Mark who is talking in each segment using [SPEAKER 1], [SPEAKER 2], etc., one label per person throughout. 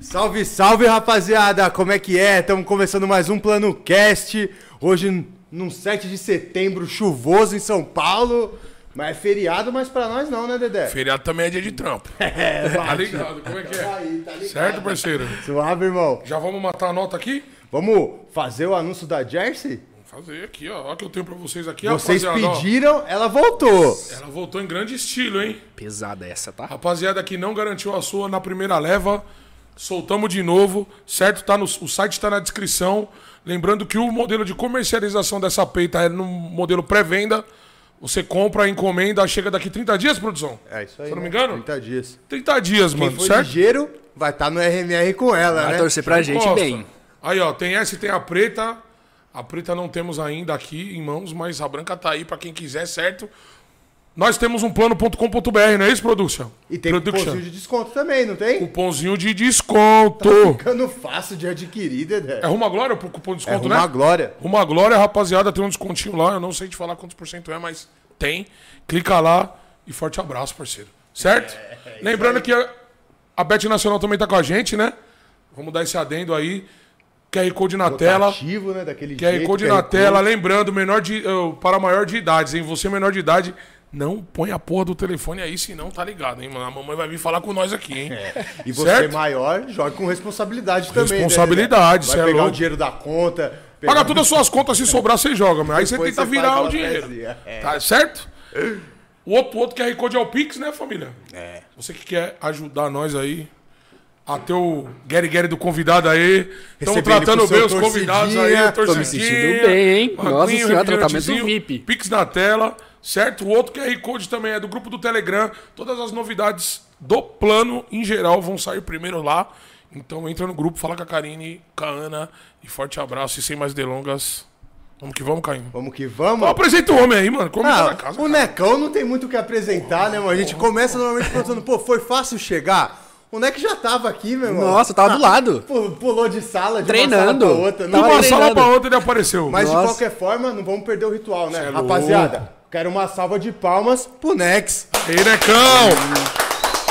[SPEAKER 1] Salve, salve, rapaziada! Como é que é? Estamos começando mais um Plano Cast. Hoje, num 7 de setembro, chuvoso em São Paulo. Mas é feriado, mas pra nós não, né, Dedé?
[SPEAKER 2] Feriado também é dia de trampo.
[SPEAKER 1] É,
[SPEAKER 2] Tá
[SPEAKER 1] vai.
[SPEAKER 2] ligado? Como é que
[SPEAKER 1] Tá aí,
[SPEAKER 2] é?
[SPEAKER 1] tá ligado.
[SPEAKER 2] Certo, parceiro?
[SPEAKER 1] Suave, irmão.
[SPEAKER 2] Já vamos matar a nota aqui?
[SPEAKER 1] Vamos fazer o anúncio da Jersey?
[SPEAKER 2] Vamos fazer aqui, ó. Olha o que eu tenho pra vocês aqui,
[SPEAKER 1] Vocês
[SPEAKER 2] rapaziada. ó.
[SPEAKER 1] pediram, ela voltou.
[SPEAKER 2] Ela voltou em grande estilo, hein?
[SPEAKER 3] Pesada essa, tá?
[SPEAKER 2] Rapaziada que não garantiu a sua na primeira leva, soltamos de novo, certo? Tá no, o site tá na descrição. Lembrando que o modelo de comercialização dessa peita é no modelo pré-venda. Você compra, encomenda, chega daqui 30 dias, produção?
[SPEAKER 1] É isso aí.
[SPEAKER 2] Se eu não
[SPEAKER 1] né?
[SPEAKER 2] me engano?
[SPEAKER 1] 30 dias.
[SPEAKER 2] 30 dias,
[SPEAKER 1] Quem
[SPEAKER 2] mano,
[SPEAKER 1] for
[SPEAKER 2] certo?
[SPEAKER 1] ligeiro vai estar no RMR com ela,
[SPEAKER 3] Vai
[SPEAKER 1] né?
[SPEAKER 3] torcer pra gente
[SPEAKER 2] Costa.
[SPEAKER 3] bem.
[SPEAKER 2] Aí, ó, tem essa e tem a preta. A preta não temos ainda aqui em mãos, mas a branca tá aí pra quem quiser, certo? Nós temos um plano.com.br, não é isso, produção?
[SPEAKER 1] E tem
[SPEAKER 2] Production.
[SPEAKER 1] cupomzinho de desconto também, não tem?
[SPEAKER 2] Cupomzinho de desconto.
[SPEAKER 1] Ficando fácil de adquirir, Dedé.
[SPEAKER 2] É Ruma Glória o cupom de
[SPEAKER 1] É
[SPEAKER 2] desconto,
[SPEAKER 1] uma
[SPEAKER 2] né?
[SPEAKER 1] glória.
[SPEAKER 2] Ruma Glória, rapaziada, tem um descontinho lá. Eu não sei te falar quantos por cento é, mas tem. Clica lá e forte abraço, parceiro. Certo?
[SPEAKER 1] É,
[SPEAKER 2] Lembrando que a, a Bet Nacional também tá com a gente, né? Vamos dar esse adendo aí. QR Code na tela.
[SPEAKER 1] Ativo, né? Daquele
[SPEAKER 2] QR
[SPEAKER 1] jeito,
[SPEAKER 2] Code
[SPEAKER 1] QR
[SPEAKER 2] na tela, lembrando, menor de, ô, para maior de idade, hein? Você menor de idade, não põe a porra do telefone aí, senão tá ligado, hein, mano? A mamãe vai vir falar com nós aqui, hein?
[SPEAKER 1] É. E você
[SPEAKER 2] Certo?
[SPEAKER 1] maior, joga com responsabilidade também. né,
[SPEAKER 2] Responsabilidade,
[SPEAKER 1] Dedé?
[SPEAKER 2] cê é
[SPEAKER 1] Vai pegar o
[SPEAKER 2] louco.
[SPEAKER 1] dinheiro da conta. pegar-
[SPEAKER 2] Paga todas as suas contas, se sobrar, você joga, mas aí você
[SPEAKER 1] Depois
[SPEAKER 2] tenta
[SPEAKER 1] você
[SPEAKER 2] virar
[SPEAKER 1] faz
[SPEAKER 2] o
[SPEAKER 1] aquela
[SPEAKER 2] dinheiro.
[SPEAKER 1] pezinha. É.
[SPEAKER 2] Tá certo? O outro, o outro QR Code é o Pix, né, família? É. Você que quer ajudar nós aí. A ter o Gary Gary do convidado aí. Estão
[SPEAKER 1] Recebendo com
[SPEAKER 2] tratando bem
[SPEAKER 1] seu
[SPEAKER 2] os convidados aí,
[SPEAKER 1] torcidinha.
[SPEAKER 2] a
[SPEAKER 1] Tô
[SPEAKER 3] me
[SPEAKER 2] torcidinha,
[SPEAKER 3] sentindo bem, hein?
[SPEAKER 2] banquinho,
[SPEAKER 3] Nossa senhora, tratamento
[SPEAKER 2] refrigerantezinho,
[SPEAKER 3] VIP.
[SPEAKER 2] Pix na tela, certo? O outro QR Code também é do grupo do Telegram. Todas as novidades do plano em geral vão sair primeiro lá. Então entra no grupo, fala com a Karine, com a Ana. E forte abraço e sem mais delongas. Vamos que vamos, Caim.
[SPEAKER 1] Vamos que vamos.
[SPEAKER 2] Então apresenta o homem aí, mano. Como tá na
[SPEAKER 1] Ah,
[SPEAKER 2] casa?
[SPEAKER 1] o Necão não tem muito o que apresentar, né, mano? A gente começa normalmente perguntando, pô, foi fácil chegar? O Neco já tava aqui, meu irmão.
[SPEAKER 3] Nossa, tava do lado.
[SPEAKER 1] Pu- Pulou de sala, de
[SPEAKER 3] Treinando.
[SPEAKER 1] uma sala pra outra.
[SPEAKER 3] Tava
[SPEAKER 2] Uma
[SPEAKER 3] treinando.
[SPEAKER 2] sala pra outra ele apareceu.
[SPEAKER 1] Mas de
[SPEAKER 3] Nossa.
[SPEAKER 1] qualquer forma, não vamos perder o ritual, né?
[SPEAKER 2] Cê é louco.
[SPEAKER 1] Rapaziada, quero uma salva de palmas pro Nex.
[SPEAKER 2] Ei, Necão!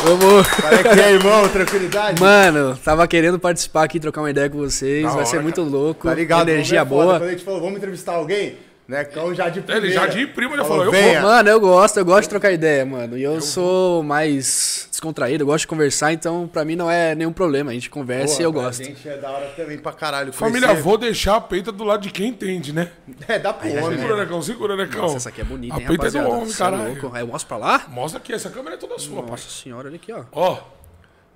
[SPEAKER 3] Vamos.
[SPEAKER 1] Como é que é, irmão? Tranquilidade?
[SPEAKER 3] Mano, tava querendo participar aqui, trocar uma ideia com vocês. Vai
[SPEAKER 2] hora,
[SPEAKER 3] ser muito
[SPEAKER 2] cara.
[SPEAKER 3] louco.
[SPEAKER 1] tá ligado?
[SPEAKER 3] Energia
[SPEAKER 1] Vamos ver, foda. Quando
[SPEAKER 3] boa.
[SPEAKER 1] a gente falou, vamos entrevistar alguém, Necão já de primeira.
[SPEAKER 2] Ele já de prima já falou, eu
[SPEAKER 1] venha.
[SPEAKER 2] vou.
[SPEAKER 3] Mano, eu gosto, eu gosto de trocar ideia, mano. E eu, sou mais descontraído, eu gosto de conversar, então pra mim não é nenhum problema. A gente conversa e eu
[SPEAKER 1] Porra,
[SPEAKER 3] gosto.
[SPEAKER 1] A gente é da hora também pra caralho.
[SPEAKER 2] Família,
[SPEAKER 1] conhecer.
[SPEAKER 2] vou deixar a peita do lado de quem entende, né?
[SPEAKER 1] É, dá pro homem.
[SPEAKER 2] Segura, Necão, segura, Necão.
[SPEAKER 3] Nossa, essa aqui é bonita,
[SPEAKER 2] A
[SPEAKER 3] hein,
[SPEAKER 2] peita é do
[SPEAKER 3] rapaziada?
[SPEAKER 2] homem,
[SPEAKER 3] Cê é
[SPEAKER 2] caralho.
[SPEAKER 3] louco. Aí eu mostro pra lá?
[SPEAKER 2] Mostra aqui, essa câmera é toda sua, parça.
[SPEAKER 3] Nossa senhora, olha aqui, ó.
[SPEAKER 2] Ó,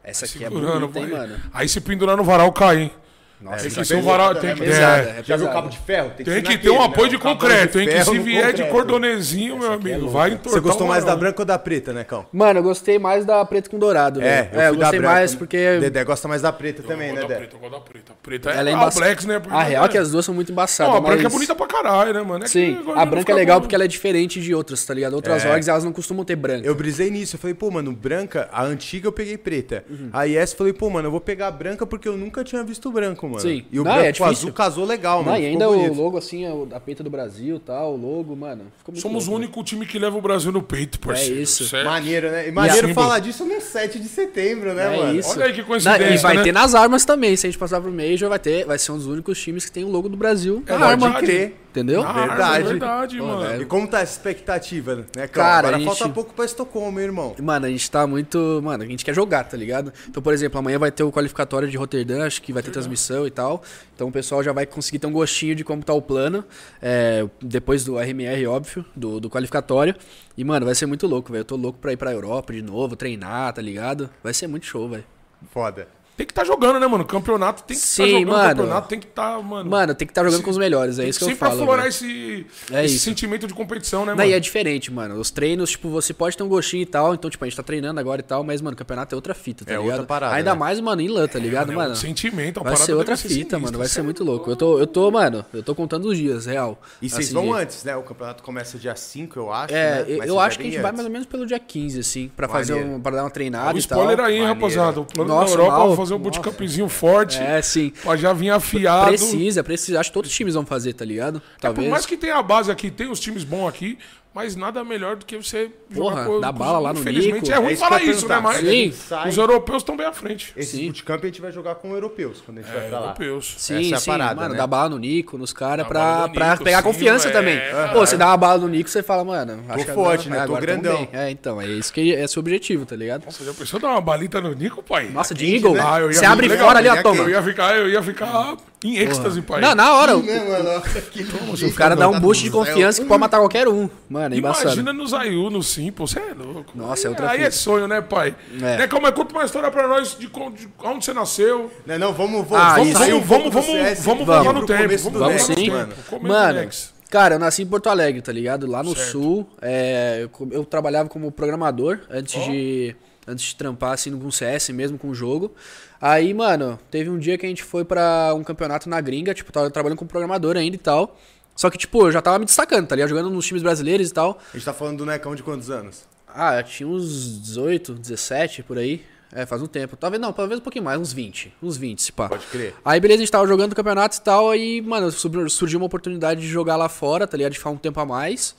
[SPEAKER 3] Essa aqui é
[SPEAKER 2] segurando,
[SPEAKER 3] bonita, hein,
[SPEAKER 2] vai.
[SPEAKER 3] mano.
[SPEAKER 2] Aí se pendurar no varal, cai, hein?
[SPEAKER 3] Nossa,
[SPEAKER 2] tem
[SPEAKER 3] essa
[SPEAKER 2] que
[SPEAKER 3] aqui é
[SPEAKER 2] ser um varal, tem que,
[SPEAKER 3] pesada,
[SPEAKER 2] é,
[SPEAKER 3] é
[SPEAKER 1] Já viu
[SPEAKER 3] pesada.
[SPEAKER 1] cabo de ferro? Tem
[SPEAKER 2] tem
[SPEAKER 1] ser
[SPEAKER 2] que ter
[SPEAKER 1] naquele,
[SPEAKER 2] um
[SPEAKER 1] né?
[SPEAKER 2] apoio de
[SPEAKER 3] Tá
[SPEAKER 1] Cabo
[SPEAKER 2] concreto, hein? Que
[SPEAKER 1] ferro
[SPEAKER 2] se
[SPEAKER 1] no
[SPEAKER 2] vier de um
[SPEAKER 1] concreto.
[SPEAKER 2] cordonezinho, meu
[SPEAKER 3] é
[SPEAKER 2] amigo, vai entortar
[SPEAKER 1] Você gostou
[SPEAKER 2] o
[SPEAKER 1] mais da
[SPEAKER 2] varal.
[SPEAKER 1] branca ou da preta, Necão?
[SPEAKER 3] Mano, eu gostei mais da preta com
[SPEAKER 1] É,
[SPEAKER 3] dourado, velho. É,
[SPEAKER 1] fui da
[SPEAKER 3] gostei
[SPEAKER 1] branca,
[SPEAKER 3] mais
[SPEAKER 1] né?
[SPEAKER 3] porque
[SPEAKER 1] Dedé gosta mais da preta também,
[SPEAKER 2] Eu
[SPEAKER 1] né,
[SPEAKER 2] gosto da
[SPEAKER 1] Dedé?
[SPEAKER 2] preta, eu gosto da preta. A preta é,
[SPEAKER 3] ela é
[SPEAKER 2] a
[SPEAKER 3] embaçada.
[SPEAKER 2] Blex, né?
[SPEAKER 3] A real é que as duas são muito embaçadas.
[SPEAKER 2] Não, a branca é
[SPEAKER 3] mas-
[SPEAKER 2] bonita pra caralho, né, mano? É que
[SPEAKER 3] Sim,
[SPEAKER 2] agora
[SPEAKER 3] a
[SPEAKER 2] não
[SPEAKER 3] branca
[SPEAKER 2] fica É.
[SPEAKER 3] é legal
[SPEAKER 2] bom.
[SPEAKER 3] porque ela é diferente de outras, tá ligado? Outras orgs, elas não costumam ter branca.
[SPEAKER 1] Eu brisei nisso, eu falei, pô, mano, branca, a antiga eu peguei preta. Aí essa eu falei, pô, mano, eu vou pegar branca porque eu nunca tinha visto branco, mano.
[SPEAKER 3] Sim.
[SPEAKER 1] E o
[SPEAKER 3] Não,
[SPEAKER 1] branco
[SPEAKER 3] é
[SPEAKER 1] com o azul
[SPEAKER 3] difícil.
[SPEAKER 1] casou legal, mano.
[SPEAKER 3] Não, e
[SPEAKER 1] ficou
[SPEAKER 3] ainda o
[SPEAKER 1] bonito.
[SPEAKER 3] logo, assim, é o- a peita do Brasil e tal, o logo, mano. Ficou muito
[SPEAKER 2] Somos o
[SPEAKER 3] louco, né?
[SPEAKER 2] único time que leva o Brasil no peito, parceiro. é
[SPEAKER 3] isso.
[SPEAKER 2] certo?
[SPEAKER 1] Maneiro, né? E maneiro
[SPEAKER 2] assim,
[SPEAKER 1] falar disso no 7 de setembro, né,
[SPEAKER 3] né? É
[SPEAKER 1] mano?
[SPEAKER 3] isso.
[SPEAKER 2] Olha aí que
[SPEAKER 3] Não,
[SPEAKER 2] coincidência,
[SPEAKER 3] e vai
[SPEAKER 2] né?
[SPEAKER 3] ter nas armas também. Se a gente passar pro Major, vai, ter, vai ser um dos únicos times que tem o logo do Brasil na
[SPEAKER 2] É verdade.
[SPEAKER 3] arma. Entendeu?
[SPEAKER 2] Na
[SPEAKER 1] Verdade.
[SPEAKER 2] arma, é verdade,
[SPEAKER 3] Pô,
[SPEAKER 2] mano.
[SPEAKER 3] velho.
[SPEAKER 1] E como tá a expectativa, né, Cão?
[SPEAKER 3] Cara,
[SPEAKER 1] Agora
[SPEAKER 3] a gente-
[SPEAKER 1] falta pouco pra Estocolmo, hein, irmão.
[SPEAKER 3] Mano, a gente tá muito. Mano, a gente quer jogar, tá ligado? Então, por exemplo, amanhã vai ter o qualificatório de Roterdã, acho que vai ter transmissão e tal. Então o pessoal já vai conseguir ter um gostinho de como tá o plano. é, depois do RMR, óbvio, do, do qualificatório. E, mano, vai ser muito louco, velho. Eu tô louco pra ir pra Europa de novo, treinar, tá ligado? Vai ser muito show, velho.
[SPEAKER 1] Foda.
[SPEAKER 2] Tem que estar jogando, né, mano? Campeonato tem que estar
[SPEAKER 3] Sim,
[SPEAKER 2] jogando.
[SPEAKER 3] mano.
[SPEAKER 2] Campeonato tem que estar, mano.
[SPEAKER 3] Mano, tem que estar jogando com os melhores, é
[SPEAKER 2] tem
[SPEAKER 3] isso que eu
[SPEAKER 2] sempre
[SPEAKER 3] falo.
[SPEAKER 2] aflorar
[SPEAKER 3] velho.
[SPEAKER 2] esse,
[SPEAKER 3] É
[SPEAKER 2] esse
[SPEAKER 3] isso.
[SPEAKER 2] sentimento de competição, né, mano?
[SPEAKER 3] Daí é diferente, mano. Os treinos, tipo, você pode ter um gostinho e tal. Então, tipo, a gente tá treinando agora e tal, mas, mano, o campeonato é outra fita, tá
[SPEAKER 1] É
[SPEAKER 3] ligado?
[SPEAKER 1] outra parada,
[SPEAKER 3] Ainda
[SPEAKER 1] né?
[SPEAKER 3] mais, mano, em LAN, tá ligado,
[SPEAKER 2] É um
[SPEAKER 3] mano?
[SPEAKER 2] sentimento, a
[SPEAKER 3] Vai
[SPEAKER 2] parada
[SPEAKER 3] ser outra
[SPEAKER 2] deve
[SPEAKER 3] fita,
[SPEAKER 2] sinistra,
[SPEAKER 3] mano. Vai ser
[SPEAKER 2] tá certo?
[SPEAKER 3] muito louco. Eu tô, eu tô, mano, eu tô contando os dias, real.
[SPEAKER 1] E vocês
[SPEAKER 3] Assim,
[SPEAKER 1] vão
[SPEAKER 3] de-
[SPEAKER 1] antes, né? O campeonato começa dia 5, eu acho.
[SPEAKER 3] É,
[SPEAKER 1] né?
[SPEAKER 3] eu,
[SPEAKER 1] Mas
[SPEAKER 3] eu
[SPEAKER 1] vocês
[SPEAKER 3] acho que a
[SPEAKER 1] bem
[SPEAKER 3] gente vai
[SPEAKER 1] antes.
[SPEAKER 3] mais ou menos pelo dia 15, assim, pra fazer
[SPEAKER 1] Maneiro.
[SPEAKER 3] um, pra dar uma treinada
[SPEAKER 2] O
[SPEAKER 3] e tal.
[SPEAKER 2] spoiler aí, hein,
[SPEAKER 1] Maneiro.
[SPEAKER 2] rapaziada. O plano
[SPEAKER 3] Nossa,
[SPEAKER 2] da Europa
[SPEAKER 3] mal.
[SPEAKER 2] é fazer um bootcampzinho forte.
[SPEAKER 3] É, sim.
[SPEAKER 2] Pra já vir afiado.
[SPEAKER 3] Precisa, precisa. Acho que todos os times vão fazer, tá ligado?
[SPEAKER 2] Por
[SPEAKER 3] Talvez.
[SPEAKER 2] mais que tenha a base aqui, tem os times bons aqui, Mas nada melhor do que você
[SPEAKER 3] Porra,
[SPEAKER 2] com-
[SPEAKER 3] dá
[SPEAKER 2] com-
[SPEAKER 3] bala lá no
[SPEAKER 2] Infelizmente
[SPEAKER 3] Nico.
[SPEAKER 2] é ruim
[SPEAKER 1] É isso
[SPEAKER 2] falar
[SPEAKER 1] que eu ia
[SPEAKER 2] isso, né?
[SPEAKER 1] perguntar.
[SPEAKER 2] Mas
[SPEAKER 1] Se a gente
[SPEAKER 3] Sim.
[SPEAKER 1] sai-
[SPEAKER 2] os europeus estão bem à frente.
[SPEAKER 1] Esse
[SPEAKER 3] Sim.
[SPEAKER 1] bootcamp a gente vai jogar com europeus quando a gente vai
[SPEAKER 2] É,
[SPEAKER 1] pra lá.
[SPEAKER 2] europeus.
[SPEAKER 3] Sim,
[SPEAKER 1] Essa é a
[SPEAKER 3] sim,
[SPEAKER 1] parada,
[SPEAKER 3] mano,
[SPEAKER 1] né?
[SPEAKER 3] dá bala no Nico, nos caras,
[SPEAKER 2] Dá bala
[SPEAKER 3] pra,
[SPEAKER 2] no
[SPEAKER 3] pra
[SPEAKER 2] Nico,
[SPEAKER 3] pegar
[SPEAKER 2] sim,
[SPEAKER 3] confiança
[SPEAKER 2] é,
[SPEAKER 3] também.
[SPEAKER 2] caralho.
[SPEAKER 3] Pô, você dá uma bala no Nico, você fala, mano, acho que
[SPEAKER 1] forte,
[SPEAKER 3] agora-
[SPEAKER 1] né? Tô
[SPEAKER 3] agora tamo
[SPEAKER 1] grandão.
[SPEAKER 3] bem. É, então, é isso que é seu objetivo, tá ligado?
[SPEAKER 2] Você já pensou em dar uma balita no Nico, pai?
[SPEAKER 3] Nossa, de
[SPEAKER 1] quente,
[SPEAKER 3] Eagle,
[SPEAKER 1] né?
[SPEAKER 2] Ah, eu ia
[SPEAKER 3] você
[SPEAKER 2] ver,
[SPEAKER 3] abre
[SPEAKER 2] legal,
[SPEAKER 3] fora ali, ó,
[SPEAKER 1] né?
[SPEAKER 3] toma.
[SPEAKER 2] Eu ia ficar, eu ia ficar em êxtase, pai.
[SPEAKER 3] Não, na hora,
[SPEAKER 1] Né, mano? Que
[SPEAKER 3] o cara dá um boost de
[SPEAKER 1] Tá no
[SPEAKER 3] confiança que pode matar qualquer um. Mano, é embaçado.
[SPEAKER 2] Imagina no Zayu, no Simple, você é louco.
[SPEAKER 3] Nossa, é
[SPEAKER 2] Aí-
[SPEAKER 3] outra
[SPEAKER 2] Aí
[SPEAKER 3] fita.
[SPEAKER 2] é sonho, né, pai?
[SPEAKER 3] É.
[SPEAKER 2] Né, como é, conta uma história pra nós de, con- de onde você nasceu.
[SPEAKER 1] Né, Não, não, vamos, vamos,
[SPEAKER 3] Ah,
[SPEAKER 1] vamos,
[SPEAKER 3] isso.
[SPEAKER 1] sair um
[SPEAKER 2] Vamos,
[SPEAKER 1] pouco
[SPEAKER 2] vamos,
[SPEAKER 1] do CS,
[SPEAKER 2] vamos
[SPEAKER 1] pro
[SPEAKER 2] voltar no tempo,
[SPEAKER 1] começo do
[SPEAKER 2] vamos
[SPEAKER 3] Vamos
[SPEAKER 1] Next,
[SPEAKER 2] Lex,
[SPEAKER 3] sim.
[SPEAKER 1] mano.
[SPEAKER 2] Comenta,
[SPEAKER 3] Mano,
[SPEAKER 2] Lex.
[SPEAKER 3] cara, eu nasci em Porto Alegre, tá ligado? Lá no
[SPEAKER 2] Certo.
[SPEAKER 3] sul. é, eu, co- eu trabalhava como programador antes de. Antes de trampar, assim, com CS mesmo, com o jogo. Aí, mano, teve um dia que a gente foi pra um campeonato na gringa, tipo, tava trabalhando como programador ainda e tal. Só que, tipo, eu já tava me destacando, tá ligado? Jogando nos times brasileiros e tal.
[SPEAKER 1] A gente tá falando do Necão de quantos anos?
[SPEAKER 3] Ah, eu tinha uns 18, 17 por aí. É, faz um tempo. Talvez não, talvez um pouquinho mais, uns 20. Uns 20, se pá.
[SPEAKER 1] Pode crer.
[SPEAKER 3] Aí, beleza, a gente tava jogando campeonatos e tal. Aí, mano, subiu- surgiu uma oportunidade de jogar lá fora, tá ligado? De ficar um tempo a mais.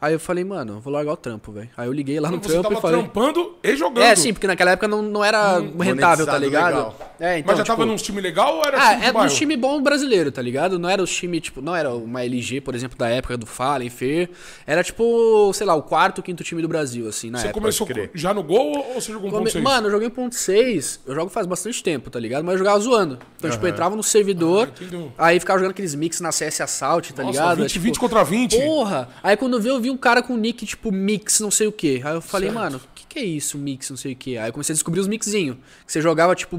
[SPEAKER 3] Aí eu falei, mano, vou largar o trampo, velho. Aí eu liguei lá no
[SPEAKER 2] Você
[SPEAKER 3] trampo
[SPEAKER 2] tava
[SPEAKER 3] e falei.
[SPEAKER 2] trampando e jogando.
[SPEAKER 3] É, sim, porque naquela época não, não era rentável, tá
[SPEAKER 1] monetizado
[SPEAKER 3] ligado?
[SPEAKER 1] legal.
[SPEAKER 3] É,
[SPEAKER 2] Mas já
[SPEAKER 3] tipo,
[SPEAKER 2] tava num time legal ou era
[SPEAKER 3] ah,
[SPEAKER 2] time de
[SPEAKER 3] é um
[SPEAKER 2] bairro?
[SPEAKER 3] time bom brasileiro, tá ligado? Não era o time, tipo, não era uma LG, por exemplo, da época do Fallen, Fer. Era tipo, sei lá, o quarto, quinto time do Brasil, assim, na
[SPEAKER 2] Você
[SPEAKER 3] época.
[SPEAKER 2] começou
[SPEAKER 1] crer.
[SPEAKER 2] já no gol ou ou você jogou um
[SPEAKER 3] Come-
[SPEAKER 2] ponto seis?
[SPEAKER 3] Mano, eu joguei em ponto 6, eu jogo faz bastante tempo, tá ligado? Mas eu jogava zoando. Então, tipo, eu entrava no servidor,
[SPEAKER 2] Ah, entendeu.
[SPEAKER 3] aí ficava jogando aqueles mix na CS Assault, tá
[SPEAKER 2] Nossa,
[SPEAKER 3] ligado?
[SPEAKER 2] 20,
[SPEAKER 3] tipo,
[SPEAKER 2] 20 contra 20.
[SPEAKER 3] Porra! Aí quando eu vi, eu vi um cara com nick, tipo, mix, não sei o quê. Aí eu falei, mano, o que, que é isso, mix, não sei o quê? Aí eu comecei a descobrir os mixinhos. Que você jogava, tipo,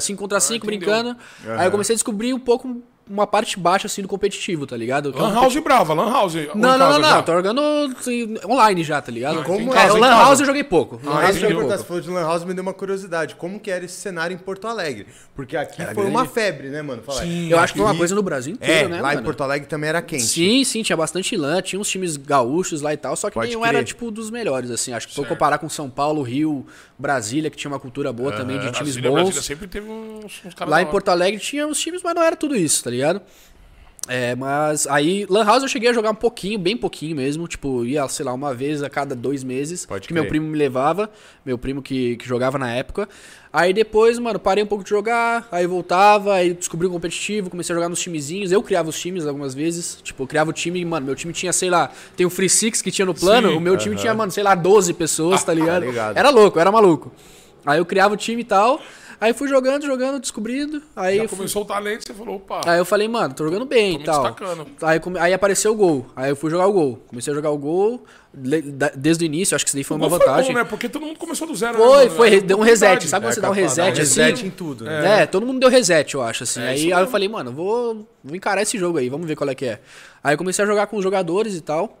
[SPEAKER 3] 5 contra 5,
[SPEAKER 2] Ah, entendeu.
[SPEAKER 3] brincando. Aí eu comecei a descobrir um pouco uma parte baixa, assim, do competitivo, tá ligado? Que é um
[SPEAKER 2] Lan House brava, Lan House. ou em
[SPEAKER 3] não,
[SPEAKER 2] casa
[SPEAKER 3] não, não, não.
[SPEAKER 2] já?
[SPEAKER 3] Tô jogando assim, online já, tá ligado?
[SPEAKER 2] Ah, em Ah,
[SPEAKER 3] é,
[SPEAKER 1] casa,
[SPEAKER 3] o
[SPEAKER 1] em
[SPEAKER 3] Lan
[SPEAKER 1] casa.
[SPEAKER 3] House eu joguei pouco. Lan House eu
[SPEAKER 1] Mas deixa eu
[SPEAKER 3] joguei
[SPEAKER 1] perguntar,
[SPEAKER 3] pouco.
[SPEAKER 1] você falou de Lan House, me deu uma curiosidade. Como que era esse cenário em Porto Alegre? Porque aqui foi
[SPEAKER 3] grande.
[SPEAKER 1] uma febre, né, mano? Fala,
[SPEAKER 2] Sim.
[SPEAKER 3] Eu acho que foi uma
[SPEAKER 1] Aqui-
[SPEAKER 3] coisa no Brasil
[SPEAKER 1] É,
[SPEAKER 3] inteiro, né,
[SPEAKER 1] lá
[SPEAKER 3] mano?
[SPEAKER 1] em Porto Alegre também era quente.
[SPEAKER 3] Sim, sim, tinha bastante lã, tinha uns times gaúchos lá e tal, só que
[SPEAKER 1] Pode
[SPEAKER 3] nenhum
[SPEAKER 1] crer.
[SPEAKER 3] era, tipo, dos melhores, assim. Acho que se eu comparar com São Paulo, Rio, Brasília, que tinha uma cultura boa também de times
[SPEAKER 2] Hum, Brasília,
[SPEAKER 3] bons.
[SPEAKER 2] Brasília sempre teve uns, uns caras
[SPEAKER 3] Lá
[SPEAKER 2] da
[SPEAKER 3] em
[SPEAKER 2] hora.
[SPEAKER 3] Porto Alegre tinha uns times, mas não era tudo isso, tá ligado? É, mas aí, Lan House eu cheguei a jogar um pouquinho, bem pouquinho mesmo. Tipo, ia, sei lá, uma vez a cada dois meses.
[SPEAKER 1] Pode
[SPEAKER 3] que
[SPEAKER 1] crer.
[SPEAKER 3] meu primo me levava, meu primo que, que jogava na época. Aí depois, mano, parei um pouco de jogar, aí voltava, aí descobri o competitivo, comecei a jogar nos timezinhos. Eu criava os times algumas vezes. Tipo, eu criava o time, e, mano, meu time tinha, sei lá, tem o Free Six que tinha no plano,
[SPEAKER 2] Sim,
[SPEAKER 3] o meu time tinha, mano, sei lá, 12 pessoas, tá
[SPEAKER 2] Ah,
[SPEAKER 3] ligado?
[SPEAKER 1] ligado.
[SPEAKER 3] Era louco, era maluco. Aí eu criava o time e tal. Aí fui jogando, jogando, descobrindo. Aí
[SPEAKER 2] Já
[SPEAKER 3] eu fui-
[SPEAKER 2] começou o talento, você falou, opa.
[SPEAKER 3] Aí eu falei, mano, tô jogando bem
[SPEAKER 2] Tô me
[SPEAKER 3] e tal.
[SPEAKER 2] destacando.
[SPEAKER 3] Aí, come- aí apareceu o gol. Aí eu fui jogar o gol. Comecei a jogar o gol le- da- desde o início, acho que isso daí foi uma
[SPEAKER 2] Mas
[SPEAKER 3] vantagem.
[SPEAKER 2] Foi, bom, né? Porque todo mundo começou do zero. né,
[SPEAKER 3] Foi,
[SPEAKER 2] mano?
[SPEAKER 3] foi,
[SPEAKER 2] Era
[SPEAKER 3] deu um
[SPEAKER 2] oportunidade.
[SPEAKER 3] reset. Sabe quando você dá um
[SPEAKER 1] capaz, dá um
[SPEAKER 3] reset assim?
[SPEAKER 1] reset em tudo, né?
[SPEAKER 3] É. todo mundo deu reset, eu acho, assim.
[SPEAKER 2] É, isso
[SPEAKER 3] aí, aí eu falei, mano, vou, vou encarar esse jogo aí, vamos ver qual é que é. Aí eu comecei a jogar com os jogadores e tal,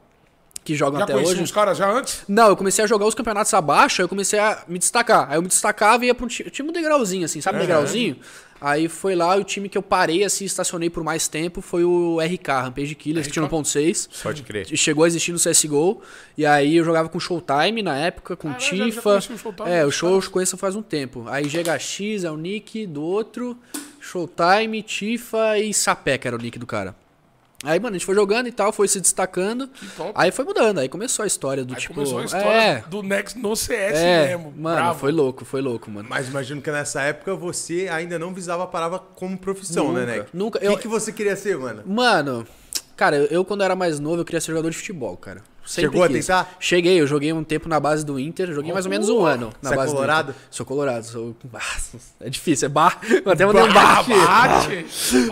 [SPEAKER 3] que jogam
[SPEAKER 2] Já
[SPEAKER 3] até
[SPEAKER 2] conheci um
[SPEAKER 3] hoje.
[SPEAKER 2] uns caras já antes?
[SPEAKER 3] Não, eu comecei a jogar os campeonatos abaixo, aí eu comecei a me destacar. Aí eu me destacava e ia pra um time, tinha um degrauzinho, assim, sabe? Um degrauzinho. Aí foi lá, o time que eu parei, assim, estacionei por mais tempo foi o RK, Rampage Killers, que tinha no ponto 6.
[SPEAKER 1] Pode crer.
[SPEAKER 3] E Chegou a existir no CSGO. E aí eu jogava com Showtime na época, com
[SPEAKER 2] Caralho, já- já
[SPEAKER 3] Tifa.
[SPEAKER 2] conheci o Showtime,
[SPEAKER 3] é, o
[SPEAKER 2] cara.
[SPEAKER 3] Show eu conheço faz um tempo. Aí GHX é o nick do outro, Showtime, Tifa e Sapeca era o nick do cara. Aí, mano, a gente foi jogando e tal, foi se destacando.
[SPEAKER 2] top.
[SPEAKER 3] Aí foi mudando, aí começou a história do
[SPEAKER 2] Aí
[SPEAKER 3] tipo.
[SPEAKER 2] começou a
[SPEAKER 3] é,
[SPEAKER 2] história do Next no CS
[SPEAKER 3] é,
[SPEAKER 2] mesmo.
[SPEAKER 3] Mano,
[SPEAKER 2] bravo.
[SPEAKER 3] foi louco, foi louco, mano.
[SPEAKER 1] Mas imagino que nessa época você ainda não visava a parada como profissão,
[SPEAKER 3] Nunca,
[SPEAKER 1] né, Neck?
[SPEAKER 3] nunca.
[SPEAKER 1] O que,
[SPEAKER 3] Eu-
[SPEAKER 1] que você queria ser, mano?
[SPEAKER 3] Mano, cara, eu- eu quando era mais novo, eu queria ser jogador de futebol, cara. Sempre
[SPEAKER 1] Chegou a
[SPEAKER 3] quis.
[SPEAKER 1] tentar?
[SPEAKER 3] Cheguei, eu joguei um tempo na base do Inter, joguei mais ou menos um ano na
[SPEAKER 1] Você é
[SPEAKER 3] base do
[SPEAKER 1] colorado?
[SPEAKER 3] Inter. Sou colorado, sou. É difícil, é bar. Eu até mandei um bar.
[SPEAKER 2] Bate.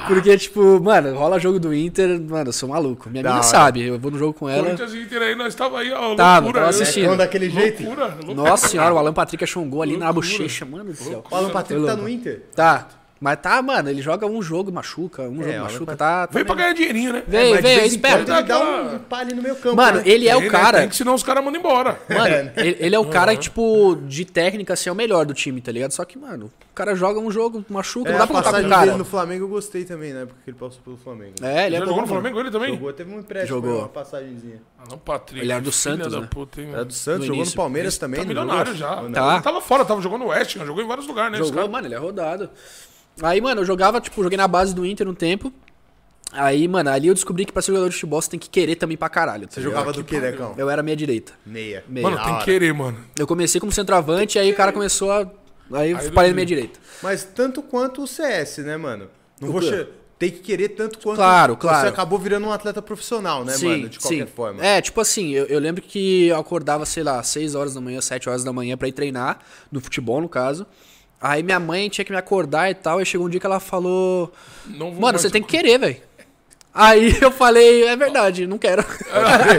[SPEAKER 3] Porque, tipo, mano, rola jogo do Inter, mano, eu sou maluco. Minha
[SPEAKER 1] Da
[SPEAKER 3] amiga
[SPEAKER 1] hora.
[SPEAKER 3] sabe, eu vou no jogo com ela.
[SPEAKER 2] Corinthians e Inter aí, nós tava aí, ó.
[SPEAKER 3] Tava,
[SPEAKER 2] loucura,
[SPEAKER 3] tava
[SPEAKER 2] né?
[SPEAKER 3] assistindo.
[SPEAKER 1] Então, daquele jeito.
[SPEAKER 2] Loucura, loucura.
[SPEAKER 3] Tá, Nossa senhora, o Alan Patrick achou um gol ali na
[SPEAKER 2] Loucura.
[SPEAKER 3] bochecha, mano do céu.
[SPEAKER 1] O Alan Patrick tá
[SPEAKER 3] louco.
[SPEAKER 1] no Inter.
[SPEAKER 3] Tá. Mas tá, mano, ele joga um jogo e machuca, um jogo
[SPEAKER 1] o
[SPEAKER 3] e
[SPEAKER 1] É, Alan
[SPEAKER 3] machuca, tá. tá
[SPEAKER 2] Vem pra
[SPEAKER 3] meio-
[SPEAKER 2] ganhar dinheirinho, né?
[SPEAKER 3] Vem,
[SPEAKER 1] Mas de
[SPEAKER 3] vem, eu
[SPEAKER 1] vez em
[SPEAKER 3] espero.
[SPEAKER 1] quando Ele dá
[SPEAKER 2] Aquela-
[SPEAKER 1] um palho no meu campo.
[SPEAKER 3] Tá Mano,
[SPEAKER 1] né?
[SPEAKER 3] ele é
[SPEAKER 2] Tem,
[SPEAKER 3] o
[SPEAKER 2] né?
[SPEAKER 3] cara.
[SPEAKER 2] Tem que senão os caras mandam embora.
[SPEAKER 3] Mano,
[SPEAKER 2] né?
[SPEAKER 3] ele, ele é o
[SPEAKER 2] Uhum.
[SPEAKER 3] cara, tipo, de técnica, assim, é o melhor do time, tá ligado? Só que, mano, o cara joga um jogo, machuca,
[SPEAKER 1] É,
[SPEAKER 3] não dá
[SPEAKER 1] a
[SPEAKER 3] pra contar com
[SPEAKER 1] passagem
[SPEAKER 3] o cara.
[SPEAKER 1] dele no Flamengo eu gostei também, né? Porque ele passou pelo Flamengo.
[SPEAKER 3] É,
[SPEAKER 2] Já
[SPEAKER 3] ele é
[SPEAKER 2] jogou
[SPEAKER 3] bom.
[SPEAKER 2] no Flamengo ele também?
[SPEAKER 1] Jogou, teve um empréstimo,
[SPEAKER 3] Jogou.
[SPEAKER 1] uma passagenzinha.
[SPEAKER 2] Ah, não, Patrick.
[SPEAKER 3] Ele era do
[SPEAKER 2] filha
[SPEAKER 3] Santos,
[SPEAKER 2] da
[SPEAKER 3] né?
[SPEAKER 2] puta, hein,
[SPEAKER 1] Era
[SPEAKER 2] mano.
[SPEAKER 1] É do Santos,
[SPEAKER 3] No
[SPEAKER 1] jogou no
[SPEAKER 3] início.
[SPEAKER 1] Palmeiras também. né?
[SPEAKER 2] Tá
[SPEAKER 1] não
[SPEAKER 2] milionário
[SPEAKER 1] jogou?
[SPEAKER 2] já.
[SPEAKER 1] Não,
[SPEAKER 3] Tá.
[SPEAKER 2] Ele tava fora, tava jogando no West, jogou em vários lugares, né? esse
[SPEAKER 3] Jogou,
[SPEAKER 2] cara.
[SPEAKER 3] mano, ele é rodado. Aí, mano, eu jogava, tipo, joguei na base do Inter um tempo. Aí, mano, ali eu descobri que pra ser jogador de futebol você tem que querer também pra caralho. tá
[SPEAKER 1] Você jogava do que, Decão?
[SPEAKER 3] Eu era meia direita.
[SPEAKER 1] Meia.
[SPEAKER 3] Meia.
[SPEAKER 2] Mano,
[SPEAKER 1] Da
[SPEAKER 2] tem que
[SPEAKER 1] hora.
[SPEAKER 2] querer, mano.
[SPEAKER 3] Eu comecei como centroavante, aí o cara começou a. Aí eu
[SPEAKER 2] Aí
[SPEAKER 3] parei
[SPEAKER 2] eu
[SPEAKER 3] na minha direita.
[SPEAKER 1] Mas tanto quanto o CS, né, mano? Não
[SPEAKER 3] O
[SPEAKER 1] vou
[SPEAKER 3] quê?
[SPEAKER 1] che- Tem que querer tanto quanto
[SPEAKER 3] Claro, claro.
[SPEAKER 1] você acabou virando um atleta profissional, né, mano? De qualquer forma.
[SPEAKER 3] É, tipo assim, eu, eu lembro que eu acordava, sei lá, 6 horas da manhã, 7 horas da manhã pra ir treinar, no futebol, no caso. Aí minha mãe tinha que me acordar e tal, e chegou um dia que ela falou.
[SPEAKER 2] Não vou
[SPEAKER 3] Mano,
[SPEAKER 2] mais-
[SPEAKER 3] você tem que querer, velho. Aí eu falei, é verdade, não quero.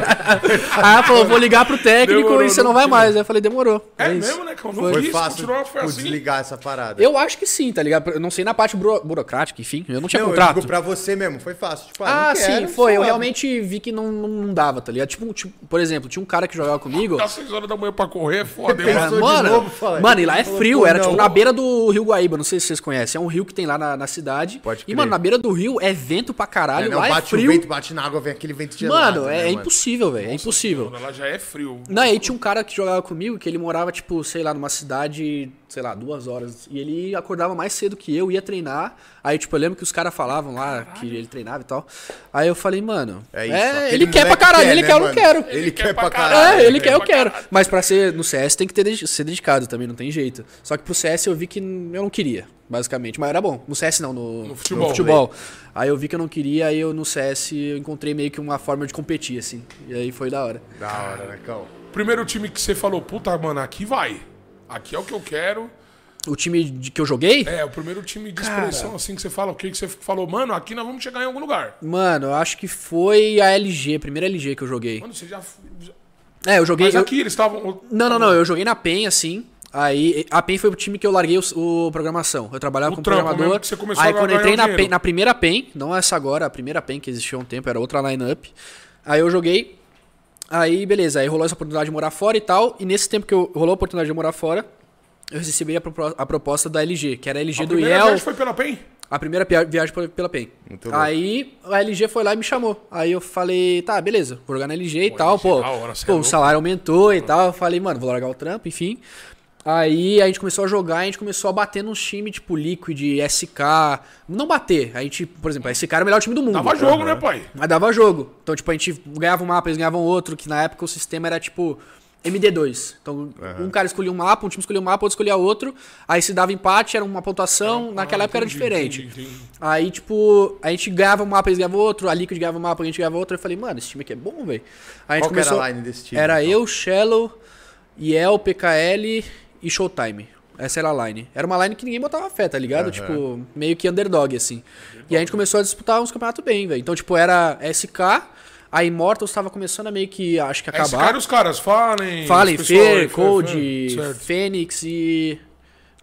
[SPEAKER 3] Aí ela falou, vou ligar pro técnico
[SPEAKER 2] Demorou,
[SPEAKER 3] e você não
[SPEAKER 2] não
[SPEAKER 3] vai
[SPEAKER 2] queria.
[SPEAKER 3] mais. Aí eu falei, demorou.
[SPEAKER 2] É,
[SPEAKER 3] isso.
[SPEAKER 2] mesmo, né, cara? Não
[SPEAKER 1] Foi
[SPEAKER 2] quis,
[SPEAKER 1] fácil
[SPEAKER 2] continuou, foi
[SPEAKER 1] por
[SPEAKER 2] assim.
[SPEAKER 1] desligar essa parada.
[SPEAKER 3] Eu acho que sim, tá ligado? Eu não sei na parte buro- burocrática, enfim, eu não tinha
[SPEAKER 1] não, eu
[SPEAKER 3] contrato.
[SPEAKER 1] digo pra você mesmo, foi fácil. Tipo, ah,
[SPEAKER 3] Ah,
[SPEAKER 1] não quero,
[SPEAKER 3] sim, foi. Eu
[SPEAKER 1] suave.
[SPEAKER 3] realmente vi que não, não não dava, tá ligado? Tipo, tipo, por exemplo, tinha um cara que jogava comigo.
[SPEAKER 2] Dá 6 Tá horas da manhã pra correr, é foda, hein,
[SPEAKER 1] Pensa-
[SPEAKER 2] mano.
[SPEAKER 1] Passou de
[SPEAKER 3] mano,
[SPEAKER 1] novo, fala aí.
[SPEAKER 3] mano, e lá é
[SPEAKER 1] Falou,
[SPEAKER 3] frio,
[SPEAKER 1] pô,
[SPEAKER 3] era
[SPEAKER 1] não.
[SPEAKER 3] tipo na beira do Rio Guaíba, não sei se vocês conhecem, é um rio que tem lá na, na cidade.
[SPEAKER 1] Pode
[SPEAKER 3] e,
[SPEAKER 1] crer.
[SPEAKER 3] mano, na beira do rio é vento pra
[SPEAKER 1] É,
[SPEAKER 3] caralho,
[SPEAKER 1] não,
[SPEAKER 3] lá é
[SPEAKER 1] bate
[SPEAKER 3] frio.
[SPEAKER 1] o vento, bate na água, vem aquele vento gelado.
[SPEAKER 3] mano,
[SPEAKER 1] né,
[SPEAKER 3] é, é impossível, velho, é impossível.
[SPEAKER 2] Mano, Ela já é frio.
[SPEAKER 3] Não, aí tinha um cara que jogava comigo, que ele morava, tipo, sei lá, numa cidade, sei lá, duas horas. E ele acordava mais cedo que eu, ia treinar. Aí, tipo, eu lembro que os caras falavam lá que ele treinava e tal. Aí eu falei, mano,
[SPEAKER 1] É isso,
[SPEAKER 3] é,
[SPEAKER 1] aquele
[SPEAKER 3] ele quer pra
[SPEAKER 1] moleque
[SPEAKER 3] caralho,
[SPEAKER 1] quer,
[SPEAKER 3] ele
[SPEAKER 1] né,
[SPEAKER 3] quer, eu não
[SPEAKER 1] mano?
[SPEAKER 3] quero.
[SPEAKER 1] Ele, quer pra caralho.
[SPEAKER 3] É, ele quer, eu
[SPEAKER 2] Ah, pra
[SPEAKER 3] quero.
[SPEAKER 2] caralho.
[SPEAKER 3] Mas pra ser no CS tem que ter, de- ser dedicado também, não tem jeito. Só que pro CS eu vi que n- eu não queria, basicamente. Mas era bom. No CS não, no,
[SPEAKER 2] No futebol. né?
[SPEAKER 3] no futebol. Aí eu vi que eu não queria, aí eu no CS eu encontrei meio que uma forma de competir, assim. E aí foi da hora.
[SPEAKER 1] Da hora, né, Cão?
[SPEAKER 2] Primeiro time que você falou, puta, mano, aqui vai. Aqui é o que eu quero.
[SPEAKER 3] O time de- que eu joguei?
[SPEAKER 2] É, o primeiro time de expressão, assim, que você fala, o que que você falou, mano, aqui nós vamos chegar em algum lugar.
[SPEAKER 3] Mano, eu acho que foi a LG, a primeira LG que eu joguei.
[SPEAKER 2] Mano, você já.
[SPEAKER 3] É, eu joguei.
[SPEAKER 2] Mas
[SPEAKER 3] eu-
[SPEAKER 2] aqui eles estavam.
[SPEAKER 3] Não, não, não. Eu joguei na PEN, assim. Aí, a PEN foi o time que eu larguei o, o programação. Eu trabalhava
[SPEAKER 2] O
[SPEAKER 3] como
[SPEAKER 2] trampo
[SPEAKER 3] programador.
[SPEAKER 2] mesmo que você começou
[SPEAKER 3] aí,
[SPEAKER 2] a
[SPEAKER 3] quando
[SPEAKER 2] ganhar
[SPEAKER 3] eu entrei na,
[SPEAKER 2] dinheiro.
[SPEAKER 3] PEN, na primeira PEN, não essa agora, a primeira PEN que existia há um tempo, era outra lineup. Aí eu joguei. Aí, beleza. Aí rolou essa oportunidade de morar fora e tal. E nesse tempo que eu, rolou a oportunidade de morar fora, eu recebi a, propo- a proposta da LG, que era a LG
[SPEAKER 2] A
[SPEAKER 3] do
[SPEAKER 2] primeira
[SPEAKER 3] IEL.
[SPEAKER 2] vez foi pela PEN?
[SPEAKER 3] A primeira pia- viagem pela- pela PEN.
[SPEAKER 1] Muito louco.
[SPEAKER 3] Aí a LG foi lá e me chamou. Aí eu falei, tá, beleza, vou jogar na LG e tal,
[SPEAKER 2] LG,
[SPEAKER 3] pô.
[SPEAKER 2] da hora, cê é
[SPEAKER 3] pô o
[SPEAKER 2] louco.
[SPEAKER 3] salário aumentou e tal. Eu falei, mano, vou largar o trampo, enfim. Aí a gente começou a jogar, a gente começou a bater nos times, tipo, Liquid, SK. Não bater. A gente, por exemplo, a SK era o melhor time do mundo.
[SPEAKER 2] Dava jogo, né, pai?
[SPEAKER 3] Mas dava jogo. Então, tipo, a gente ganhava um mapa, eles ganhavam outro, que na época o sistema era tipo MD2. Então, um cara escolhia um mapa, um time escolhia um mapa, outro escolhia outro. Aí se dava empate, era uma pontuação.
[SPEAKER 2] Ah,
[SPEAKER 3] Naquela época
[SPEAKER 2] entendi,
[SPEAKER 3] era diferente.
[SPEAKER 2] entendi, entendi.
[SPEAKER 3] Aí, tipo, a gente ganhava um mapa, eles ganhavam outro, a Liquid ganhava um mapa, a gente ganhava outro. Eu falei, mano, esse time aqui é bom, velho. Aí a gente
[SPEAKER 1] Qual que era
[SPEAKER 3] começou.
[SPEAKER 1] a line desse time?
[SPEAKER 3] Era
[SPEAKER 1] então?
[SPEAKER 3] eu, Shello, Yel, PKL e Showtime. Essa era a line. Era uma line que ninguém botava fé, tá ligado? Tipo, meio que underdog, assim. E a gente começou a disputar uns campeonatos bem, velho. Então, tipo, era SK, a Immortals tava começando a meio que, acho que
[SPEAKER 2] É, Esse
[SPEAKER 3] acabar.
[SPEAKER 2] cara, os caras, Fallen.
[SPEAKER 3] Fallen,
[SPEAKER 2] os pessoal,
[SPEAKER 3] Fer,
[SPEAKER 2] Fer,
[SPEAKER 3] Cold,
[SPEAKER 2] Fer, Certo. Tá.
[SPEAKER 3] Fênix e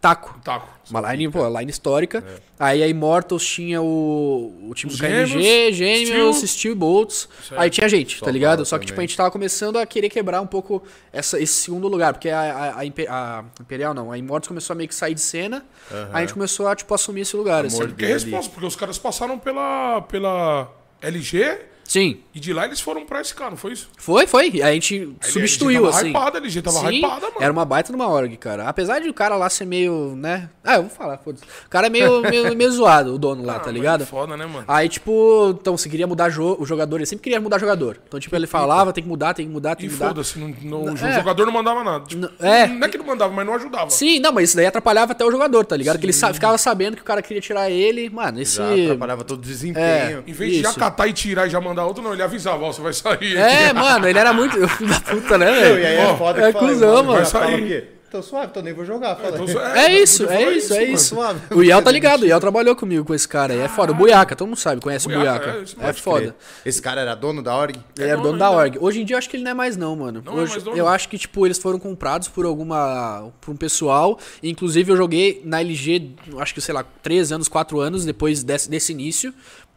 [SPEAKER 3] Taco.
[SPEAKER 2] Taco.
[SPEAKER 3] Uma line, pô, line histórica. Aí a Immortals tinha o, o time
[SPEAKER 2] É. Os
[SPEAKER 3] do KNG,
[SPEAKER 2] Gêmeos,
[SPEAKER 3] Gêmeos,
[SPEAKER 2] Steel.
[SPEAKER 3] Steel e Bolts.
[SPEAKER 2] Certo.
[SPEAKER 3] Aí tinha gente, tá
[SPEAKER 1] Só
[SPEAKER 3] ligado?
[SPEAKER 1] bola
[SPEAKER 3] Só que tipo, a
[SPEAKER 1] também.
[SPEAKER 3] gente tava começando a querer quebrar um pouco essa, esse segundo lugar. Porque a, a- a Impe- a Imperial não, a Immortals começou a meio que sair de cena. Aí a gente começou a tipo, assumir esse lugar. Assim.
[SPEAKER 1] Amor.
[SPEAKER 2] Que resposta, porque os caras passaram pela, pela LG
[SPEAKER 3] Sim,
[SPEAKER 2] e de lá eles foram pra SK, não foi isso?
[SPEAKER 3] foi, foi. A gente
[SPEAKER 2] A
[SPEAKER 3] substituiu,
[SPEAKER 2] LG tava
[SPEAKER 3] assim.
[SPEAKER 2] Hypada, a LG tava
[SPEAKER 3] Sim,
[SPEAKER 2] hypada, mano.
[SPEAKER 3] Era uma baita numa org, cara. Apesar de o cara lá ser meio, né? Ah, eu vou falar, foda-se. O cara é meio, meio, meio zoado, o dono lá,
[SPEAKER 2] Ah,
[SPEAKER 3] tá
[SPEAKER 2] mas
[SPEAKER 3] ligado?
[SPEAKER 2] Foda, né, mano?
[SPEAKER 3] Aí, tipo, então, se queria mudar jo- o jogador, ele sempre queria mudar jogador. Então, tipo, ele falava, tem que mudar, tem que mudar, tem
[SPEAKER 2] E
[SPEAKER 3] que mudar.
[SPEAKER 2] foda-se, não- não- o
[SPEAKER 3] É.
[SPEAKER 2] jogador não mandava nada. Tipo,
[SPEAKER 3] Não- é.
[SPEAKER 2] Não é que não mandava, mas não ajudava.
[SPEAKER 3] Sim, não, mas isso daí atrapalhava até o jogador, tá ligado? Que ele sa- ficava sabendo que o cara queria tirar ele. Mano, esse.
[SPEAKER 1] Já atrapalhava todo o
[SPEAKER 3] É.
[SPEAKER 1] desempenho.
[SPEAKER 2] Em vez de
[SPEAKER 3] Isso.
[SPEAKER 2] já catar e tirar e já mandar outro, não, ele avisava, ó, você vai sair.
[SPEAKER 3] É, mano, ele era muito. Filho da puta, né,
[SPEAKER 1] Não, e aí
[SPEAKER 3] velho?
[SPEAKER 1] é
[SPEAKER 2] Ó,
[SPEAKER 1] foda que
[SPEAKER 3] é
[SPEAKER 1] fala,
[SPEAKER 3] cuzão,
[SPEAKER 1] mano,
[SPEAKER 2] mano.
[SPEAKER 1] já fala
[SPEAKER 2] Vai
[SPEAKER 1] o
[SPEAKER 2] sair.
[SPEAKER 1] quê? Tô suave, tô nem vou jogar, fala.
[SPEAKER 2] Então, só-
[SPEAKER 3] É
[SPEAKER 2] eu
[SPEAKER 3] isso,
[SPEAKER 2] podia
[SPEAKER 3] é
[SPEAKER 2] falar
[SPEAKER 3] isso, é
[SPEAKER 2] mano.
[SPEAKER 3] isso.
[SPEAKER 1] Suave.
[SPEAKER 3] O Yel tá ligado, o Yel trabalhou comigo com esse cara aí. É foda. O Buiaca, todo mundo sabe, conhece o
[SPEAKER 2] Buiaca,
[SPEAKER 3] Buiaca.
[SPEAKER 2] é, isso
[SPEAKER 3] É
[SPEAKER 2] pode
[SPEAKER 3] foda.
[SPEAKER 1] Esse cara era dono da org?
[SPEAKER 3] Ele era
[SPEAKER 2] É dono
[SPEAKER 3] É dono da
[SPEAKER 2] ainda.
[SPEAKER 3] org. Hoje em dia eu acho que ele não é mais não, mano.
[SPEAKER 2] Não é
[SPEAKER 3] Hoje-
[SPEAKER 2] mais dono?
[SPEAKER 3] Eu acho que tipo eles foram comprados por alguma por um pessoal. Inclusive eu joguei na LG, acho que sei lá, três anos, quatro anos depois desse, desse início.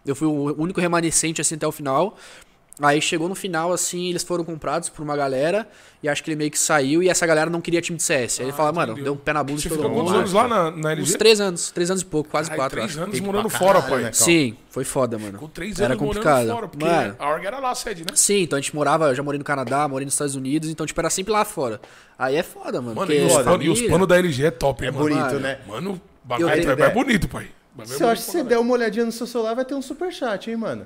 [SPEAKER 3] Eu fui o único remanescente assim até o final. Aí chegou no final assim, eles foram comprados por uma galera e acho que ele meio que saiu e essa galera não queria time de CS. Aí ele fala, mano,
[SPEAKER 2] entendeu.
[SPEAKER 3] deu um pé na bunda
[SPEAKER 2] Ah, Você
[SPEAKER 3] de todo
[SPEAKER 2] ficou quantos
[SPEAKER 3] mundo.
[SPEAKER 2] anos lá na, na
[SPEAKER 3] Uns
[SPEAKER 2] LG?
[SPEAKER 3] três anos, três anos e pouco, quase
[SPEAKER 2] Ai,
[SPEAKER 3] quatro.
[SPEAKER 2] três
[SPEAKER 3] acho.
[SPEAKER 2] anos
[SPEAKER 1] Tem
[SPEAKER 2] morando
[SPEAKER 1] pra
[SPEAKER 2] fora,
[SPEAKER 1] caralho,
[SPEAKER 2] pai.
[SPEAKER 1] né?
[SPEAKER 3] Sim, foi foda, mano.
[SPEAKER 2] Ficou três
[SPEAKER 3] Era
[SPEAKER 2] anos
[SPEAKER 3] complicado.
[SPEAKER 2] morando fora, porque
[SPEAKER 3] Mano.
[SPEAKER 2] a org era lá a sede, né?
[SPEAKER 3] Sim, então a gente morava, eu já morei no Canadá, morei nos Estados Unidos, então, tipo, era sempre lá fora. Aí é foda,
[SPEAKER 2] Mano,
[SPEAKER 3] mano. porque
[SPEAKER 2] e os,
[SPEAKER 1] foda,
[SPEAKER 2] panos, e os
[SPEAKER 3] família-
[SPEAKER 2] panos da LG é top, hein,
[SPEAKER 1] É
[SPEAKER 2] mano.
[SPEAKER 1] bonito,
[SPEAKER 3] mano.
[SPEAKER 1] né?
[SPEAKER 2] Mano, o
[SPEAKER 3] Eu
[SPEAKER 2] bagulho
[SPEAKER 3] tenho
[SPEAKER 2] é
[SPEAKER 1] ideia.
[SPEAKER 2] bonito, pai. Bagulho
[SPEAKER 1] Se eu
[SPEAKER 2] é
[SPEAKER 1] acho que
[SPEAKER 2] bonito
[SPEAKER 1] você
[SPEAKER 2] pra
[SPEAKER 1] der uma olhadinha no seu celular, vai ter um superchat, hein, mano?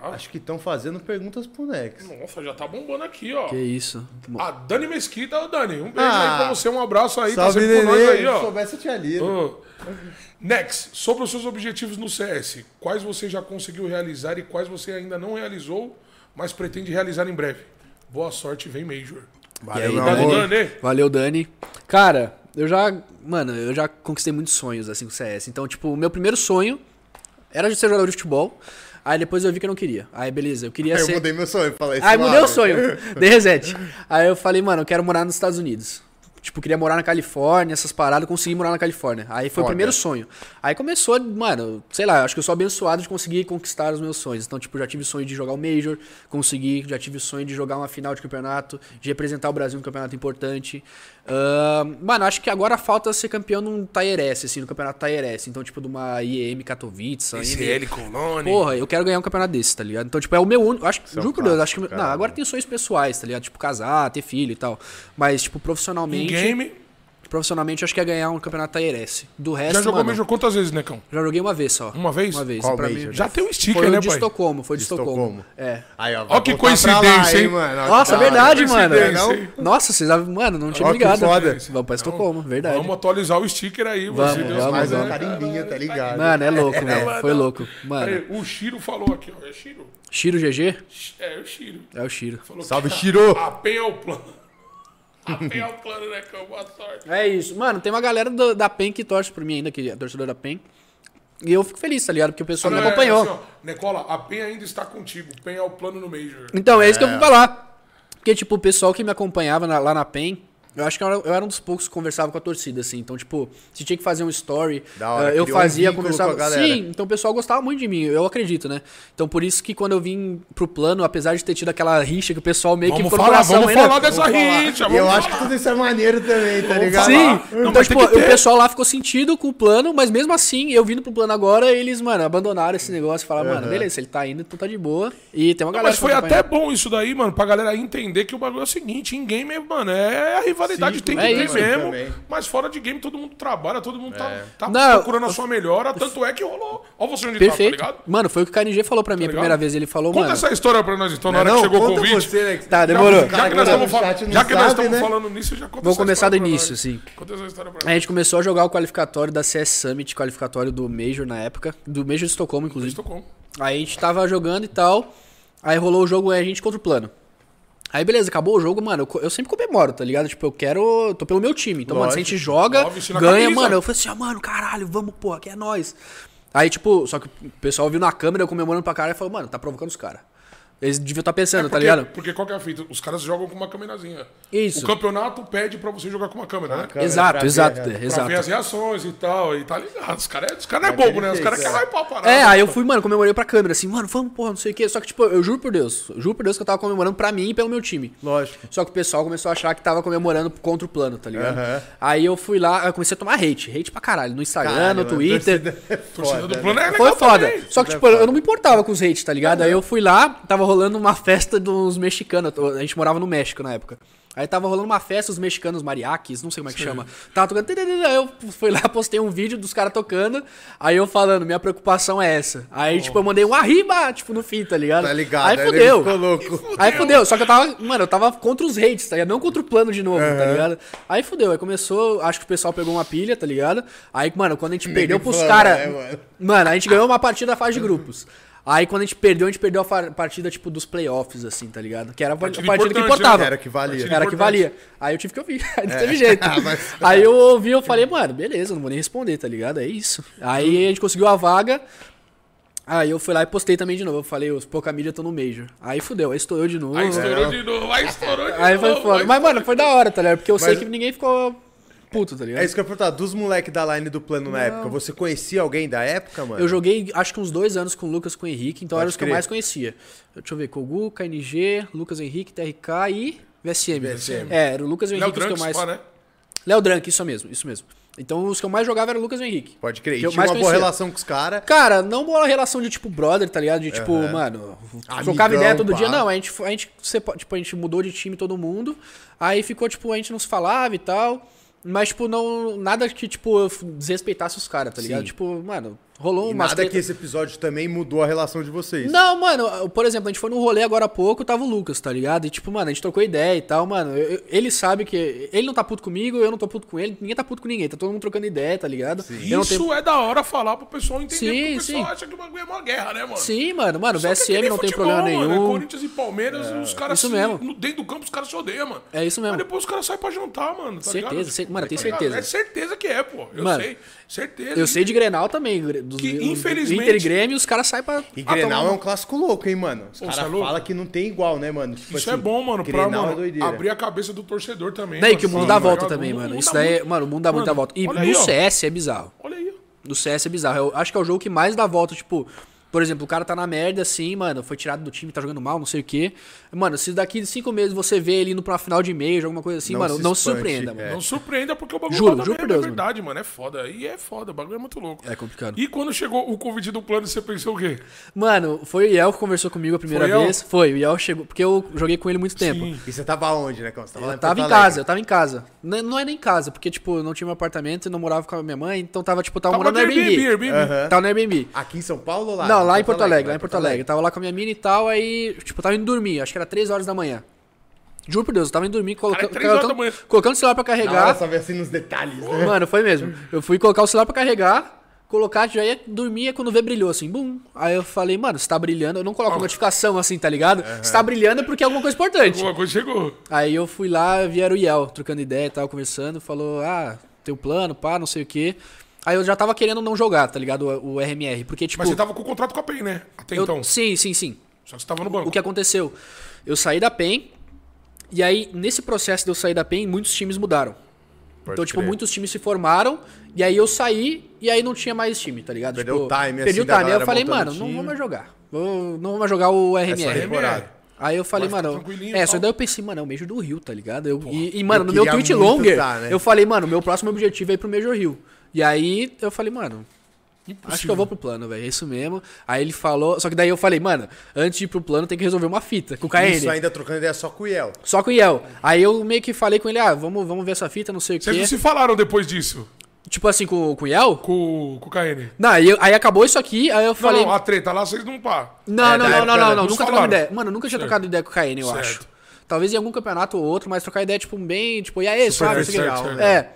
[SPEAKER 2] caralho.
[SPEAKER 1] Acho que estão fazendo perguntas pro Nex.
[SPEAKER 2] Será? Ah, Nossa, já tá bombando aqui, ó.
[SPEAKER 3] Que isso. Mo-
[SPEAKER 2] A Dani Mesquita, ô Dani, um beijo
[SPEAKER 1] Ah.
[SPEAKER 2] aí pra você, um abraço aí,
[SPEAKER 1] Salve,
[SPEAKER 2] tá sempre com nós
[SPEAKER 1] Nenê.
[SPEAKER 2] aí,
[SPEAKER 1] Se
[SPEAKER 2] ó.
[SPEAKER 1] soubesse, eu tinha lido.
[SPEAKER 2] Ô. Nex, sobre os seus objetivos no CS, quais você já conseguiu realizar e quais você ainda não realizou, mas pretende realizar em breve? Boa sorte, vem Major.
[SPEAKER 1] Valeu,
[SPEAKER 3] aí,
[SPEAKER 1] meu
[SPEAKER 3] tá
[SPEAKER 1] amor.
[SPEAKER 3] ligado?
[SPEAKER 2] Dani,
[SPEAKER 3] Valeu, Dani. Cara, eu já. Mano, eu já conquistei muitos sonhos assim com CS. Então, tipo, o meu primeiro sonho era de ser jogador de futebol. Aí depois eu vi que eu não queria. Aí, beleza, eu queria
[SPEAKER 1] Aí eu
[SPEAKER 3] ser.
[SPEAKER 1] mudei meu sonho, falei isso.
[SPEAKER 3] Aí mudei
[SPEAKER 1] lá,
[SPEAKER 3] o sonho, dei reset. Aí eu falei, mano, eu quero morar nos Estados Unidos. Tipo, queria morar na Califórnia, essas paradas, consegui morar na Califórnia. Aí foi o
[SPEAKER 1] Foda.
[SPEAKER 3] primeiro sonho. Aí começou, mano, sei lá, acho que eu sou abençoado de conseguir conquistar os meus sonhos. Então, tipo, já tive sonho de jogar o Major, consegui, já tive sonho de jogar uma final de campeonato, de representar o Brasil num campeonato importante. Ahn, mano, acho que agora falta ser campeão num Tairesse, assim, no campeonato Tairesse. Então, tipo, de uma IEM Katowice,
[SPEAKER 2] CL Colone.
[SPEAKER 3] Porra, eu quero ganhar um campeonato desse, tá ligado? Então, tipo, é o meu único. Acho, juro por Deus,
[SPEAKER 1] clássicos,
[SPEAKER 3] acho que. Não,
[SPEAKER 1] cara.
[SPEAKER 3] agora tem sonhos pessoais, tá ligado? Tipo, casar, ter filho e tal. Mas, tipo,
[SPEAKER 2] Em
[SPEAKER 3] profissionalmente.
[SPEAKER 2] game,
[SPEAKER 3] Profissionalmente, acho que é ganhar um campeonato Tairesse. Do resto.
[SPEAKER 2] já jogou
[SPEAKER 3] é mano,
[SPEAKER 2] Major quantas vezes, Necão?
[SPEAKER 3] Já joguei uma vez só.
[SPEAKER 2] Uma vez?
[SPEAKER 3] Uma vez.
[SPEAKER 1] Qual
[SPEAKER 3] pra
[SPEAKER 1] Major?
[SPEAKER 3] mim.
[SPEAKER 2] Já tem um sticker,
[SPEAKER 3] Foi o
[SPEAKER 2] né,
[SPEAKER 3] de
[SPEAKER 2] pai?
[SPEAKER 3] Estocolmo, foi de, Estocolmo.
[SPEAKER 1] Estocolmo.
[SPEAKER 3] É.
[SPEAKER 1] Aí, ó, vai
[SPEAKER 2] Ó que
[SPEAKER 1] voltar pra lá,
[SPEAKER 2] coincidência, hein?
[SPEAKER 1] mano? Ó tá que
[SPEAKER 3] Nossa, é
[SPEAKER 1] da hora.
[SPEAKER 3] verdade, mano.
[SPEAKER 2] coincidência,
[SPEAKER 1] Não?
[SPEAKER 2] hein?
[SPEAKER 3] Nossa, vocês. Mano, não tinha
[SPEAKER 2] Ó,
[SPEAKER 3] me
[SPEAKER 2] que Então,
[SPEAKER 3] ligado.
[SPEAKER 1] foda.
[SPEAKER 3] Vamos pra Estocolmo, verdade.
[SPEAKER 2] Vamos atualizar o sticker aí,
[SPEAKER 3] Vamos,
[SPEAKER 2] você
[SPEAKER 3] vamos,
[SPEAKER 1] Mais uma
[SPEAKER 3] vamos.
[SPEAKER 1] carimbinha, tá ligado?
[SPEAKER 3] Mano, é louco, velho.
[SPEAKER 2] mano.
[SPEAKER 3] Foi louco. Mano,
[SPEAKER 2] Aí, o Shiro falou aqui, ó. É Shiro?
[SPEAKER 3] Shiro GG?
[SPEAKER 2] É, o Shiro.
[SPEAKER 3] É o Shiro.
[SPEAKER 2] Falou
[SPEAKER 1] Salve,
[SPEAKER 2] que-
[SPEAKER 1] Shiro.
[SPEAKER 2] Apenha o plano. Apenha o plano, Necão. Boa sorte.
[SPEAKER 3] É isso. Mano, tem uma galera do- da PEN que torce por mim ainda, que é torcedor da PEN. E eu fico feliz, tá ligado? Porque o pessoal me
[SPEAKER 2] Não, é,
[SPEAKER 3] acompanhou.
[SPEAKER 2] assim, ó, Necola, a PEN ainda está contigo. PEN é o plano no Major.
[SPEAKER 3] Então, é isso que eu fui falar. Porque, tipo, o pessoal que me acompanhava na- lá na PEN, eu acho que eu era, eu era um dos poucos que conversava com a torcida, assim. Então, tipo, se tinha que fazer um story,
[SPEAKER 1] Da hora,
[SPEAKER 3] eh, eu
[SPEAKER 1] criou um
[SPEAKER 3] fazia,
[SPEAKER 1] vínculo
[SPEAKER 3] conversava.
[SPEAKER 1] com a galera.
[SPEAKER 3] Sim, então o pessoal gostava muito de mim, eu acredito, né? Então, por isso que quando eu vim pro plano, apesar de ter tido aquela rixa que o pessoal meio que
[SPEAKER 2] Vamos
[SPEAKER 3] ficou no
[SPEAKER 2] falar,
[SPEAKER 3] coração
[SPEAKER 2] vamos
[SPEAKER 3] ainda-
[SPEAKER 2] falar dessa
[SPEAKER 1] Vamos falar.
[SPEAKER 2] rixa.
[SPEAKER 1] E
[SPEAKER 2] Vamos
[SPEAKER 1] eu
[SPEAKER 2] falar.
[SPEAKER 1] acho que tudo isso é maneiro também, tá ligado?
[SPEAKER 3] Sim,
[SPEAKER 2] Não,
[SPEAKER 3] então,
[SPEAKER 2] mas tem
[SPEAKER 3] tipo,
[SPEAKER 2] que ter.
[SPEAKER 3] o pessoal lá ficou sentido com o plano, mas mesmo assim, eu vindo pro plano agora, eles, mano, abandonaram esse negócio e falaram, mano, beleza, ele tá indo, então tá de boa. E tem uma galera.
[SPEAKER 2] Mas
[SPEAKER 3] que
[SPEAKER 2] foi
[SPEAKER 3] tá
[SPEAKER 2] até
[SPEAKER 3] acompanhando.
[SPEAKER 2] bom isso daí, mano, pra galera entender que o bagulho é o seguinte, em game, mano, é a rivalidade
[SPEAKER 1] Sim,
[SPEAKER 2] tem que
[SPEAKER 3] é
[SPEAKER 2] ter
[SPEAKER 3] isso
[SPEAKER 2] mesmo.
[SPEAKER 1] também. É.
[SPEAKER 2] Mas fora de game, todo mundo trabalha, todo mundo tá, tá
[SPEAKER 3] Não,
[SPEAKER 2] procurando a sua melhora, tanto é que rolou. Ó você onde
[SPEAKER 3] Perfeito.
[SPEAKER 2] tá, tá ligado? Tá
[SPEAKER 3] mano, foi o que o KNG falou pra mim a
[SPEAKER 2] ligado?
[SPEAKER 3] primeira vez. Ele falou,
[SPEAKER 2] Conta
[SPEAKER 3] mano.
[SPEAKER 2] essa história pra nós, então, na
[SPEAKER 1] Não,
[SPEAKER 2] hora que chegou o
[SPEAKER 1] conta
[SPEAKER 2] convite.
[SPEAKER 1] você, Nex.
[SPEAKER 3] Tá, demorou.
[SPEAKER 2] Já que
[SPEAKER 1] Cara,
[SPEAKER 2] nós estamos,
[SPEAKER 1] no
[SPEAKER 2] fal-
[SPEAKER 1] chat não
[SPEAKER 2] já que nós
[SPEAKER 1] sabe,
[SPEAKER 2] estamos
[SPEAKER 1] né?
[SPEAKER 2] falando nisso, já conta
[SPEAKER 3] Vou
[SPEAKER 2] essa
[SPEAKER 3] começar do
[SPEAKER 2] história pra
[SPEAKER 3] início, assim. É.
[SPEAKER 2] nós.
[SPEAKER 3] sim.
[SPEAKER 2] Conta essa história pra
[SPEAKER 3] A
[SPEAKER 2] nós.
[SPEAKER 3] gente começou a jogar o qualificatório da CS Summit, qualificatório do Major na época, do Major de Estocolmo, inclusive.
[SPEAKER 2] Estou com.
[SPEAKER 3] Aí a gente tava jogando e tal. Aí rolou o jogo, aí a gente contra o plano. Aí beleza, acabou o jogo, mano. Eu, co- eu sempre comemoro, tá ligado? Tipo, eu quero. eu Tô pelo meu time. Então, mano, se a gente joga,
[SPEAKER 2] Ó, vestir na
[SPEAKER 3] ganha,
[SPEAKER 2] camisa.
[SPEAKER 3] mano. Eu falei assim, ah, mano, caralho, vamos, porra, que é nóis. Aí, tipo, só que o pessoal viu na câmera eu comemorando pra cara e falou, mano, tá provocando os caras. Eles deviam estar pensando, tá
[SPEAKER 2] Porque-
[SPEAKER 3] ligado?
[SPEAKER 2] Porque qual que é a fita? Os caras jogam com uma câmerazinha.
[SPEAKER 3] Isso.
[SPEAKER 2] O campeonato pede pra você jogar com uma câmera, né?
[SPEAKER 1] câmera. pra
[SPEAKER 3] Exato,
[SPEAKER 1] ver,
[SPEAKER 3] exato,
[SPEAKER 1] né? Pra
[SPEAKER 3] Dê,
[SPEAKER 2] Pra ver
[SPEAKER 3] exato.
[SPEAKER 2] as reações e tal, e tá ligado. Os caras os cara não é bobo, né? Os caras
[SPEAKER 1] jeito,
[SPEAKER 2] querem hypar a parada.
[SPEAKER 3] É, aí eu fui, mano, comemorei pra câmera, assim, mano, vamos, porra, não sei o quê. Só que, tipo, eu juro por Deus, juro por Deus que eu tava comemorando pra mim e pelo meu time.
[SPEAKER 1] Lógico.
[SPEAKER 3] Só que o pessoal começou a achar que tava comemorando contra o plano, tá ligado?
[SPEAKER 1] Aham.
[SPEAKER 3] Aí eu fui lá, eu comecei a tomar hate, hate pra caralho, no Instagram, Tá, né, no Twitter.
[SPEAKER 2] Torcida
[SPEAKER 1] né?
[SPEAKER 2] do plano é legal
[SPEAKER 3] Foi foda.
[SPEAKER 2] também.
[SPEAKER 3] Só que, tipo, eu não me importava com os hates, tá
[SPEAKER 1] Uhum.
[SPEAKER 3] ligado? Aí eu fui lá, tava rolando uma festa dos mexicanos. eu- A gente morava no México na época. Aí tava rolando uma festa, os mexicanos, mariachis, não sei como é que chama. Tava tocando. tadadada, Aí eu fui lá, postei um vídeo dos caras tocando. Aí eu falando, minha preocupação é essa. Aí, tipo, eu mandei um arriba, tipo, no fim, tá ligado?
[SPEAKER 1] Tá ligado?
[SPEAKER 3] Aí
[SPEAKER 1] ele
[SPEAKER 3] fudeu.
[SPEAKER 1] Ficou louco.
[SPEAKER 3] Aí fudeu, só que eu tava, mano, eu tava contra os hates, tá ligado? Não contra o plano de novo, tá ligado? Aí fudeu, aí começou, acho que o pessoal pegou uma pilha, tá ligado? Aí, mano, quando a gente perdeu pros
[SPEAKER 1] inflama,
[SPEAKER 3] caras.
[SPEAKER 1] né, mano?
[SPEAKER 3] Mano, a gente ganhou uma partida da fase de grupos. Aí quando a gente perdeu, a gente perdeu a fa- partida, tipo, dos playoffs, assim, tá ligado? Que era a partida,
[SPEAKER 2] Partida
[SPEAKER 3] que
[SPEAKER 2] importante,
[SPEAKER 3] importava.
[SPEAKER 2] né?
[SPEAKER 1] Era que valia.
[SPEAKER 3] Era que
[SPEAKER 2] importante.
[SPEAKER 3] valia. Aí eu tive que ouvir. Aí não teve jeito.
[SPEAKER 1] Mas-
[SPEAKER 3] Aí eu ouvi, eu falei, mano, beleza, não vou nem responder, tá ligado? É isso. Aí a gente conseguiu a vaga. Aí eu fui lá e postei também de novo. Eu falei, os pouca mídia estão no Major. Aí fudeu, aí estourou de novo.
[SPEAKER 2] Aí estourou de novo, aí estourou de
[SPEAKER 3] Uhum. Aí
[SPEAKER 2] novo.
[SPEAKER 3] foi foda. Mas, mano, foi da hora, tá ligado? Porque eu sei
[SPEAKER 1] Mas-
[SPEAKER 3] que ninguém ficou puto, tá ligado?
[SPEAKER 1] É isso que eu ia perguntar. Dos moleques da line do plano na época, você conhecia alguém da época, mano?
[SPEAKER 3] Eu joguei acho que uns dois anos com o Lucas com o Henrique, então
[SPEAKER 1] Pode
[SPEAKER 3] eram os que eu
[SPEAKER 1] crer.
[SPEAKER 3] mais conhecia. Deixa eu ver, Kogu, KNG, Lucas Henrique, TRK e VSM.
[SPEAKER 1] VSM.
[SPEAKER 3] É, era o Lucas e o
[SPEAKER 2] Léo
[SPEAKER 3] Henrique os que eu
[SPEAKER 2] Drunks,
[SPEAKER 3] mais.
[SPEAKER 2] pá, né?
[SPEAKER 3] Léo Drank, isso mesmo, isso mesmo. Então os que eu mais jogava eram o Lucas e o Henrique.
[SPEAKER 1] Pode crer. E
[SPEAKER 3] que eu
[SPEAKER 1] tinha uma
[SPEAKER 3] mais
[SPEAKER 1] boa
[SPEAKER 3] conhecia.
[SPEAKER 1] relação com os caras.
[SPEAKER 3] Cara, não uma relação de tipo brother, tá ligado? De tipo, mano, trocava
[SPEAKER 1] Amigão,
[SPEAKER 3] ideia todo dia.
[SPEAKER 1] pá.
[SPEAKER 3] Não, a gente, foi- a gente, sepa- tipo, a gente mudou de time todo mundo. Aí ficou, tipo, a gente não se falava e tal. Mas, tipo, não. Nada que, tipo, eu f- desrespeitasse os caras, tá ligado?
[SPEAKER 4] Sim.
[SPEAKER 3] Tipo, mano, rolou
[SPEAKER 1] E
[SPEAKER 3] uma.
[SPEAKER 1] nada que esse episódio também mudou a relação de vocês.
[SPEAKER 3] Não, mano, eu- por exemplo, a gente foi num rolê agora há pouco, tava o Lucas, tá ligado? E tipo, mano, a gente trocou ideia e tal, mano. eu- eu- ele sabe que. Ele não tá puto comigo, eu não tô puto com ele, ninguém tá puto com ninguém, tá todo mundo trocando ideia, tá ligado? Eu não
[SPEAKER 2] Isso
[SPEAKER 3] tenho-
[SPEAKER 2] é da hora falar pro pessoal entender,
[SPEAKER 3] Sim,
[SPEAKER 2] porque o pessoal
[SPEAKER 3] sim.
[SPEAKER 2] acha que o bagulho é uma guerra, né, mano?
[SPEAKER 3] Sim, mano, mano,
[SPEAKER 2] Só que é que
[SPEAKER 3] VSM
[SPEAKER 2] nem
[SPEAKER 3] não tem
[SPEAKER 2] futebol,
[SPEAKER 3] problema
[SPEAKER 2] mano, é
[SPEAKER 3] nenhum. É,
[SPEAKER 2] Corinthians e Palmeiras, os caras
[SPEAKER 3] Isso
[SPEAKER 2] se-
[SPEAKER 3] mesmo.
[SPEAKER 2] no- dentro do campo os caras se odeiam, mano.
[SPEAKER 3] É isso mesmo.
[SPEAKER 2] Mas depois os caras saem pra jantar, mano. Tá
[SPEAKER 3] Certeza,
[SPEAKER 2] ligado?
[SPEAKER 3] cer- mano, eu tenho
[SPEAKER 2] Tá ligado?
[SPEAKER 3] certeza.
[SPEAKER 2] É certeza que é, pô. Eu
[SPEAKER 3] Mano,
[SPEAKER 2] sei. Certeza.
[SPEAKER 3] Eu sei de Grenal também, gre- dos
[SPEAKER 2] né? Que,
[SPEAKER 3] do
[SPEAKER 2] infelizmente-
[SPEAKER 3] Inter e Grêmio, os caras saem pra.
[SPEAKER 1] E
[SPEAKER 2] Ah,
[SPEAKER 1] Grenal
[SPEAKER 2] toma-
[SPEAKER 1] é um clássico louco, hein, mano? Os
[SPEAKER 2] Pô,
[SPEAKER 1] caras
[SPEAKER 2] você é louco?
[SPEAKER 1] falam que não tem igual, né, mano? Tipo
[SPEAKER 2] Isso é
[SPEAKER 1] assim,
[SPEAKER 2] bom, mano, pra
[SPEAKER 1] Grenal
[SPEAKER 2] mano,
[SPEAKER 1] é doideira.
[SPEAKER 2] abrir a cabeça do torcedor também.
[SPEAKER 3] Daí
[SPEAKER 2] mano,
[SPEAKER 3] que o mundo
[SPEAKER 2] assim,
[SPEAKER 3] dá
[SPEAKER 2] tá
[SPEAKER 3] a volta
[SPEAKER 2] ligado?
[SPEAKER 3] também,
[SPEAKER 2] O mundo
[SPEAKER 3] mano.
[SPEAKER 2] dá
[SPEAKER 3] Isso daí, é-
[SPEAKER 2] muito.
[SPEAKER 3] mano, o mundo dá muita
[SPEAKER 2] Mano,
[SPEAKER 3] volta. E
[SPEAKER 2] olha aí,
[SPEAKER 3] no
[SPEAKER 2] ó.
[SPEAKER 3] CS é bizarro.
[SPEAKER 2] Olha aí, ó.
[SPEAKER 3] Do CS é bizarro. Eu acho que é o jogo que mais dá volta, tipo. Por exemplo, o cara tá na merda assim, mano, foi tirado do time, tá jogando mal, não sei o quê. Mano, se daqui cinco meses você vê ele indo pra uma final de e-mail, alguma coisa assim,
[SPEAKER 1] Não
[SPEAKER 3] mano,
[SPEAKER 1] se
[SPEAKER 3] não se
[SPEAKER 1] espante,
[SPEAKER 3] surpreenda, mano.
[SPEAKER 1] É.
[SPEAKER 2] Não surpreenda porque o bagulho
[SPEAKER 3] Juro,
[SPEAKER 2] roda
[SPEAKER 3] juro
[SPEAKER 2] mesmo,
[SPEAKER 3] por Deus,
[SPEAKER 2] é verdade, mano. É foda. E é foda, o bagulho é muito louco.
[SPEAKER 3] É complicado.
[SPEAKER 2] E quando chegou o convite do plano, você pensou o quê?
[SPEAKER 3] Mano, foi o Yel que conversou comigo a primeira
[SPEAKER 2] Foi o Yel?
[SPEAKER 3] vez. Foi, o Yel chegou, porque eu joguei com ele muito tempo.
[SPEAKER 1] E você tava onde, né, Cão? Você tava, lá
[SPEAKER 3] Eu tava
[SPEAKER 1] Porto
[SPEAKER 3] em
[SPEAKER 1] Alegre.
[SPEAKER 3] casa, eu tava em casa. N- Não é nem em casa, porque, tipo, eu não tinha meu apartamento, eu não morava com a minha mãe, então tava, tipo, tava, morando no Airbnb.
[SPEAKER 2] Airbnb.
[SPEAKER 1] Aham.
[SPEAKER 3] Tava no Airbnb.
[SPEAKER 1] Aqui em né? São Paulo ou lá?
[SPEAKER 3] Não, lá em Porto Alegre, lá em Porto Alegre. Eu tava lá com a minha mina e tal, aí, tipo, eu tava indo dormir, acho que era 3 horas da manhã. Juro por Deus, eu tava indo dormir, coloca...
[SPEAKER 2] Caralho, é três horas da
[SPEAKER 3] colocando,
[SPEAKER 2] manhã.
[SPEAKER 3] colocando o celular pra
[SPEAKER 1] Na hora,
[SPEAKER 3] carregar.
[SPEAKER 1] só vê assim nos detalhes, né?
[SPEAKER 3] Mano, foi mesmo. Eu fui colocar o celular pra carregar, colocar, já ia dormir, aí quando vê, brilhou assim, bum. Aí eu falei, mano, você tá brilhando. Eu não
[SPEAKER 2] Oh.
[SPEAKER 3] coloco notificação assim, tá ligado? Você tá brilhando é porque é alguma coisa importante.
[SPEAKER 2] Alguma coisa chegou.
[SPEAKER 3] Aí eu fui lá, vieram o Yel, trocando ideia e tal, conversando, falou, ah, tem um plano, pá, não sei o quê. Aí eu já tava querendo não jogar, tá ligado? O, o RMR. Porque, tipo.
[SPEAKER 2] Mas você tava com o contrato com a PEN, né? Até
[SPEAKER 3] eu-
[SPEAKER 2] então.
[SPEAKER 3] Sim, sim, sim.
[SPEAKER 2] Só que você tava no banco.
[SPEAKER 3] O que aconteceu? Eu saí da PEN, e aí, nesse processo de eu sair da PEN, muitos times mudaram. então, tipo, muitos times se formaram, e aí eu saí, e aí não tinha mais time, tá ligado?
[SPEAKER 1] Perdeu
[SPEAKER 3] Tipo,
[SPEAKER 1] o time,
[SPEAKER 3] Perdi
[SPEAKER 1] assim,
[SPEAKER 3] o
[SPEAKER 1] da
[SPEAKER 3] time. Aí
[SPEAKER 1] galera
[SPEAKER 3] eu falei,
[SPEAKER 1] montando
[SPEAKER 3] mano, não
[SPEAKER 1] time. É
[SPEAKER 3] vou mais jogar. Vou- não vou mais jogar o
[SPEAKER 1] Essa
[SPEAKER 3] RMR.
[SPEAKER 1] temporada.
[SPEAKER 3] Aí eu falei,
[SPEAKER 2] Vai ficar
[SPEAKER 3] mano.
[SPEAKER 2] tranquilinho e
[SPEAKER 3] É, só
[SPEAKER 2] tal.
[SPEAKER 3] daí eu pensei, mano, é o Major do Rio, tá ligado? Eu, e, e, mano,
[SPEAKER 1] eu
[SPEAKER 3] no meu
[SPEAKER 1] queria
[SPEAKER 3] tweet
[SPEAKER 1] muito
[SPEAKER 3] longer,
[SPEAKER 1] tá, né?
[SPEAKER 3] eu falei, mano, meu próximo objetivo é ir pro Major Rio. E aí eu falei, mano, acho que eu vou pro plano, velho. É isso mesmo. Aí ele falou. Só que daí eu falei, mano, antes de ir pro plano tem que resolver uma fita com o KN.
[SPEAKER 1] Isso ainda trocando ideia só com o Iel.
[SPEAKER 3] Só com o Yel. Aí eu meio que falei com ele, ah, vamos, vamos ver essa fita, não sei o
[SPEAKER 2] Vocês
[SPEAKER 3] quê.
[SPEAKER 2] não se falaram depois disso
[SPEAKER 3] Tipo assim, com, com o Yel?
[SPEAKER 2] com, com o KN?
[SPEAKER 3] Não, aí, eu- aí acabou isso aqui, aí eu falei.
[SPEAKER 2] Não, a treta lá vocês não pá.
[SPEAKER 3] Não,
[SPEAKER 1] É, da
[SPEAKER 3] não, não,
[SPEAKER 1] época,
[SPEAKER 3] não,
[SPEAKER 1] né?
[SPEAKER 3] não, não,
[SPEAKER 2] Nos
[SPEAKER 3] nunca
[SPEAKER 2] falaram.
[SPEAKER 3] trocado ideia. Mano, eu nunca tinha trocado ideia com o KN, eu
[SPEAKER 2] Certo.
[SPEAKER 3] acho. Talvez em algum campeonato ou outro, mas trocar ideia, tipo, um bem, tipo, e aí, sabe? não sei o quê.
[SPEAKER 1] Superficial, né?
[SPEAKER 3] É.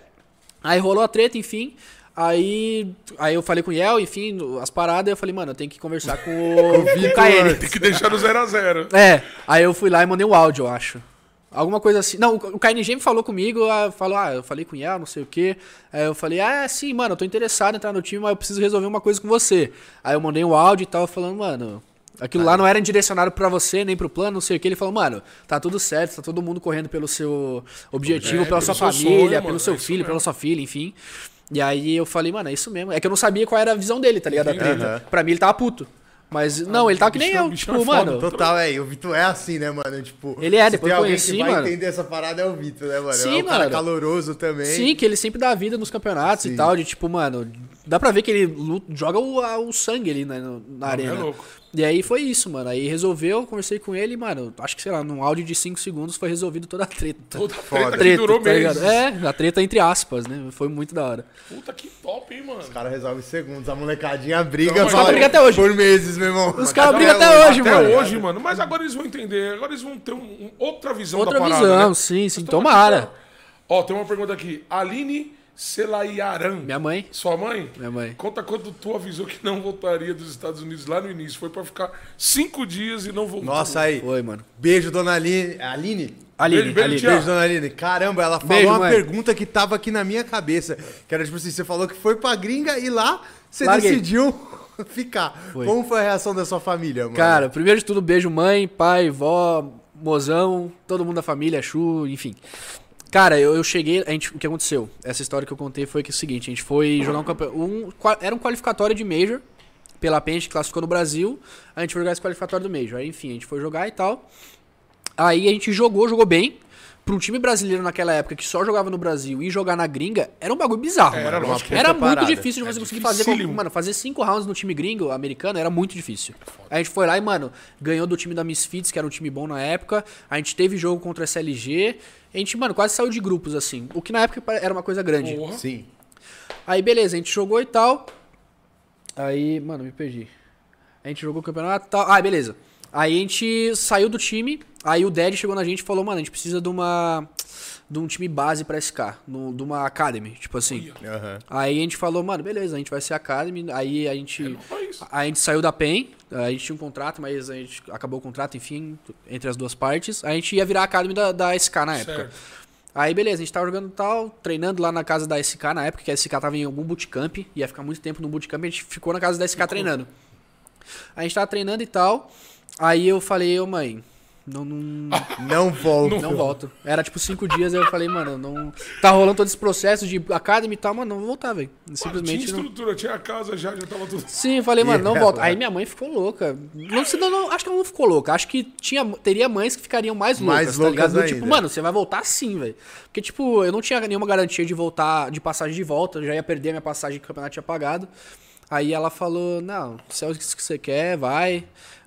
[SPEAKER 3] Aí rolou a treta, enfim. Aí, aí eu falei com o Yel, enfim, as paradas, eu falei, mano, eu tenho que conversar com o, com o KN.
[SPEAKER 2] Tem que deixar no 0x0.
[SPEAKER 3] É, aí eu fui lá e mandei o áudio, eu acho. Alguma coisa assim. Não, o KNG me falou comigo, ah, falou, ah, eu falei com o Yel, não sei o quê. Aí eu falei, ah, sim, mano, eu tô interessado em entrar no time, mas eu preciso resolver uma coisa com você. Aí eu mandei um áudio e tal, falando, mano, aquilo
[SPEAKER 2] Tá.
[SPEAKER 3] lá não era direcionado pra você, nem pro plano, não sei o quê. Ele falou, mano, tá tudo certo, tá todo mundo correndo pelo seu objetivo,
[SPEAKER 2] É,
[SPEAKER 3] pela
[SPEAKER 2] pelo
[SPEAKER 3] sua
[SPEAKER 2] seu
[SPEAKER 3] família,
[SPEAKER 2] sonho,
[SPEAKER 3] pelo
[SPEAKER 2] mano,
[SPEAKER 3] seu
[SPEAKER 2] é isso
[SPEAKER 3] filho, pela
[SPEAKER 2] mesmo.
[SPEAKER 3] sua filha, enfim. E aí eu falei, mano, é isso mesmo. É que eu não sabia qual era a visão dele, tá ligado? A
[SPEAKER 1] Entendi.
[SPEAKER 3] treta.
[SPEAKER 1] Aham.
[SPEAKER 3] Pra mim ele tava puto. Mas, não, ele tava que nem
[SPEAKER 2] bichão-
[SPEAKER 3] eu.
[SPEAKER 2] bichão
[SPEAKER 3] Tipo,
[SPEAKER 2] Ah, é foda,
[SPEAKER 3] mano,
[SPEAKER 1] Total, é. E o Vitor é assim, né, mano? Tipo,
[SPEAKER 3] Ele é,
[SPEAKER 1] se
[SPEAKER 3] depois
[SPEAKER 1] tem
[SPEAKER 3] eu
[SPEAKER 1] alguém
[SPEAKER 3] conheci,
[SPEAKER 1] que vai
[SPEAKER 3] mano.
[SPEAKER 1] entender essa parada é o Vitor, né, mano?
[SPEAKER 3] Sim,
[SPEAKER 1] é um cara
[SPEAKER 3] mano.
[SPEAKER 1] caloroso também.
[SPEAKER 3] Sim, que ele sempre dá a vida nos campeonatos
[SPEAKER 1] Sim.
[SPEAKER 3] e tal, de tipo, mano, dá pra ver que ele luta- joga o, a- o sangue ali na, no- na arena.
[SPEAKER 2] É louco.
[SPEAKER 3] E aí foi isso, mano. Aí resolveu, conversei com ele, mano, acho que sei lá, num áudio de 5 segundos foi resolvido toda a treta.
[SPEAKER 2] Puta treta que
[SPEAKER 3] Treta,
[SPEAKER 2] durou
[SPEAKER 3] tá ligado?
[SPEAKER 2] meses.
[SPEAKER 3] É, a treta entre aspas, né? Foi muito da hora.
[SPEAKER 2] Puta que top, hein, mano.
[SPEAKER 1] O cara resolve em segundos. A molecadinha briga,
[SPEAKER 2] Os caras
[SPEAKER 1] fala,
[SPEAKER 3] brigam até hoje.
[SPEAKER 1] Por meses, meu irmão.
[SPEAKER 3] Os caras brigam até hoje,
[SPEAKER 2] Até
[SPEAKER 3] mano.
[SPEAKER 2] hoje, mano. Mas agora eles vão entender. Agora eles vão ter um- um- outra visão
[SPEAKER 3] Outra
[SPEAKER 2] da parada.
[SPEAKER 3] visão,
[SPEAKER 2] né?
[SPEAKER 3] sim, sim.
[SPEAKER 2] Mas
[SPEAKER 3] Tomara.
[SPEAKER 2] aqui, Ó, Ó, tem uma pergunta aqui. Aline Selaiaran.
[SPEAKER 3] Minha mãe.
[SPEAKER 2] Sua mãe?
[SPEAKER 3] Minha mãe.
[SPEAKER 2] Conta quando tu avisou que não voltaria dos Estados Unidos lá no início. Foi pra ficar cinco dias e não voltou.
[SPEAKER 1] Nossa, aí.
[SPEAKER 3] Foi, mano.
[SPEAKER 1] Beijo, dona Aline. Aline?
[SPEAKER 3] Aline,
[SPEAKER 2] Beijo, beijo,
[SPEAKER 3] Aline.
[SPEAKER 2] Thiago.
[SPEAKER 1] Beijo, dona Aline. Caramba, ela falou
[SPEAKER 3] Beijo,
[SPEAKER 1] uma
[SPEAKER 3] mãe.
[SPEAKER 1] pergunta que tava aqui na minha cabeça. Que era tipo assim: você falou que foi pra gringa e lá você
[SPEAKER 3] Larguei.
[SPEAKER 1] decidiu ficar. Como foi a reação da sua família, mano?
[SPEAKER 3] Cara, primeiro de tudo, beijo mãe, pai, vó, mozão, todo mundo da família, Chu, enfim. Cara, eu, eu cheguei, a gente, o que aconteceu? Essa história que eu contei foi que é o seguinte, a gente foi jogar um campeonato, um, qua- era um qualificatório de Major, pela PEN, a gente classificou no Brasil, a gente foi jogar esse qualificatório do Major, aí enfim, a gente foi jogar e tal, aí a gente jogou, jogou bem, pra um time brasileiro naquela época que só jogava no Brasil e jogar na gringa, era um bagulho bizarro.
[SPEAKER 2] Era,
[SPEAKER 3] mano.
[SPEAKER 2] lógico que
[SPEAKER 3] era
[SPEAKER 1] era
[SPEAKER 3] muito
[SPEAKER 1] parada.
[SPEAKER 3] difícil de você conseguir fazer. qual-
[SPEAKER 2] dificílimo.
[SPEAKER 3] Mano, fazer cinco rounds no time gringo, americano, era muito difícil. A gente foi lá e, mano, ganhou do time da Misfits, que era um time bom na época. A gente teve jogo contra a SLG. A gente, mano, quase saiu de grupos, assim. O que na época era uma coisa grande.
[SPEAKER 2] Porra.
[SPEAKER 1] Sim.
[SPEAKER 3] Aí, beleza, a gente jogou e tal. Aí, mano, me perdi. A gente jogou o campeonato e tal. Ah, beleza. Aí a gente saiu do time. Aí o Dad chegou na gente e falou, mano, a gente precisa de uma. De um time base pra SK, no- de uma academy, tipo assim.
[SPEAKER 1] Aham.
[SPEAKER 3] Aí a gente falou, mano, beleza, a gente vai ser academy. Aí a
[SPEAKER 2] É
[SPEAKER 3] gente.
[SPEAKER 2] Mas,
[SPEAKER 3] A gente saiu da PEN, a gente tinha um contrato, mas a gente acabou o contrato, enfim, entre as duas partes. A gente ia virar a Academy da, da SK na época.
[SPEAKER 2] Certo.
[SPEAKER 3] Aí, beleza, a gente tava jogando tal, treinando lá na casa da SK na época, que a SK tava em algum bootcamp, ia ficar muito tempo no bootcamp, a gente ficou na casa da SK treinando. A gente tava treinando e tal, aí eu falei, ô mãe, não, não,
[SPEAKER 1] Não volto.
[SPEAKER 3] não volto. Era tipo cinco dias, eu falei, mano, não. Tá rolando todo esse processo de Academy e tal, mano, não vou voltar, velho.
[SPEAKER 2] tinha
[SPEAKER 3] Simplesmente não.
[SPEAKER 2] estrutura, tinha a casa já, já tava tudo.
[SPEAKER 3] Sim, eu falei, mano, não
[SPEAKER 1] E
[SPEAKER 3] volta.
[SPEAKER 1] ela?
[SPEAKER 3] Aí minha mãe ficou louca. Não, sei, não, não, acho que ela não ficou louca. Acho que tinha, teria mães que ficariam mais loucas,
[SPEAKER 1] Mais loucas
[SPEAKER 3] tá ligado? Do
[SPEAKER 1] ainda.
[SPEAKER 3] Tipo, mano, você vai voltar sim, velho. Porque, tipo, eu não tinha nenhuma garantia de voltar, de passagem de volta. Eu já ia perder a minha passagem que o campeonato tinha pagado. Aí ela falou, não, se é isso que você quer, vai,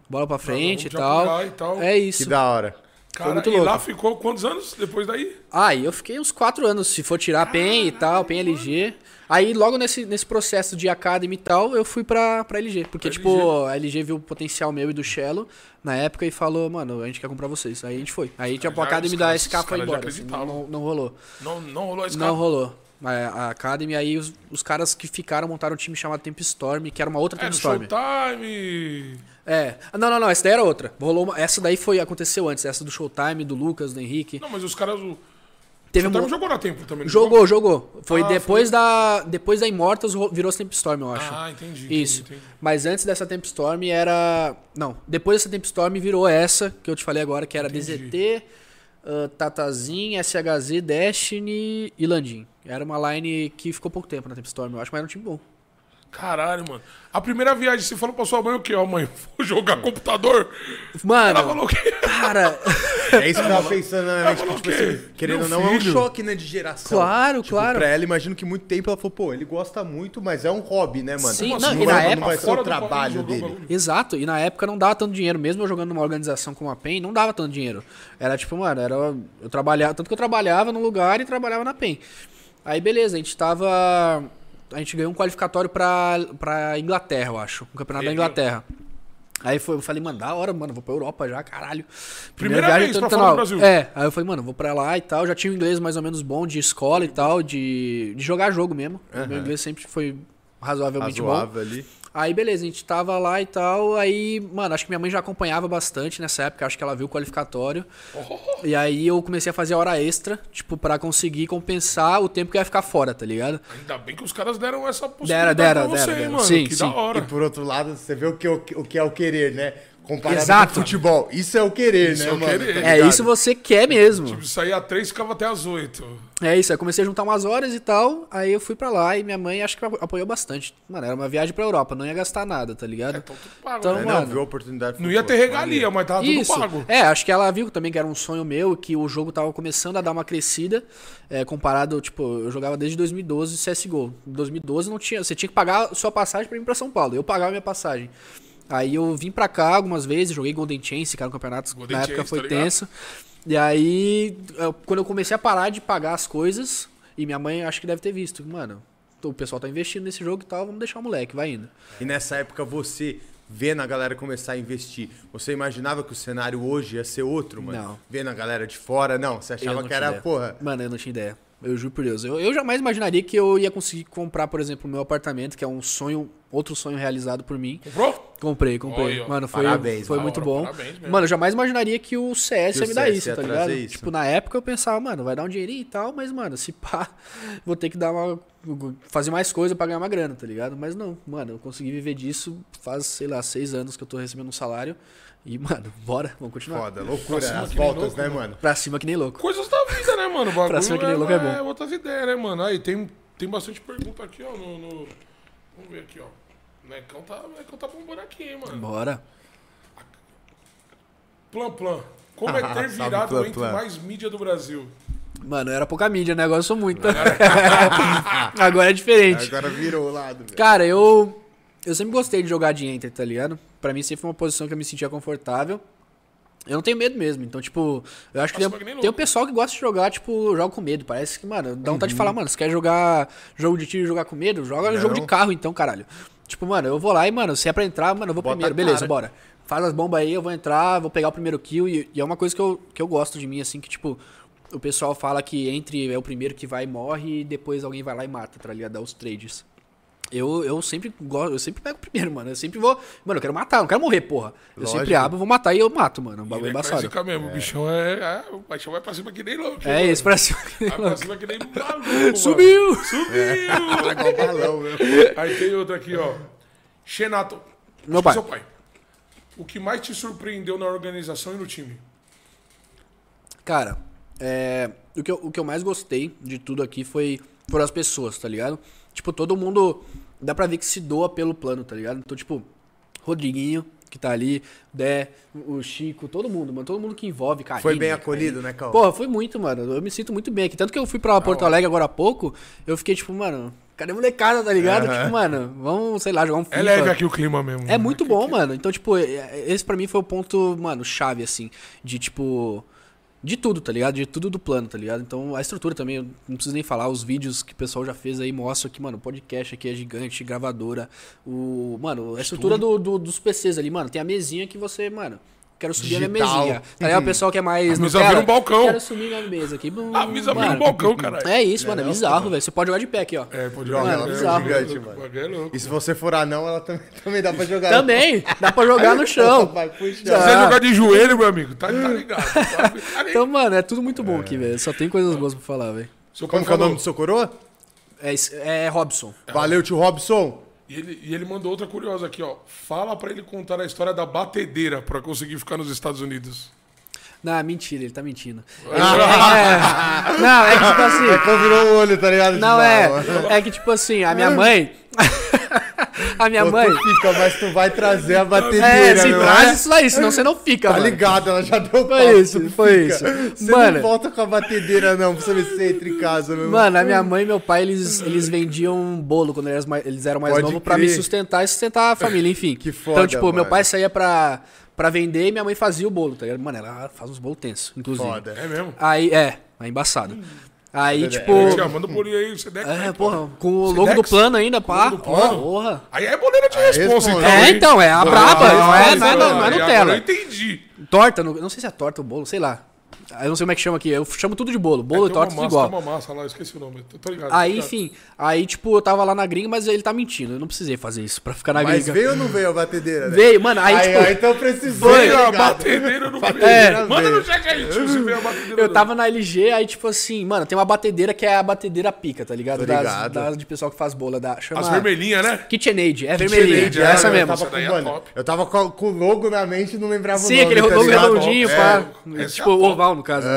[SPEAKER 3] bola pra frente e,
[SPEAKER 2] te
[SPEAKER 3] tal.
[SPEAKER 2] apoiar e tal.
[SPEAKER 3] É
[SPEAKER 1] Que
[SPEAKER 3] isso.
[SPEAKER 1] da hora.
[SPEAKER 2] Cara,
[SPEAKER 3] muito
[SPEAKER 2] e
[SPEAKER 3] louco.
[SPEAKER 2] lá ficou quantos anos depois daí?
[SPEAKER 3] Aí Ah, eu fiquei uns quatro anos, se for tirar a PEN e tal, PEN LG. Aí logo nesse, nesse processo de Academy e tal, eu fui pra, pra LG. Porque,
[SPEAKER 2] Pra
[SPEAKER 3] tipo, a LG viu o potencial meu e do Shello na época e falou, mano, a gente quer comprar vocês. Aí a gente foi. Aí tipo, a
[SPEAKER 2] Ah, já-
[SPEAKER 3] Academy
[SPEAKER 2] os
[SPEAKER 3] da
[SPEAKER 2] caras-
[SPEAKER 3] SK
[SPEAKER 2] os
[SPEAKER 3] foi
[SPEAKER 2] caras já
[SPEAKER 3] embora. assim, não,
[SPEAKER 2] acreditavam.
[SPEAKER 3] não- não rolou.
[SPEAKER 2] Não, não rolou esse
[SPEAKER 3] Não rolou. A, a Academy, aí os, os caras que ficaram montaram um time chamado Temp Storm, que era uma outra
[SPEAKER 2] É,
[SPEAKER 3] Temp
[SPEAKER 2] no
[SPEAKER 3] Storm.
[SPEAKER 2] Showtime.
[SPEAKER 3] É. Ah, Não, não, não, essa daí era outra. Rolou uma- essa daí foi, aconteceu antes, essa do Showtime, do Lucas, do Henrique.
[SPEAKER 2] Não, mas os caras. O
[SPEAKER 3] Teve um
[SPEAKER 2] Showtime
[SPEAKER 3] uma-
[SPEAKER 2] jogou na tempo também. não
[SPEAKER 3] Jogou, jogou. Foi
[SPEAKER 2] Ah,
[SPEAKER 3] depois da depois da Immortals ro- virou Tempestorm, eu acho.
[SPEAKER 2] Ah, entendi. entendi,
[SPEAKER 3] Isso.
[SPEAKER 2] entendi.
[SPEAKER 3] Mas antes dessa Tempestorm era, não, depois dessa Tempestorm virou essa que eu te falei agora, que era DZT, ah, Tatazin, SHZ, Destiny e Landim. Era uma line que ficou pouco tempo na Tempestorm, eu acho, mas era um time bom.
[SPEAKER 2] Caralho, mano. A primeira viagem, você falou pra sua mãe o quê? Ó, mãe, vou jogar computador. Ela
[SPEAKER 3] Mano,
[SPEAKER 2] falou o quê?
[SPEAKER 3] cara,
[SPEAKER 1] É isso que eu tava pensando na minha
[SPEAKER 2] Ela
[SPEAKER 1] mente.
[SPEAKER 2] falou
[SPEAKER 1] que, Tipo,
[SPEAKER 2] o quê?
[SPEAKER 1] assim, querendo ou
[SPEAKER 2] Meu
[SPEAKER 1] não, é um
[SPEAKER 2] filho.
[SPEAKER 1] choque, né, de geração.
[SPEAKER 3] Claro,
[SPEAKER 1] tipo,
[SPEAKER 3] claro.
[SPEAKER 1] Pra ela, imagino que muito tempo ela falou, pô, ele gosta muito, mas é um hobby, né, mano?
[SPEAKER 3] Sim,
[SPEAKER 1] Como
[SPEAKER 3] não,
[SPEAKER 1] assim?
[SPEAKER 3] e na
[SPEAKER 1] vai-
[SPEAKER 3] época,
[SPEAKER 1] não vai ser
[SPEAKER 2] fora
[SPEAKER 1] o
[SPEAKER 2] do
[SPEAKER 1] trabalho
[SPEAKER 2] bagulho, jogou o
[SPEAKER 1] dele.
[SPEAKER 2] bagulho.
[SPEAKER 3] Exato, e na época não dava tanto dinheiro, mesmo eu jogando numa organização como a PEN, não dava tanto dinheiro. Era tipo, mano, era eu trabalhava, tanto que eu trabalhava num lugar e trabalhava na PEN. Aí beleza, a gente tava a gente ganhou um qualificatório pra, pra Inglaterra, eu acho, um campeonato da
[SPEAKER 2] Legal.
[SPEAKER 3] Inglaterra. Aí foi, eu falei, mano, da hora, mano, vou pra Europa já, caralho.
[SPEAKER 2] Primeira vez
[SPEAKER 3] eu tô
[SPEAKER 2] pra
[SPEAKER 3] tentando
[SPEAKER 2] fora do
[SPEAKER 3] aula.
[SPEAKER 2] Brasil.
[SPEAKER 3] É, aí eu falei, mano, vou pra lá e tal. Já tinha um inglês mais ou menos bom de escola e tal, de, de jogar jogo mesmo. Meu inglês sempre foi razoavelmente bom.
[SPEAKER 1] Razoável ali.
[SPEAKER 3] Aí, beleza, a gente tava lá e tal. Aí, mano, acho que minha mãe já acompanhava bastante nessa época. Acho que ela viu o qualificatório.
[SPEAKER 2] Oh,
[SPEAKER 3] E aí eu comecei a fazer a hora extra, tipo, pra conseguir compensar o tempo que eu ia ficar fora, tá ligado?
[SPEAKER 2] Ainda bem que os caras deram essa
[SPEAKER 3] Dera,
[SPEAKER 2] possibilidade
[SPEAKER 3] dera,
[SPEAKER 2] pra você,
[SPEAKER 3] dera,
[SPEAKER 2] hein,
[SPEAKER 3] dera.
[SPEAKER 2] mano.
[SPEAKER 3] Sim,
[SPEAKER 2] que
[SPEAKER 3] sim.
[SPEAKER 2] da hora.
[SPEAKER 1] E por outro lado, você vê o que, é o, o que é o querer, né? Comparado
[SPEAKER 3] Exato.
[SPEAKER 1] com o futebol. Isso é o querer,
[SPEAKER 2] Isso
[SPEAKER 1] né,
[SPEAKER 2] é o
[SPEAKER 1] mano?
[SPEAKER 2] querer.
[SPEAKER 1] Tá
[SPEAKER 3] É,
[SPEAKER 1] ligado?
[SPEAKER 3] isso você quer mesmo.
[SPEAKER 2] Tipo, saía às três, ficava até às oito.
[SPEAKER 3] É isso, aí comecei a juntar umas horas e tal. Aí eu fui pra lá e minha mãe acho que apo- apoiou bastante. Mano, era uma viagem pra Europa, não ia gastar nada, tá ligado?
[SPEAKER 2] Então tudo pago,
[SPEAKER 3] Então,
[SPEAKER 2] né?
[SPEAKER 1] É,
[SPEAKER 3] mano.
[SPEAKER 1] não, viu a oportunidade.
[SPEAKER 2] Não ia ter regalia, mas tava tudo
[SPEAKER 3] Isso.
[SPEAKER 2] pago.
[SPEAKER 3] É, acho que ela viu também que era um sonho meu, que o jogo tava começando a dar uma crescida, é, comparado, tipo, eu jogava desde 2012 CSGO. Em 2012 não tinha, você tinha que pagar sua passagem pra ir pra São Paulo. Eu pagava minha passagem. Aí eu vim pra cá algumas vezes, joguei Golden Chance, cara, no um campeonato
[SPEAKER 2] Golden
[SPEAKER 3] na época
[SPEAKER 2] Chance,
[SPEAKER 3] foi
[SPEAKER 2] tá ligado?
[SPEAKER 3] tenso. E aí, eu- quando eu comecei a parar de pagar as coisas, e minha mãe acho que deve ter visto, mano, o pessoal tá investindo nesse jogo e tal, vamos deixar o moleque, vai indo.
[SPEAKER 1] E nessa época você vendo a galera começar a investir, você imaginava que o cenário hoje ia ser outro, mano?
[SPEAKER 3] Não.
[SPEAKER 1] Vendo a galera de fora, não. Você
[SPEAKER 3] Eu
[SPEAKER 1] achava
[SPEAKER 3] não
[SPEAKER 1] que
[SPEAKER 3] tinha
[SPEAKER 1] era,
[SPEAKER 3] ideia.
[SPEAKER 1] porra.
[SPEAKER 3] Mano, eu não tinha ideia. Eu juro por Deus. Eu, eu jamais imaginaria que eu ia conseguir comprar, por exemplo, o meu apartamento, que é um sonho, outro sonho realizado por mim.
[SPEAKER 2] Comprou?
[SPEAKER 3] Comprei, comprei.
[SPEAKER 2] Olha,
[SPEAKER 3] Mano, foi,
[SPEAKER 1] parabéns,
[SPEAKER 3] foi
[SPEAKER 1] da
[SPEAKER 3] muito
[SPEAKER 2] hora,
[SPEAKER 3] bom.
[SPEAKER 2] parabéns mesmo.
[SPEAKER 3] Mano, eu jamais imaginaria que o CS
[SPEAKER 1] Que
[SPEAKER 3] ia
[SPEAKER 1] o
[SPEAKER 3] me dar
[SPEAKER 1] CS
[SPEAKER 3] isso,
[SPEAKER 1] ia
[SPEAKER 3] tá
[SPEAKER 1] trazer
[SPEAKER 3] ligado?
[SPEAKER 1] isso.
[SPEAKER 3] Tipo, na época eu pensava, mano, vai dar um dinheirinho e tal, mas, mano, se pá, vou ter que dar uma. fazer mais coisa pra ganhar uma grana, tá ligado? Mas não, mano, eu consegui viver disso faz, sei lá, seis anos que eu tô recebendo um salário. E, mano, bora, vamos continuar.
[SPEAKER 1] Foda, loucura.
[SPEAKER 2] Pra cima
[SPEAKER 1] As
[SPEAKER 2] que nem
[SPEAKER 1] voltas,
[SPEAKER 2] louco,
[SPEAKER 1] né,
[SPEAKER 2] mano.
[SPEAKER 1] mano?
[SPEAKER 3] Pra cima que nem louco.
[SPEAKER 2] Coisas da vida, né, mano? O bagulho
[SPEAKER 3] Pra cima que nem louco é bom.
[SPEAKER 2] outras ideias, né, mano? Aí tem, tem bastante pergunta aqui, ó. No, no- Vamos ver aqui, ó. O Necão tá, o Necão tá bombando aqui, hein, mano.
[SPEAKER 3] Bora.
[SPEAKER 2] Plan, plan. Como é ter
[SPEAKER 1] Salve,
[SPEAKER 2] virado o
[SPEAKER 1] Plan,
[SPEAKER 2] entre
[SPEAKER 1] Plan.
[SPEAKER 2] mais mídia do Brasil?
[SPEAKER 3] Mano, era pouca mídia, né? Agora eu sou muita. Agora é diferente.
[SPEAKER 1] Agora virou o lado, velho.
[SPEAKER 3] Cara, eu. Eu sempre gostei de jogar de enter, tá ligado? Pra mim sempre foi uma posição que eu me sentia confortável. Eu não tenho medo mesmo. Então, tipo, eu acho que
[SPEAKER 2] Nossa, mas
[SPEAKER 3] tem,
[SPEAKER 2] que nem
[SPEAKER 3] tem um
[SPEAKER 2] louco.
[SPEAKER 3] pessoal que gosta de jogar, tipo, joga com medo. Parece que, mano, dá vontade
[SPEAKER 1] Uhum.
[SPEAKER 3] de falar, mano, você quer jogar jogo de tiro e jogar com medo? Joga jogo de carro então, caralho. Tipo, mano, eu vou lá e, mano, se é pra entrar, mano, eu vou
[SPEAKER 1] Bota
[SPEAKER 3] primeiro.
[SPEAKER 1] a
[SPEAKER 3] Beleza,
[SPEAKER 1] cara.
[SPEAKER 3] bora. Faz as bombas aí, eu vou entrar, vou pegar o primeiro kill. E, e é uma coisa que eu, que eu gosto de mim, assim, que, tipo, o pessoal fala que entre é o primeiro que vai e morre e depois alguém vai lá e mata, tá ligado? Dá os trades. Eu, eu sempre gosto, eu sempre pego o primeiro, mano. Eu sempre vou. Mano, eu quero matar, eu não quero morrer, porra. Eu
[SPEAKER 1] Lógico.
[SPEAKER 3] sempre abro, vou matar e eu mato, mano. O bagulho
[SPEAKER 2] Ele
[SPEAKER 3] é embaçado.
[SPEAKER 2] clássica mesmo. O bichão é, é- O bichão vai pra cima que nem louco.
[SPEAKER 3] É isso, pra cima.
[SPEAKER 2] Vai pra cima que nem um maluco. mano.
[SPEAKER 3] Subiu!
[SPEAKER 2] Subiu!
[SPEAKER 1] Tá igual balão, meu.
[SPEAKER 2] Aí tem outro aqui, ó. Xenato.
[SPEAKER 3] Meu pai.
[SPEAKER 2] Seu pai. O que mais te surpreendeu na organização e no time?
[SPEAKER 3] Cara, é, o, que eu, o que eu mais gostei de tudo aqui foi foram as pessoas, tá ligado? Tipo, todo mundo. Dá pra ver que se doa pelo plano, tá ligado? Então, tipo, Rodriguinho, que tá ali, Dé, o Chico, todo mundo, mano. Todo mundo que envolve, cara.
[SPEAKER 1] Foi bem acolhido, né, Cal?
[SPEAKER 3] Porra, foi muito, mano. Eu me sinto muito bem aqui. Tanto que eu fui pra Porto Alegre agora há pouco, eu fiquei tipo, mano, cadê a molecada, tá ligado? Tipo, mano, vamos, sei lá, jogar um FIFA.
[SPEAKER 2] É leve aqui o clima mesmo.
[SPEAKER 3] É muito bom, mano. Então, tipo, é- esse pra mim foi o ponto, mano, chave, assim, de tipo. De tudo, tá ligado? De tudo do plano, tá ligado? Então, a estrutura também, eu não preciso nem falar. Os vídeos que o pessoal já fez aí mostram que, mano, o podcast aqui é gigante, gravadora. O. Mano, a estrutura do, do- dos PCs ali, mano, tem a mesinha que você, mano. Quero subir a minha
[SPEAKER 1] Digital.
[SPEAKER 3] mesinha. Tá ligado? O pessoal que é mais.
[SPEAKER 2] Uhum. A
[SPEAKER 3] não,
[SPEAKER 2] mesa vira
[SPEAKER 3] cara,
[SPEAKER 2] um balcão.
[SPEAKER 3] Quero subir minha mesa aqui. Bum,
[SPEAKER 2] Ah, misa abriu um
[SPEAKER 3] mano.
[SPEAKER 2] balcão, caralho.
[SPEAKER 3] É isso, mano. É bizarro, velho. Você pode jogar de pé aqui, ó.
[SPEAKER 2] É, pode
[SPEAKER 1] Joga,
[SPEAKER 3] ela
[SPEAKER 2] é
[SPEAKER 3] fica
[SPEAKER 2] louco,
[SPEAKER 1] gigante,
[SPEAKER 2] é louco,
[SPEAKER 1] mano.
[SPEAKER 2] bagulho É louco.
[SPEAKER 1] E se você for anão, ela também, também dá pra jogar.
[SPEAKER 3] Também, dá pra jogar no chão.
[SPEAKER 1] Vai
[SPEAKER 2] Se
[SPEAKER 1] puxar.
[SPEAKER 2] você
[SPEAKER 3] Ah.
[SPEAKER 2] jogar de joelho, meu amigo, tá, tá ligado. tá ligado.
[SPEAKER 3] Então, mano, é tudo muito bom aqui, velho. Só tem coisas boas pra falar, velho.
[SPEAKER 2] Seu pai
[SPEAKER 1] Como que é o
[SPEAKER 2] falou-
[SPEAKER 1] nome do seu coroa?
[SPEAKER 3] É, isso- é Robson.
[SPEAKER 1] Valeu, tio Robson.
[SPEAKER 2] E ele, e ele mandou outra curiosa aqui, ó. Fala pra ele contar a história da batedeira pra conseguir ficar nos Estados Unidos.
[SPEAKER 3] Não, mentira, ele tá mentindo. É, não, é que tipo assim.
[SPEAKER 1] Então virou o olho, tá ligado? De
[SPEAKER 3] Não,
[SPEAKER 1] mal.
[SPEAKER 3] é. É que tipo assim, a minha mãe. A minha
[SPEAKER 1] Ou
[SPEAKER 3] mãe.
[SPEAKER 1] Tu fica, mas tu vai trazer a batedeira,
[SPEAKER 3] É, se
[SPEAKER 1] meu.
[SPEAKER 3] traz isso daí, senão você não fica,
[SPEAKER 1] né? Tá
[SPEAKER 3] mano.
[SPEAKER 1] ligado, ela já deu
[SPEAKER 3] Foi
[SPEAKER 1] pau,
[SPEAKER 3] isso,
[SPEAKER 1] tu
[SPEAKER 3] foi
[SPEAKER 1] fica.
[SPEAKER 3] isso.
[SPEAKER 1] Você
[SPEAKER 3] Mano.
[SPEAKER 1] não volta com a batedeira, não, pra saber se você entra em casa, meu.
[SPEAKER 3] Mano, a minha mãe e meu pai, eles, eles vendiam um bolo quando eles, mais- eles eram mais
[SPEAKER 1] Pode
[SPEAKER 3] novos pra me
[SPEAKER 1] crer.
[SPEAKER 3] sustentar e sustentar a família, enfim.
[SPEAKER 1] Que
[SPEAKER 3] Então,
[SPEAKER 1] foda,
[SPEAKER 3] tipo, meu
[SPEAKER 1] mano.
[SPEAKER 3] pai saía pra, pra vender e minha mãe fazia o bolo, tá ligado? Mano, ela faz uns bolos tensos, inclusive.
[SPEAKER 1] Foda.
[SPEAKER 2] É mesmo?
[SPEAKER 3] Aí, é, é embaçado. Aí, tipo.
[SPEAKER 2] Tia, manda um bolinho aí, você der.
[SPEAKER 3] É,
[SPEAKER 2] cara,
[SPEAKER 3] porra, com o logo do
[SPEAKER 2] Sedex?
[SPEAKER 3] plano ainda, pá.
[SPEAKER 2] do plano?
[SPEAKER 3] Porra.
[SPEAKER 2] Aí é boleira de responsa,
[SPEAKER 1] responsa.
[SPEAKER 2] então.
[SPEAKER 3] É,
[SPEAKER 2] hein?
[SPEAKER 3] então, é a braba, não é, não é,
[SPEAKER 2] Aí
[SPEAKER 3] não não é
[SPEAKER 2] agora Eu
[SPEAKER 3] Nutella.
[SPEAKER 2] entendi.
[SPEAKER 3] Torta, não, não sei se é torta ou bolo, sei lá. Ah, Eu não sei como é que chama aqui, eu chamo tudo de bolo. Bolo
[SPEAKER 2] Tem
[SPEAKER 3] e
[SPEAKER 2] é uma
[SPEAKER 3] torta tudo
[SPEAKER 2] massa, tá
[SPEAKER 3] igual.
[SPEAKER 2] tem uma massa lá, eu esqueci o nome. Tô, tô ligado.
[SPEAKER 3] Aí,
[SPEAKER 2] tô ligado.
[SPEAKER 3] enfim, aí, tipo, eu tava lá na gringa, mas ele tá mentindo. Eu não precisei fazer isso pra ficar na
[SPEAKER 1] Mas
[SPEAKER 3] gringa.
[SPEAKER 1] veio ou não veio a batedeira? né?
[SPEAKER 3] Veio, mano, aí, tipo,
[SPEAKER 1] ó, então precisou.
[SPEAKER 3] Foi.
[SPEAKER 2] Tem
[SPEAKER 1] tá
[SPEAKER 2] a
[SPEAKER 1] ligado?
[SPEAKER 2] batedeira no
[SPEAKER 1] Batedeira
[SPEAKER 2] Manda
[SPEAKER 1] veio.
[SPEAKER 2] no chat aí, tio, se vê a batedeira.
[SPEAKER 3] eu tava na LG, aí, tipo assim, mano, tem uma batedeira que é a batedeira pica, tá ligado?
[SPEAKER 1] Tô
[SPEAKER 3] Das-
[SPEAKER 1] ligado.
[SPEAKER 3] Das, de pessoal que faz bola da. Chama...
[SPEAKER 2] As vermelhinhas, né?
[SPEAKER 3] KitchenAid, é vermelhinha.
[SPEAKER 1] Gente,
[SPEAKER 3] é essa
[SPEAKER 1] eu
[SPEAKER 3] mesmo.
[SPEAKER 1] Tava
[SPEAKER 2] Essa
[SPEAKER 1] com,
[SPEAKER 2] daí é
[SPEAKER 1] mano,
[SPEAKER 2] top.
[SPEAKER 1] eu tava com, com o logo na mente e não lembrava o
[SPEAKER 3] Sim,
[SPEAKER 1] nome.
[SPEAKER 3] aquele
[SPEAKER 1] tá
[SPEAKER 3] logo
[SPEAKER 1] ligado?
[SPEAKER 3] redondinho,
[SPEAKER 2] É,
[SPEAKER 3] pá.
[SPEAKER 2] essa
[SPEAKER 3] Tipo,
[SPEAKER 2] é a top.
[SPEAKER 3] oval, no caso.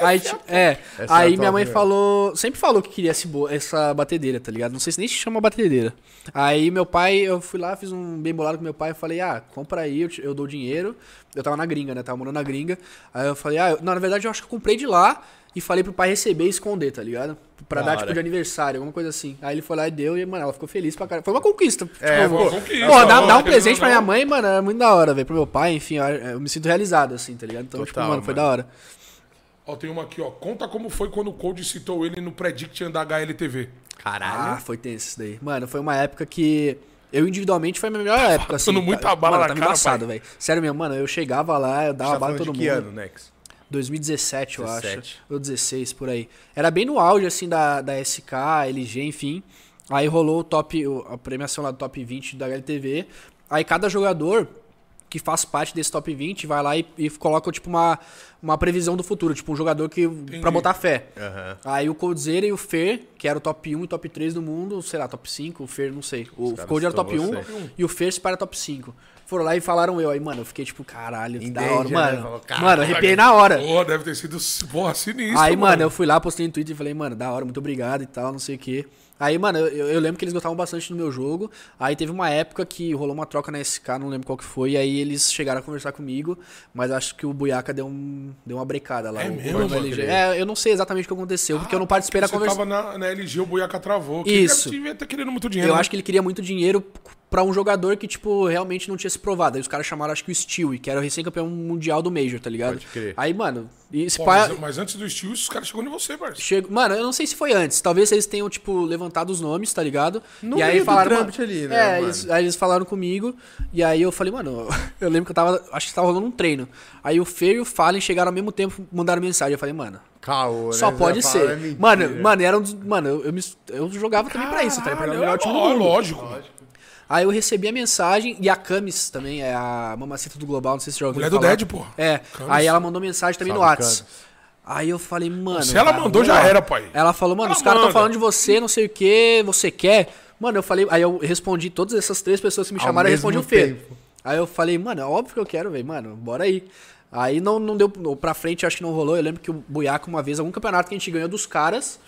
[SPEAKER 3] Aí, tipo, é.
[SPEAKER 1] Essa é a
[SPEAKER 3] Aí
[SPEAKER 1] top
[SPEAKER 3] minha mãe
[SPEAKER 1] mesmo.
[SPEAKER 3] falou. Sempre falou que queria esse bo- essa batedeira, tá ligado? Não sei se nem se chama batedeira. Aí meu pai, eu fui lá, fiz um bem bolado com meu pai. Eu falei, ah, compra aí, eu, te- eu dou dinheiro. Eu tava na gringa, né? Tava morando na gringa. Aí eu falei, ah, eu- não, na verdade eu acho que eu comprei de lá. E falei pro pai receber e esconder, tá ligado? Pra
[SPEAKER 1] Da
[SPEAKER 3] dar,
[SPEAKER 1] hora.
[SPEAKER 3] tipo, de aniversário, alguma coisa assim. Aí ele foi lá e deu, e, mano, ela ficou feliz pra caralho. Foi uma conquista.
[SPEAKER 1] É,
[SPEAKER 3] tipo,
[SPEAKER 1] pô,
[SPEAKER 2] conquista,
[SPEAKER 3] pô, dá,
[SPEAKER 2] pô,
[SPEAKER 3] dá um
[SPEAKER 2] querendo
[SPEAKER 3] presente
[SPEAKER 2] ou
[SPEAKER 3] pra
[SPEAKER 2] não.
[SPEAKER 3] minha mãe, mano, é muito da hora, velho. Pro meu pai, enfim, eu- eu me sinto realizado, assim, tá ligado? Então, tipo,
[SPEAKER 1] Total,
[SPEAKER 3] mano, foi da
[SPEAKER 1] mano.
[SPEAKER 3] hora.
[SPEAKER 2] Ó, tem uma aqui, ó. Conta como foi quando o Cold citou ele no Prediction da HLTV.
[SPEAKER 3] Ah, foi tenso isso daí. Mano, foi uma época que. Eu individualmente foi a minha melhor época, assim.
[SPEAKER 2] muita
[SPEAKER 3] tá-
[SPEAKER 2] bala
[SPEAKER 3] mano,
[SPEAKER 2] na
[SPEAKER 3] tava
[SPEAKER 2] cara,
[SPEAKER 3] embaçado,
[SPEAKER 2] pai.
[SPEAKER 3] velho. Sério mesmo, mano, eu chegava lá, eu
[SPEAKER 1] Você
[SPEAKER 3] dava
[SPEAKER 1] tá
[SPEAKER 3] bala
[SPEAKER 1] falando
[SPEAKER 3] em todo
[SPEAKER 1] de
[SPEAKER 3] mundo.
[SPEAKER 1] que ano, Nex?
[SPEAKER 3] 2017, eu
[SPEAKER 1] 17.
[SPEAKER 3] acho. Ou 16, por aí. Era bem no auge, assim, da, da SK, LG, enfim. Aí rolou o top, o- a premiação lá do top 20 da HLTV. Aí cada jogador que faz parte desse top 20 vai lá e, e coloca, tipo, uma, uma previsão do futuro. Tipo, um jogador que. pra botar fé.
[SPEAKER 1] Aham.
[SPEAKER 3] Aí o Coldzera e o Fer, que era o top 1 e top 3 do mundo, sei lá, top 5, o Fer, não sei. O
[SPEAKER 1] caras
[SPEAKER 3] Cold era o top 1
[SPEAKER 1] estourou
[SPEAKER 3] e o Fer se para top 5. Foram lá e falaram eu. Aí, mano, eu fiquei tipo, caralho, que da hora.
[SPEAKER 1] Entendi, né?
[SPEAKER 3] Mano,
[SPEAKER 1] Falou, caralho.
[SPEAKER 3] mano, arrepiei na hora.
[SPEAKER 2] Pô, deve ter sido porra sinistra.
[SPEAKER 3] Aí, mano, eu fui lá, postei no Twitter e falei, mano, da hora, muito obrigado e tal, não sei o quê. Aí, mano, eu, eu lembro que eles gostavam bastante do meu jogo. Aí teve uma época que rolou uma troca na SK, não lembro qual que foi. E aí eles chegaram a conversar comigo, mas acho que o Buiaca deu, um, deu uma brecada lá.
[SPEAKER 2] É
[SPEAKER 3] o- o
[SPEAKER 2] mesmo, mano? Ah,
[SPEAKER 3] LG. É, eu não sei exatamente o que aconteceu, porque eu não participei da
[SPEAKER 2] Você
[SPEAKER 3] conversa.
[SPEAKER 2] tava na, na LG, o Boiaca travou. Que
[SPEAKER 3] Isso.
[SPEAKER 2] Ele devia estar querendo muito dinheiro.
[SPEAKER 3] Eu
[SPEAKER 2] né?
[SPEAKER 3] acho que ele queria muito dinheiro pra um jogador que, tipo, realmente não tinha se provado. Aí os caras chamaram, acho que o Stewie, que era o recém-campeão mundial do Major, tá ligado?
[SPEAKER 1] Pode crer.
[SPEAKER 3] Aí, mano, e
[SPEAKER 2] Pô,
[SPEAKER 3] Spa...
[SPEAKER 2] mas, mas antes do Steel, os caras chegou em você, parceiro.
[SPEAKER 3] Chego... Mano, eu não sei se foi antes. Talvez eles tenham, tipo, levantado os nomes, tá ligado?
[SPEAKER 1] No
[SPEAKER 3] e aí
[SPEAKER 1] meio do
[SPEAKER 3] falaram.
[SPEAKER 1] trâmite
[SPEAKER 3] mano-
[SPEAKER 1] ali, né,
[SPEAKER 3] É,
[SPEAKER 1] mano?
[SPEAKER 3] eles, aí eles falaram comigo. E aí eu falei, mano, eu lembro que eu tava. Acho que tava rolando um treino. Aí o Fer e o Fallen chegaram ao mesmo tempo, mandaram mensagem. Eu falei, mano,
[SPEAKER 1] Caô, né?
[SPEAKER 3] só
[SPEAKER 1] Você
[SPEAKER 3] pode
[SPEAKER 1] fala,
[SPEAKER 3] ser.
[SPEAKER 1] é mentira.
[SPEAKER 3] mano, mano, era um dos. Mano, eu, eu, me- eu jogava também pra isso, tá ligado? Pra era o melhor time do
[SPEAKER 2] É, Ó,
[SPEAKER 3] mundo.
[SPEAKER 2] Lógico.
[SPEAKER 3] Aí eu recebi a mensagem, e a Camis também, é a mamacita do Global, não sei se você já ouviu
[SPEAKER 2] Mulher do
[SPEAKER 3] falar.
[SPEAKER 2] Dead, porra.
[SPEAKER 3] É,
[SPEAKER 2] Camis.
[SPEAKER 3] aí ela mandou mensagem também no
[SPEAKER 1] Salve,
[SPEAKER 3] Whats. Aí eu falei, mano...
[SPEAKER 2] Se ela
[SPEAKER 3] cara,
[SPEAKER 2] mandou,
[SPEAKER 3] vamos
[SPEAKER 2] já
[SPEAKER 3] lá.
[SPEAKER 2] era, pai.
[SPEAKER 3] Ela falou, mano,
[SPEAKER 2] Ela
[SPEAKER 3] os caras estão
[SPEAKER 2] manda.
[SPEAKER 3] falando de você, não sei o que, você quer? Mano, eu falei... Aí eu respondi todas essas três pessoas que me
[SPEAKER 1] Ao
[SPEAKER 3] chamaram, eu
[SPEAKER 1] mesmo
[SPEAKER 3] respondi o Fê.
[SPEAKER 1] tempo.
[SPEAKER 3] Aí eu falei, mano, é óbvio que eu quero, velho, mano, bora aí. Aí não, não deu não, pra frente, acho que não rolou. Eu lembro que o Buiaca, uma vez, algum campeonato que a gente ganhou dos caras,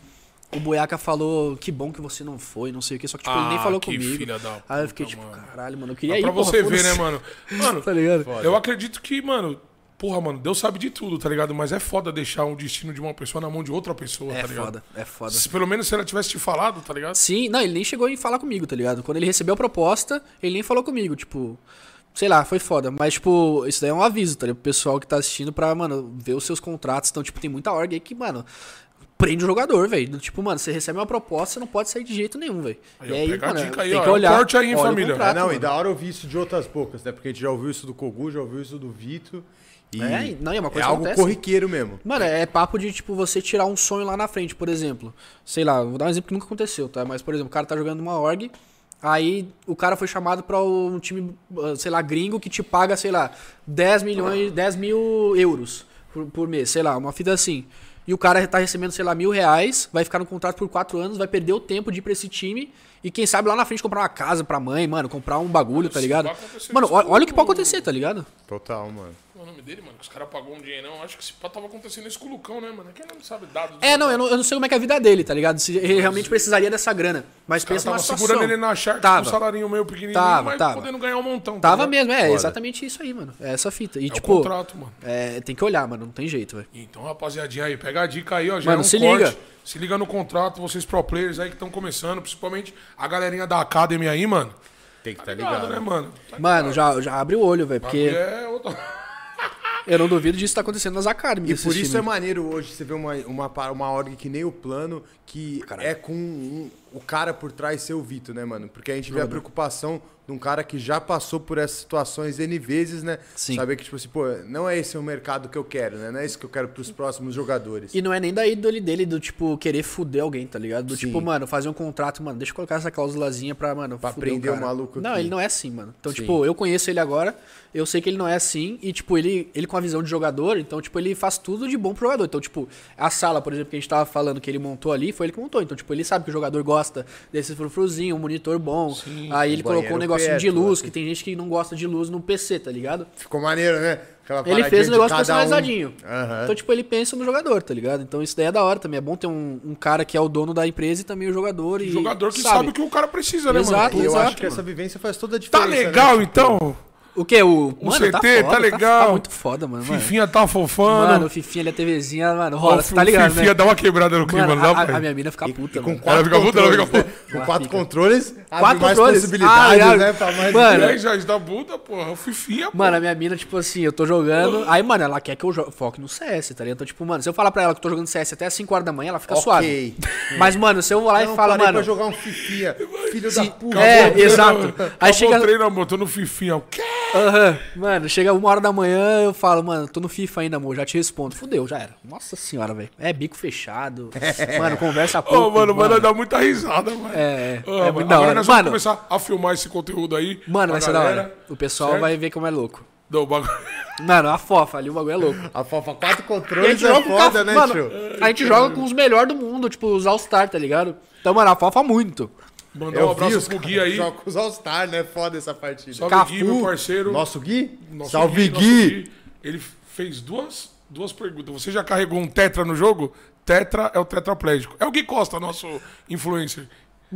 [SPEAKER 3] o Buiaca falou, que bom que você não foi, não sei o que, só que tipo, ele nem
[SPEAKER 2] Ah,
[SPEAKER 3] falou
[SPEAKER 2] que
[SPEAKER 3] comigo.
[SPEAKER 2] filha da
[SPEAKER 3] Aí eu fiquei
[SPEAKER 2] puta,
[SPEAKER 3] tipo,
[SPEAKER 2] mano.
[SPEAKER 3] caralho, mano, eu queria ir.
[SPEAKER 2] pra
[SPEAKER 3] porra,
[SPEAKER 2] você ver, né,
[SPEAKER 3] foda-se.
[SPEAKER 2] mano? Mano,
[SPEAKER 3] Tá ligado?
[SPEAKER 2] eu acredito que, mano, porra, mano, Deus sabe de tudo, tá ligado? Mas é foda deixar o destino de uma pessoa na mão de outra pessoa,
[SPEAKER 3] É
[SPEAKER 2] tá ligado?
[SPEAKER 3] foda, é foda.
[SPEAKER 2] Se, pelo menos se ela tivesse te falado, tá ligado?
[SPEAKER 3] Sim, não, ele nem chegou em falar comigo, tá ligado? Quando ele recebeu a proposta, ele nem falou comigo, tipo. Sei lá, foi foda. Mas, tipo, isso daí é um aviso, tá ligado? Pro pessoal que tá assistindo pra, mano, ver os seus contratos. Então, tipo, tem muita org aí que, mano, prende o jogador, velho. Tipo, mano, você recebe uma proposta, você não pode sair de jeito nenhum, velho.
[SPEAKER 2] Aí,
[SPEAKER 3] E
[SPEAKER 2] ó,
[SPEAKER 3] aí,
[SPEAKER 2] pega a
[SPEAKER 3] mano,
[SPEAKER 2] dica aí,
[SPEAKER 3] tem
[SPEAKER 2] ó, é um
[SPEAKER 3] que olhar.
[SPEAKER 2] corte aí, hein,
[SPEAKER 3] olha o
[SPEAKER 1] É,
[SPEAKER 2] família.
[SPEAKER 3] contrato,
[SPEAKER 1] não, e
[SPEAKER 3] mano.
[SPEAKER 1] da hora ouvir isso de outras bocas, né? Porque a gente já ouviu isso do Kogu, já ouviu isso do Vito. E
[SPEAKER 3] É, não, e é uma coisa que
[SPEAKER 1] algo
[SPEAKER 3] acontece.
[SPEAKER 1] corriqueiro mesmo.
[SPEAKER 3] Mano, é papo de, tipo, você tirar um sonho lá na frente, por exemplo. Sei lá, vou dar um exemplo que nunca aconteceu, tá? Mas, por exemplo, o cara tá jogando numa org, aí o cara foi chamado pra um time, ah, sei lá, gringo que te paga, sei lá, 10 milhões, 10 mil euros por, por mês, sei lá, uma fita assim. E o cara tá recebendo, sei lá, mil reais, vai ficar no contrato por quatro anos, vai perder o tempo de ir pra esse time e quem sabe lá na frente comprar uma casa pra mãe, mano, comprar um bagulho, tá
[SPEAKER 2] Isso
[SPEAKER 3] ligado?
[SPEAKER 2] vai acontecer
[SPEAKER 3] Mano,
[SPEAKER 2] isso
[SPEAKER 3] olha olha o que
[SPEAKER 2] com
[SPEAKER 3] pode acontecer, tá ligado?
[SPEAKER 1] Total, mano.
[SPEAKER 2] Qual é O nome dele, mano, que os caras pagou um dinheirão. Acho que esse pá tava acontecendo isso com o Lucão, né, mano? É que ele não sabe dados.
[SPEAKER 3] É, não eu, não, eu não sei como é que é a vida dele, tá ligado? Se ele realmente precisaria dessa grana. Mas
[SPEAKER 2] Cara,
[SPEAKER 3] pensa
[SPEAKER 2] tava
[SPEAKER 3] numa situação.
[SPEAKER 2] segurando ele na charca com um
[SPEAKER 3] Tava.
[SPEAKER 2] salarinho meio pequenininho,
[SPEAKER 3] Tava,
[SPEAKER 2] mas
[SPEAKER 3] tava.
[SPEAKER 2] podendo ganhar um montão. tá
[SPEAKER 3] Tava
[SPEAKER 2] ligado?
[SPEAKER 3] mesmo, é,
[SPEAKER 1] Foda.
[SPEAKER 3] exatamente isso aí, mano. É essa fita. E,
[SPEAKER 2] É
[SPEAKER 3] tipo,
[SPEAKER 2] o contrato, mano.
[SPEAKER 3] é, tem que olhar, mano, não tem jeito, velho.
[SPEAKER 2] Então, rapaziadinha aí, pega a dica aí, ó. Já
[SPEAKER 3] Mano,
[SPEAKER 2] é um
[SPEAKER 3] se
[SPEAKER 2] corte.
[SPEAKER 3] liga.
[SPEAKER 2] Se liga no contrato, vocês pro players aí que estão começando, principalmente a galerinha da Academy aí, mano.
[SPEAKER 1] Tem que estar
[SPEAKER 2] Ligado, né, mano? Tá
[SPEAKER 3] Mano, já, já abre o olho, velho,
[SPEAKER 2] ligado?
[SPEAKER 3] porque
[SPEAKER 2] É outra...
[SPEAKER 3] eu não duvido disso tá acontecendo nas academies.
[SPEAKER 1] E
[SPEAKER 3] desses
[SPEAKER 1] por isso é
[SPEAKER 3] times.
[SPEAKER 1] maneiro hoje você ver uma, uma, pa- uma org que nem o plano, que é com um- o cara por trás ser o Vitor, né, mano? Porque a gente vê a preocupação de um cara que já passou por essas situações N vezes, né?
[SPEAKER 3] Sim.
[SPEAKER 1] Saber que, tipo assim, pô, não é esse o mercado que eu quero, né? Não é isso que eu quero pros próximos jogadores.
[SPEAKER 3] E não é nem da índole dele do, tipo, querer fuder alguém, tá ligado? Do
[SPEAKER 1] Sim.
[SPEAKER 3] tipo, mano, fazer um contrato, mano, deixa eu colocar essa cláusulazinha pra, mano,
[SPEAKER 1] Pra
[SPEAKER 3] fuder
[SPEAKER 1] prender o
[SPEAKER 3] cara.
[SPEAKER 1] maluco
[SPEAKER 3] Não,
[SPEAKER 1] aqui.
[SPEAKER 3] ele não é assim, mano. Então,
[SPEAKER 1] Sim.
[SPEAKER 3] tipo, eu conheço ele agora, eu sei que ele não é assim, e, tipo, ele, ele com a visão de jogador, então, tipo, ele faz tudo de bom pro jogador. Então, tipo, a sala, por exemplo, que a gente tava falando que ele montou ali, foi ele que montou. Então, tipo, ele sabe que o jogador gosta desse frufruzinho, um monitor bom. aí ele
[SPEAKER 1] um
[SPEAKER 3] colocou um
[SPEAKER 1] banheiro
[SPEAKER 3] negocinho de
[SPEAKER 1] perto,
[SPEAKER 3] luz,
[SPEAKER 1] assim.
[SPEAKER 3] que tem gente que não gosta de luz no PC, tá ligado?
[SPEAKER 1] Ficou maneiro, né? Aquela
[SPEAKER 3] Ele
[SPEAKER 1] paradinha
[SPEAKER 3] fez
[SPEAKER 1] de
[SPEAKER 3] um negócio
[SPEAKER 1] cada um.
[SPEAKER 3] personalizadinho.
[SPEAKER 1] Aham.
[SPEAKER 3] Então, tipo, ele pensa no jogador, tá ligado? Então isso daí é da hora também. É bom ter um, um cara que é o dono da empresa e também o jogador. E
[SPEAKER 2] Jogador que sabe. o que o cara precisa, né,
[SPEAKER 3] Exato.
[SPEAKER 1] E eu
[SPEAKER 2] mano?
[SPEAKER 1] acho
[SPEAKER 3] Exato,
[SPEAKER 1] que
[SPEAKER 3] mano.
[SPEAKER 1] essa vivência faz toda a
[SPEAKER 2] Tá
[SPEAKER 3] é
[SPEAKER 1] diferença.
[SPEAKER 2] legal,
[SPEAKER 1] né?
[SPEAKER 2] então?
[SPEAKER 3] O que? O,
[SPEAKER 2] O
[SPEAKER 3] mano, tá,
[SPEAKER 2] CT,
[SPEAKER 3] foda,
[SPEAKER 2] tá
[SPEAKER 3] tá
[SPEAKER 2] legal.
[SPEAKER 3] Tá muito foda, mano. mano.
[SPEAKER 2] Fifinha tá fofando.
[SPEAKER 3] Mano, o Fifinha ali, a TVzinha, mano, rola, você tá ligado,
[SPEAKER 2] Fifinha
[SPEAKER 3] né?
[SPEAKER 2] dá uma quebrada no clima,
[SPEAKER 3] Mano,
[SPEAKER 2] não dá,
[SPEAKER 3] a, a-
[SPEAKER 2] pai?
[SPEAKER 3] a minha mina fica então. puta,
[SPEAKER 1] E com
[SPEAKER 3] mano.
[SPEAKER 1] quatro
[SPEAKER 2] fica puta, ela
[SPEAKER 1] controles,
[SPEAKER 2] fica
[SPEAKER 1] né?
[SPEAKER 3] Ela
[SPEAKER 1] Com quatro
[SPEAKER 3] fica.
[SPEAKER 1] controles, abre
[SPEAKER 3] Quatro
[SPEAKER 1] mais
[SPEAKER 3] controles.
[SPEAKER 1] possibilidades,
[SPEAKER 3] Ah,
[SPEAKER 1] né? Pra mais
[SPEAKER 3] Mano,
[SPEAKER 2] É, já da Buda, porra. O Fifinha, porra.
[SPEAKER 3] Mano, a minha mina, tipo assim, eu tô jogando. Aí, mano, ela quer que eu jo- foque no CS, tá ligado? Então, tipo, mano, se eu falar pra ela que eu tô jogando CS até as 5 horas da manhã, ela fica
[SPEAKER 1] Ok.
[SPEAKER 3] suave. Mas, mano, se eu vou lá
[SPEAKER 1] Não,
[SPEAKER 3] e falar,
[SPEAKER 1] parei
[SPEAKER 3] mano.
[SPEAKER 1] pra jogar um fifinha, filho
[SPEAKER 3] se-
[SPEAKER 1] da puta.
[SPEAKER 3] É,
[SPEAKER 2] Acabou o treino,
[SPEAKER 3] exato. Aí
[SPEAKER 2] acabou
[SPEAKER 3] chega-
[SPEAKER 2] o treino, amor, tô no Fifinha. O quê?
[SPEAKER 3] Aham. Mano, chega uma hora da manhã, eu falo, mano, tô no FIFA ainda, amor, já te respondo. Fudeu, já era. Nossa senhora, velho. É bico fechado. Mano, conversa
[SPEAKER 2] Ô,
[SPEAKER 3] pouco.
[SPEAKER 2] mano, vai dar muita risada, mano.
[SPEAKER 3] É, é.
[SPEAKER 2] Ô,
[SPEAKER 3] É
[SPEAKER 2] mano,
[SPEAKER 3] muito da
[SPEAKER 2] Agora
[SPEAKER 3] hora.
[SPEAKER 2] nós
[SPEAKER 3] Mano.
[SPEAKER 2] vamos começar a filmar esse conteúdo aí. pra
[SPEAKER 3] Mano, vai ser da hora.
[SPEAKER 2] galera.
[SPEAKER 3] O pessoal
[SPEAKER 2] certo?
[SPEAKER 3] vai ver como é louco.
[SPEAKER 2] Não, o bagulho...
[SPEAKER 3] Mano, a fofa ali, o bagulho é louco.
[SPEAKER 1] A fofa, quatro
[SPEAKER 3] E a
[SPEAKER 1] controles
[SPEAKER 3] gente
[SPEAKER 1] é
[SPEAKER 3] joga com
[SPEAKER 1] foda,
[SPEAKER 3] o
[SPEAKER 1] né,
[SPEAKER 3] mano,
[SPEAKER 1] tio?
[SPEAKER 3] A gente joga com os melhores do mundo, tipo, os All-Star, tá ligado? Então, mano, a fofa muito.
[SPEAKER 2] Mandar
[SPEAKER 1] Eu
[SPEAKER 2] um
[SPEAKER 1] vi
[SPEAKER 2] abraço
[SPEAKER 1] os
[SPEAKER 2] pro Gui aí.
[SPEAKER 1] Joga com os All-Star, né? Foda essa partida.
[SPEAKER 2] Salve, Gui,
[SPEAKER 3] Cafu.
[SPEAKER 2] meu parceiro.
[SPEAKER 1] Nosso Gui?
[SPEAKER 2] Nosso
[SPEAKER 1] Salve,
[SPEAKER 2] nosso
[SPEAKER 1] Gui!
[SPEAKER 2] Ele fez duas, duas perguntas. Você já carregou um tetra no jogo? Tetra é o tetraplégico. É o Gui Costa, nosso influencer.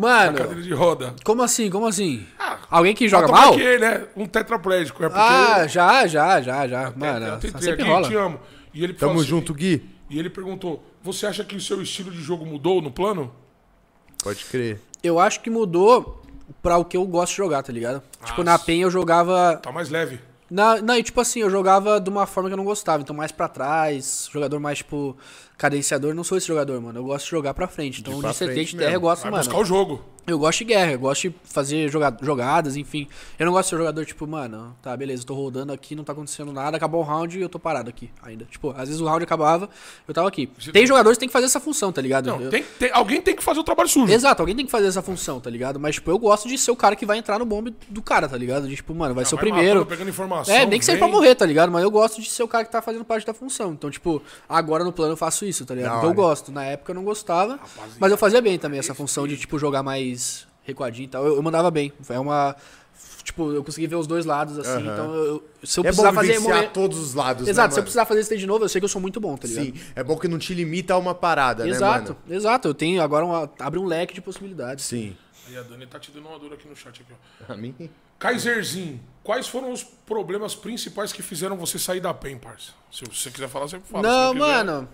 [SPEAKER 2] Cadeira
[SPEAKER 3] Mano,
[SPEAKER 2] de roda.
[SPEAKER 3] como assim? Como assim?
[SPEAKER 2] Ah,
[SPEAKER 3] Alguém que joga
[SPEAKER 2] Mas tomara
[SPEAKER 3] mal?
[SPEAKER 2] que, né? Um tetraplégico. É porque
[SPEAKER 3] Ah, já, já, já, já.
[SPEAKER 2] eu, eu,
[SPEAKER 3] Mano,
[SPEAKER 2] tentei
[SPEAKER 3] sempre
[SPEAKER 2] aqui,
[SPEAKER 3] rola.
[SPEAKER 2] te amo. E ele
[SPEAKER 1] Tamo
[SPEAKER 2] falou assim-
[SPEAKER 1] junto, Gui.
[SPEAKER 2] E ele perguntou: Você acha que o seu estilo de jogo mudou no plano?
[SPEAKER 1] Pode crer.
[SPEAKER 3] Eu acho que mudou pra o que eu gosto de jogar, tá ligado? Tipo, na PEN eu jogava.
[SPEAKER 2] Tá mais leve.
[SPEAKER 3] Na, não, e tipo assim, eu jogava de uma forma que eu não gostava. Então, mais pra trás, jogador mais, tipo, cadenciador. Eu Não sou esse jogador, mano. Eu gosto de jogar pra frente. Então, de,
[SPEAKER 1] pra
[SPEAKER 3] CT
[SPEAKER 1] frente
[SPEAKER 3] de terra eu
[SPEAKER 1] mesmo.
[SPEAKER 3] gosto,
[SPEAKER 2] Vai
[SPEAKER 3] mano.
[SPEAKER 2] buscar o jogo.
[SPEAKER 3] Eu gosto de guerra, eu gosto de fazer joga- jogadas, enfim. Eu não gosto de ser jogador, tipo, mano, tá, beleza, eu tô rodando aqui, não tá acontecendo nada, acabou o round e eu tô parado aqui ainda. Tipo, às vezes o round acabava, eu tava aqui. Tem jogadores que tem que fazer essa função, tá ligado?
[SPEAKER 2] Não,
[SPEAKER 3] Eu-
[SPEAKER 2] tem- tem- alguém tem que fazer o trabalho sujo.
[SPEAKER 3] Exato, alguém tem que fazer essa função, tá ligado? Mas, tipo, eu gosto de ser o cara que vai entrar no bombe do cara, tá ligado? De, tipo, mano, vai ser o
[SPEAKER 2] Vai
[SPEAKER 3] primeiro.
[SPEAKER 2] matando, pegando informação.
[SPEAKER 3] É, nem que seja pra
[SPEAKER 2] vem.
[SPEAKER 3] morrer, tá ligado? Mas eu gosto de ser o cara que tá fazendo parte da função. Então, tipo, agora no plano eu faço isso, tá ligado?
[SPEAKER 1] Da
[SPEAKER 3] Então eu
[SPEAKER 1] hora.
[SPEAKER 3] gosto. Na época eu não gostava, mas eu fazia bem também essa função de, tipo, jogar mais recuadinho e tal. Eu, eu mandava bem. É uma. Tipo, eu consegui ver os dois lados, assim.
[SPEAKER 1] Aham.
[SPEAKER 3] Então, eu- se eu
[SPEAKER 1] é
[SPEAKER 3] precisar
[SPEAKER 1] bom
[SPEAKER 3] fazer.
[SPEAKER 1] vivenciar
[SPEAKER 3] Morrer...
[SPEAKER 1] todos os lados,
[SPEAKER 3] Exato,
[SPEAKER 1] né,
[SPEAKER 3] se eu
[SPEAKER 1] mano?
[SPEAKER 3] precisar fazer isso de novo, eu sei que eu sou muito bom, tá ligado?
[SPEAKER 1] Sim, é bom que não te limita a uma parada, né,
[SPEAKER 3] Exato,
[SPEAKER 1] mano?
[SPEAKER 3] exato. Eu tenho agora uma, abre um leque de possibilidades.
[SPEAKER 1] Sim.
[SPEAKER 2] Aí a Dani tá te dando uma dor aqui no chat. Aqui, ó.
[SPEAKER 1] A mim...
[SPEAKER 2] Kaiserzinho, quais foram os problemas principais que fizeram você sair da PEN, parça? Se você quiser falar, você fala.
[SPEAKER 3] Não,
[SPEAKER 2] se quiser-
[SPEAKER 3] mano.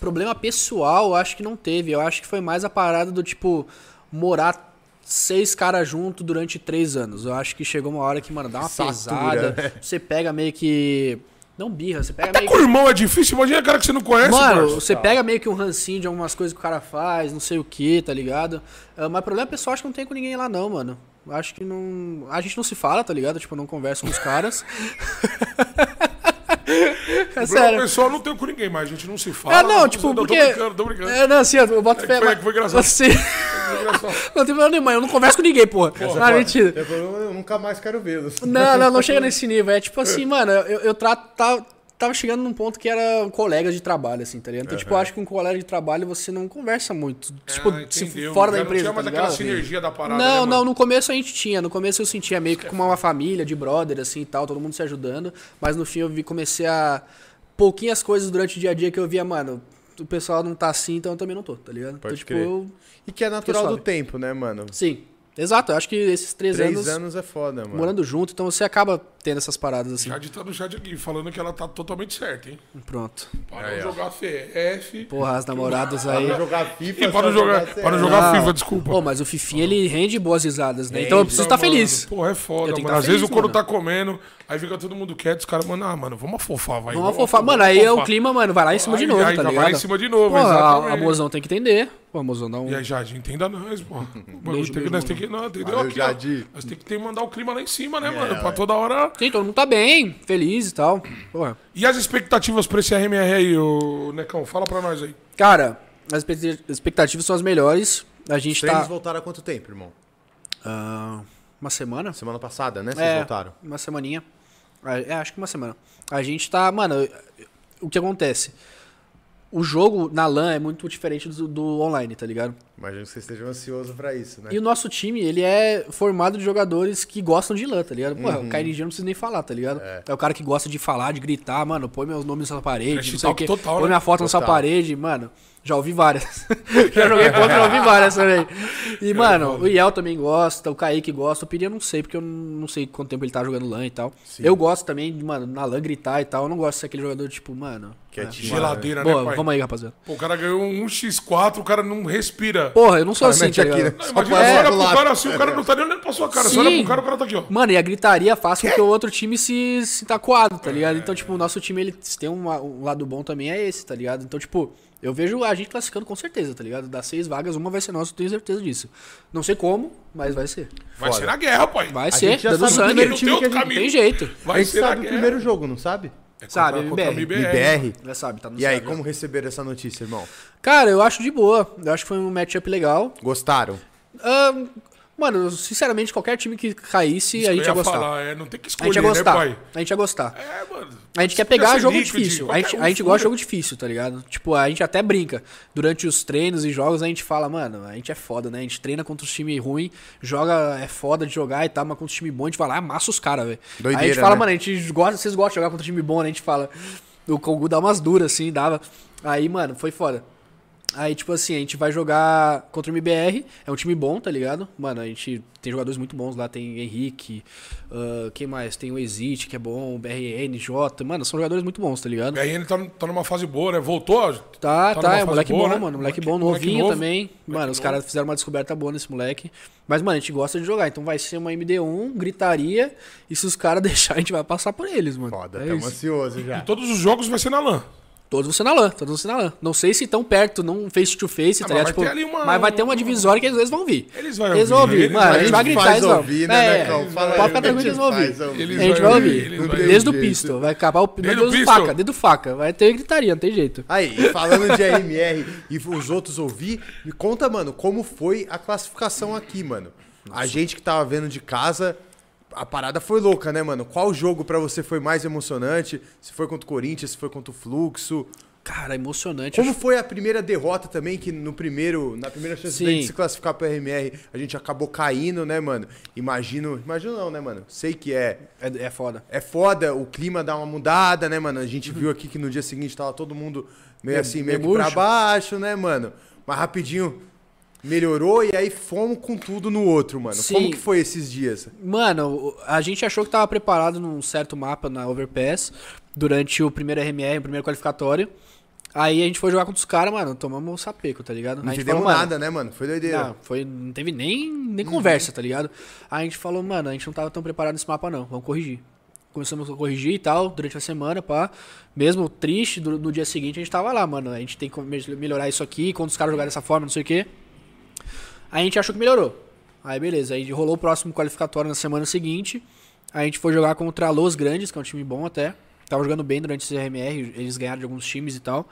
[SPEAKER 3] Problema pessoal, eu acho que não teve. Eu acho que foi mais a parada do tipo morar seis caras junto durante três anos. Eu acho que chegou uma hora que, mano, dá uma
[SPEAKER 1] Satura,
[SPEAKER 3] pesada.
[SPEAKER 1] né?
[SPEAKER 3] Você pega meio que. Não birra, você pega
[SPEAKER 2] Até
[SPEAKER 3] meio
[SPEAKER 2] com o
[SPEAKER 3] que.
[SPEAKER 2] irmão é difícil, imagina cara que você não conhece,
[SPEAKER 3] Mano,
[SPEAKER 2] parça.
[SPEAKER 3] você pega meio que um rancinho de algumas coisas que o cara faz, não sei o que, tá ligado? Ah, Mas problema pessoal acho que não tem com ninguém lá, não, mano. Eu Acho que não. A gente não se fala, tá ligado? Tipo, eu não converso com os caras. é
[SPEAKER 2] O
[SPEAKER 3] sério.
[SPEAKER 2] pessoal não tem com ninguém, mas a gente não se fala.
[SPEAKER 3] Ah, não, tipo,
[SPEAKER 2] tô
[SPEAKER 3] porque...
[SPEAKER 2] brincando, tô brincando.
[SPEAKER 3] É, não, assim, eu eu boto
[SPEAKER 2] É,
[SPEAKER 3] fé,
[SPEAKER 2] foi-
[SPEAKER 3] mas...
[SPEAKER 2] foi engraçado.
[SPEAKER 3] Assim,
[SPEAKER 2] Engraçado.
[SPEAKER 3] não tem problema nenhum, eu não converso com ninguém, porra. não, Ah, mentira.
[SPEAKER 1] Eu, eu nunca mais quero vê-los.
[SPEAKER 3] Não, não, não chega nesse nível. É tipo assim, mano, eu, eu trato... tá- Tava chegando num ponto que era colegas de trabalho, assim, tá ligado? Então, tipo, eu acho que com colega de trabalho você não conversa muito. Tipo,
[SPEAKER 2] É Ah,
[SPEAKER 3] se
[SPEAKER 2] entendeu.
[SPEAKER 3] fora
[SPEAKER 2] Já
[SPEAKER 3] da
[SPEAKER 2] não
[SPEAKER 3] empresa,
[SPEAKER 2] tinha mais
[SPEAKER 3] tá
[SPEAKER 2] aquela
[SPEAKER 3] ligado?
[SPEAKER 2] sinergia da parada, né,
[SPEAKER 3] Não,
[SPEAKER 2] mano?
[SPEAKER 3] não, no começo a gente tinha. No começo eu sentia meio que como uma família de brother, assim e tal, todo mundo se ajudando. Mas no fim eu vi, comecei a. Pouquinhas coisas durante o dia a dia que eu via, mano, o pessoal não tá assim, então eu também não tô, tá ligado? então,
[SPEAKER 1] Pode
[SPEAKER 3] tipo,
[SPEAKER 1] crer.
[SPEAKER 3] eu.
[SPEAKER 1] E que é natural
[SPEAKER 3] Fica
[SPEAKER 1] do
[SPEAKER 3] suave.
[SPEAKER 1] tempo, né, mano?
[SPEAKER 3] Sim. Exato, eu acho que esses três,
[SPEAKER 1] Três
[SPEAKER 3] anos,
[SPEAKER 1] anos é foda, mano.
[SPEAKER 3] morando junto, então você acaba tendo essas paradas assim.
[SPEAKER 2] Jade tá no chat aqui, falando que ela tá totalmente certa, hein?
[SPEAKER 3] Pronto.
[SPEAKER 2] Para
[SPEAKER 1] Aí,
[SPEAKER 2] não
[SPEAKER 1] ó.
[SPEAKER 2] jogar CF.
[SPEAKER 3] Porra, as namoradas aí.
[SPEAKER 1] Pra não jogar FIFA,
[SPEAKER 2] E para
[SPEAKER 1] só
[SPEAKER 2] não jogar, para não
[SPEAKER 1] CS.
[SPEAKER 2] jogar
[SPEAKER 3] Não.
[SPEAKER 2] FIFA, desculpa.
[SPEAKER 3] Pô, mas o Fifinha ele rende boas risadas, né? Então eu preciso
[SPEAKER 2] Puta,
[SPEAKER 3] estar feliz.
[SPEAKER 2] Mano, porra, é foda,
[SPEAKER 3] Eu tenho que
[SPEAKER 2] mano.
[SPEAKER 3] tá
[SPEAKER 2] Às vezes o
[SPEAKER 3] feliz,
[SPEAKER 2] couro tá
[SPEAKER 3] mano.
[SPEAKER 2] comendo, aí fica todo mundo quieto, os caras, mano, ah, mano, vamos afofar, vai.
[SPEAKER 3] Vamos afofar. Mano, aí é o clima, mano, vai lá em cima de
[SPEAKER 2] Aí-
[SPEAKER 3] novo,
[SPEAKER 2] aí
[SPEAKER 3] tá
[SPEAKER 2] vai
[SPEAKER 3] ligado?
[SPEAKER 2] lá em cima de novo,
[SPEAKER 3] Pô, a,
[SPEAKER 2] exatamente.
[SPEAKER 3] a mozão tem que entender. Pô, a mozão dá um.
[SPEAKER 2] E aí, Jade, entenda nós, pô. O bagulho
[SPEAKER 3] Beijo,
[SPEAKER 2] tem que
[SPEAKER 3] beijo,
[SPEAKER 2] nós tem que não, entendeu?
[SPEAKER 1] Valeu,
[SPEAKER 2] Aqui, ó,
[SPEAKER 1] Jade.
[SPEAKER 2] nós tem que ter, mandar o clima lá em cima,
[SPEAKER 3] É,
[SPEAKER 2] né, mano? Pra toda hora.
[SPEAKER 3] Sim, todo mundo tá bem, feliz e tal. Porra.
[SPEAKER 2] E as expectativas pra esse RMR aí, ô Necão? Fala pra nós aí.
[SPEAKER 3] Cara, as expecta- expectativas são as melhores. A gente
[SPEAKER 1] Os treinos
[SPEAKER 3] tá.
[SPEAKER 1] voltaram há quanto tempo, irmão?
[SPEAKER 3] Ah, uma semana?
[SPEAKER 1] Semana passada, né? Vocês
[SPEAKER 3] É,
[SPEAKER 1] voltaram.
[SPEAKER 3] Uma semaninha. Ah, É, acho que uma semana. A gente tá. Mano, eu- o que acontece? O jogo na LAN é muito diferente do, do online, tá ligado?
[SPEAKER 1] Imagino que vocês estejam ansiosos pra isso, né?
[SPEAKER 3] E o nosso time, ele é formado de jogadores que gostam de LAN, tá ligado? Porra,
[SPEAKER 1] Uhum.
[SPEAKER 3] o KNG eu não preciso nem falar, tá ligado? É. o cara que gosta de falar, de gritar, mano, põe meus nomes nessa parede,
[SPEAKER 2] Trash
[SPEAKER 3] não sei o
[SPEAKER 2] talk
[SPEAKER 3] quê.
[SPEAKER 2] total,
[SPEAKER 3] põe
[SPEAKER 2] né?
[SPEAKER 3] minha foto nessa
[SPEAKER 1] Total.
[SPEAKER 3] parede, mano. Já ouvi várias. já joguei contra, já ouvi várias também. E, mano, o Iel também gosta, o Kaique gosta, o Piri eu não sei, porque eu não sei quanto tempo ele tá jogando LAN e tal. Eu gosto também, de, mano, na LAN gritar e tal. Eu não gosto de ser aquele jogador, tipo, mano.
[SPEAKER 1] Que é
[SPEAKER 3] né?
[SPEAKER 1] de-
[SPEAKER 2] Geladeira, né,
[SPEAKER 3] Boa,
[SPEAKER 2] pai?
[SPEAKER 3] vamos aí, rapaziada.
[SPEAKER 2] Pô, o cara ganhou um 1x4, o cara não respira.
[SPEAKER 3] Porra, eu não sou
[SPEAKER 1] Cara,
[SPEAKER 3] assim,
[SPEAKER 1] mete
[SPEAKER 3] tá
[SPEAKER 1] aqui,
[SPEAKER 3] ligado?
[SPEAKER 1] né?
[SPEAKER 2] Não,
[SPEAKER 1] só passa
[SPEAKER 2] imagina, você olha
[SPEAKER 1] pro
[SPEAKER 2] pro
[SPEAKER 1] lado.
[SPEAKER 2] cara assim, o cara não tá nem olhando pra sua cara. Você
[SPEAKER 3] É. Sim.
[SPEAKER 2] olha pro cara, o cara tá aqui, ó.
[SPEAKER 3] Mano, e a gritaria faz com que o outro time se, se tá coado,
[SPEAKER 1] É.
[SPEAKER 3] tá ligado? Então, tipo, o nosso time, ele se tem uma- um lado bom também, é esse, tá ligado? Então, tipo, eu vejo a gente classificando com certeza, tá ligado? Das seis vagas, uma vai ser nossa, eu tenho certeza disso. Não sei como, mas vai ser.
[SPEAKER 2] Vai
[SPEAKER 1] Foda.
[SPEAKER 2] ser na guerra, pai.
[SPEAKER 3] Vai
[SPEAKER 1] A
[SPEAKER 3] ser,
[SPEAKER 1] gente já
[SPEAKER 3] dando
[SPEAKER 1] sabe o
[SPEAKER 3] sangue.
[SPEAKER 1] primeiro
[SPEAKER 3] Não
[SPEAKER 1] time
[SPEAKER 3] tem
[SPEAKER 1] que a
[SPEAKER 3] outro
[SPEAKER 1] gente
[SPEAKER 3] caminho. Não tem jeito.
[SPEAKER 1] A
[SPEAKER 2] Vai é.
[SPEAKER 1] gente
[SPEAKER 2] ser na
[SPEAKER 1] sabe o
[SPEAKER 2] guerra.
[SPEAKER 1] primeiro jogo, não sabe?
[SPEAKER 2] É
[SPEAKER 3] Sabe,
[SPEAKER 2] contra- contra a
[SPEAKER 3] MBR.
[SPEAKER 1] IBR.
[SPEAKER 3] Já sabe, tá no
[SPEAKER 1] E aí,
[SPEAKER 3] sangue.
[SPEAKER 1] como receberam essa notícia, irmão?
[SPEAKER 3] Cara, eu acho de boa. Eu acho que foi um matchup legal.
[SPEAKER 1] Gostaram?
[SPEAKER 3] Ahn, mano, sinceramente, qualquer time que caísse,
[SPEAKER 2] Isso
[SPEAKER 3] a
[SPEAKER 2] que
[SPEAKER 3] gente
[SPEAKER 2] eu
[SPEAKER 3] ia
[SPEAKER 2] ia
[SPEAKER 3] gostar.
[SPEAKER 2] falar, é, não tem que
[SPEAKER 3] A
[SPEAKER 2] escolher,
[SPEAKER 3] gente ia
[SPEAKER 2] né,
[SPEAKER 3] gostar.
[SPEAKER 2] pai?
[SPEAKER 3] A gente ia gostar.
[SPEAKER 2] É, mano.
[SPEAKER 3] A gente quer
[SPEAKER 2] Podia
[SPEAKER 3] pegar
[SPEAKER 2] ser
[SPEAKER 3] jogo
[SPEAKER 2] líquido,
[SPEAKER 3] difícil. A
[SPEAKER 2] qualquer
[SPEAKER 3] gente,
[SPEAKER 2] um,
[SPEAKER 3] a gente gosta
[SPEAKER 2] foda.
[SPEAKER 3] de jogo difícil, tá ligado? Tipo, a gente até brinca. Durante os treinos e jogos, a gente fala, mano, a gente é foda, né? A gente treina contra os times ruins, joga, é foda de jogar e tal, mas contra os times bons, a gente vai lá e amassa os caras, velho. Aí a
[SPEAKER 1] Doideira,
[SPEAKER 3] gente fala,
[SPEAKER 1] né?
[SPEAKER 3] mano, a gente gosta, vocês gostam de jogar contra time bom, né? A gente fala. O Congu dá umas duras, assim, dava. Aí, mano, foi foda. Aí, tipo assim, a gente vai jogar contra o MBR, é um time bom, tá ligado? Mano, a gente tem jogadores muito bons lá, tem Henrique, ah, quem mais? Tem o Exit, que é bom, o BRN, J, mano, são jogadores muito bons, tá ligado?
[SPEAKER 2] E aí ele tá, tá numa fase boa, né? Voltou. ó,
[SPEAKER 3] Tá,
[SPEAKER 2] numa
[SPEAKER 3] tá, é
[SPEAKER 2] fase
[SPEAKER 3] um moleque
[SPEAKER 2] boa,
[SPEAKER 3] bom,
[SPEAKER 2] né?
[SPEAKER 3] mano. Moleque, bom,
[SPEAKER 2] moleque
[SPEAKER 3] novinho
[SPEAKER 2] novo.
[SPEAKER 3] também. mano, os caras fizeram uma descoberta boa nesse moleque. Mas, mano, a gente gosta de jogar, então vai ser uma MD1, gritaria, e se os caras deixarem, a gente vai passar por eles, mano.
[SPEAKER 1] Foda,
[SPEAKER 3] é
[SPEAKER 1] tamo
[SPEAKER 3] isso.
[SPEAKER 1] ansioso já.
[SPEAKER 2] Todos os jogos vai ser na LAN.
[SPEAKER 3] Todos vão ser na LAN, todos vão ser na LAN. Não sei se tão perto, não face to face,
[SPEAKER 2] Ah,
[SPEAKER 3] tá
[SPEAKER 2] mas vai
[SPEAKER 3] ligado? Tipo,
[SPEAKER 2] ter ali uma- um
[SPEAKER 3] mas vai ter uma divisória que às vezes vão vir.
[SPEAKER 2] Eles vão
[SPEAKER 3] Eles vão
[SPEAKER 2] ouvir,
[SPEAKER 3] ouvir,
[SPEAKER 2] eles
[SPEAKER 3] mano.
[SPEAKER 2] vão-
[SPEAKER 3] a gente vai gritar,
[SPEAKER 1] faz
[SPEAKER 3] eles vão.
[SPEAKER 1] ouvir, né,
[SPEAKER 3] É,
[SPEAKER 1] Cão? Fala
[SPEAKER 3] pode
[SPEAKER 1] aí,
[SPEAKER 3] ficar tranquilo que eles vão
[SPEAKER 1] faz
[SPEAKER 3] ouvir.
[SPEAKER 1] ouvir. Um
[SPEAKER 2] Eles
[SPEAKER 3] A gente
[SPEAKER 2] vão
[SPEAKER 3] vai
[SPEAKER 2] ouvir,
[SPEAKER 3] ouvir.
[SPEAKER 2] eles vão
[SPEAKER 3] Desde o
[SPEAKER 1] ouvir.
[SPEAKER 3] pisto, vai acabar o
[SPEAKER 2] Desde o
[SPEAKER 3] dedo
[SPEAKER 2] pisto.
[SPEAKER 3] faca, dedo faca. Vai ter gritaria, não tem jeito.
[SPEAKER 1] Aí, e falando de RMR e os outros ouvir, me conta, mano, como foi a classificação aqui, mano? A gente que tava vendo de casa, a parada foi louca, né, mano? Qual jogo pra você foi mais emocionante? Se foi contra o Corinthians, se foi contra o Fluxo?
[SPEAKER 3] Cara, emocionante.
[SPEAKER 1] Como foi a primeira derrota também que no primeiro, na primeira chance de
[SPEAKER 3] Sim.
[SPEAKER 1] gente se classificar pro RMR, a gente acabou caindo, né, mano? Imagino, imagino não, né, mano? Sei que é
[SPEAKER 3] É, é foda.
[SPEAKER 1] é foda, o clima dá uma mudada, né, mano? A gente viu aqui que no dia seguinte tava todo mundo meio
[SPEAKER 3] Meio-
[SPEAKER 1] assim, meio que
[SPEAKER 3] É, meio
[SPEAKER 1] pra
[SPEAKER 3] murcho.
[SPEAKER 1] baixo, né, mano? Mas rapidinho melhorou e aí fomos com tudo no outro, mano. Como
[SPEAKER 3] Sim.
[SPEAKER 1] que foi esses dias?
[SPEAKER 3] Mano, o- a gente achou que tava preparado num certo mapa na Overpass durante o primeiro RMR, o primeiro qualificatório. Aí a gente foi jogar contra os caras, mano, tomamos um sapeco, tá ligado?
[SPEAKER 1] Não
[SPEAKER 3] a gente
[SPEAKER 1] entendemos
[SPEAKER 3] falou, mano,
[SPEAKER 1] nada, né, mano? Foi doideira.
[SPEAKER 3] Não, foi, não teve nem, nem conversa, tá ligado? Aí a gente falou, mano, a gente não tava tão preparado nesse mapa, não. Vamos corrigir. Começamos a corrigir e tal, durante a semana, pá. Mesmo triste, do- no dia seguinte a gente tava lá, mano. A gente tem que me- melhorar isso aqui, quando os caras jogarem dessa forma, não sei o quê. Aí a gente achou que melhorou. Aí beleza, aí rolou o próximo qualificatório na semana seguinte. Aí a gente foi jogar contra a Los Grandes, que é um time bom até. Tava jogando bem durante esse RMR, eles ganharam de alguns times e tal.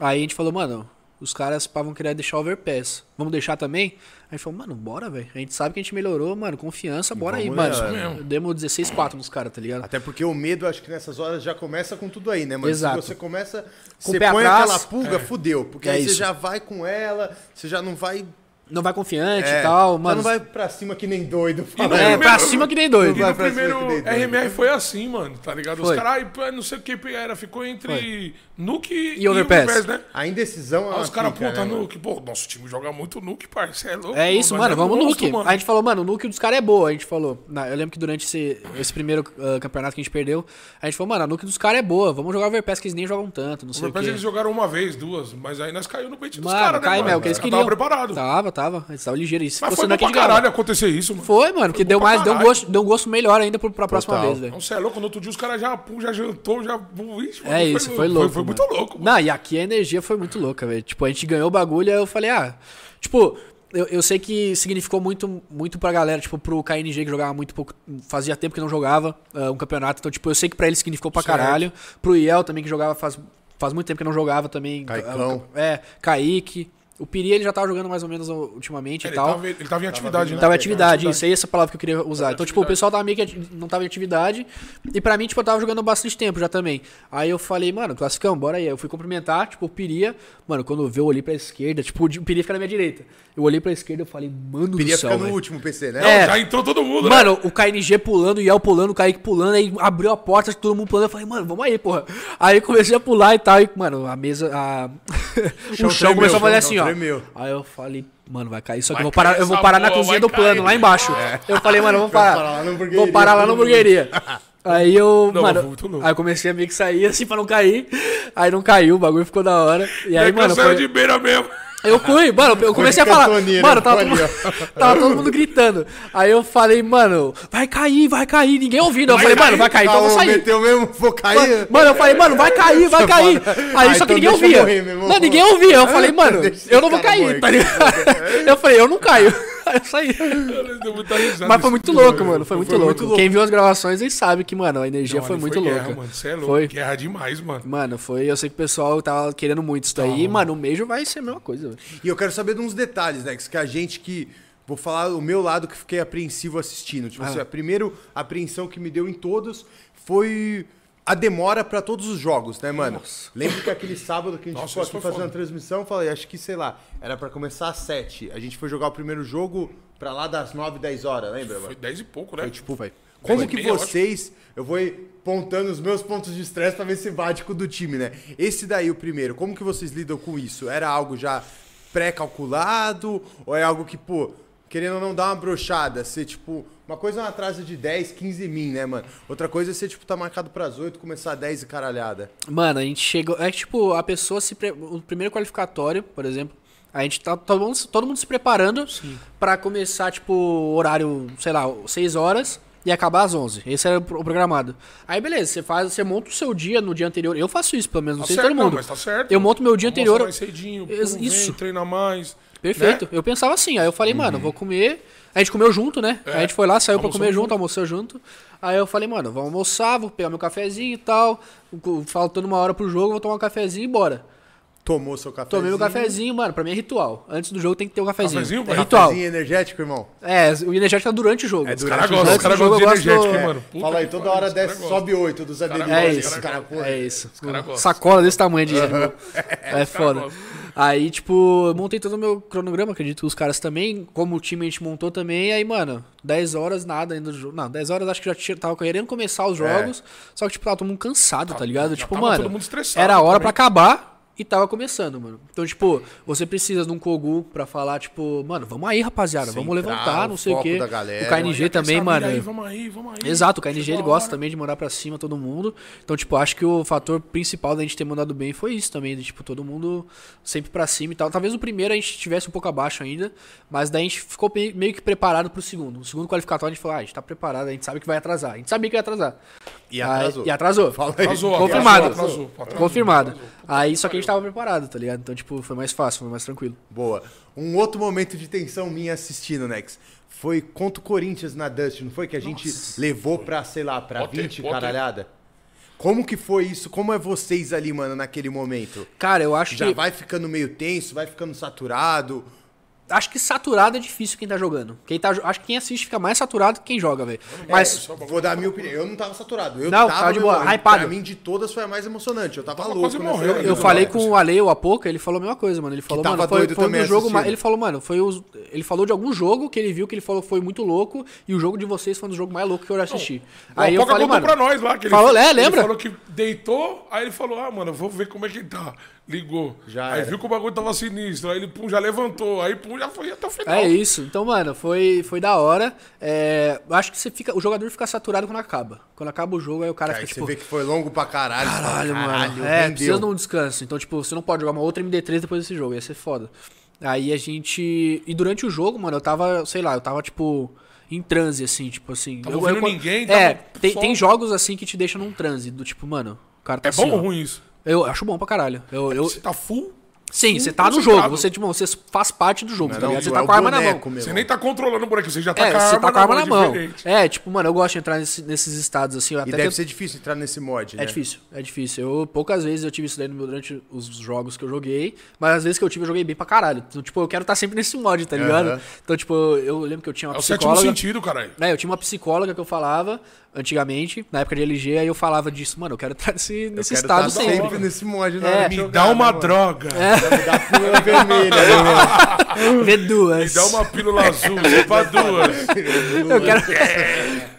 [SPEAKER 3] Aí a gente falou, mano, os caras pá, vão querer deixar o overpass. Vamos deixar também? Aí a gente falou, mano, bora, velho. A gente sabe que a gente melhorou, mano, confiança, bora aí,
[SPEAKER 1] Vamos
[SPEAKER 3] mano.
[SPEAKER 1] nessa,
[SPEAKER 2] mesmo.
[SPEAKER 3] Demos 16-4 nos caras, tá ligado?
[SPEAKER 1] Até porque o medo, acho que nessas horas já começa com tudo aí, né, mano?
[SPEAKER 3] Exato.
[SPEAKER 1] Se você começa,
[SPEAKER 3] Com o
[SPEAKER 1] você
[SPEAKER 3] pé
[SPEAKER 1] põe
[SPEAKER 3] atrás,
[SPEAKER 1] aquela pulga, fudeu. Porque
[SPEAKER 3] É
[SPEAKER 1] aí você
[SPEAKER 3] isso.
[SPEAKER 1] já vai com ela, você já não vai.
[SPEAKER 3] Não vai confiante
[SPEAKER 1] é,
[SPEAKER 3] e tal,
[SPEAKER 1] já
[SPEAKER 3] mano.
[SPEAKER 1] não vai pra cima que nem doido.
[SPEAKER 2] não
[SPEAKER 1] Fala,
[SPEAKER 3] É,
[SPEAKER 2] primeiro-
[SPEAKER 3] pra cima que nem
[SPEAKER 2] E
[SPEAKER 3] doido.
[SPEAKER 1] Vai
[SPEAKER 2] no
[SPEAKER 1] pra cima que nem
[SPEAKER 2] primeiro
[SPEAKER 1] doido.
[SPEAKER 2] RMR foi assim, mano, tá ligado? Os
[SPEAKER 3] Foi.
[SPEAKER 2] caras, ai, pô, não sei o que era, ficou entre Nuke e,
[SPEAKER 3] Overpass. Ah,
[SPEAKER 2] né?
[SPEAKER 1] A indecisão é
[SPEAKER 2] Aí
[SPEAKER 1] uma
[SPEAKER 2] os caras,
[SPEAKER 1] pica,
[SPEAKER 2] puta,
[SPEAKER 1] né, mano?
[SPEAKER 2] Nuke, pô, nosso time joga muito Nuke, parceiro.
[SPEAKER 3] É isso, mano, vamos no Nuke. A
[SPEAKER 2] um Mano.
[SPEAKER 3] gente falou, mano, o Nuke dos caras é boa. A gente falou, na- eu lembro que durante esse, esse primeiro ah, campeonato que a gente perdeu, a gente falou, mano, a Nuke dos caras é boa, vamos jogar Overpass que eles nem jogam tanto, não
[SPEAKER 2] O
[SPEAKER 3] sei o
[SPEAKER 2] Overpass eles
[SPEAKER 3] quê.
[SPEAKER 2] jogaram uma vez, duas, mas aí nós caiu no bait dos
[SPEAKER 3] Mano,
[SPEAKER 2] caras, né?
[SPEAKER 3] cai,
[SPEAKER 2] mano?
[SPEAKER 3] meu, o que eles
[SPEAKER 2] Os caras
[SPEAKER 3] queriam. Tá.
[SPEAKER 2] Tava preparado.
[SPEAKER 3] Tava, tava, eles estavam ligeiros. Se
[SPEAKER 2] Mas
[SPEAKER 3] fosse
[SPEAKER 2] foi bom
[SPEAKER 3] naquele
[SPEAKER 2] pra caralho acontecer isso, mano.
[SPEAKER 3] Foi, mano, porque deu
[SPEAKER 2] pra
[SPEAKER 3] mais, deu um,
[SPEAKER 2] caralho.
[SPEAKER 3] gosto, deu um gosto melhor ainda pro- pra próxima
[SPEAKER 1] Total.
[SPEAKER 3] vez, velho.
[SPEAKER 2] Não, você é louco, no outro dia os caras já, pum, já jantou, já. Ixi, mano,
[SPEAKER 3] É isso, foi louco.
[SPEAKER 2] Foi,
[SPEAKER 3] mano.
[SPEAKER 2] muito louco, mano.
[SPEAKER 3] Não, e aqui a energia foi muito louca, velho. Tipo, a gente ganhou o bagulho, aí eu falei, ah. Tipo, eu, eu sei que significou muito, muito pra galera, tipo, pro KNG que jogava muito pouco. Fazia tempo que não jogava ah, um campeonato. Então, tipo, eu sei que pra ele significou pra
[SPEAKER 2] Certo.
[SPEAKER 3] caralho. Pro Iel também, que jogava faz, faz muito tempo que não jogava também.
[SPEAKER 1] Caicão.
[SPEAKER 3] É, Kaique. O Piri ele já tava jogando mais ou menos ultimamente
[SPEAKER 2] Ele
[SPEAKER 3] e tal.
[SPEAKER 2] tava, ele tava em atividade, né?
[SPEAKER 3] Tava em atividade,
[SPEAKER 2] Tava em
[SPEAKER 3] isso aí, essa palavra que eu queria usar. Então, tipo, o
[SPEAKER 2] atividade.
[SPEAKER 3] pessoal tava meio que ati- não tava em atividade. E pra mim, tipo, eu tava jogando bastante tempo já também. Aí eu falei, mano, classicão, bora aí. Eu fui cumprimentar, tipo, o Piria. Mano, quando eu vi, eu olhei pra esquerda, tipo, o Piria fica na minha direita. Eu olhei pra esquerda eu falei, mano
[SPEAKER 1] Queria
[SPEAKER 3] do
[SPEAKER 1] ficar
[SPEAKER 3] céu.
[SPEAKER 1] no
[SPEAKER 3] velho.
[SPEAKER 1] último PC, né?
[SPEAKER 2] Não,
[SPEAKER 3] É.
[SPEAKER 2] já entrou todo mundo, né?
[SPEAKER 3] Mano, o KNG pulando, o Yel pulando, o Kaique pulando, aí abriu a porta, todo mundo pulando. Eu falei, mano, vamos aí, porra. Aí eu comecei a pular e tal, e, mano, a mesa. A... o chão,
[SPEAKER 1] tremeu,
[SPEAKER 3] começou a fazer
[SPEAKER 1] chão
[SPEAKER 3] assim, ó.
[SPEAKER 1] tremeu.
[SPEAKER 3] Aí eu falei, mano, vai cair. Só que
[SPEAKER 2] Vai
[SPEAKER 3] eu vou parar,
[SPEAKER 2] cair
[SPEAKER 3] eu vou
[SPEAKER 2] essa
[SPEAKER 3] parar na
[SPEAKER 2] bola,
[SPEAKER 3] cozinha
[SPEAKER 2] vai
[SPEAKER 3] do plano,
[SPEAKER 2] cair. É.
[SPEAKER 3] lá embaixo. Eu falei, mano, vamos parar.
[SPEAKER 1] parar lá na hamburgueria.
[SPEAKER 3] Vou parar lá na hamburgueria. Aí eu,
[SPEAKER 2] Não, mas foi
[SPEAKER 3] mano,
[SPEAKER 2] muito louco.
[SPEAKER 3] aí eu comecei a meio que sair assim pra não cair. Aí não caiu, o bagulho ficou da hora. E
[SPEAKER 2] Daí
[SPEAKER 3] aí,
[SPEAKER 2] que eu
[SPEAKER 3] mano,
[SPEAKER 2] saio
[SPEAKER 3] foi...
[SPEAKER 2] de beira mesmo.
[SPEAKER 3] Eu fui, mano, eu comecei a
[SPEAKER 1] Foi de
[SPEAKER 3] falar.
[SPEAKER 1] cantoneiro,
[SPEAKER 3] Mano, tava todo,
[SPEAKER 1] foi ali,
[SPEAKER 3] mundo, tava todo mundo gritando. Aí eu falei, mano, vai cair, vai cair. Ninguém ouvindo. Eu falei, mano, vai cair, então eu vou
[SPEAKER 1] Caô,
[SPEAKER 3] sair.
[SPEAKER 1] Meteu mesmo, vou cair.
[SPEAKER 3] Mano, mano, eu falei, mano, vai cair, vai cair. Aí
[SPEAKER 1] Ah,
[SPEAKER 3] só que
[SPEAKER 1] então deixa
[SPEAKER 3] ninguém
[SPEAKER 1] eu
[SPEAKER 3] ouvia.
[SPEAKER 1] morrer, meu irmão.
[SPEAKER 3] não, ninguém ouvia. Eu falei, mano,
[SPEAKER 1] Deixa
[SPEAKER 3] eu não vou
[SPEAKER 1] esse cara
[SPEAKER 3] cair,
[SPEAKER 1] morrer.
[SPEAKER 3] tá ligado? Eu falei, eu não caio. Aí eu saí.
[SPEAKER 2] Ele deu muita risada.
[SPEAKER 3] Mas foi muito louco, mano. Foi muito
[SPEAKER 1] muito
[SPEAKER 3] louco.
[SPEAKER 1] louco.
[SPEAKER 3] Quem viu as gravações aí sabe que, mano, a energia
[SPEAKER 2] Não,
[SPEAKER 3] foi
[SPEAKER 2] ali
[SPEAKER 3] muito
[SPEAKER 2] guerra,
[SPEAKER 3] louca.
[SPEAKER 2] Mano, você é louco.
[SPEAKER 3] Foi.
[SPEAKER 2] Guerra demais, mano.
[SPEAKER 3] Mano, foi. Eu sei que o pessoal tava querendo muito isso daí. Mano, o Major vai ser a mesma coisa, velho.
[SPEAKER 1] E eu quero saber de uns detalhes, né? Que a gente que. Vou falar o meu lado que fiquei apreensivo assistindo. Tipo
[SPEAKER 2] Ah.
[SPEAKER 1] assim, a primeira apreensão que me deu em todos foi a demora pra todos os jogos, né, mano? Lembro que aquele sábado que a gente
[SPEAKER 2] Nossa,
[SPEAKER 1] ficou
[SPEAKER 2] isso
[SPEAKER 1] aqui
[SPEAKER 2] foi
[SPEAKER 1] fazendo
[SPEAKER 2] foda.
[SPEAKER 1] a transmissão, falei, acho que, sei lá, era pra começar às 7. A gente foi jogar o primeiro jogo pra lá das 9, 10 horas, lembra, mano?
[SPEAKER 2] Foi 10 e pouco, né?
[SPEAKER 1] Tipo,
[SPEAKER 3] Foi.
[SPEAKER 1] como
[SPEAKER 2] Foi
[SPEAKER 1] que
[SPEAKER 2] meia, eu
[SPEAKER 1] vocês Eu vou ir pontando os meus pontos de estresse pra ver se bate com o do time, né? Esse daí, o primeiro, como que vocês lidam com isso? Era algo já pré-calculado? Ou é algo que, pô, querendo ou não dar uma brochada, ser tipo. Uma coisa é um atraso de 10, 15 mil, né, mano? Outra coisa é ser, tipo, tá marcado pras 8, começar 10 e caralhada.
[SPEAKER 3] Mano, a gente chegou. É que, tipo, a pessoa se. pre- O primeiro qualificatório, por exemplo. A gente tá todo mundo, todo mundo se preparando pra começar, tipo, horário, sei lá, 6 horas e acabar às 11. Esse era o pro- o programado. Aí, beleza, você faz, você monta o seu dia no dia anterior. Eu faço isso, pelo menos, não
[SPEAKER 2] Tá
[SPEAKER 3] sei
[SPEAKER 2] certo,
[SPEAKER 3] todo mundo.
[SPEAKER 2] não, mas tá certo.
[SPEAKER 3] Eu monto meu dia
[SPEAKER 2] Almoça
[SPEAKER 3] anterior.
[SPEAKER 2] Mais cedinho,
[SPEAKER 3] Ex-
[SPEAKER 2] pum,
[SPEAKER 3] isso.
[SPEAKER 2] Vem, treina mais.
[SPEAKER 3] Perfeito.
[SPEAKER 2] né?
[SPEAKER 3] Eu pensava assim, aí eu falei, mano, vou comer. A gente comeu junto, né?
[SPEAKER 2] É.
[SPEAKER 3] A gente foi lá, saiu pra
[SPEAKER 2] Almoçou
[SPEAKER 3] comer junto,
[SPEAKER 2] junto.
[SPEAKER 3] almoçou junto. Aí eu falei, mano, vou almoçar, vou pegar meu cafezinho e tal. Co- Faltando uma hora pro jogo, vou tomar um cafezinho e bora.
[SPEAKER 1] Tomou seu cafezinho.
[SPEAKER 3] Tomei meu cafezinho, mano, pra mim é ritual. Antes do jogo tem que ter um cafezinho.
[SPEAKER 2] Cafezinho,
[SPEAKER 3] é
[SPEAKER 2] velho?
[SPEAKER 3] ritual.
[SPEAKER 1] Cafezinho energético, irmão.
[SPEAKER 3] É, o energético é durante o jogo.
[SPEAKER 1] É
[SPEAKER 3] Os
[SPEAKER 2] Os
[SPEAKER 1] durante
[SPEAKER 2] caras
[SPEAKER 1] o
[SPEAKER 2] gostam,
[SPEAKER 1] jogo.
[SPEAKER 2] os caras
[SPEAKER 3] Antes do
[SPEAKER 2] gostam de
[SPEAKER 3] jogo, eu gosto-
[SPEAKER 2] energético, hein,
[SPEAKER 3] é,
[SPEAKER 2] mano. Puta
[SPEAKER 1] Fala aí,
[SPEAKER 2] que
[SPEAKER 1] toda
[SPEAKER 2] pariu,
[SPEAKER 1] hora
[SPEAKER 2] os
[SPEAKER 1] desce,
[SPEAKER 2] caras gostam.
[SPEAKER 1] sobe 8 dos
[SPEAKER 2] caras
[SPEAKER 1] aderidos.
[SPEAKER 3] É
[SPEAKER 2] Nossa,
[SPEAKER 3] isso,
[SPEAKER 2] cara, porra.
[SPEAKER 3] é isso.
[SPEAKER 2] caras gostam.
[SPEAKER 3] Sacola desse tamanho de dinheiro. é foda.
[SPEAKER 2] gostam.
[SPEAKER 3] Aí, tipo, eu montei todo o meu cronograma, acredito que os caras também, como o time a gente montou também, aí, mano, 10 horas nada ainda do jogo. Não, 10 horas acho que já tinha- tava querendo começar os jogos, só que, tipo, tava todo mundo cansado, tá ligado?
[SPEAKER 2] já
[SPEAKER 3] Tipo,
[SPEAKER 2] É. tava
[SPEAKER 3] mano,
[SPEAKER 2] todo mundo estressado
[SPEAKER 3] era a hora
[SPEAKER 2] também.
[SPEAKER 3] pra acabar e tava começando, mano. Então, tipo, você precisa de um Kogu pra falar, tipo, mano, vamos aí, rapaziada, vamos
[SPEAKER 1] Central,
[SPEAKER 3] levantar, não sei o
[SPEAKER 1] foco
[SPEAKER 3] quê.
[SPEAKER 1] da galera.
[SPEAKER 3] o
[SPEAKER 2] Olha,
[SPEAKER 3] KNG
[SPEAKER 2] quer
[SPEAKER 3] também,
[SPEAKER 2] saber?
[SPEAKER 3] mano.
[SPEAKER 2] Aí, vamos aí, vamos aí.
[SPEAKER 3] Exato, o KNG
[SPEAKER 2] Chegou
[SPEAKER 3] ele
[SPEAKER 2] a hora.
[SPEAKER 3] gosta também de mandar pra cima todo mundo. Então, tipo, acho que o fator principal da gente ter mandado bem foi isso também, de, tipo, todo mundo sempre pra cima e tal. Talvez o primeiro a gente estivesse um pouco abaixo ainda, mas daí a gente ficou pe- meio que preparado pro segundo. O segundo qualificatório a gente falou, ah, a gente tá preparado, a gente sabe que vai atrasar. A gente sabia que ia atrasar.
[SPEAKER 1] E
[SPEAKER 3] Aí-
[SPEAKER 1] atrasou.
[SPEAKER 3] E atrasou.
[SPEAKER 1] Fala aí.
[SPEAKER 2] Atrasou,
[SPEAKER 3] Confirmado.
[SPEAKER 2] atrasou, atrasou, atrasou.
[SPEAKER 3] Confirmado. Aí só que a gente tava preparado, tá ligado? Então, tipo, foi mais fácil, foi mais tranquilo.
[SPEAKER 1] Boa. Um outro momento de tensão minha assistindo, Nex. Foi contra o Corinthians na Dust, não foi? Que a gente levou pra, sei lá, pra
[SPEAKER 2] Bota aí,
[SPEAKER 1] 20
[SPEAKER 2] bota aí.
[SPEAKER 1] caralhada? Como que foi isso? Como é vocês ali, mano, naquele momento?
[SPEAKER 3] Cara, eu acho
[SPEAKER 1] Já
[SPEAKER 3] que.
[SPEAKER 1] vai ficando meio tenso, vai ficando saturado.
[SPEAKER 3] Acho que saturado é difícil quem tá jogando. Quem tá, jo- acho que quem assiste fica mais saturado que quem joga, velho.
[SPEAKER 2] É,
[SPEAKER 3] Mas
[SPEAKER 1] É, Vou dar a minha opinião. Eu não tava saturado. Eu
[SPEAKER 3] Não,
[SPEAKER 1] tava,
[SPEAKER 3] tava de
[SPEAKER 1] meu
[SPEAKER 3] boa,
[SPEAKER 1] irmão,
[SPEAKER 3] hypado.
[SPEAKER 1] Pra mim, de todas, foi a mais emocionante. Eu tava,
[SPEAKER 2] Tava
[SPEAKER 1] louco.
[SPEAKER 2] quase
[SPEAKER 1] nessa
[SPEAKER 2] morrendo,
[SPEAKER 1] hora.
[SPEAKER 3] Eu
[SPEAKER 2] Não,
[SPEAKER 3] falei
[SPEAKER 2] não é
[SPEAKER 3] com o Ale há pouco, ele falou a mesma coisa, mano. Ele falou,
[SPEAKER 1] tava
[SPEAKER 3] mano, foi,
[SPEAKER 1] doido
[SPEAKER 3] foi um
[SPEAKER 1] também
[SPEAKER 3] dos jogo,
[SPEAKER 1] assistindo.
[SPEAKER 3] ma- ele falou, mano, foi os, ele falou de algum jogo que ele viu que ele falou foi muito louco e o jogo de vocês foi um dos jogos mais loucos que eu já assisti.
[SPEAKER 2] O
[SPEAKER 3] Aí eu
[SPEAKER 2] Apoca
[SPEAKER 3] falei,
[SPEAKER 2] contou
[SPEAKER 3] mano,
[SPEAKER 2] pra nós lá. Que ele,
[SPEAKER 3] falou, é,
[SPEAKER 2] ele
[SPEAKER 3] lembra?
[SPEAKER 2] falou que deitou, aí ele falou, ah, mano, eu vou ver como é que ele tá. Ligou.
[SPEAKER 1] Já
[SPEAKER 2] aí
[SPEAKER 1] era.
[SPEAKER 2] viu que o bagulho tava sinistro, aí ele, pum, já levantou, aí, pum, já foi até o final.
[SPEAKER 3] É isso. Então, mano, foi, foi da hora. É, eu acho que você fica, o jogador fica saturado quando acaba. Quando acaba o jogo, aí o cara
[SPEAKER 1] Aí
[SPEAKER 3] fica
[SPEAKER 1] você
[SPEAKER 3] tipo,
[SPEAKER 1] vê É, que foi longo pra caralho. você fala,
[SPEAKER 3] Caralho, mano. É, precisa de um descanso. Então, tipo, você não pode jogar uma outra MD3 depois desse jogo. Ia ser foda. Aí a gente. E durante o jogo, mano, eu tava, sei lá, eu tava, tipo, em transe, assim, tipo assim.
[SPEAKER 2] Tava
[SPEAKER 3] eu,
[SPEAKER 2] ouvindo
[SPEAKER 3] eu, quando-
[SPEAKER 2] ninguém,
[SPEAKER 3] É,
[SPEAKER 2] tava
[SPEAKER 3] tem,
[SPEAKER 2] só-
[SPEAKER 3] tem jogos assim que te deixam num transe, do tipo, mano, o cara
[SPEAKER 2] É
[SPEAKER 3] tá assim,
[SPEAKER 2] bom ou
[SPEAKER 3] ó.
[SPEAKER 2] ruim isso?
[SPEAKER 3] Eu acho bom pra caralho. Eu, eu-
[SPEAKER 2] Você tá full,
[SPEAKER 3] sim,
[SPEAKER 2] full
[SPEAKER 3] você tá no
[SPEAKER 2] concentrado.
[SPEAKER 3] jogo. Você, tipo, você faz parte do jogo, tá
[SPEAKER 1] Não,
[SPEAKER 3] ligado? Você
[SPEAKER 1] é
[SPEAKER 3] tá
[SPEAKER 1] o
[SPEAKER 3] com a arma na mão.
[SPEAKER 1] boneco, meu
[SPEAKER 2] você
[SPEAKER 1] irmão.
[SPEAKER 2] nem tá controlando o buraco, você já tá
[SPEAKER 3] É,
[SPEAKER 2] com a
[SPEAKER 3] você
[SPEAKER 2] arma
[SPEAKER 3] tá com a arma na mão.
[SPEAKER 2] diferente.
[SPEAKER 3] É, tipo, mano, eu gosto de entrar nesse- nesses estados assim. Eu
[SPEAKER 1] E
[SPEAKER 3] até
[SPEAKER 1] deve
[SPEAKER 3] tento-
[SPEAKER 1] ser difícil entrar nesse mod, né?
[SPEAKER 3] É difícil, é difícil. Eu, poucas vezes eu tive isso daí no meu- durante os jogos que eu joguei, mas às vezes que eu tive eu joguei bem pra caralho. Então, tipo, eu quero estar sempre nesse mod, tá ligado?
[SPEAKER 1] Aham.
[SPEAKER 3] Então, tipo, eu lembro que eu tinha uma
[SPEAKER 2] É o sétimo
[SPEAKER 3] psicóloga.
[SPEAKER 2] sentido, caralho.
[SPEAKER 3] É, eu tinha uma psicóloga que eu falava antigamente, na época de LG, aí eu falava disso, mano, eu quero estar nesse,
[SPEAKER 1] Eu
[SPEAKER 3] nesse
[SPEAKER 1] quero
[SPEAKER 3] estado
[SPEAKER 1] tá
[SPEAKER 3] sempre.
[SPEAKER 1] sempre nesse mod na
[SPEAKER 3] É.
[SPEAKER 1] hora de
[SPEAKER 2] Me
[SPEAKER 1] jogar,
[SPEAKER 2] dá uma
[SPEAKER 1] né, mano?
[SPEAKER 2] droga.
[SPEAKER 1] Me dá pílula vermelha, né, mano?
[SPEAKER 3] Vê
[SPEAKER 2] Me
[SPEAKER 3] duas.
[SPEAKER 2] dá uma pílula azul, só pra duas.
[SPEAKER 3] Eu quero.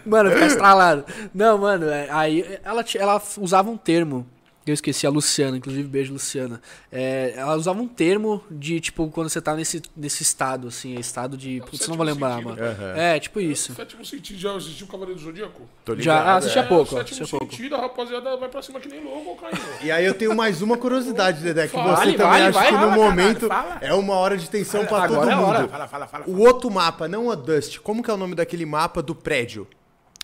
[SPEAKER 3] mano, ficar estralado. Não, mano, é, aí ela, ti- ela f- usava um termo. Eu esqueci a Luciana, inclusive, beijo, Luciana. É, ela usava um termo de, tipo, quando você tá nesse, nesse estado, assim, é estado de. Putz, não
[SPEAKER 2] sétimo
[SPEAKER 3] vou lembrar,
[SPEAKER 2] sentido, um
[SPEAKER 3] mano. É, tipo isso.
[SPEAKER 2] Sétimo sentido, já assistiu o Cavaleiro do Zodíaco?
[SPEAKER 1] Tô
[SPEAKER 3] Já
[SPEAKER 1] ligado,
[SPEAKER 3] ah, assisti
[SPEAKER 1] é.
[SPEAKER 3] a pouco,
[SPEAKER 2] o
[SPEAKER 3] ó, assisti a
[SPEAKER 2] sétimo
[SPEAKER 3] pouco.
[SPEAKER 2] sentido, a rapaziada vai pra cima que nem louco, caiu.
[SPEAKER 1] E aí eu tenho mais uma curiosidade, Dedé, que
[SPEAKER 2] Fala,
[SPEAKER 1] você
[SPEAKER 3] vale,
[SPEAKER 1] também
[SPEAKER 3] vale,
[SPEAKER 1] acha
[SPEAKER 3] vai,
[SPEAKER 1] que no
[SPEAKER 3] fala,
[SPEAKER 1] momento
[SPEAKER 2] caralho, fala.
[SPEAKER 1] é uma hora de tensão pra todo
[SPEAKER 3] agora é a
[SPEAKER 1] mundo.
[SPEAKER 3] hora.
[SPEAKER 2] Fala, fala, fala.
[SPEAKER 1] O outro mapa, não o Dust, como que é o nome daquele mapa do prédio?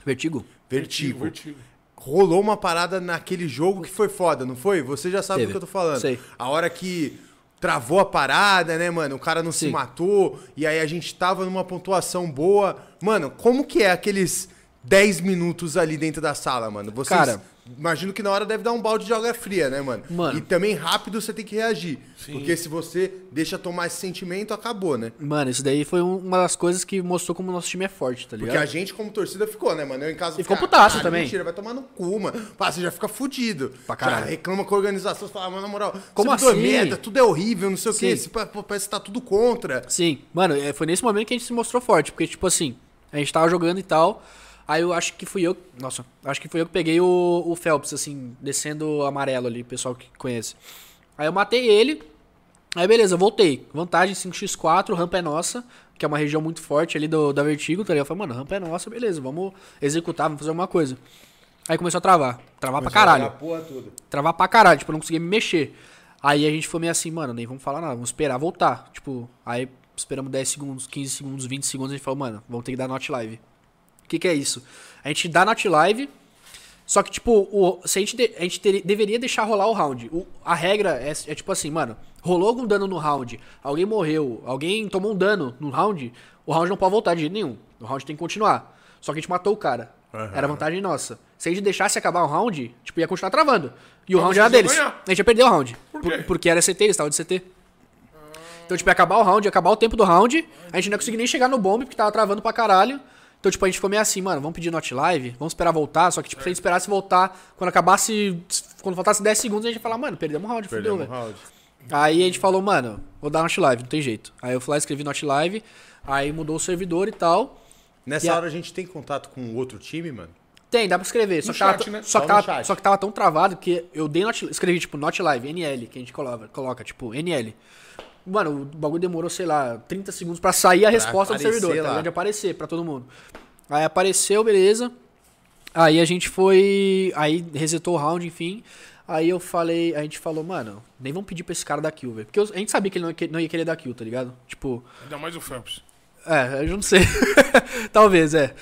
[SPEAKER 3] Vertigo?
[SPEAKER 1] Vertigo.
[SPEAKER 2] Vertigo.
[SPEAKER 1] Rolou uma parada naquele jogo que foi foda, não foi? Você já sabe do
[SPEAKER 3] Teve.
[SPEAKER 1] que eu tô falando.
[SPEAKER 3] Sei.
[SPEAKER 1] A hora que travou a parada, né, mano? O cara não se
[SPEAKER 3] Sim.
[SPEAKER 1] matou, e aí a gente tava numa pontuação boa. Mano, como que é aqueles 10 minutos ali dentro da sala, mano? Vocês,
[SPEAKER 3] Cara.
[SPEAKER 1] Imagino que na hora deve dar um balde de água fria, né, mano?
[SPEAKER 3] Mano.
[SPEAKER 1] E também rápido você tem que reagir. Porque se você deixa tomar esse sentimento, acabou, né?
[SPEAKER 3] Mano, isso daí foi um- uma das coisas que mostrou como o nosso time é forte, tá
[SPEAKER 1] Porque
[SPEAKER 3] ligado?
[SPEAKER 1] a gente, como torcida, ficou, né, mano? Eu em casa
[SPEAKER 3] E ficou
[SPEAKER 1] ficava,
[SPEAKER 3] putaço
[SPEAKER 1] "Caralho,
[SPEAKER 3] também."
[SPEAKER 1] Mentira, vai tomar no cu, mano. Pá, você já fica fudido.
[SPEAKER 3] Pra caralho.
[SPEAKER 1] Já reclama com a organização, você fala, "Ah, mano, na moral,
[SPEAKER 3] Como
[SPEAKER 1] sempre tudo é
[SPEAKER 3] assim?"
[SPEAKER 1] merda, tudo é horrível, não sei o quê.
[SPEAKER 3] Sim.
[SPEAKER 1] Você pa- pô, parece que tá tudo contra.
[SPEAKER 3] Sim, mano, é, foi nesse momento que a gente se mostrou forte, porque, tipo assim, a gente tava jogando e tal. Aí eu acho que fui eu. Nossa, acho que fui eu que peguei o, o Phelps, assim, descendo amarelo ali, pessoal que conhece. Aí eu matei ele. Aí beleza, eu voltei. Vantagem 5x4, rampa é nossa, que é uma região muito forte ali do, da Vertigo, tá ligado? Eu falei, mano, rampa é nossa, beleza, vamos executar, vamos fazer alguma coisa. Aí começou a travar. Travar pra caralho
[SPEAKER 1] A porra toda.
[SPEAKER 3] travar pra caralho, tipo, eu não conseguia me mexer. Aí a gente foi meio assim, mano, nem vamos falar nada, vamos esperar voltar. Tipo, aí esperamos 10 segundos, 15 segundos, 20 segundos, a gente falou, mano, vamos ter que dar not live. O que, que é isso? A gente dá not live, só que, tipo, o, se a gente, de- a gente teri- deveria deixar rolar o round. O- a regra é, é tipo assim, mano, rolou algum dano no round, alguém morreu, alguém tomou um dano no round, o round não pode voltar de jeito nenhum. O round tem que continuar. Só que a gente matou o cara. Era vantagem nossa. Se a gente deixasse acabar o round, tipo, ia continuar travando. E o
[SPEAKER 2] Mas
[SPEAKER 3] round era
[SPEAKER 2] vocês iam
[SPEAKER 3] deles.
[SPEAKER 2] ganhar.
[SPEAKER 3] A gente ia perder o round.
[SPEAKER 2] Por quê?
[SPEAKER 3] porque era CT, eles estavam de CT. Então, tipo, ia acabar o round, ia acabar o tempo do round. A gente não ia conseguir nem chegar no bomb, porque tava travando pra caralho. Então, tipo, a gente ficou meio assim, mano, vamos pedir not live, vamos esperar voltar. Só que, tipo, se a gente esperasse voltar, quando acabasse. Quando faltasse 10 segundos, a gente ia falar, mano, perdemos o round, fudeu,
[SPEAKER 1] Perdemos o
[SPEAKER 3] velho.
[SPEAKER 1] round.
[SPEAKER 3] Aí a gente falou, mano, vou dar not live, não tem jeito. Aí eu fui lá, escrevi not live, aí mudou o servidor e tal.
[SPEAKER 1] Nessa
[SPEAKER 3] E a-
[SPEAKER 1] hora a gente tem contato com outro time, mano?
[SPEAKER 3] Tem, dá pra escrever. Só
[SPEAKER 2] No
[SPEAKER 3] que, tava,
[SPEAKER 2] chat,
[SPEAKER 3] t-
[SPEAKER 2] né?
[SPEAKER 3] só,
[SPEAKER 1] Só
[SPEAKER 3] que
[SPEAKER 1] no
[SPEAKER 3] tava,
[SPEAKER 1] chat.
[SPEAKER 3] só que tava tão travado que eu dei not, escrevi, tipo, not live, NL, que a gente coloca, coloca, tipo, NL. Mano, o bagulho demorou, sei lá, 30 segundos pra sair a resposta do
[SPEAKER 1] aparecer
[SPEAKER 3] servidor, tá
[SPEAKER 1] lá.
[SPEAKER 3] ligado? De aparecer pra todo mundo. Aí apareceu, beleza. Aí a gente foi. Aí resetou o round, enfim. Aí eu falei, a gente falou, mano, nem vamos pedir pra esse cara dar kill, velho. Porque eu- a gente sabia que ele não ia, que- não ia querer dar kill, tá ligado? Tipo,
[SPEAKER 2] Ainda mais o Phelps.
[SPEAKER 3] é, eu não sei. Talvez, é.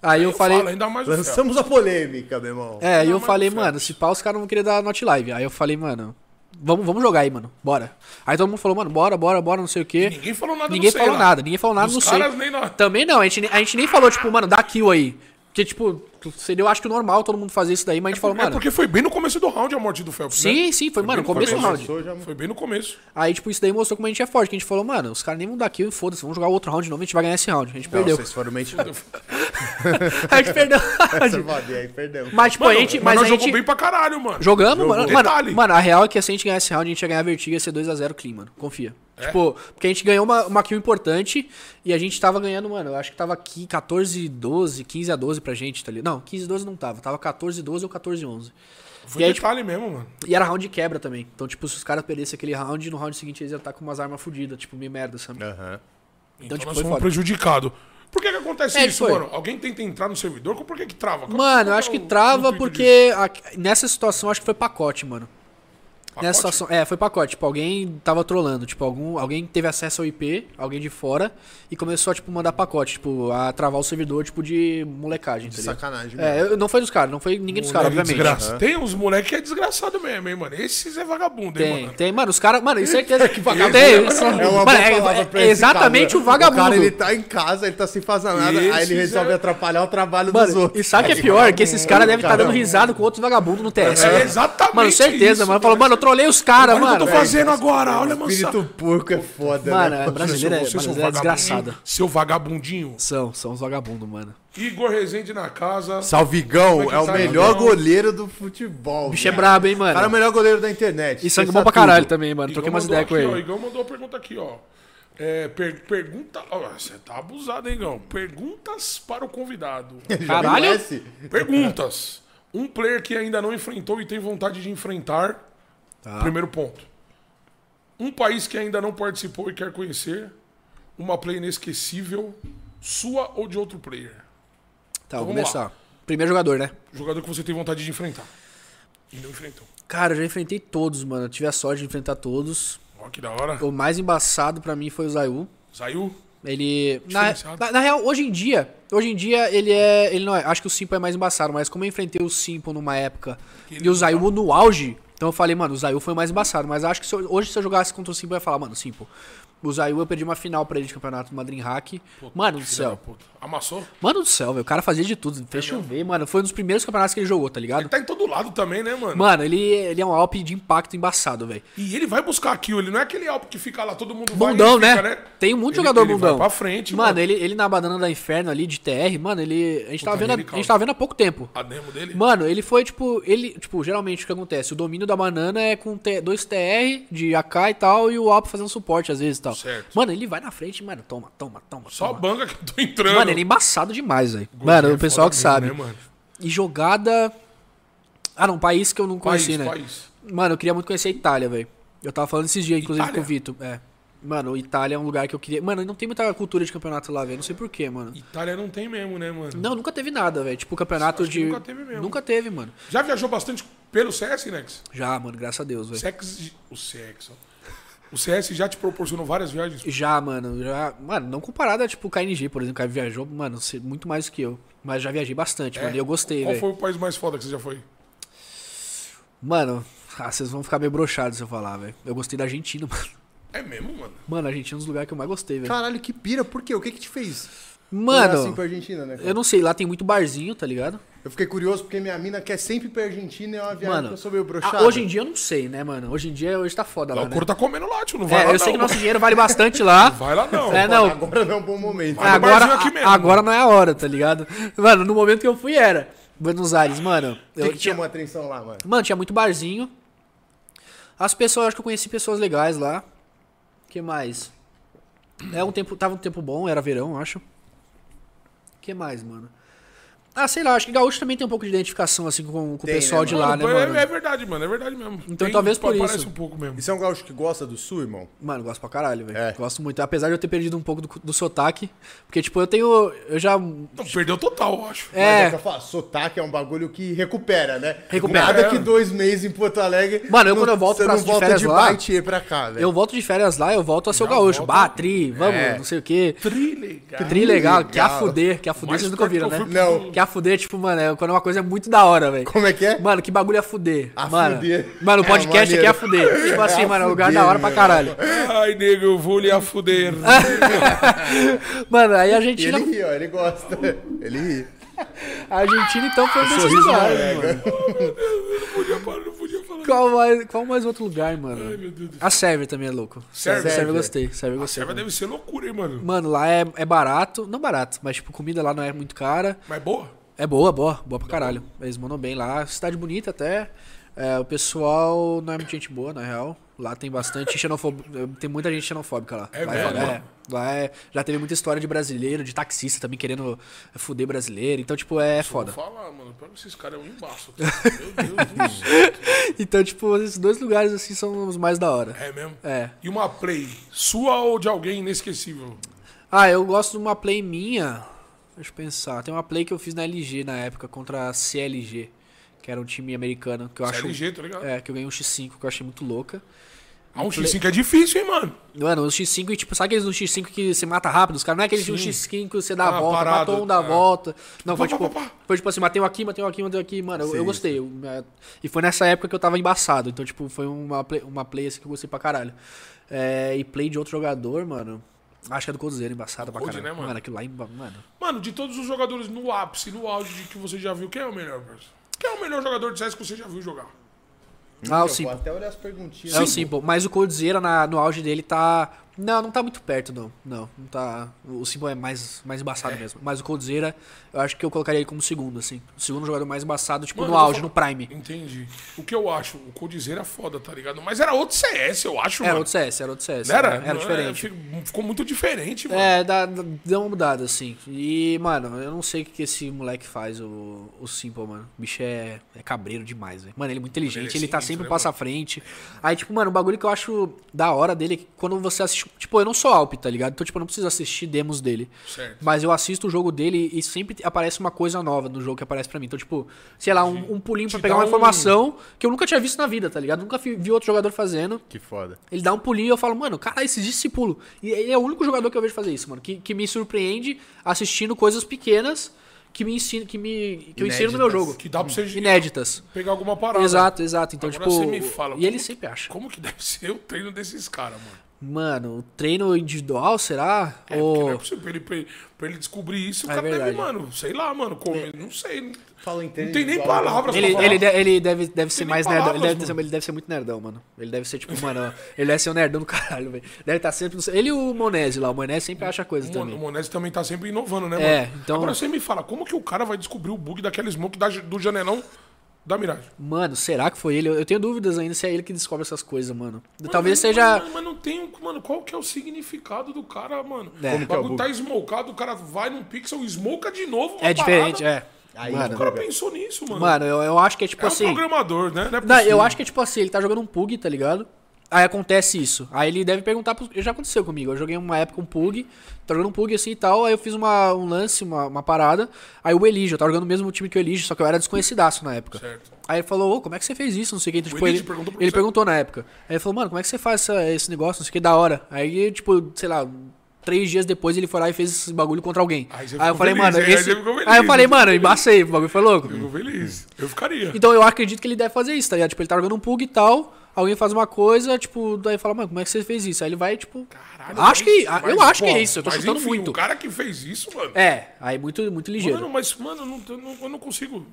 [SPEAKER 3] Aí eu, falei.
[SPEAKER 2] falo, ainda mais o Phelps.
[SPEAKER 1] Lançamos a polêmica, meu irmão.
[SPEAKER 3] É, e
[SPEAKER 2] Não,
[SPEAKER 3] eu
[SPEAKER 2] mas
[SPEAKER 3] falei,
[SPEAKER 2] não
[SPEAKER 3] mano,
[SPEAKER 2] fez.
[SPEAKER 3] se pá, os caras não vão querer dar not live. Aí eu falei, mano, vamos, vamos jogar aí, mano, bora. Aí todo mundo falou, mano, bora, bora, bora, não sei o quê.
[SPEAKER 2] Ninguém falou nada
[SPEAKER 3] um-" Ninguém
[SPEAKER 2] do
[SPEAKER 3] falou
[SPEAKER 2] Senna.
[SPEAKER 3] nada, ninguém falou nada,
[SPEAKER 2] Dos
[SPEAKER 3] não
[SPEAKER 2] caras
[SPEAKER 3] sei.
[SPEAKER 2] nem nós.
[SPEAKER 3] Também não, a gente, nem- a gente nem falou, tipo, mano, dá kill aí. Porque, tipo, seria, eu acho que o normal todo mundo fazer isso daí, mas a gente falou,
[SPEAKER 2] É
[SPEAKER 3] mano.
[SPEAKER 2] porque foi bem no começo do round a morte do Phelps, né?
[SPEAKER 3] Sim, sim, foi, mano,
[SPEAKER 2] bem no
[SPEAKER 3] começo do round.
[SPEAKER 1] Começou, já-
[SPEAKER 2] Foi bem no começo.
[SPEAKER 3] Aí, tipo, isso daí mostrou como a gente é forte, que a gente falou, mano, os caras nem vão dar kill, foda-se, vamos jogar outro round de novo, a gente vai ganhar esse round. A gente
[SPEAKER 1] Não,
[SPEAKER 3] perdeu.
[SPEAKER 1] Vocês foram mente.
[SPEAKER 3] a gente perdeu.
[SPEAKER 1] Essa vadia aí, perdemos.
[SPEAKER 3] mas, tipo, a
[SPEAKER 2] Mano,
[SPEAKER 3] gente.
[SPEAKER 2] mas
[SPEAKER 3] Mas a
[SPEAKER 2] nós jogamos
[SPEAKER 3] gente.
[SPEAKER 2] bem pra caralho, mano.
[SPEAKER 3] Jogamos, mano.
[SPEAKER 2] Detalhe.
[SPEAKER 3] Mano, mano, a real é que se a gente ganhar esse round, a gente ia ganhar a Vertigo ia ser 2x0 clean, mano. Confia. Tipo, porque a gente ganhou uma, uma kill importante e a gente tava ganhando, mano, eu acho que tava aqui 14, 12, 15 a 12 pra gente, tá ligado? Não, 15 12 não tava. Tava 14, 12 ou 14, 11.
[SPEAKER 2] Foi
[SPEAKER 3] E aí,
[SPEAKER 2] detalhe mesmo, mano.
[SPEAKER 3] E era round de quebra também. Então, tipo, se os caras perdessem aquele round, no round seguinte eles iam estar com umas armas fodidas, tipo, meio merda, sabe?
[SPEAKER 1] Aham.
[SPEAKER 2] Então,
[SPEAKER 3] tipo,
[SPEAKER 2] nós
[SPEAKER 3] foi
[SPEAKER 2] fomos
[SPEAKER 3] foda.
[SPEAKER 2] prejudicados. Por que que acontece
[SPEAKER 3] É,
[SPEAKER 2] isso,
[SPEAKER 3] foi.
[SPEAKER 2] mano? Alguém tenta entrar no servidor? Por que que trava? Qual-
[SPEAKER 3] Mano, eu
[SPEAKER 2] qual
[SPEAKER 3] acho
[SPEAKER 2] é
[SPEAKER 3] que
[SPEAKER 2] o
[SPEAKER 3] trava
[SPEAKER 2] intuito
[SPEAKER 3] porque a- nessa situação acho que foi pacote, mano.
[SPEAKER 2] disso?
[SPEAKER 3] Nessa
[SPEAKER 2] Pacote?
[SPEAKER 3] situação, é, foi pacote. Tipo, alguém tava trolando. Tipo, algum, alguém teve acesso ao IP, alguém de fora, e começou a, tipo, mandar pacote, tipo, a travar o servidor, tipo, de molecagem.
[SPEAKER 1] De
[SPEAKER 3] tá ligado?
[SPEAKER 1] sacanagem,
[SPEAKER 3] É, eu- não foi dos caras, não foi ninguém dos caras,
[SPEAKER 2] Moleque
[SPEAKER 3] é obviamente.
[SPEAKER 2] é desgraça. Tem uns moleque que é desgraçado mesmo, hein, mano. Esses é vagabundo, hein,
[SPEAKER 3] Tem,
[SPEAKER 2] mano.
[SPEAKER 3] tem, mano, os caras, mano, isso é certeza que
[SPEAKER 1] vagabundo.
[SPEAKER 3] Tem, isso-
[SPEAKER 1] É uma
[SPEAKER 3] mano,
[SPEAKER 1] boa
[SPEAKER 3] é-
[SPEAKER 1] palavra
[SPEAKER 3] é
[SPEAKER 1] pra esse
[SPEAKER 3] exatamente
[SPEAKER 1] cara. né?
[SPEAKER 3] o vagabundo.
[SPEAKER 1] O cara, ele tá em casa, ele tá sem fazer nada, aí
[SPEAKER 2] Esse
[SPEAKER 1] ele resolve
[SPEAKER 2] é-
[SPEAKER 1] atrapalhar o trabalho dos
[SPEAKER 3] Mano,
[SPEAKER 1] outros.
[SPEAKER 3] e sabe o que é pior? Que esses caras devem estar dando risada com outros vagabundos no TS.
[SPEAKER 2] É
[SPEAKER 3] mano.
[SPEAKER 2] exatamente
[SPEAKER 3] Mano, certeza,
[SPEAKER 2] isso,
[SPEAKER 3] mano.
[SPEAKER 2] cara.
[SPEAKER 3] Falou, mano, eu trolei os caras,
[SPEAKER 2] Olha o que
[SPEAKER 3] mano.
[SPEAKER 2] eu tô fazendo agora, olha,
[SPEAKER 1] O
[SPEAKER 2] mano.
[SPEAKER 1] espírito porco um é foda,
[SPEAKER 3] Mano,
[SPEAKER 1] né?
[SPEAKER 3] é brasileiro, é,
[SPEAKER 2] Vocês são
[SPEAKER 3] brasileiro é desgraçado.
[SPEAKER 2] vagabundinho, Seu vagabundinho.
[SPEAKER 3] São, são os vagabundos, mano.
[SPEAKER 2] Igor Rezende na casa.
[SPEAKER 1] Salvigão
[SPEAKER 2] Como é
[SPEAKER 1] é,
[SPEAKER 2] que
[SPEAKER 1] o
[SPEAKER 2] sai,
[SPEAKER 1] melhor
[SPEAKER 2] Salvigão?
[SPEAKER 1] goleiro do futebol.
[SPEAKER 3] O bicho é
[SPEAKER 1] cara.
[SPEAKER 3] brabo, hein,
[SPEAKER 1] O cara é o
[SPEAKER 3] mano.
[SPEAKER 1] melhor goleiro da internet.
[SPEAKER 3] E sangue
[SPEAKER 1] esqueça
[SPEAKER 3] bom pra
[SPEAKER 1] tudo.
[SPEAKER 3] caralho também, mano. Troquei
[SPEAKER 2] Igor
[SPEAKER 3] umas
[SPEAKER 2] mandou
[SPEAKER 3] ideias com
[SPEAKER 2] aqui, ó,
[SPEAKER 3] ele.
[SPEAKER 2] Igão mandou uma pergunta aqui, ó. É, per- pergunta. ó, você tá abusado, hein, Igão? Perguntas para o convidado.
[SPEAKER 1] Já
[SPEAKER 3] Caralho.
[SPEAKER 1] conhece?
[SPEAKER 2] Perguntas. Um player que ainda não enfrentou e tem vontade de enfrentar.
[SPEAKER 3] Tá.
[SPEAKER 2] Primeiro ponto. Um país que ainda não participou e quer conhecer. Uma play inesquecível. Sua ou de outro player?
[SPEAKER 3] Tá, vamos
[SPEAKER 2] vamos lá.
[SPEAKER 3] começar. Primeiro jogador, né?
[SPEAKER 2] Jogador que você tem vontade de enfrentar. E não enfrentou.
[SPEAKER 3] Cara, eu já enfrentei todos, mano. Eu tive a sorte de enfrentar todos.
[SPEAKER 2] Ó, que da hora.
[SPEAKER 3] O mais embaçado pra mim foi o Zayu.
[SPEAKER 2] Saiu.
[SPEAKER 3] Ele. Na,
[SPEAKER 2] Diferenciado.
[SPEAKER 3] na, na real, hoje em dia. Hoje em dia ele é. Ele não é. Acho que o Simple é mais embaçado, mas como eu enfrentei o Simple numa época e o
[SPEAKER 2] tá.
[SPEAKER 3] Zayu no auge, então eu falei, mano, o Zayu foi o mais embaçado. Mas acho que se eu- hoje, se eu jogasse contra o Simple, eu ia falar, mano, Simple. O Zayu eu perdi uma final pra ele de campeonato numa Dreamhack. Mano do
[SPEAKER 2] Filha da
[SPEAKER 3] céu.
[SPEAKER 2] puta. Amassou?
[SPEAKER 3] Mano do céu, velho. O cara fazia de tudo. Fez chover, mano. Foi um dos primeiros campeonatos que ele jogou, tá ligado?
[SPEAKER 2] Ele tá em todo lado também, né, mano?
[SPEAKER 3] Mano, ele, ele é um Alp de impacto embaçado, velho.
[SPEAKER 2] E ele vai buscar kill, ele não é aquele alp que fica lá, todo mundo vai e
[SPEAKER 3] Bundão, né?
[SPEAKER 2] fica,
[SPEAKER 3] Tem muito
[SPEAKER 2] Ele-
[SPEAKER 3] jogador
[SPEAKER 2] ele
[SPEAKER 3] bundão.
[SPEAKER 2] Vai pra frente,
[SPEAKER 3] mano.
[SPEAKER 2] mano.
[SPEAKER 3] ele, ele na banana da inferno ali de TR, mano, ele. A gente, tava vendo,
[SPEAKER 2] ele
[SPEAKER 3] a
[SPEAKER 2] causa.
[SPEAKER 3] gente tava vendo há pouco tempo.
[SPEAKER 2] A demo dele.
[SPEAKER 3] Mano, ele foi tipo. Ele, tipo, geralmente o que acontece? O domínio da banana é com T- dois TR de AK e tal, e o Alp fazendo suporte às vezes e tal.
[SPEAKER 2] Certo.
[SPEAKER 3] Mano, ele vai na frente, mano, toma, toma, toma.
[SPEAKER 2] Só a
[SPEAKER 3] toma.
[SPEAKER 2] banca que eu tô entrando.
[SPEAKER 3] Mano, ele é embaçado demais, velho.
[SPEAKER 2] Gordinho
[SPEAKER 3] Mano,
[SPEAKER 2] é
[SPEAKER 3] o pessoal
[SPEAKER 2] foda
[SPEAKER 3] que
[SPEAKER 2] mesmo,
[SPEAKER 3] sabe.
[SPEAKER 2] né, mano?
[SPEAKER 3] E jogada. Ah, não, país que eu não
[SPEAKER 2] País,
[SPEAKER 3] conheci, né?
[SPEAKER 2] país.
[SPEAKER 3] Mano, eu queria muito conhecer a Itália, velho. Eu tava falando esses dias, inclusive,
[SPEAKER 2] Itália?
[SPEAKER 3] com o Vitor. É. Mano, Itália é um lugar que eu queria. Mano, não tem muita cultura de campeonato lá, velho. Não sei porquê, mano.
[SPEAKER 2] Itália não tem mesmo, né, mano?
[SPEAKER 3] Não, nunca teve nada, velho. Tipo, campeonato
[SPEAKER 2] Acho que
[SPEAKER 3] de.
[SPEAKER 2] nunca teve mesmo.
[SPEAKER 3] Nunca teve, mano.
[SPEAKER 2] Já viajou bastante pelo CS, Nex?
[SPEAKER 3] Já, mano, graças a Deus, velho.
[SPEAKER 2] Sex... O sexo. O CS já te proporcionou várias viagens?
[SPEAKER 3] Já, mano, já. Mano, não comparado a, tipo, KNG, por exemplo. O cara viajou, mano, se- muito mais do que eu. Mas já viajei bastante, mano. E eu gostei,
[SPEAKER 2] É. Qual
[SPEAKER 3] velho.
[SPEAKER 2] foi o país mais foda que você já foi?
[SPEAKER 3] Mano, ah, vocês vão ficar meio broxados se eu falar, velho. Eu gostei da Argentina, mano.
[SPEAKER 2] É mesmo, mano?
[SPEAKER 3] Mano, a Argentina é um dos lugares que eu mais gostei, velho.
[SPEAKER 1] Caralho, que pira, por quê? O que que te fez?
[SPEAKER 3] Mano,
[SPEAKER 1] Olhar assim pra Argentina, né? cara?
[SPEAKER 3] eu não sei, lá tem muito barzinho, tá ligado?
[SPEAKER 1] Eu fiquei curioso porque minha mina quer sempre ir pra Argentina e é uma viagem que eu sou meio broxado.
[SPEAKER 3] ah, hoje em dia eu não sei, né, mano? Hoje em dia hoje tá foda lá,
[SPEAKER 2] o
[SPEAKER 3] né?
[SPEAKER 2] couro tá comendo lá, tio. Não vai
[SPEAKER 3] É,
[SPEAKER 2] lá,
[SPEAKER 3] eu
[SPEAKER 2] não.
[SPEAKER 3] sei que nosso dinheiro vale bastante lá.
[SPEAKER 2] Vai lá, não.
[SPEAKER 3] É,
[SPEAKER 1] Pô,
[SPEAKER 3] não. Ah,
[SPEAKER 1] Agora não é um bom momento.
[SPEAKER 2] Vai no
[SPEAKER 3] agora,
[SPEAKER 2] barzinho aqui
[SPEAKER 3] a-
[SPEAKER 2] mesmo.
[SPEAKER 3] agora não é a hora, tá ligado? Mano, no momento que eu fui era. Buenos Aires, mano.
[SPEAKER 1] O que,
[SPEAKER 3] Eu
[SPEAKER 1] que
[SPEAKER 3] tinha,
[SPEAKER 1] chamou a atenção lá, mano?
[SPEAKER 3] mano, tinha muito barzinho. As pessoas, acho que eu conheci pessoas legais lá. que mais? É um tempo, tava um tempo bom, era verão, eu acho. que mais, mano? Ah, sei lá, acho que gaúcho também tem um pouco de identificação, assim, com, com
[SPEAKER 1] Tem,
[SPEAKER 3] o
[SPEAKER 1] né,
[SPEAKER 3] pessoal de
[SPEAKER 2] Mano,
[SPEAKER 3] lá, né,
[SPEAKER 2] é-
[SPEAKER 3] mano?
[SPEAKER 2] É, verdade, mano. É verdade mesmo.
[SPEAKER 3] Então talvez por
[SPEAKER 2] parece
[SPEAKER 3] isso.
[SPEAKER 2] um pouco mesmo.
[SPEAKER 1] Isso é um gaúcho que gosta do sul, irmão?
[SPEAKER 3] Mano, gosto pra caralho, velho.
[SPEAKER 1] É.
[SPEAKER 3] Gosto muito. Apesar de eu ter perdido um pouco do, do sotaque. Porque, tipo, eu tenho. Eu já.
[SPEAKER 2] Não, Então, perdeu total, eu acho.
[SPEAKER 1] Mas é o
[SPEAKER 3] É.
[SPEAKER 1] que eu falo, sotaque é um bagulho que recupera, né?
[SPEAKER 3] Recupera.
[SPEAKER 1] Nada
[SPEAKER 2] É.
[SPEAKER 1] que dois meses em Porto Alegre.
[SPEAKER 3] Mano, eu
[SPEAKER 1] não-
[SPEAKER 3] quando eu volto
[SPEAKER 1] você
[SPEAKER 3] pra
[SPEAKER 1] não
[SPEAKER 3] de
[SPEAKER 1] volta
[SPEAKER 3] férias
[SPEAKER 1] de
[SPEAKER 3] lá,
[SPEAKER 1] Baitiê pra cá, né? velho.
[SPEAKER 3] Eu volto de férias lá, eu volto a ser o
[SPEAKER 2] Já
[SPEAKER 3] gaúcho.
[SPEAKER 2] volta.
[SPEAKER 3] Batri, vamos,
[SPEAKER 1] É.
[SPEAKER 3] não sei o quê.
[SPEAKER 2] Tri legal.
[SPEAKER 3] Tri legal, que a
[SPEAKER 1] legal.
[SPEAKER 3] fuder, que a fuder
[SPEAKER 2] Mais
[SPEAKER 3] vocês nunca
[SPEAKER 2] perto que
[SPEAKER 3] viram,
[SPEAKER 2] eu
[SPEAKER 3] né?
[SPEAKER 2] fui
[SPEAKER 1] Não.
[SPEAKER 2] pro-
[SPEAKER 3] Que a fuder, tipo, mano, é quando uma coisa é muito da hora, velho.
[SPEAKER 1] Como é que é?
[SPEAKER 3] Mano, que bagulho é fuder.
[SPEAKER 1] A
[SPEAKER 3] mano,
[SPEAKER 1] fuder.
[SPEAKER 3] Mano, o
[SPEAKER 1] É,
[SPEAKER 3] podcast aqui é a fuder. Tipo assim,
[SPEAKER 1] É a
[SPEAKER 3] mano, é um lugar
[SPEAKER 1] fuder,
[SPEAKER 3] da hora pra
[SPEAKER 1] meu.
[SPEAKER 3] caralho.
[SPEAKER 2] É. Ai, nego, eu vou
[SPEAKER 3] É.
[SPEAKER 2] lhe afuder.
[SPEAKER 3] Ah. Mano, aí a
[SPEAKER 1] E
[SPEAKER 3] Argentina.
[SPEAKER 1] ele ri, ó, ele gosta. Ele ri.
[SPEAKER 3] A Argentina, então, foi um desses
[SPEAKER 1] sorriso
[SPEAKER 3] lugares,
[SPEAKER 1] moleca.
[SPEAKER 3] mano.
[SPEAKER 2] não podia falar, não podia falar.
[SPEAKER 3] Qual mais, qual mais outro lugar, mano?
[SPEAKER 2] Ai, meu Deus do céu.
[SPEAKER 3] A Sérvia também é louco.
[SPEAKER 2] Sérvia.
[SPEAKER 3] Sérvia eu gostei. Sérvia eu
[SPEAKER 2] A
[SPEAKER 3] gostei.
[SPEAKER 2] serva
[SPEAKER 3] também.
[SPEAKER 2] deve ser loucura, hein, mano.
[SPEAKER 3] Mano, lá é, é barato. Não barato, mas tipo, comida lá não é muito cara.
[SPEAKER 2] Mas boa.
[SPEAKER 3] É boa, boa. Boa pra caralho. Eles mandam bem lá. Cidade bonita até. É, o pessoal não é muita gente boa, na real. Lá tem bastante xenofobia. Tem muita gente xenofóbica lá.
[SPEAKER 2] É
[SPEAKER 3] lá
[SPEAKER 2] mesmo?
[SPEAKER 3] É, lá é- já teve muita história de brasileiro, de taxista também querendo fuder brasileiro. Então, tipo, é foda.
[SPEAKER 2] Vou falar, mano. Pega esses caras, é um embaço. Meu Deus do céu.
[SPEAKER 3] Então, tipo, esses dois lugares assim são os mais da hora.
[SPEAKER 2] É mesmo?
[SPEAKER 3] É.
[SPEAKER 2] E uma play sua ou de alguém inesquecível?
[SPEAKER 3] Ah, eu gosto de uma play minha. Deixa eu pensar. Tem uma play que eu fiz na LG na época contra a CLG, que era um time americano que eu acho.
[SPEAKER 2] CLG, tá ligado?
[SPEAKER 3] É, que eu ganhei um X5 que eu achei muito louca.
[SPEAKER 2] Ah, um X5 é difícil, hein, mano?
[SPEAKER 3] Mano, os X5, e, tipo, sabe aqueles do X5 que você mata rápido? Os caras não é aqueles de um X5 que você dá
[SPEAKER 2] Ah,
[SPEAKER 3] a volta,
[SPEAKER 2] parado,
[SPEAKER 3] matou um, dá a
[SPEAKER 2] é.
[SPEAKER 3] volta. Não, foi
[SPEAKER 2] Pá, pá,
[SPEAKER 3] tipo,
[SPEAKER 2] pá, pá.
[SPEAKER 3] foi tipo assim, matei um aqui, matei um aqui, matei um aqui. Mano, eu, eu
[SPEAKER 1] Sim,
[SPEAKER 3] gostei. Eu, é, e foi nessa época que eu tava embaçado. Então, tipo, foi uma play, uma play assim que eu gostei pra caralho. É, e play de outro jogador, mano. Acho que é do Coldzera, embaçado pra
[SPEAKER 2] Cold,
[SPEAKER 3] caralho.
[SPEAKER 2] né, mano?
[SPEAKER 3] aquilo lá, emba- mano.
[SPEAKER 2] Mano, de todos os jogadores no ápice, no auge de que você já viu, quem é o melhor, parceiro? Quem é o melhor jogador de CS que você já viu jogar?
[SPEAKER 3] Ah, o
[SPEAKER 1] Eu vou
[SPEAKER 3] Simple.
[SPEAKER 1] até olhar as perguntinhas.
[SPEAKER 3] É o Simple. Mas o Coldzera na- no auge dele tá. Não, não tá muito perto, não. Não, não tá. O Simple é mais, mais embaçado mesmo. Mas o Coldzera, eu acho que eu colocaria ele como segundo, assim. O segundo jogador mais embaçado, tipo,
[SPEAKER 2] Mano,
[SPEAKER 3] no
[SPEAKER 2] eu vou
[SPEAKER 3] auge, no Prime.
[SPEAKER 2] Entendi. O que eu acho? O Codizeira é foda, tá ligado? Mas era outro CS, eu acho,
[SPEAKER 3] Era
[SPEAKER 2] mano.
[SPEAKER 3] outro CS, era outro CS.
[SPEAKER 2] Não Era?
[SPEAKER 3] Era
[SPEAKER 2] Não, é,
[SPEAKER 3] diferente.
[SPEAKER 2] fico- Ficou muito diferente, mano.
[SPEAKER 3] É, dá, dá- deu uma mudada, assim. E, mano, eu não sei o que que esse moleque faz, o, o Simple, mano. O bicho é, é cabreiro demais, velho. Mano, ele é muito inteligente, ele tá
[SPEAKER 2] sinistro,
[SPEAKER 3] sempre um
[SPEAKER 2] né,
[SPEAKER 3] passo à frente. Aí, tipo, mano, o bagulho que eu acho da hora dele é que quando você assiste. Tipo, eu não sou Alp, tá ligado? Então, tipo, eu não preciso assistir demos dele.
[SPEAKER 2] Certo.
[SPEAKER 3] Mas eu assisto o jogo dele e sempre aparece uma coisa nova no jogo que aparece pra mim. Então, tipo, sei lá, um, um pulinho pra
[SPEAKER 2] Te
[SPEAKER 3] pegar
[SPEAKER 2] dá
[SPEAKER 3] uma
[SPEAKER 2] um-
[SPEAKER 3] informação que eu nunca tinha visto na vida, tá ligado? Nunca fi- vi outro jogador fazendo.
[SPEAKER 1] Que foda.
[SPEAKER 3] Ele dá um pulinho e eu falo, mano, cara, esse discípulo. E ele é o único jogador que eu vejo fazer isso, mano. Que, que me surpreende assistindo coisas pequenas que me ensino, que me. que eu ensino no meu
[SPEAKER 1] Inéditas.
[SPEAKER 3] jogo.
[SPEAKER 2] Que dá pra você
[SPEAKER 3] Inéditas.
[SPEAKER 2] pegar alguma parada.
[SPEAKER 3] Exato, exato. Então,
[SPEAKER 2] Agora
[SPEAKER 3] tipo.
[SPEAKER 2] você me fala,
[SPEAKER 3] e ele
[SPEAKER 2] como
[SPEAKER 3] sempre acha.
[SPEAKER 2] Como que deve ser o treino desses caras, mano?
[SPEAKER 3] Mano, o treino individual, será?
[SPEAKER 2] É, porque não é
[SPEAKER 3] Ou.
[SPEAKER 2] possível. Pra ele, pra ele- pra ele descobrir isso, o
[SPEAKER 3] É
[SPEAKER 2] cara deve,
[SPEAKER 3] verdade. É.
[SPEAKER 2] mano, sei lá, mano, comer, não sei.
[SPEAKER 1] Fala em
[SPEAKER 2] Não tem nem palavras
[SPEAKER 3] Ele,
[SPEAKER 2] pra falar.
[SPEAKER 3] ele, de- ele deve, deve ser
[SPEAKER 2] nem
[SPEAKER 3] mais nerdão. Ele
[SPEAKER 2] palavras,
[SPEAKER 3] deve, ser, ele deve ser muito nerdão, mano. Ele deve ser, tipo, mano. Ele deve ser um nerdão do caralho, velho. Deve estar sempre. no- Ele e o Monese lá. O Monese sempre acha coisa
[SPEAKER 2] O Mon- o
[SPEAKER 3] também.
[SPEAKER 2] Monese também tá sempre inovando, né, mano?
[SPEAKER 3] É, então-
[SPEAKER 2] Agora você me fala, como que o cara vai descobrir o bug daquela smoke da- do janelão da Mirage.
[SPEAKER 3] Mano, será que foi ele? Eu eu tenho dúvidas ainda se é ele que descobre essas coisas, mano. Talvez seja.
[SPEAKER 2] Mas, mas não tem. um- Mano, qual que é o significado do cara, mano?
[SPEAKER 3] É. Como
[SPEAKER 2] o
[SPEAKER 1] que é o
[SPEAKER 2] bagulho
[SPEAKER 1] bug?
[SPEAKER 2] tá smocado, o cara vai num pixel, smoca de novo. uma
[SPEAKER 3] É diferente,
[SPEAKER 2] parada.
[SPEAKER 3] é.
[SPEAKER 1] Aí, tá
[SPEAKER 3] mano,
[SPEAKER 2] O cara pensou nisso, mano.
[SPEAKER 3] mano eu, eu acho que é tipo
[SPEAKER 2] é um
[SPEAKER 3] assim.
[SPEAKER 2] programador, né? Não é
[SPEAKER 3] Não, eu
[SPEAKER 2] possível.
[SPEAKER 3] acho que é tipo assim, ele tá jogando um pug, tá ligado? Aí acontece isso. Aí ele deve perguntar pros... Já aconteceu comigo. Eu joguei uma época um pug, tá jogando um pug assim e tal. Aí eu fiz uma, um lance, uma, uma parada. Aí o Elige, eu tava jogando o mesmo time que o Elige, só que eu era desconhecidaço na época.
[SPEAKER 2] Certo.
[SPEAKER 3] Aí ele falou, ô, como é que você fez isso? Não sei o que. Então,
[SPEAKER 2] O
[SPEAKER 3] tipo,
[SPEAKER 2] Elige
[SPEAKER 3] ele
[SPEAKER 2] perguntou pra
[SPEAKER 3] ele
[SPEAKER 2] você.
[SPEAKER 3] perguntou na época. Aí ele falou, mano, como é que você faz essa- esse negócio? Não sei o que, da hora. Aí, tipo, sei lá. Três dias depois ele foi lá e fez esse bagulho contra alguém.
[SPEAKER 2] Aí
[SPEAKER 3] Aí,
[SPEAKER 2] você
[SPEAKER 3] eu
[SPEAKER 2] ficou
[SPEAKER 3] falei,
[SPEAKER 2] feliz, né?
[SPEAKER 3] mano,
[SPEAKER 2] aí
[SPEAKER 3] esse...
[SPEAKER 2] você ficou
[SPEAKER 3] Aí eu
[SPEAKER 2] feliz.
[SPEAKER 3] falei, mano, embacei, o bagulho foi louco.
[SPEAKER 2] Eu fico feliz. Eu ficaria.
[SPEAKER 3] Então eu acredito que ele deve fazer isso, tá ligado? Tipo, ele tá jogando um pug e tal, alguém faz uma coisa, tipo, daí fala, mano, como é que você fez isso? Aí ele vai, tipo.
[SPEAKER 2] Caralho,
[SPEAKER 3] acho que.
[SPEAKER 2] mas-
[SPEAKER 3] eu
[SPEAKER 2] mas,
[SPEAKER 3] acho que
[SPEAKER 2] pô,
[SPEAKER 3] é isso, eu tô
[SPEAKER 2] mas
[SPEAKER 3] chutando
[SPEAKER 2] enfim,
[SPEAKER 3] muito.
[SPEAKER 2] O cara que fez isso, mano.
[SPEAKER 3] É, aí muito, muito ligeiro.
[SPEAKER 2] Mano, mas, mano, eu não, eu não- eu não consigo.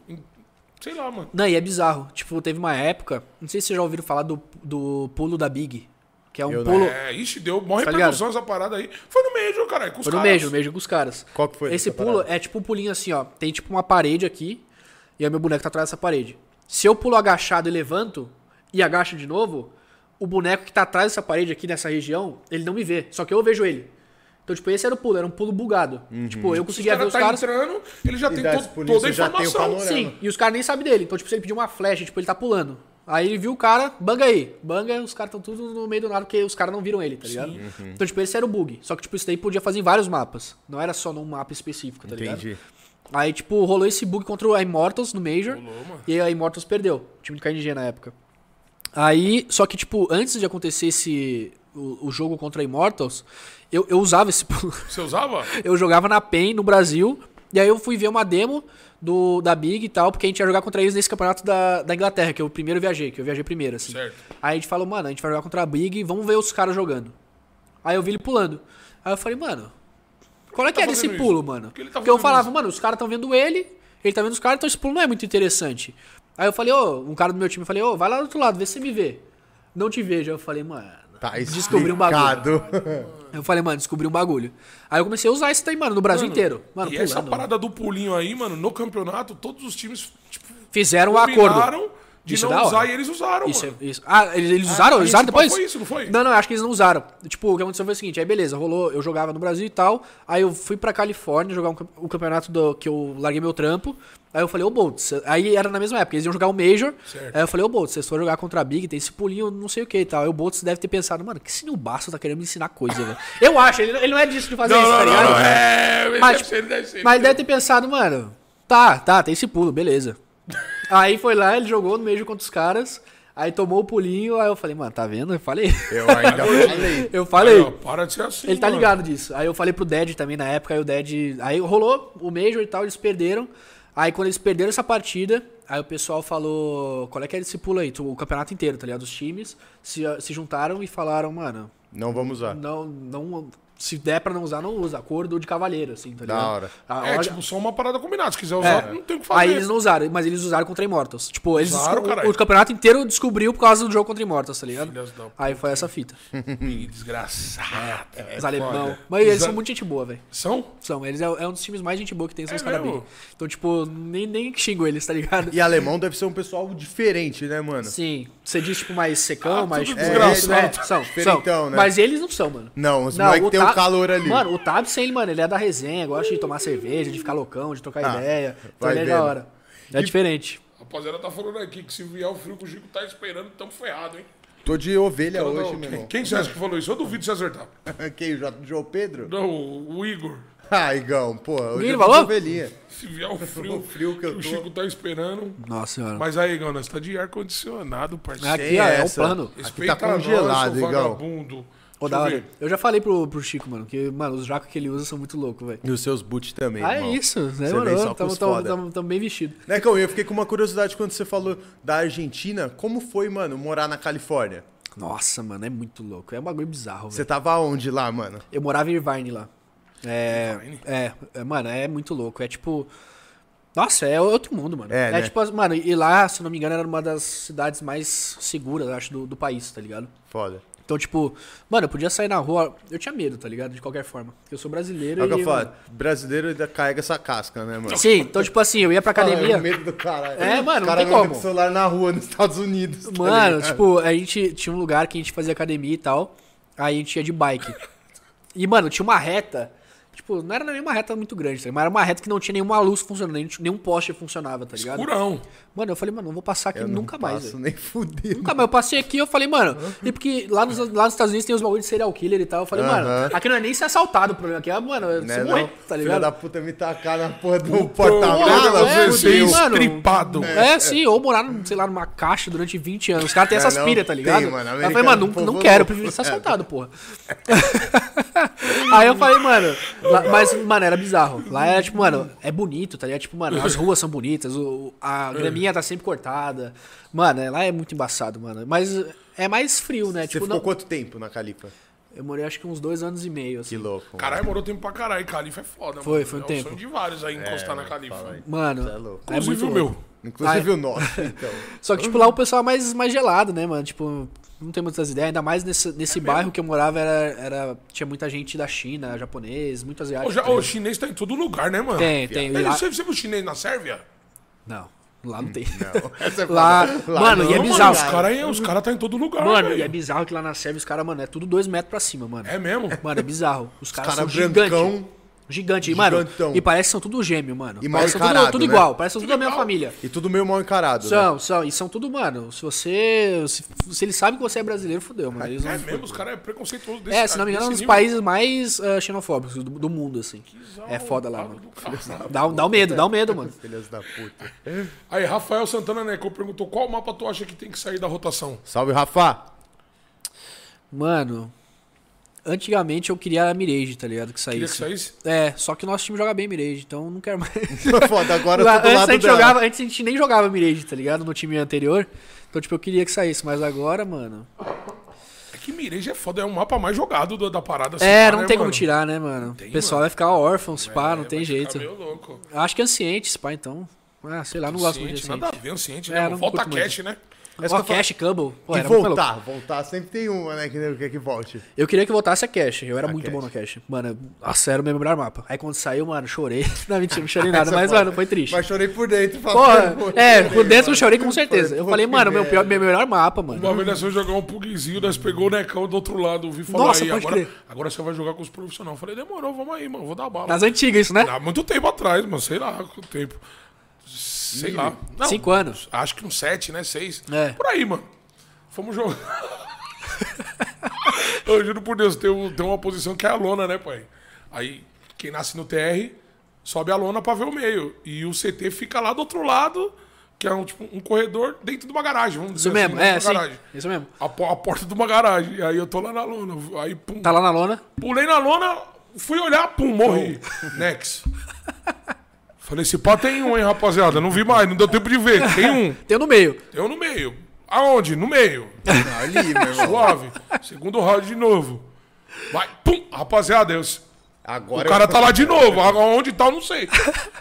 [SPEAKER 2] Sei lá, mano.
[SPEAKER 3] Não, e é bizarro. Tipo, teve uma época, não sei se vocês já ouviram falar do, do pulo da Big, que é um
[SPEAKER 1] Eu não.
[SPEAKER 3] pulo.
[SPEAKER 2] É, ixi, deu mó
[SPEAKER 3] Tá
[SPEAKER 2] repercussão essa parada aí. Foi no Major, caralho, com os
[SPEAKER 3] Foi no
[SPEAKER 2] caras.
[SPEAKER 3] mesmo, mesmo com os caras.
[SPEAKER 1] Qual que foi
[SPEAKER 3] Esse
[SPEAKER 1] dessa
[SPEAKER 3] pulo
[SPEAKER 1] parada?
[SPEAKER 3] é tipo um pulinho assim, ó. Tem tipo uma parede aqui, e aí meu boneco tá atrás dessa parede. Se eu pulo agachado e levanto, e agacho de novo, o boneco que tá atrás dessa parede aqui, nessa região, ele não me vê. Só que eu vejo ele. Então, tipo, esse era o pulo, era um pulo bugado.
[SPEAKER 1] Uhum.
[SPEAKER 3] Tipo, eu
[SPEAKER 2] Os
[SPEAKER 3] conseguia ver
[SPEAKER 2] caras
[SPEAKER 3] os
[SPEAKER 2] tá
[SPEAKER 3] caras.
[SPEAKER 2] entrando, ele já
[SPEAKER 1] E
[SPEAKER 2] tem
[SPEAKER 1] dá
[SPEAKER 2] to-
[SPEAKER 1] esse pulinho,
[SPEAKER 2] toda a
[SPEAKER 1] você já tem o
[SPEAKER 2] informação.
[SPEAKER 1] panorama.
[SPEAKER 3] Sim, e os caras nem sabem dele. Então, tipo, se ele pedir uma flecha, tipo, ele tá pulando. Aí ele viu o cara, banga aí. Banga, os caras estão tudo no meio do nada, porque os caras não viram ele, tá ligado? Então, tipo, esse era o bug. Só que, tipo, isso daí podia fazer em vários mapas. Não era só num mapa específico, tá ligado?
[SPEAKER 1] Entendi.
[SPEAKER 3] Aí, tipo, rolou esse bug contra o Immortals no Major.
[SPEAKER 2] Rolou, mano.
[SPEAKER 3] e a Immortals perdeu. O time do KNG na época. Aí, só que, tipo, antes de acontecer esse. O, o jogo contra a Immortals, eu, eu usava esse pulo.
[SPEAKER 2] Você usava?
[SPEAKER 3] Eu jogava na PEN no Brasil. E aí eu fui ver uma demo do, da Big e tal, porque a gente ia jogar contra eles nesse campeonato da, da Inglaterra, que eu primeiro viajei, que eu viajei primeiro, assim.
[SPEAKER 2] Certo.
[SPEAKER 3] Aí a gente falou, mano, a gente vai jogar contra a Big, vamos ver os caras jogando. Aí eu vi ele pulando. Aí eu falei, mano, qual é que
[SPEAKER 2] tá
[SPEAKER 3] é desse
[SPEAKER 2] fazendo isso?
[SPEAKER 3] pulo, mano?
[SPEAKER 2] Por que ele tá
[SPEAKER 3] porque eu
[SPEAKER 2] fazendo
[SPEAKER 3] falava,
[SPEAKER 2] isso?
[SPEAKER 3] mano, os caras estão vendo ele, ele tá vendo os caras, então esse pulo não é muito interessante. Aí eu falei, ô, um cara do meu time, eu falei, ô, vai lá do outro lado, vê se você me vê. Não te vejo. Aí eu falei, mano.
[SPEAKER 1] Tá
[SPEAKER 3] Descobri um bagulho.
[SPEAKER 1] explicado.
[SPEAKER 3] Eu falei, mano, descobri um bagulho. Aí eu comecei a usar isso daí, mano, no Brasil inteiro. Mano,
[SPEAKER 2] e essa
[SPEAKER 3] pulando.
[SPEAKER 2] parada do pulinho aí, mano, no campeonato, todos os times tipo,
[SPEAKER 3] Fizeram um acordo.
[SPEAKER 2] combinaram de
[SPEAKER 3] Isso é
[SPEAKER 2] não
[SPEAKER 3] da hora.
[SPEAKER 2] usar e eles usaram,
[SPEAKER 3] Isso, é-
[SPEAKER 2] mano.
[SPEAKER 3] isso. Ah, eles, eles usaram?
[SPEAKER 2] Ah,
[SPEAKER 3] Eles usaram
[SPEAKER 2] esse papo
[SPEAKER 3] depois?
[SPEAKER 2] foi isso, não foi?
[SPEAKER 3] Não, não, acho que eles não usaram. Tipo, o que aconteceu foi o seguinte, aí beleza, rolou, eu jogava no Brasil e tal, aí eu fui pra Califórnia jogar um cam- o campeonato do, que eu larguei meu trampo, aí eu falei, ô Bolt, cê- aí era na mesma época, eles iam jogar o Major,
[SPEAKER 2] Certo.
[SPEAKER 3] aí eu falei, ô Bolt, vocês foram jogar contra a Big, tem esse pulinho, não sei o que e tal, aí o Bolt deve ter pensado, mano, que sinubaço tá querendo me ensinar coisa, velho. Eu acho, ele, ele não é disso de fazer
[SPEAKER 2] Não,
[SPEAKER 3] isso,
[SPEAKER 2] não,
[SPEAKER 3] tá
[SPEAKER 2] não,
[SPEAKER 3] ligado?
[SPEAKER 2] não, é, ele
[SPEAKER 3] Mas,
[SPEAKER 2] deve ser, ele deve ser.
[SPEAKER 3] mas ele deve ter pensado, mano, tá, tá, tem esse pulo, beleza. Aí foi lá, ele jogou no meio contra os caras, aí tomou o pulinho, aí eu falei, mano, tá vendo? Eu falei.
[SPEAKER 1] Eu
[SPEAKER 2] então,
[SPEAKER 1] ainda falei.
[SPEAKER 3] Eu falei.
[SPEAKER 2] Aí, ó, para de ser assim,
[SPEAKER 3] Ele tá
[SPEAKER 2] mano.
[SPEAKER 3] ligado disso. Aí eu falei pro Dead também na época, aí o Dead. Aí rolou o Major e tal, eles perderam. Aí quando eles perderam essa partida, aí o pessoal falou: qual é que é esse pulo aí? Tu- O campeonato inteiro, tá ligado? Os times se, se juntaram e falaram, mano,
[SPEAKER 1] Não vamos usar.
[SPEAKER 3] não. não se der pra não usar, não usa. Acordo de cavaleiro, assim, tá
[SPEAKER 1] Da
[SPEAKER 3] ligado?
[SPEAKER 1] hora.
[SPEAKER 3] A-
[SPEAKER 2] É,
[SPEAKER 3] a-
[SPEAKER 2] tipo, só uma parada combinada. Se quiser
[SPEAKER 3] é.
[SPEAKER 2] usar, não tem o que fazer.
[SPEAKER 3] Aí eles não usaram, mas eles usaram contra Immortals. Tipo, eles
[SPEAKER 2] Usaram,
[SPEAKER 3] o-
[SPEAKER 2] caralho.
[SPEAKER 3] o, campeonato inteiro descobriu por causa do jogo contra Immortals, tá ligado?
[SPEAKER 2] Filhas da
[SPEAKER 3] Aí foi essa fita.
[SPEAKER 2] Ih, Desgraçado.
[SPEAKER 3] Os alemão.
[SPEAKER 2] É, foda.
[SPEAKER 3] Mas eles
[SPEAKER 2] Exa-
[SPEAKER 3] são muito gente boa, velho.
[SPEAKER 2] São?
[SPEAKER 3] São, eles é, é um dos times mais gente boa que tem, são
[SPEAKER 2] É
[SPEAKER 3] os caras
[SPEAKER 2] mesmo?
[SPEAKER 3] bem. Então, tipo, nem, nem xingo eles, tá ligado?
[SPEAKER 1] E alemão deve ser um pessoal diferente, né, mano?
[SPEAKER 3] Sim. Você diz, tipo, mais secão,
[SPEAKER 2] Ah,
[SPEAKER 3] mais.
[SPEAKER 2] tudo
[SPEAKER 3] É,
[SPEAKER 2] desgraçado.
[SPEAKER 3] isso, né? São,
[SPEAKER 1] Diferentão,
[SPEAKER 3] são.
[SPEAKER 1] né?
[SPEAKER 3] Mas eles não são, mano.
[SPEAKER 1] Não, os moleques tem o
[SPEAKER 3] Tab-
[SPEAKER 1] calor ali.
[SPEAKER 3] Mano, o Tabs, ele, mano, ele é da resenha, gosta de tomar cerveja, de ficar loucão, de trocar
[SPEAKER 1] Ah,
[SPEAKER 3] ideia. Então
[SPEAKER 1] vai
[SPEAKER 3] ele é
[SPEAKER 1] vendo.
[SPEAKER 3] da hora. É diferente.
[SPEAKER 2] Rapaziada, tá falando aqui que se vier o frio que o Chico tá esperando, tamo ferrado, hein?
[SPEAKER 1] Tô de ovelha
[SPEAKER 2] Não,
[SPEAKER 1] hoje,
[SPEAKER 2] não,
[SPEAKER 1] meu
[SPEAKER 2] quem,
[SPEAKER 1] irmão.
[SPEAKER 2] quem você acha que falou isso? Eu duvido você acertar.
[SPEAKER 1] Quem? O J- João Pedro?
[SPEAKER 2] Não, o o Igor.
[SPEAKER 1] Ah, Igão, pô. Hoje
[SPEAKER 3] Ninguém
[SPEAKER 1] eu tô
[SPEAKER 3] falou?
[SPEAKER 1] de ovelhinha.
[SPEAKER 2] Se vier o frio,
[SPEAKER 1] O frio que eu
[SPEAKER 2] o
[SPEAKER 1] tô.
[SPEAKER 2] Chico tá esperando.
[SPEAKER 3] Nossa senhora.
[SPEAKER 2] Mas aí, Igor, nós tá de ar-condicionado, parceiro.
[SPEAKER 3] Aqui, ó, é o
[SPEAKER 1] essa?
[SPEAKER 3] plano.
[SPEAKER 2] Respeita
[SPEAKER 1] Aqui tá congelado,
[SPEAKER 2] nós, seu
[SPEAKER 1] Igão.
[SPEAKER 2] vagabundo. Deixa
[SPEAKER 3] Ô, da
[SPEAKER 2] eu
[SPEAKER 3] hora.
[SPEAKER 2] ver.
[SPEAKER 3] Eu já falei pro, pro Chico, mano, que, mano, os jacos que ele usa são muito loucos, velho.
[SPEAKER 1] E os seus boots também,
[SPEAKER 3] Ah, é
[SPEAKER 1] irmão.
[SPEAKER 3] isso.
[SPEAKER 1] Você vem
[SPEAKER 3] Né,
[SPEAKER 1] só com
[SPEAKER 3] mano?
[SPEAKER 1] os
[SPEAKER 3] Tamo, tamo,
[SPEAKER 1] foda.
[SPEAKER 3] tamo, tamo bem vestido.
[SPEAKER 1] Né, Cão? E eu fiquei com uma curiosidade quando você falou da Argentina. Como foi, mano, morar na Califórnia?
[SPEAKER 3] Nossa, mano, é muito louco. É um bagulho bizarro,
[SPEAKER 1] Você
[SPEAKER 3] velho.
[SPEAKER 1] tava onde lá, mano?
[SPEAKER 3] Eu morava em Irvine lá. É,
[SPEAKER 2] Irvine?
[SPEAKER 3] é, é, mano, é muito louco. É tipo. Nossa, é outro mundo, mano.
[SPEAKER 1] É, né?
[SPEAKER 3] tipo, as- mano, e lá, se não me engano, era uma das cidades mais seguras, acho, do, do país, tá ligado?
[SPEAKER 1] Foda.
[SPEAKER 3] Então, tipo, mano, eu podia sair na rua. Eu tinha medo, tá ligado? De qualquer forma. Porque eu sou brasileiro
[SPEAKER 1] É o que
[SPEAKER 3] e.
[SPEAKER 1] eu falo, brasileiro ainda carrega essa casca, né, mano?
[SPEAKER 3] Sim, então, tipo assim, eu ia pra academia.
[SPEAKER 1] Ah, medo do caralho.
[SPEAKER 3] É,
[SPEAKER 1] Os
[SPEAKER 3] mano, não
[SPEAKER 1] cara
[SPEAKER 3] tem
[SPEAKER 1] anda
[SPEAKER 3] como.
[SPEAKER 1] com o celular na rua nos Estados Unidos. tá
[SPEAKER 3] Mano,
[SPEAKER 1] ligado?
[SPEAKER 3] tipo, a gente tinha um lugar que a gente fazia academia e tal. Aí a gente ia de bike. E, mano, tinha uma reta. Tipo, não era nenhuma reta muito grande, tá ligado? Mas era uma reta que não tinha nenhuma luz funcionando, nem- nenhum poste funcionava, tá ligado?
[SPEAKER 2] Escurão.
[SPEAKER 3] Mano, eu falei, mano, não vou passar aqui
[SPEAKER 1] Eu não
[SPEAKER 3] nunca mais,
[SPEAKER 1] passo Uhum. nem
[SPEAKER 3] velho.
[SPEAKER 1] fudeu.
[SPEAKER 3] Nunca mais. Eu passei aqui eu falei, mano. E porque lá nos, lá nos Estados Unidos tem os bagulho de serial killer e tal. Eu falei,
[SPEAKER 1] Aham.
[SPEAKER 3] mano, aqui não é nem ser assaltado o problema. Aqui é, mano, é você
[SPEAKER 1] Uhum. Né,
[SPEAKER 3] morrer,
[SPEAKER 1] não?
[SPEAKER 3] tá
[SPEAKER 1] Filha
[SPEAKER 3] ligado?
[SPEAKER 1] da puta me tacar na porra do
[SPEAKER 2] Porra,
[SPEAKER 1] porta-malas.
[SPEAKER 3] é,
[SPEAKER 1] fudeu.
[SPEAKER 2] você
[SPEAKER 3] fudeu, mano.
[SPEAKER 2] estripado.
[SPEAKER 3] É, sim, ou morar, sei lá, numa caixa durante 20 anos. Os caras têm
[SPEAKER 1] É,
[SPEAKER 3] essas
[SPEAKER 1] não,
[SPEAKER 3] pilhas, tá
[SPEAKER 1] tem,
[SPEAKER 3] ligado?
[SPEAKER 1] mano,
[SPEAKER 3] Aí eu falei,
[SPEAKER 1] americano,
[SPEAKER 3] mano, não,
[SPEAKER 1] povo
[SPEAKER 3] não quero, eu
[SPEAKER 1] louco. É.
[SPEAKER 3] prefiro ser assaltado, porra. Aí eu falei, mano, lá- mas, mano, era bizarro. Lá era tipo, mano, é bonito, tá ligado? Tipo, mano, as ruas são bonitas, o- o- a
[SPEAKER 1] É.
[SPEAKER 3] graminha tá sempre cortada. Mano, é- lá é muito embaçado, mano. Mas é mais frio, né?
[SPEAKER 1] Você
[SPEAKER 3] Tipo,
[SPEAKER 1] ficou
[SPEAKER 3] não,
[SPEAKER 1] quanto tempo na Calipa?
[SPEAKER 3] eu morei acho que uns dois anos e meio, assim.
[SPEAKER 1] Que louco.
[SPEAKER 2] Caralho, morou tempo pra caralho. Califa é foda,
[SPEAKER 3] Foi,
[SPEAKER 2] mano.
[SPEAKER 3] foi um
[SPEAKER 2] é
[SPEAKER 3] tempo.
[SPEAKER 2] sonho de vários aí encostar na Califa.
[SPEAKER 1] aí.
[SPEAKER 3] Mano,
[SPEAKER 1] Cê é louco.
[SPEAKER 3] é
[SPEAKER 2] Inclusive
[SPEAKER 3] muito
[SPEAKER 2] o
[SPEAKER 3] louco.
[SPEAKER 2] meu.
[SPEAKER 1] Inclusive o nosso, então.
[SPEAKER 3] Só que, tipo,
[SPEAKER 2] Uhum.
[SPEAKER 3] lá o pessoal é mais, mais gelado, né, mano? Tipo, não tem muitas ideias. Ainda mais nesse,
[SPEAKER 2] É
[SPEAKER 3] nesse bairro que eu morava, era, era, tinha muita gente da China, japonês, muito asiático.
[SPEAKER 2] Ô, já-
[SPEAKER 3] tá ligado?
[SPEAKER 2] ô, o chinês tá em todo lugar, né, mano?
[SPEAKER 3] Tem, tem.
[SPEAKER 2] Ele,
[SPEAKER 3] Lá-
[SPEAKER 2] você, você viu o chinês na Sérvia?
[SPEAKER 3] Não, lá não tem.
[SPEAKER 1] Hum, Essa é
[SPEAKER 3] Lá,
[SPEAKER 1] foda.
[SPEAKER 3] mano,
[SPEAKER 1] não,
[SPEAKER 3] e é
[SPEAKER 2] Não,
[SPEAKER 3] bizarro.
[SPEAKER 2] Mano, os caras aí- os cara tá em todo lugar,
[SPEAKER 3] Mano,
[SPEAKER 2] velho.
[SPEAKER 3] e é bizarro que lá na Sérvia os caras, mano, é tudo dois metros pra cima, mano.
[SPEAKER 2] É mesmo?
[SPEAKER 3] Mano, é bizarro. Os caras
[SPEAKER 1] cara
[SPEAKER 3] são gigantes.
[SPEAKER 1] brancão.
[SPEAKER 3] Gigante, e, mano.
[SPEAKER 1] Gigantão.
[SPEAKER 3] E parece que são tudo gêmeo, mano.
[SPEAKER 1] E mal
[SPEAKER 3] parece que são tudo,
[SPEAKER 1] encarado,
[SPEAKER 3] tudo
[SPEAKER 1] né?
[SPEAKER 3] igual, parece que são tudo da mesma família.
[SPEAKER 1] E tudo meio mal encarado, né?
[SPEAKER 3] São, são, e são tudo, mano. Se você. Se, se eles sabem que você é brasileiro, fodeu, mano. Eles
[SPEAKER 2] É
[SPEAKER 3] não,
[SPEAKER 2] mesmo, os caras é preconceituoso desse
[SPEAKER 3] É, se não me engano, é um
[SPEAKER 2] desse
[SPEAKER 3] dos
[SPEAKER 2] nível.
[SPEAKER 3] países mais ah, xenofóbicos do, do mundo, assim. É foda lá, mano. Dá, um, dá o medo, dá o medo, mano.
[SPEAKER 1] Filhas da puta.
[SPEAKER 2] Aí, Rafael Santana Neco perguntou qual mapa tu acha que tem que sair da rotação?
[SPEAKER 1] Salve, Rafa.
[SPEAKER 3] Mano, antigamente eu queria a Mirage, tá ligado? Que
[SPEAKER 2] Queria que
[SPEAKER 3] saísse.
[SPEAKER 2] saísse?
[SPEAKER 3] É, só que nosso time joga bem Mirage, então não quero mais.
[SPEAKER 1] Foda, agora eu tô do
[SPEAKER 3] antes, a
[SPEAKER 1] lado
[SPEAKER 3] gente
[SPEAKER 1] dela.
[SPEAKER 3] jogava, antes a gente nem jogava Mirage, tá ligado? No time anterior. Então, tipo, eu queria que saísse, mas agora, mano.
[SPEAKER 2] É que Mireja é foda, é o mapa mais jogado do- da parada. se
[SPEAKER 3] É,
[SPEAKER 2] pá,
[SPEAKER 3] não
[SPEAKER 2] né,
[SPEAKER 3] tem como
[SPEAKER 2] mano?
[SPEAKER 3] tirar, né, mano?
[SPEAKER 2] Tem,
[SPEAKER 3] o pessoal
[SPEAKER 2] mano.
[SPEAKER 3] vai ficar órfão, se pá, não
[SPEAKER 2] É,
[SPEAKER 3] tem
[SPEAKER 2] vai ficar
[SPEAKER 3] jeito.
[SPEAKER 2] meio louco.
[SPEAKER 3] Eu Acho que Anciente, se pá, então. Ah, sei lá, não gosto muito de
[SPEAKER 2] Ciente, nada a
[SPEAKER 3] Anciente.
[SPEAKER 2] ver, ciente,
[SPEAKER 3] É,
[SPEAKER 2] né? mano?
[SPEAKER 3] não
[SPEAKER 2] Falta
[SPEAKER 3] curto muito.
[SPEAKER 2] cash, né?
[SPEAKER 1] Mas
[SPEAKER 3] Ó,
[SPEAKER 1] que eu falo-
[SPEAKER 3] Cash, Campbell. Pô,
[SPEAKER 1] E
[SPEAKER 3] era muito maluco.
[SPEAKER 1] voltar, voltar sempre tem uma, né? Que nem- que, que volte.
[SPEAKER 3] Eu queria que voltasse a cash, eu era muito
[SPEAKER 1] cash.
[SPEAKER 3] bom na cash. Mano, eu- nossa, era o meu melhor mapa. Aí quando saiu, mano, chorei. Não, mentira, não chorei nada,
[SPEAKER 1] Essa
[SPEAKER 3] mas,
[SPEAKER 1] foda.
[SPEAKER 3] mano, foi triste.
[SPEAKER 1] Mas chorei por dentro. falei,
[SPEAKER 3] Porra,
[SPEAKER 1] "Pô,
[SPEAKER 3] é,
[SPEAKER 1] chorei,
[SPEAKER 3] por dentro eu
[SPEAKER 1] mano."
[SPEAKER 3] chorei com certeza. Eu
[SPEAKER 1] Pô,
[SPEAKER 3] falei,
[SPEAKER 1] que
[SPEAKER 3] mano, meu,
[SPEAKER 1] merda.
[SPEAKER 3] pior, meu melhor mapa, mano.
[SPEAKER 2] é, Uma vez nós fomos jogar um pugzinho, nós pegou o Necão do outro lado, ouvi falar
[SPEAKER 3] Nossa,
[SPEAKER 2] aí,
[SPEAKER 3] pode
[SPEAKER 2] agora,
[SPEAKER 3] crer.
[SPEAKER 2] agora você vai jogar com os profissionais. Eu falei, demorou, vamos aí, mano, vou dar bala.
[SPEAKER 3] Nas antigas, isso, né?
[SPEAKER 2] Há muito tempo atrás, mano, sei lá quanto tempo. Sei lá. Não,
[SPEAKER 3] Cinco anos.
[SPEAKER 2] Acho que uns sete, né? Seis.
[SPEAKER 3] É.
[SPEAKER 2] Por aí, mano. Fomos jogar. Eu juro por Deus, tem, um- tem uma posição que é a lona, né, pai? Aí, quem nasce no TR, sobe a lona pra ver o meio. E o CT fica lá do outro lado, que é um, tipo, um corredor dentro de uma garagem, vamos dizer
[SPEAKER 3] Isso mesmo,
[SPEAKER 2] assim.
[SPEAKER 3] é,
[SPEAKER 2] dentro de
[SPEAKER 3] sim.
[SPEAKER 2] uma garagem.
[SPEAKER 3] Isso mesmo.
[SPEAKER 2] A, po- a porta de uma garagem. E aí eu tô lá na lona. Aí, pum,
[SPEAKER 3] Tá lá na lona.
[SPEAKER 2] Pulei na lona, fui olhar, pum, morri. Next. Falei, esse pá tem um, hein, rapaziada? Não vi mais, não deu tempo de ver. Tem um.
[SPEAKER 3] Tem um no meio.
[SPEAKER 2] Tem um no meio. Aonde? No meio.
[SPEAKER 1] Ali, meu irmão.
[SPEAKER 2] Suave. Segundo round de novo. Vai, pum, rapaziada. eu- o
[SPEAKER 1] Agora
[SPEAKER 2] cara
[SPEAKER 1] eu...
[SPEAKER 2] tá lá de novo. Aonde tá, eu não sei.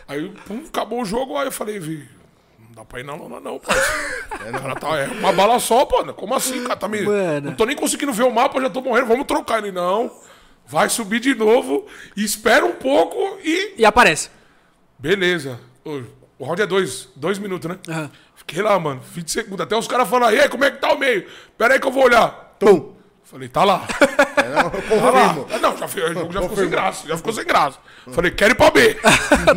[SPEAKER 2] Aí, pum, acabou o jogo. Aí eu falei, vi. Não dá pra ir na lona, não, pai. O cara tá. É uma bala só, pô. Como assim, cara? Tá me...
[SPEAKER 3] Mano.
[SPEAKER 2] Não tô nem conseguindo ver o mapa, já tô morrendo. Vamos trocar ele, não. Vai subir de novo, espera um pouco e.
[SPEAKER 3] E aparece.
[SPEAKER 2] Beleza. Ô, O round é dois. Dois minutos, né?
[SPEAKER 3] Aham.
[SPEAKER 2] Fiquei lá, mano. 20 segundos. Até os caras falaram, e aí, como é que tá o meio? Pera aí que eu vou olhar.
[SPEAKER 1] Tum.
[SPEAKER 2] Falei, tá lá.
[SPEAKER 1] É, não, eu
[SPEAKER 2] Tá lá.
[SPEAKER 1] confirmo.
[SPEAKER 2] Ah, Não, já, foi- o jogo já ficou sem graça. Já ficou sem graça. Falei, quero ir pra B.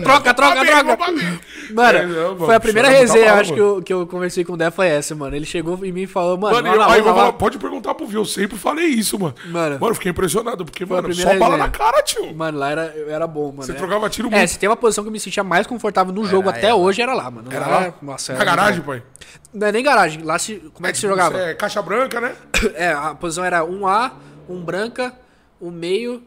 [SPEAKER 3] troca, troca,
[SPEAKER 2] Pra B,
[SPEAKER 3] troca.
[SPEAKER 2] pra B. É, não,
[SPEAKER 3] Mano,
[SPEAKER 2] mano,
[SPEAKER 3] foi a primeira
[SPEAKER 2] chorava, tá
[SPEAKER 3] resenha,
[SPEAKER 2] mal,
[SPEAKER 3] acho que eu, que eu conversei com o Dé foi essa, mano. Ele chegou em mim e falou, mano,
[SPEAKER 2] Mano,
[SPEAKER 3] lá
[SPEAKER 2] eu,
[SPEAKER 3] na
[SPEAKER 2] aí eu
[SPEAKER 3] lona,
[SPEAKER 2] vou
[SPEAKER 3] lá-
[SPEAKER 2] falar, pode perguntar pro Viu, eu sempre falei isso, mano.
[SPEAKER 3] Mano.
[SPEAKER 2] Mano, eu fiquei impressionado, porque,
[SPEAKER 3] a
[SPEAKER 2] mano,
[SPEAKER 3] primeira
[SPEAKER 2] só bala
[SPEAKER 3] resenha.
[SPEAKER 2] na cara, tio.
[SPEAKER 3] Mano, lá era, eu era bom, mano.
[SPEAKER 2] Você
[SPEAKER 3] É.
[SPEAKER 2] trocava tiro
[SPEAKER 3] É,
[SPEAKER 2] muito.
[SPEAKER 3] se tem uma posição que eu me sentia mais confortável no jogo até
[SPEAKER 1] ela.
[SPEAKER 3] hoje, era lá, mano.
[SPEAKER 2] Era lá?
[SPEAKER 3] é, Nossa,
[SPEAKER 2] na
[SPEAKER 3] era muito
[SPEAKER 2] garagem,
[SPEAKER 3] bom.
[SPEAKER 2] pai.
[SPEAKER 3] Não é nem garagem. Lá se. Como é que você jogava?
[SPEAKER 2] É, caixa branca, né?
[SPEAKER 3] É, a posição era um A, um branca, um meio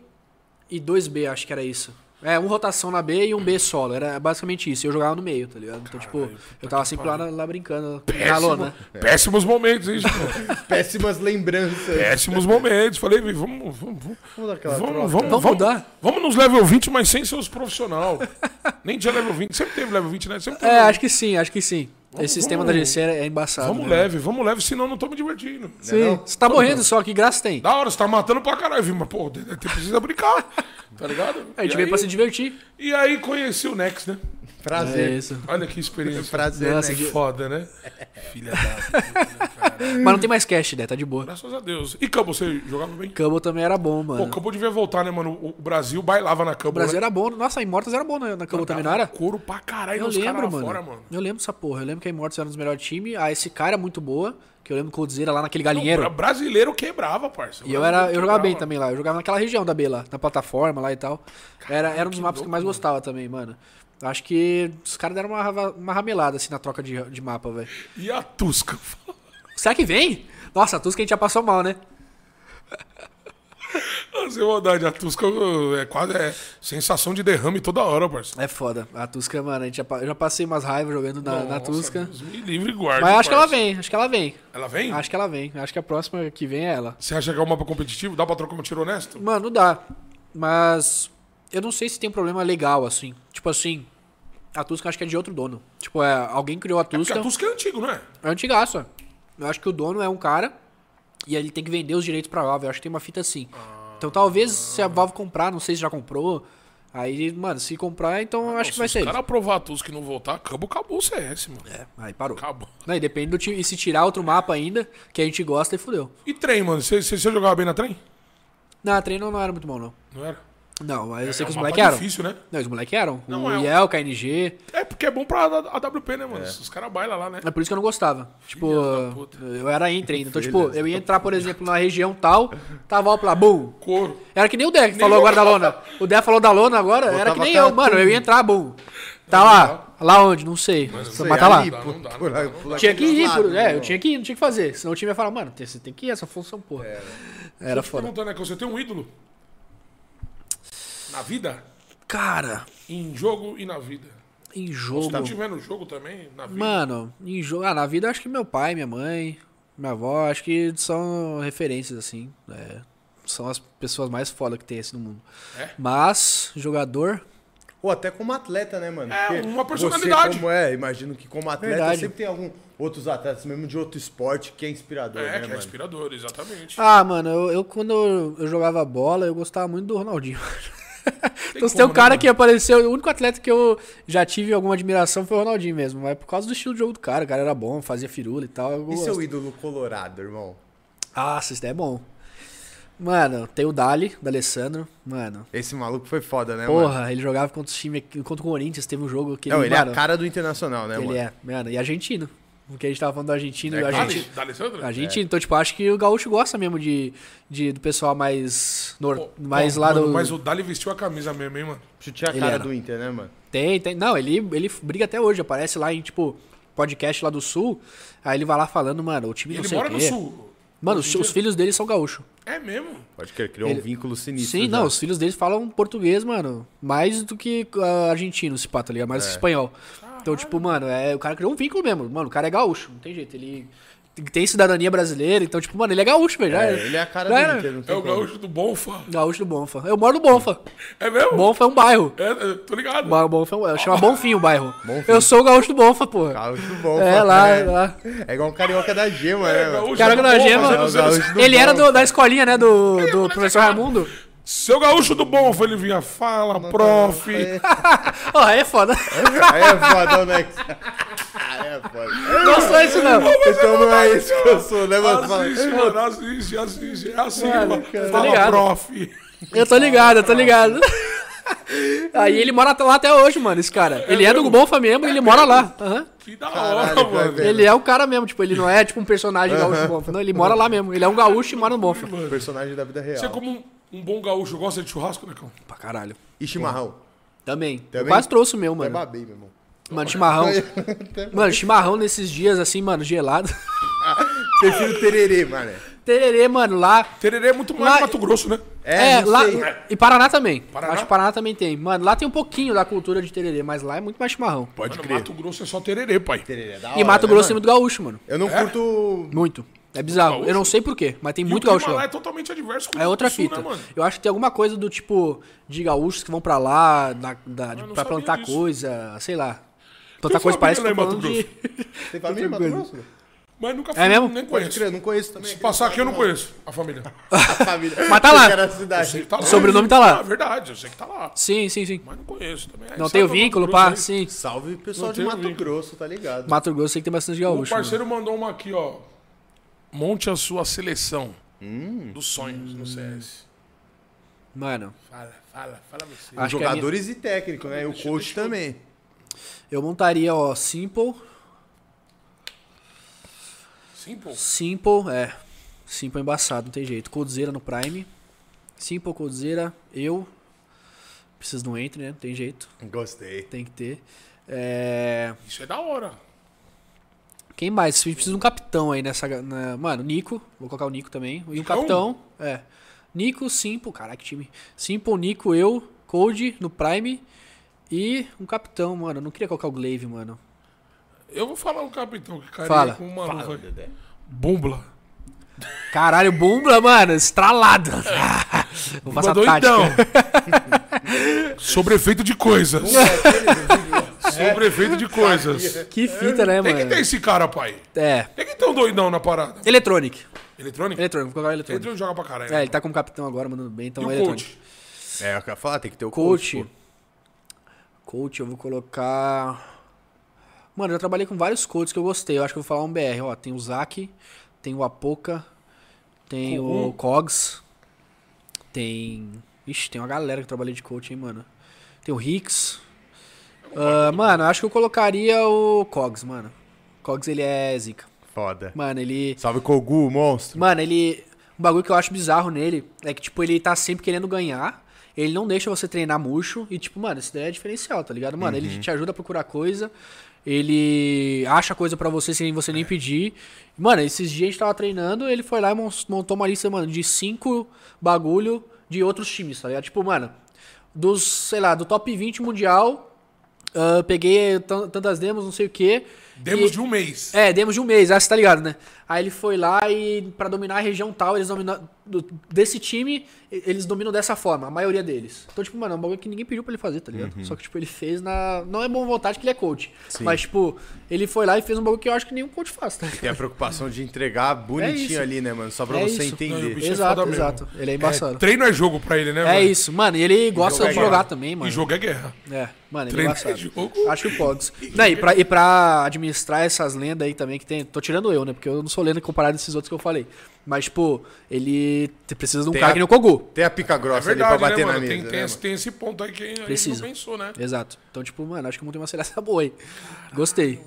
[SPEAKER 3] e dois B, acho que era isso. É, um rotação na B e um B solo. Era basicamente isso. Eu jogava no meio, tá ligado? Então, tipo, eu tava sempre lá, na- lá brincando. né? Na
[SPEAKER 2] Péssimo-
[SPEAKER 3] lona.
[SPEAKER 2] Péssimos momentos, hein, Chico?
[SPEAKER 1] Péssimas lembranças.
[SPEAKER 3] É.
[SPEAKER 2] Péssimos momentos. Falei, Vi, vamos, vamos, vamos,
[SPEAKER 1] Vamos dar aquela troca.
[SPEAKER 2] vamos, vamos,
[SPEAKER 3] Vamos
[SPEAKER 2] vamos,
[SPEAKER 3] mudar.
[SPEAKER 2] vamos nos level 20, mas sem ser os profissional. Nem tinha level 20. Sempre teve level 20, né? Sempre teve
[SPEAKER 3] É,
[SPEAKER 2] level
[SPEAKER 3] acho que sim, acho que sim. Esse sistema da GC é embaçado.
[SPEAKER 2] Vamos
[SPEAKER 3] né?
[SPEAKER 2] leve, vamos leve, senão eu não tô me divertindo.
[SPEAKER 3] Sim. Você tá morrendo só, que graça tem.
[SPEAKER 2] Da hora, você tá matando pra caralho, viu? Mas, pô, o DDT precisa brincar. Tá ligado?
[SPEAKER 3] É, A gente
[SPEAKER 2] E
[SPEAKER 3] veio pra
[SPEAKER 2] aí-
[SPEAKER 3] se divertir.
[SPEAKER 2] E aí conheci o Nex, né?
[SPEAKER 3] É
[SPEAKER 1] Prazer.
[SPEAKER 3] isso.
[SPEAKER 2] Olha que experiência.
[SPEAKER 1] Prazer,
[SPEAKER 3] Nossa,
[SPEAKER 1] né?
[SPEAKER 3] que-
[SPEAKER 2] Foda, né? Filha da.
[SPEAKER 3] Mas não tem mais cash, né? Tá de boa.
[SPEAKER 2] Graças a Deus. E Cabo, você jogava bem?
[SPEAKER 3] Cumble também era bom,
[SPEAKER 2] Pô,
[SPEAKER 3] mano.
[SPEAKER 2] Cabo devia voltar, né, mano? O Brasil bailava na Cabo. né?
[SPEAKER 3] O Brasil era bom. Nossa, a Immortals era bom na, na Cumble também, não era?
[SPEAKER 2] Couro pra caralho
[SPEAKER 3] Eu
[SPEAKER 2] nos caras lá
[SPEAKER 3] lembro, mano.
[SPEAKER 2] fora, mano.
[SPEAKER 3] Eu lembro dessa porra. Eu lembro que a Immortals era um dos melhores times. A esse cara é muito boa, que eu lembro Coldzera lá naquele
[SPEAKER 2] Não,
[SPEAKER 3] galinheiro.
[SPEAKER 2] bra- brasileiro quebrava, parça.
[SPEAKER 3] E eu era, eu
[SPEAKER 2] Brasileiro
[SPEAKER 3] jogava bem
[SPEAKER 2] quebrava.
[SPEAKER 3] também lá. Eu jogava naquela região da B lá, na plataforma lá e tal. Era, era um dos mapas que eu mais gostava também, mano. Acho que os caras deram uma, rava- uma ramelada assim na troca de, de mapa, velho.
[SPEAKER 2] E a Tusca?
[SPEAKER 3] Será que vem? Nossa, a Tusca a gente já passou mal, né?
[SPEAKER 2] Sem maldade, a Tusca uh, é quase é sensação de derrame toda hora, parça.
[SPEAKER 3] É foda. A Tusca, mano, a gente já, pa- eu já passei umas raivas jogando na, na
[SPEAKER 2] Nossa,
[SPEAKER 3] Tusca.
[SPEAKER 2] Deus me livre e guarde.
[SPEAKER 3] Mas acho que ela
[SPEAKER 2] parça.
[SPEAKER 3] vem, acho que ela vem.
[SPEAKER 2] Ela vem?
[SPEAKER 3] Acho que ela vem. Acho que a próxima que vem é ela.
[SPEAKER 2] Você acha que é um mapa competitivo? Dá pra trocar um tiro honesto?
[SPEAKER 3] Mano, dá. Mas eu não sei se tem um problema legal, assim. Tipo assim, a Tusca acho que é de outro dono. Tipo, é, alguém criou a
[SPEAKER 2] Porque
[SPEAKER 3] Tusca.
[SPEAKER 2] a Tusca é antigo, não é?
[SPEAKER 3] É antigaça. Eu acho que o dono é um cara e ele tem que vender os direitos pra Valve. Eu acho que tem uma fita assim.
[SPEAKER 2] Ah.
[SPEAKER 3] Então talvez se a Valve comprar, não sei se já comprou. Aí, mano, se comprar, então eu acho que vai
[SPEAKER 2] Ah, se
[SPEAKER 3] ser
[SPEAKER 2] os
[SPEAKER 3] ele.
[SPEAKER 2] caras aprovar a Tusca e não voltar, acabou, acabou o CS, mano.
[SPEAKER 3] É, aí parou.
[SPEAKER 2] Acabou.
[SPEAKER 3] Não, e depende do time. E se tirar outro mapa ainda, que a gente gosta, e fudeu.
[SPEAKER 2] E trem, mano? Você você- você jogava bem na trem?
[SPEAKER 3] Não, a treino não era muito bom, não.
[SPEAKER 2] Não era?
[SPEAKER 3] Não, mas eu
[SPEAKER 2] é
[SPEAKER 3] sei que os
[SPEAKER 2] um
[SPEAKER 3] moleques
[SPEAKER 2] mapa
[SPEAKER 3] eram.
[SPEAKER 2] difícil, né?
[SPEAKER 3] Não, os moleques eram.
[SPEAKER 2] Não,
[SPEAKER 3] o
[SPEAKER 2] é um-
[SPEAKER 3] Yel, KNG.
[SPEAKER 2] É porque é bom pra A- AWP, né, mano? Os caras bailam lá, né?
[SPEAKER 3] É por isso que eu não gostava. Tipo,
[SPEAKER 2] da puta.
[SPEAKER 3] eu era entre ainda. Então, tipo, eu ia entrar, por exemplo, na região tal, tava lá, bum.
[SPEAKER 2] Couro.
[SPEAKER 3] Era que nem o Deck falou agora da lona. O Deck falou da lona agora, era que nem eu.
[SPEAKER 1] aquela
[SPEAKER 3] Mano, eu ia entrar, bum. Tá lá. Lá onde? Não sei.
[SPEAKER 1] Sei,
[SPEAKER 3] Mas tá lá.
[SPEAKER 1] ali,
[SPEAKER 2] Não dá,
[SPEAKER 1] pô,
[SPEAKER 2] não dá, não
[SPEAKER 1] por-
[SPEAKER 2] dá,
[SPEAKER 1] por- por
[SPEAKER 3] Tinha que
[SPEAKER 1] aqueles
[SPEAKER 3] ir,
[SPEAKER 1] lados,
[SPEAKER 3] por- é, eu
[SPEAKER 1] irmão.
[SPEAKER 3] tinha que ir, não tinha que fazer. Senão o time ia falar, mano, você tem que ir, essa função, porra. Era foda.
[SPEAKER 2] Perguntando, né, que você tem um ídolo? Na vida?
[SPEAKER 3] Cara,
[SPEAKER 2] Em jogo e na vida. Tá
[SPEAKER 3] em
[SPEAKER 2] Se não
[SPEAKER 3] jogo.
[SPEAKER 2] tiver no jogo também, na vida.
[SPEAKER 3] Tá Mano, em jogo. Ah, na vida eu acho que meu pai, minha mãe, minha avó, acho que são referências, assim. é, são as pessoas mais foda que tem esse no mundo.
[SPEAKER 2] É?
[SPEAKER 3] Mas, jogador.
[SPEAKER 1] Ou até como atleta, né, mano?
[SPEAKER 2] É,
[SPEAKER 1] Porque
[SPEAKER 2] uma personalidade.
[SPEAKER 1] Você como é, imagino que como atleta
[SPEAKER 3] Verdade.
[SPEAKER 1] sempre tem algum outros atletas, mesmo de outro esporte, que é inspirador,
[SPEAKER 2] é,
[SPEAKER 1] né,
[SPEAKER 2] que é
[SPEAKER 1] mano?
[SPEAKER 2] inspirador, exatamente.
[SPEAKER 3] Ah, mano, eu, eu quando eu, eu jogava bola, eu gostava muito do Ronaldinho. então, se
[SPEAKER 2] como,
[SPEAKER 3] tem um
[SPEAKER 2] né,
[SPEAKER 3] cara
[SPEAKER 2] mano?
[SPEAKER 3] que apareceu, o único atleta que eu já tive alguma admiração foi o Ronaldinho mesmo. Mas por causa do estilo de jogo do cara, o cara era bom, fazia firula e tal. Eu
[SPEAKER 1] E
[SPEAKER 3] gosto.
[SPEAKER 1] seu ídolo colorado, irmão?
[SPEAKER 3] Nossa, isso daí é bom. Mano, tem o Dali, da Alessandro. Mano,
[SPEAKER 1] Esse maluco foi foda, né, mano?
[SPEAKER 3] Porra, ele jogava contra os times aqui- contra o Corinthians, teve um jogo que
[SPEAKER 1] Não, ele é
[SPEAKER 3] mano,
[SPEAKER 1] a cara do Internacional, né,
[SPEAKER 3] ele
[SPEAKER 1] mano?
[SPEAKER 3] é, mano, e argentino. Porque a gente tava falando do argentino,
[SPEAKER 1] É
[SPEAKER 3] e o
[SPEAKER 1] claro.
[SPEAKER 3] argentino.
[SPEAKER 2] Dale- Da Alessandra?
[SPEAKER 3] Argentino, então, tipo, acho que o gaúcho gosta mesmo de, de- do pessoal mais. Nor,
[SPEAKER 2] Pô,
[SPEAKER 3] mais
[SPEAKER 2] pô,
[SPEAKER 3] lá
[SPEAKER 2] mano,
[SPEAKER 3] do.
[SPEAKER 2] Mas o Dali vestiu a camisa mesmo, hein, mano?
[SPEAKER 1] Chutei a
[SPEAKER 3] Ele
[SPEAKER 1] cara
[SPEAKER 3] era.
[SPEAKER 1] do Inter, né, mano?
[SPEAKER 3] Tem, tem. Não, ele, ele briga até hoje, aparece lá em, tipo, podcast lá do Sul. Aí ele vai lá falando, mano, o time
[SPEAKER 2] E
[SPEAKER 3] não
[SPEAKER 2] ele
[SPEAKER 3] sei
[SPEAKER 2] mora
[SPEAKER 3] o
[SPEAKER 2] no
[SPEAKER 3] quê.
[SPEAKER 2] sul.
[SPEAKER 3] Mano,
[SPEAKER 2] Hoje
[SPEAKER 3] os,
[SPEAKER 2] em
[SPEAKER 3] os
[SPEAKER 2] dia.
[SPEAKER 3] filhos dele são gaúcho.
[SPEAKER 2] É mesmo?
[SPEAKER 1] Acho que ele criou um vínculo sinistro.
[SPEAKER 3] Sim,
[SPEAKER 1] já.
[SPEAKER 3] não, os filhos deles falam português, mano, mais do que ah, argentino, se pá, tá ligado?
[SPEAKER 1] É.
[SPEAKER 3] Mais espanhol. Então, tipo, mano, é, o cara criou um vínculo mesmo. Mano, o cara é gaúcho, não tem jeito. Ele tem cidadania brasileira, então, tipo, mano, ele é gaúcho, velho. já
[SPEAKER 1] É, ele é a cara
[SPEAKER 3] já era.
[SPEAKER 1] do Inter, não
[SPEAKER 2] É
[SPEAKER 1] tem
[SPEAKER 2] o
[SPEAKER 1] como.
[SPEAKER 2] gaúcho do Bonfa.
[SPEAKER 3] Gaúcho do Bonfa. Eu moro no Bonfa.
[SPEAKER 2] É mesmo?
[SPEAKER 3] Bonfa é um bairro.
[SPEAKER 2] É, é, tô ligado.
[SPEAKER 3] Ba- Bonfa é um, chama Bonfim o bairro. Eu sou o gaúcho do Bonfa, porra.
[SPEAKER 1] Gaúcho Tá, bom,
[SPEAKER 3] É,
[SPEAKER 1] mano.
[SPEAKER 3] lá,
[SPEAKER 1] é.
[SPEAKER 3] lá.
[SPEAKER 1] É igual um carioca da gema,
[SPEAKER 2] É,
[SPEAKER 1] né, mano?
[SPEAKER 2] gaúcho
[SPEAKER 3] Caraca,
[SPEAKER 2] do
[SPEAKER 3] na
[SPEAKER 2] Bonfa,
[SPEAKER 3] é gema.
[SPEAKER 2] zero, zero, zero.
[SPEAKER 1] Gaúcho do
[SPEAKER 3] Ele era
[SPEAKER 1] Bonfa.
[SPEAKER 3] do- da escolinha, né, do, do professor Raimundo.
[SPEAKER 2] Seu gaúcho do Bonfa, ele vinha, fala, prof.
[SPEAKER 3] Ó, aí é foda.
[SPEAKER 1] Aí é foda, né? Aí é foda.
[SPEAKER 3] Não sou isso, não.
[SPEAKER 1] Então não é isso que eu sou, né, mano? Fala-
[SPEAKER 2] Assiste, mano, assiste, assiste. É assim, mano.
[SPEAKER 3] cara. Tá
[SPEAKER 2] Fala,
[SPEAKER 3] ligado.
[SPEAKER 2] prof.
[SPEAKER 3] Eu tô ligado, eu tô ligado. Aí ele mora lá até hoje, mano, esse cara. Ele é do Bonfa mesmo e ele mora lá. Aham.
[SPEAKER 2] Que da
[SPEAKER 1] Caralho,
[SPEAKER 2] hora,
[SPEAKER 1] vai
[SPEAKER 2] mano.
[SPEAKER 1] ver.
[SPEAKER 3] Ele é o cara mesmo, tipo, ele não é tipo um personagem gaúcho do Bonfa. Não, ele mora lá mesmo. Ele é um gaúcho e mora no Bonfa.
[SPEAKER 1] Personagem da vida
[SPEAKER 2] Você é
[SPEAKER 1] real.
[SPEAKER 2] como um, um bom gaúcho, gosta de churrasco, né, cão?
[SPEAKER 3] Pra caralho.
[SPEAKER 1] E chimarrão.
[SPEAKER 3] Também. Eu
[SPEAKER 1] Também?
[SPEAKER 3] quase trouxe o meu,
[SPEAKER 1] É
[SPEAKER 3] mano.
[SPEAKER 1] babei, meu irmão.
[SPEAKER 3] Mano, chimarrão. Mano, chimarrão nesses dias, assim, mano, gelado.
[SPEAKER 1] Prefiro tererê, mano.
[SPEAKER 3] Tererê, mano, lá.
[SPEAKER 2] Tererê é muito mais
[SPEAKER 3] Lá-
[SPEAKER 2] no Mato Grosso, né?
[SPEAKER 1] É,
[SPEAKER 3] É,
[SPEAKER 1] não
[SPEAKER 3] lá.
[SPEAKER 1] sei.
[SPEAKER 3] E Paraná também.
[SPEAKER 2] Paraná?
[SPEAKER 3] Acho que Paraná também tem. Mano, lá tem um pouquinho da cultura de tererê, mas lá é muito mais chimarrão.
[SPEAKER 1] Pode
[SPEAKER 2] mano,
[SPEAKER 1] crer.
[SPEAKER 2] Mato Grosso é só tererê, pai.
[SPEAKER 1] Tererê é da
[SPEAKER 3] E
[SPEAKER 1] hora,
[SPEAKER 3] Mato
[SPEAKER 1] né,
[SPEAKER 3] Grosso é
[SPEAKER 1] mano?
[SPEAKER 3] muito gaúcho, mano.
[SPEAKER 1] Eu não
[SPEAKER 2] É?
[SPEAKER 1] curto...
[SPEAKER 3] Muito. É bizarro.
[SPEAKER 2] gaúcho?
[SPEAKER 3] Eu não sei porquê, mas tem
[SPEAKER 2] E
[SPEAKER 3] muito
[SPEAKER 2] o
[SPEAKER 3] gaúcho
[SPEAKER 2] clima lá
[SPEAKER 3] lá.
[SPEAKER 2] é totalmente adverso com o
[SPEAKER 3] É outra
[SPEAKER 2] do sul,
[SPEAKER 3] fita.
[SPEAKER 2] né, mano?
[SPEAKER 3] eu acho que tem alguma coisa do tipo de gaúchos que vão pra lá da, da- de-
[SPEAKER 2] Ah, não
[SPEAKER 3] pra
[SPEAKER 2] sabia
[SPEAKER 3] plantar
[SPEAKER 2] disso.
[SPEAKER 3] coisa, sei lá. Tanta coisa parece que eu tô
[SPEAKER 2] família lá em
[SPEAKER 3] falando de...
[SPEAKER 2] Mato
[SPEAKER 1] Tem família em Mato
[SPEAKER 3] Tranquilo.
[SPEAKER 1] Grosso?
[SPEAKER 2] Mas nunca fui,
[SPEAKER 3] É mesmo?
[SPEAKER 2] nem
[SPEAKER 1] Pode
[SPEAKER 2] conheço.
[SPEAKER 1] crer, não conheço também.
[SPEAKER 2] Se passar aqui, eu não conheço a família.
[SPEAKER 1] A família.
[SPEAKER 3] Mas tá lá.
[SPEAKER 1] Era a
[SPEAKER 2] Eu sei
[SPEAKER 1] cidade.
[SPEAKER 2] que tá lá.
[SPEAKER 3] O É, sobrenome tá lá.
[SPEAKER 2] Ah, verdade, eu sei que tá lá.
[SPEAKER 3] Sim, sim, sim.
[SPEAKER 2] Mas não conheço também.
[SPEAKER 3] Não
[SPEAKER 2] Sabe
[SPEAKER 3] tem o
[SPEAKER 2] Mato
[SPEAKER 3] vínculo,
[SPEAKER 2] Grosso é
[SPEAKER 3] pá?
[SPEAKER 2] aí?
[SPEAKER 3] Sim.
[SPEAKER 1] Salve pessoal
[SPEAKER 2] Não
[SPEAKER 1] de
[SPEAKER 2] tem
[SPEAKER 1] Mato
[SPEAKER 2] vínculo.
[SPEAKER 1] Grosso, tá ligado?
[SPEAKER 3] Mato Grosso tem que ter bastante
[SPEAKER 2] O
[SPEAKER 3] gaúcho.
[SPEAKER 2] parceiro mandou uma aqui, ó. Monte a sua seleção dos sonhos no CS.
[SPEAKER 3] Mano, Mano,
[SPEAKER 2] Hum. Fala, fala, fala você.
[SPEAKER 3] acho que a minha-
[SPEAKER 1] Jogadores e técnico, né? E o coach também.
[SPEAKER 3] eu montaria, ó, Simple.
[SPEAKER 2] Sim, pô.
[SPEAKER 3] Simple, é. Simple é embaçado, não tem jeito. Coldzera no Prime. Simple, Coldzera, eu. Preciso do entre, né? Não tem jeito.
[SPEAKER 1] Gostei.
[SPEAKER 3] Tem que ter. É...
[SPEAKER 2] Isso é da hora.
[SPEAKER 3] Quem mais? A gente precisa de um capitão aí nessa. Na... Mano, Nico. Vou colocar o Nico também. E um capitão. É. Nico, Simple. Caraca, que time. Simple, Nico, eu, Cold no Prime. E um capitão, mano. Eu não queria colocar o Glaive, mano.
[SPEAKER 2] Eu vou falar o capitão que caiu
[SPEAKER 3] Fala.
[SPEAKER 2] com uma luva. Bumbla.
[SPEAKER 3] Caralho, Bumbla, mano. Estralado. Vou passar
[SPEAKER 2] Mandou
[SPEAKER 3] tática.
[SPEAKER 2] então. Sobre efeito de coisas.
[SPEAKER 1] né?
[SPEAKER 2] Sobre efeito de coisas.
[SPEAKER 3] Que fita, né,
[SPEAKER 2] Tem que
[SPEAKER 3] mano?
[SPEAKER 2] ter esse cara, pai.
[SPEAKER 3] É.
[SPEAKER 2] Tem que ter um doidão na parada.
[SPEAKER 3] Electronic.
[SPEAKER 2] Eletrônico?
[SPEAKER 3] Eletrônico, vou colocar o eletrônico.
[SPEAKER 2] Eletrônico joga pra caralho.
[SPEAKER 3] É, ele tá como capitão agora, mandando bem, então
[SPEAKER 2] E
[SPEAKER 3] é
[SPEAKER 2] o
[SPEAKER 3] eletrônico.
[SPEAKER 2] coach?
[SPEAKER 1] É, eu quero falar, tem que ter o coach.
[SPEAKER 3] Coach.
[SPEAKER 1] pô.
[SPEAKER 3] Coach, eu vou colocar. Mano, eu já trabalhei com vários coaches que eu gostei. Eu acho que eu vou falar um BR. Ó, tem o Zac, tem o Apoca, tem o
[SPEAKER 1] um?
[SPEAKER 2] Uhum.
[SPEAKER 3] Cogs, tem. Ixi, tem uma galera que eu trabalhei de coach, hein, mano. Tem o Hicks. Ah, mano, eu acho que eu colocaria o Cogs, mano. Cogs, ele é zica.
[SPEAKER 1] Foda.
[SPEAKER 3] Mano, ele.
[SPEAKER 1] Salve Kogu, monstro.
[SPEAKER 3] Mano, ele. O bagulho que eu acho bizarro nele é que, tipo, ele tá sempre querendo ganhar. Ele não deixa você treinar murcho. E, tipo, mano, isso daí é diferencial, tá ligado? Mano, ele te ajuda a procurar coisa. Ele acha coisa pra você sem você nem pedir. Mano, esses dias a gente tava treinando, ele foi lá e mon- montou uma lista, mano, de cinco bagulho de outros times, tá ligado? Tipo, mano, dos, sei lá, do top 20 mundial, ah, peguei tan- tantas demos, não sei o quê.
[SPEAKER 2] Demos
[SPEAKER 3] e-
[SPEAKER 2] de um mês.
[SPEAKER 3] é, demos de um mês, ah, você tá ligado, né? Aí ele foi lá e pra dominar a região tal, eles dominam. do- Desse time, e- eles dominam dessa forma, a maioria deles. Então, tipo, mano, é um bagulho que ninguém pediu pra ele fazer, tá ligado? Só que, tipo, ele fez na. Não é boa vontade que ele é coach. Mas, tipo, ele foi lá e fez um bagulho que eu acho que nenhum coach faz, tá ligado?
[SPEAKER 1] Tem a preocupação de entregar bonitinho
[SPEAKER 3] É isso.
[SPEAKER 1] ali, né, mano? Só pra
[SPEAKER 3] É
[SPEAKER 1] você
[SPEAKER 3] isso.
[SPEAKER 2] Não, e o
[SPEAKER 1] entender.
[SPEAKER 2] bicho é
[SPEAKER 3] Exato,
[SPEAKER 2] foda mesmo.
[SPEAKER 3] exato. Ele é embaçado.
[SPEAKER 2] Treino é jogo pra ele, né?
[SPEAKER 3] É,
[SPEAKER 2] mano?
[SPEAKER 3] isso, mano, e ele gosta de
[SPEAKER 1] jogar.
[SPEAKER 3] jogar também, mano.
[SPEAKER 2] E jogo é guerra.
[SPEAKER 3] É, mano, ele é
[SPEAKER 2] Treino
[SPEAKER 3] embaçado.
[SPEAKER 2] é jogo.
[SPEAKER 3] Acho que o Pogs. Não, e, pra, e pra administrar essas lendas aí também que tem. Tô tirando eu, né? Porque eu não sou lenda comparado a esses outros que eu falei. Mas, pô, ele te- precisa de um
[SPEAKER 1] Tem
[SPEAKER 3] cara
[SPEAKER 1] a-
[SPEAKER 3] que nem o Kogu.
[SPEAKER 1] Tem a pica
[SPEAKER 2] É
[SPEAKER 1] grossa ali
[SPEAKER 2] verdade,
[SPEAKER 1] pra bater
[SPEAKER 2] né,
[SPEAKER 1] na
[SPEAKER 2] mano?
[SPEAKER 1] mesa,
[SPEAKER 2] Tem,
[SPEAKER 1] né,
[SPEAKER 2] tem, esse,
[SPEAKER 1] mano?
[SPEAKER 2] tem esse ponto aí que a gente não
[SPEAKER 3] Precisa.
[SPEAKER 2] pensou, né?
[SPEAKER 3] Exato. Então, tipo, mano, acho que eu montei uma seleção boa aí. Gostei.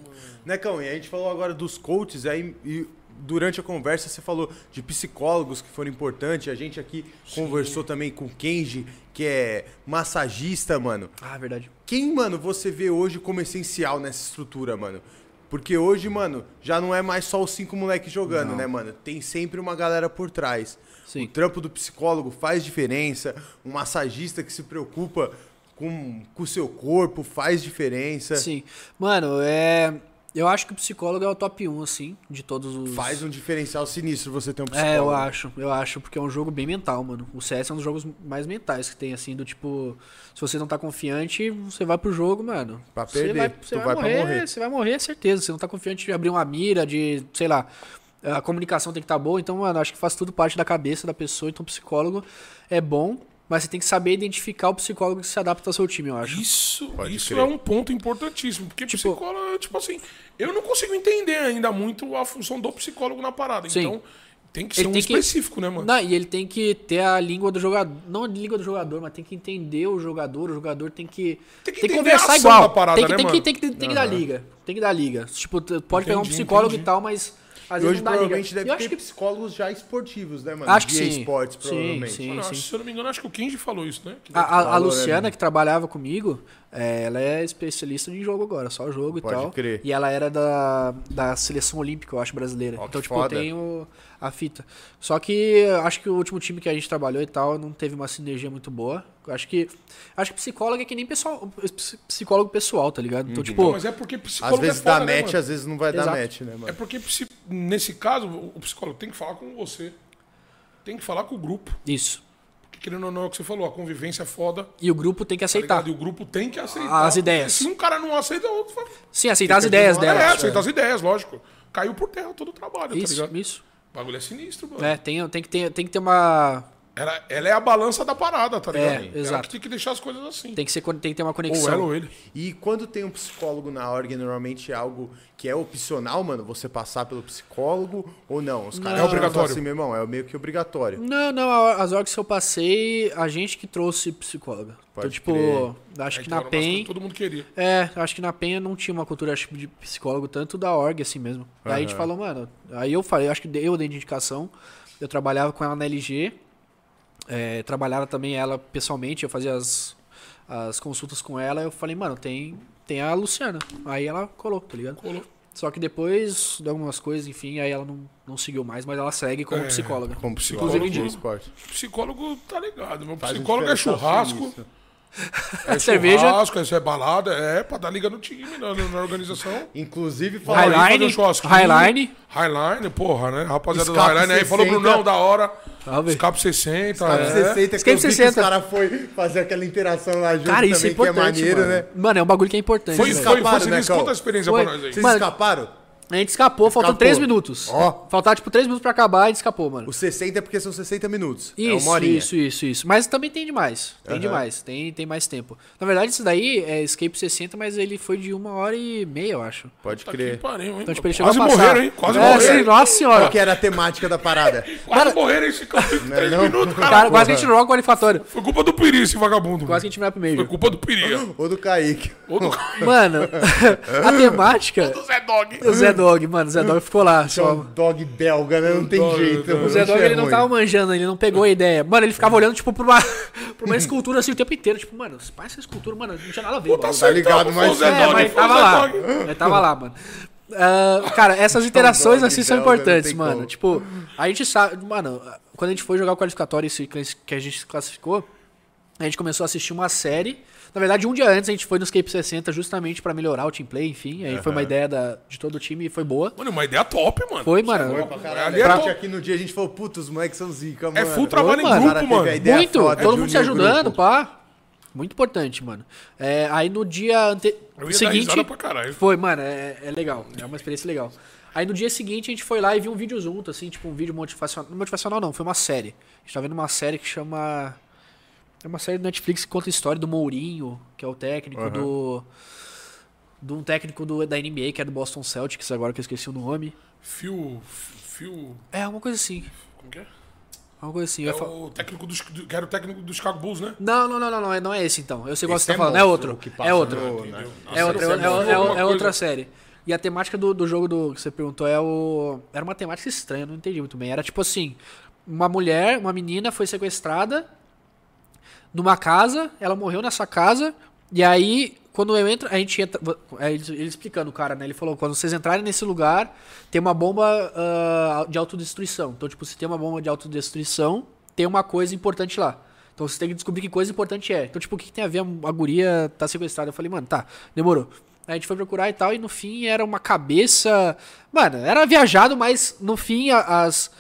[SPEAKER 1] Necão, e Né, a gente falou agora dos coaches, aí e durante a conversa você falou de psicólogos que foram importantes. A gente aqui conversou também com o Kenji, que é massagista, mano.
[SPEAKER 3] Ah, verdade.
[SPEAKER 1] Quem, mano, você vê hoje como essencial nessa estrutura, mano? Porque hoje, mano, já não é mais só os cinco moleques jogando, né, mano? Tem sempre uma galera por trás.
[SPEAKER 3] Sim.
[SPEAKER 1] O trampo do psicólogo faz diferença. Um massagista que se preocupa com com o seu corpo faz diferença.
[SPEAKER 3] Sim. Mano, é. Eu acho que o psicólogo é o top 1, assim, de todos os.
[SPEAKER 1] Faz um diferencial sinistro você ter um psicólogo.
[SPEAKER 3] É, eu acho, eu acho, porque é um jogo bem mental, mano. O CS é um dos jogos mais mentais que tem, assim, do tipo, se você não tá confiante, você vai pro jogo, mano.
[SPEAKER 1] Pra
[SPEAKER 3] Você
[SPEAKER 1] perder,
[SPEAKER 3] vai-
[SPEAKER 1] tu
[SPEAKER 3] Você vai,
[SPEAKER 1] vai pra
[SPEAKER 3] morrer,
[SPEAKER 1] morrer.
[SPEAKER 3] você vai morrer, certeza. Você não tá confiante de abrir uma mira, de, sei lá, a comunicação tem que estar boa. Então, mano, acho que faz tudo parte da cabeça da pessoa. Então, o psicólogo é bom, mas você tem que saber identificar o psicólogo que se adapta ao seu time, eu acho.
[SPEAKER 2] Isso,
[SPEAKER 1] Pode
[SPEAKER 2] isso
[SPEAKER 1] crer.
[SPEAKER 2] é um ponto importantíssimo. Porque psicólogo, tipo assim, eu não consigo entender ainda muito a função do psicólogo na parada.
[SPEAKER 3] Sim.
[SPEAKER 2] Então, tem que ser
[SPEAKER 3] Ele
[SPEAKER 2] um
[SPEAKER 3] tem que-
[SPEAKER 2] específico, né, mano?
[SPEAKER 3] Não, e ele tem que ter a língua do jogador. Não a língua do jogador, mas tem que entender o jogador. O jogador tem que.
[SPEAKER 2] Tem que
[SPEAKER 3] tem que
[SPEAKER 2] entender a
[SPEAKER 3] conversar
[SPEAKER 2] ação
[SPEAKER 3] igual.
[SPEAKER 2] da parada,
[SPEAKER 3] tem, que,
[SPEAKER 2] né,
[SPEAKER 3] tem, que,
[SPEAKER 2] mano?
[SPEAKER 3] tem, que, tem que dar liga. Tem que dar liga. Tipo, tu pode pegar um
[SPEAKER 2] Entendi,
[SPEAKER 3] psicólogo
[SPEAKER 2] entendi.
[SPEAKER 3] e tal, mas às
[SPEAKER 1] E
[SPEAKER 3] vezes
[SPEAKER 1] hoje
[SPEAKER 3] não dá liga.
[SPEAKER 1] provavelmente deve
[SPEAKER 3] Eu
[SPEAKER 1] ter
[SPEAKER 3] acho que.
[SPEAKER 1] psicólogos já esportivos, né, mano?
[SPEAKER 3] Acho que
[SPEAKER 1] Via
[SPEAKER 3] sim.
[SPEAKER 1] esportes,
[SPEAKER 3] Sim,
[SPEAKER 1] provavelmente.
[SPEAKER 3] sim. Ah,
[SPEAKER 2] Mano, acho- se eu não me engano, acho que o Kenji falou isso, né? Que
[SPEAKER 3] A, a- a
[SPEAKER 1] Valor, né,
[SPEAKER 3] Luciana,
[SPEAKER 1] mano?
[SPEAKER 3] que trabalhava comigo, é, ela é especialista em jogo agora, só jogo
[SPEAKER 1] Pode
[SPEAKER 3] e tal.
[SPEAKER 1] crer.
[SPEAKER 3] E ela era da, da seleção olímpica, eu acho, brasileira.
[SPEAKER 1] Ó, que
[SPEAKER 3] então, tipo,
[SPEAKER 1] foda.
[SPEAKER 3] eu tenho a fita. Só que eu acho que o último time que a gente trabalhou e tal não teve uma sinergia muito boa. Eu Acho que. Acho que psicólogo é que nem pessoal, ps- psicólogo pessoal, tá ligado? Então,
[SPEAKER 2] Não,
[SPEAKER 3] tipo.
[SPEAKER 2] mas é porque
[SPEAKER 1] Às
[SPEAKER 2] psicólogo
[SPEAKER 1] vezes
[SPEAKER 2] é
[SPEAKER 1] dá
[SPEAKER 2] foda, né,
[SPEAKER 1] match,
[SPEAKER 2] mano?
[SPEAKER 1] às vezes não vai dar
[SPEAKER 3] Exato.
[SPEAKER 1] match, né, mano?
[SPEAKER 2] É porque, psi- nesse caso, o o psicólogo tem que falar com você. Tem que falar com o grupo.
[SPEAKER 3] Isso.
[SPEAKER 2] querendo ou não, é o que você falou, a convivência é foda.
[SPEAKER 3] E o grupo tem que
[SPEAKER 2] tá
[SPEAKER 3] aceitar.
[SPEAKER 2] ligado? E o grupo tem que aceitar.
[SPEAKER 3] As ideias.
[SPEAKER 2] Se um cara não aceita, o outro fala.
[SPEAKER 3] Sim, aceitar as ideias
[SPEAKER 2] É,
[SPEAKER 3] dela.
[SPEAKER 2] aceita as ideias, lógico. Caiu por terra todo o trabalho, tá
[SPEAKER 3] Isso,
[SPEAKER 2] ligado?
[SPEAKER 3] isso.
[SPEAKER 2] O bagulho é sinistro, mano.
[SPEAKER 3] É, tem, tem, que ter, tem que ter uma.
[SPEAKER 2] Ela, ela é a balança da parada, tá
[SPEAKER 3] É,
[SPEAKER 2] ligado? Ela
[SPEAKER 3] exato.
[SPEAKER 2] que tem que deixar as coisas assim.
[SPEAKER 3] Tem que, ser, um con- tem que ter uma
[SPEAKER 2] ou
[SPEAKER 3] conexão.
[SPEAKER 2] ela ou ele.
[SPEAKER 1] E quando tem um psicólogo na org, normalmente é algo que é opcional, mano, você passar pelo psicólogo ou não? Os caras
[SPEAKER 2] É obrigatório.
[SPEAKER 1] falam assim, meu irmão, é meio que obrigatório.
[SPEAKER 3] Não, não, a- as orgs que eu passei, a gente que trouxe psicóloga.
[SPEAKER 1] Pode
[SPEAKER 3] então, tipo, acho
[SPEAKER 2] Aí tem
[SPEAKER 3] que
[SPEAKER 2] hora
[SPEAKER 3] na
[SPEAKER 2] umas coisas que
[SPEAKER 3] PEN.
[SPEAKER 2] Todo mundo queria.
[SPEAKER 3] É, acho que na Penha não tinha uma cultura acho, de psicólogo tanto da org assim mesmo. Daí a gente falou, mano, aí eu falei, acho que eu dei de indicação. Eu trabalhava com ela na LG, é, trabalhava também ela pessoalmente, eu fazia as, as consultas com ela. Eu falei, mano, tem, tem a Luciana. Aí ela colou, tá ligado?
[SPEAKER 2] Colou.
[SPEAKER 3] Só que depois de algumas coisas, enfim, aí ela não, não seguiu mais, mas ela segue como
[SPEAKER 2] É,
[SPEAKER 3] psicóloga.
[SPEAKER 1] Como
[SPEAKER 3] Inclusive,
[SPEAKER 1] psicólogo do
[SPEAKER 3] de-
[SPEAKER 1] esporte.
[SPEAKER 2] Psicólogo tá ligado. Meu
[SPEAKER 1] Faz
[SPEAKER 2] psicólogo
[SPEAKER 1] um
[SPEAKER 2] é
[SPEAKER 1] diferencial
[SPEAKER 2] churrasco.
[SPEAKER 1] sinistro.
[SPEAKER 2] É
[SPEAKER 3] Cerveja.
[SPEAKER 2] churrasco, isso é balada. É, pra dar liga no time, na, na organização.
[SPEAKER 1] Inclusive, fala aí,
[SPEAKER 2] fazer um
[SPEAKER 3] Highline,
[SPEAKER 2] churrasquinho.
[SPEAKER 3] Highline,
[SPEAKER 2] Highline, porra, né? Rapaziada do
[SPEAKER 1] Escape
[SPEAKER 2] Highline aí falou
[SPEAKER 1] 60.
[SPEAKER 2] Brunão, da hora.
[SPEAKER 3] Salve.
[SPEAKER 2] Escape 60.
[SPEAKER 1] Escape
[SPEAKER 2] é.
[SPEAKER 1] 60, que eu
[SPEAKER 3] Escape
[SPEAKER 1] vi né? que
[SPEAKER 3] 60.
[SPEAKER 1] os caras foi fazer aquela interação lá junto
[SPEAKER 3] Cara, isso é
[SPEAKER 1] também, que é
[SPEAKER 3] importante,
[SPEAKER 1] maneiro,
[SPEAKER 3] mano.
[SPEAKER 1] né?
[SPEAKER 3] Mano, é um bagulho que é importante.
[SPEAKER 2] Foi,
[SPEAKER 3] velho.
[SPEAKER 2] foi, foi
[SPEAKER 1] escaparam,
[SPEAKER 2] sinistro.
[SPEAKER 1] né,
[SPEAKER 2] Conta a
[SPEAKER 1] Cal?
[SPEAKER 2] experiência
[SPEAKER 3] Foi.
[SPEAKER 2] pra nós aí.
[SPEAKER 1] Vocês
[SPEAKER 3] Mano,
[SPEAKER 1] escaparam?
[SPEAKER 3] A gente escapou, faltam
[SPEAKER 1] Escapou.
[SPEAKER 3] 3 minutos.
[SPEAKER 1] Ó.
[SPEAKER 3] Faltava, tipo, 3 minutos pra acabar e a gente escapou, mano.
[SPEAKER 1] Os 60 é porque são 60 minutos. é
[SPEAKER 3] Isso,
[SPEAKER 1] uma horinha.
[SPEAKER 3] isso, isso, isso. Mas também tem demais. Tem demais. Tem, tem mais tempo. Na verdade, isso daí é Escape 60, mas ele foi de uma hora e meia, eu acho.
[SPEAKER 1] Pode
[SPEAKER 2] Que
[SPEAKER 1] crer.
[SPEAKER 2] pariu, hein?
[SPEAKER 3] Então, tipo, ele chegou
[SPEAKER 2] Quase
[SPEAKER 3] a passar.
[SPEAKER 2] morreram, hein? Quase
[SPEAKER 3] É,
[SPEAKER 2] morreram.
[SPEAKER 3] sim, nossa senhora.
[SPEAKER 1] Qual que era a temática da parada?
[SPEAKER 2] Quase morreram esse cara. em Três
[SPEAKER 1] não?
[SPEAKER 2] minutos, cara.
[SPEAKER 3] Cara, quase que a gente não joga o qualificatório.
[SPEAKER 2] Foi culpa do Piri, esse vagabundo.
[SPEAKER 3] Quase que a gente não vai pro
[SPEAKER 2] Foi
[SPEAKER 3] meio.
[SPEAKER 2] culpa do Piri.
[SPEAKER 1] Ou do Kaique?
[SPEAKER 2] Ou do
[SPEAKER 3] Mano, a temática.
[SPEAKER 2] do Zé Dog.
[SPEAKER 3] O Zé Dog, mano, o Zé Dog ficou lá.
[SPEAKER 1] É um
[SPEAKER 3] Só.
[SPEAKER 1] dog belga, né? Não tem
[SPEAKER 2] dog,
[SPEAKER 1] jeito.
[SPEAKER 2] dog.
[SPEAKER 3] O Zé Dog
[SPEAKER 1] é
[SPEAKER 3] ele não tá
[SPEAKER 1] ruim.
[SPEAKER 3] tava manjando, ele não pegou a ideia. Mano, ele ficava olhando, tipo, pra uma, pra uma escultura assim o tempo inteiro. Tipo, mano, parece essa escultura, mano, não tinha nada a ver. mano.
[SPEAKER 1] Tá ligado, mas-
[SPEAKER 2] acertando, foi o Zé
[SPEAKER 1] É,
[SPEAKER 2] Dog,
[SPEAKER 3] mas
[SPEAKER 2] foi o
[SPEAKER 3] tava
[SPEAKER 2] Zé
[SPEAKER 3] lá.
[SPEAKER 2] Dog.
[SPEAKER 3] Mas tava lá, mano. Ah, cara, essas interações assim são
[SPEAKER 1] Belga,
[SPEAKER 3] importantes,
[SPEAKER 1] né? não tem
[SPEAKER 3] mano.
[SPEAKER 1] como.
[SPEAKER 3] Tipo, a gente sabe. Mano, quando a gente foi jogar o qualificatório esse que a gente se classificou, a gente começou a assistir uma série. Na verdade, um dia antes a gente foi no Escape 60 justamente pra melhorar o team play, enfim. Aí foi uma ideia da- de todo o time e foi boa.
[SPEAKER 2] Mano, uma ideia top, mano.
[SPEAKER 3] Foi, mano.
[SPEAKER 1] Foi pra caralho.
[SPEAKER 2] Ali é
[SPEAKER 1] A
[SPEAKER 2] top.
[SPEAKER 1] gente aqui no dia a gente falou, puta, os moleques são zica, mano.
[SPEAKER 2] É full trabalho
[SPEAKER 3] Ô,
[SPEAKER 2] em
[SPEAKER 3] mano,
[SPEAKER 2] grupo,
[SPEAKER 1] cara, teve
[SPEAKER 2] mano.
[SPEAKER 1] a ideia.
[SPEAKER 3] Muito,
[SPEAKER 1] foda,
[SPEAKER 3] todo
[SPEAKER 1] de
[SPEAKER 3] mundo se
[SPEAKER 1] unir o
[SPEAKER 3] ajudando,
[SPEAKER 1] grupo.
[SPEAKER 3] pá. Muito importante, mano. É, aí no dia ante...
[SPEAKER 2] Eu ia dar
[SPEAKER 3] seguinte.
[SPEAKER 2] risada pra caralho.
[SPEAKER 3] Foi, mano, é, é legal. É uma experiência legal. Aí no dia seguinte a gente foi lá e viu um vídeo junto, assim, tipo um vídeo motivacional. Não motivacional não, foi uma série. A gente tá vendo uma série que chama. É uma série do Netflix que conta a história do Mourinho, que é o técnico do. De um técnico do, da NBA, que é do Boston Celtics, agora que eu esqueci o nome.
[SPEAKER 2] Fio. Fio.
[SPEAKER 3] É, uma coisa assim.
[SPEAKER 2] Como que é?
[SPEAKER 3] Uma coisa assim. eu
[SPEAKER 2] É
[SPEAKER 3] ia fa-
[SPEAKER 2] o técnico dos. do- Que era o técnico dos Chicago Bulls, né?
[SPEAKER 3] Não, não, não, não, não, é- não é esse então. Eu sei qual
[SPEAKER 1] Esse
[SPEAKER 3] você tá
[SPEAKER 1] é
[SPEAKER 3] falando, é
[SPEAKER 1] monstro,
[SPEAKER 3] outro.
[SPEAKER 1] o que passa
[SPEAKER 3] É
[SPEAKER 2] né?
[SPEAKER 3] outro.
[SPEAKER 1] no- na-
[SPEAKER 3] É outra, é,
[SPEAKER 2] Nossa,
[SPEAKER 3] outra-
[SPEAKER 2] esse
[SPEAKER 3] é
[SPEAKER 2] bom.
[SPEAKER 3] outra- é outra
[SPEAKER 2] Uma coisa-
[SPEAKER 3] série. E a temática do, do jogo do, que você perguntou é o. Era uma temática estranha, eu não entendi muito bem. Era tipo assim: uma mulher, uma menina foi sequestrada numa casa, ela morreu nessa casa, e aí. Quando eu entro, a gente entra. é, Ele, ele explicando, o cara, né? Ele falou: quando vocês entrarem nesse lugar, tem uma bomba ah, de autodestruição. Então, tipo, se tem uma bomba de autodestruição, tem uma coisa importante lá. Então você tem que descobrir que coisa importante é. Então, tipo, o que, que tem a ver a, a guria tá sequestrada? Eu falei, mano, tá, demorou. Aí a gente foi procurar e tal, e no fim era uma cabeça. Mano, era viajado, mas no fim a- as.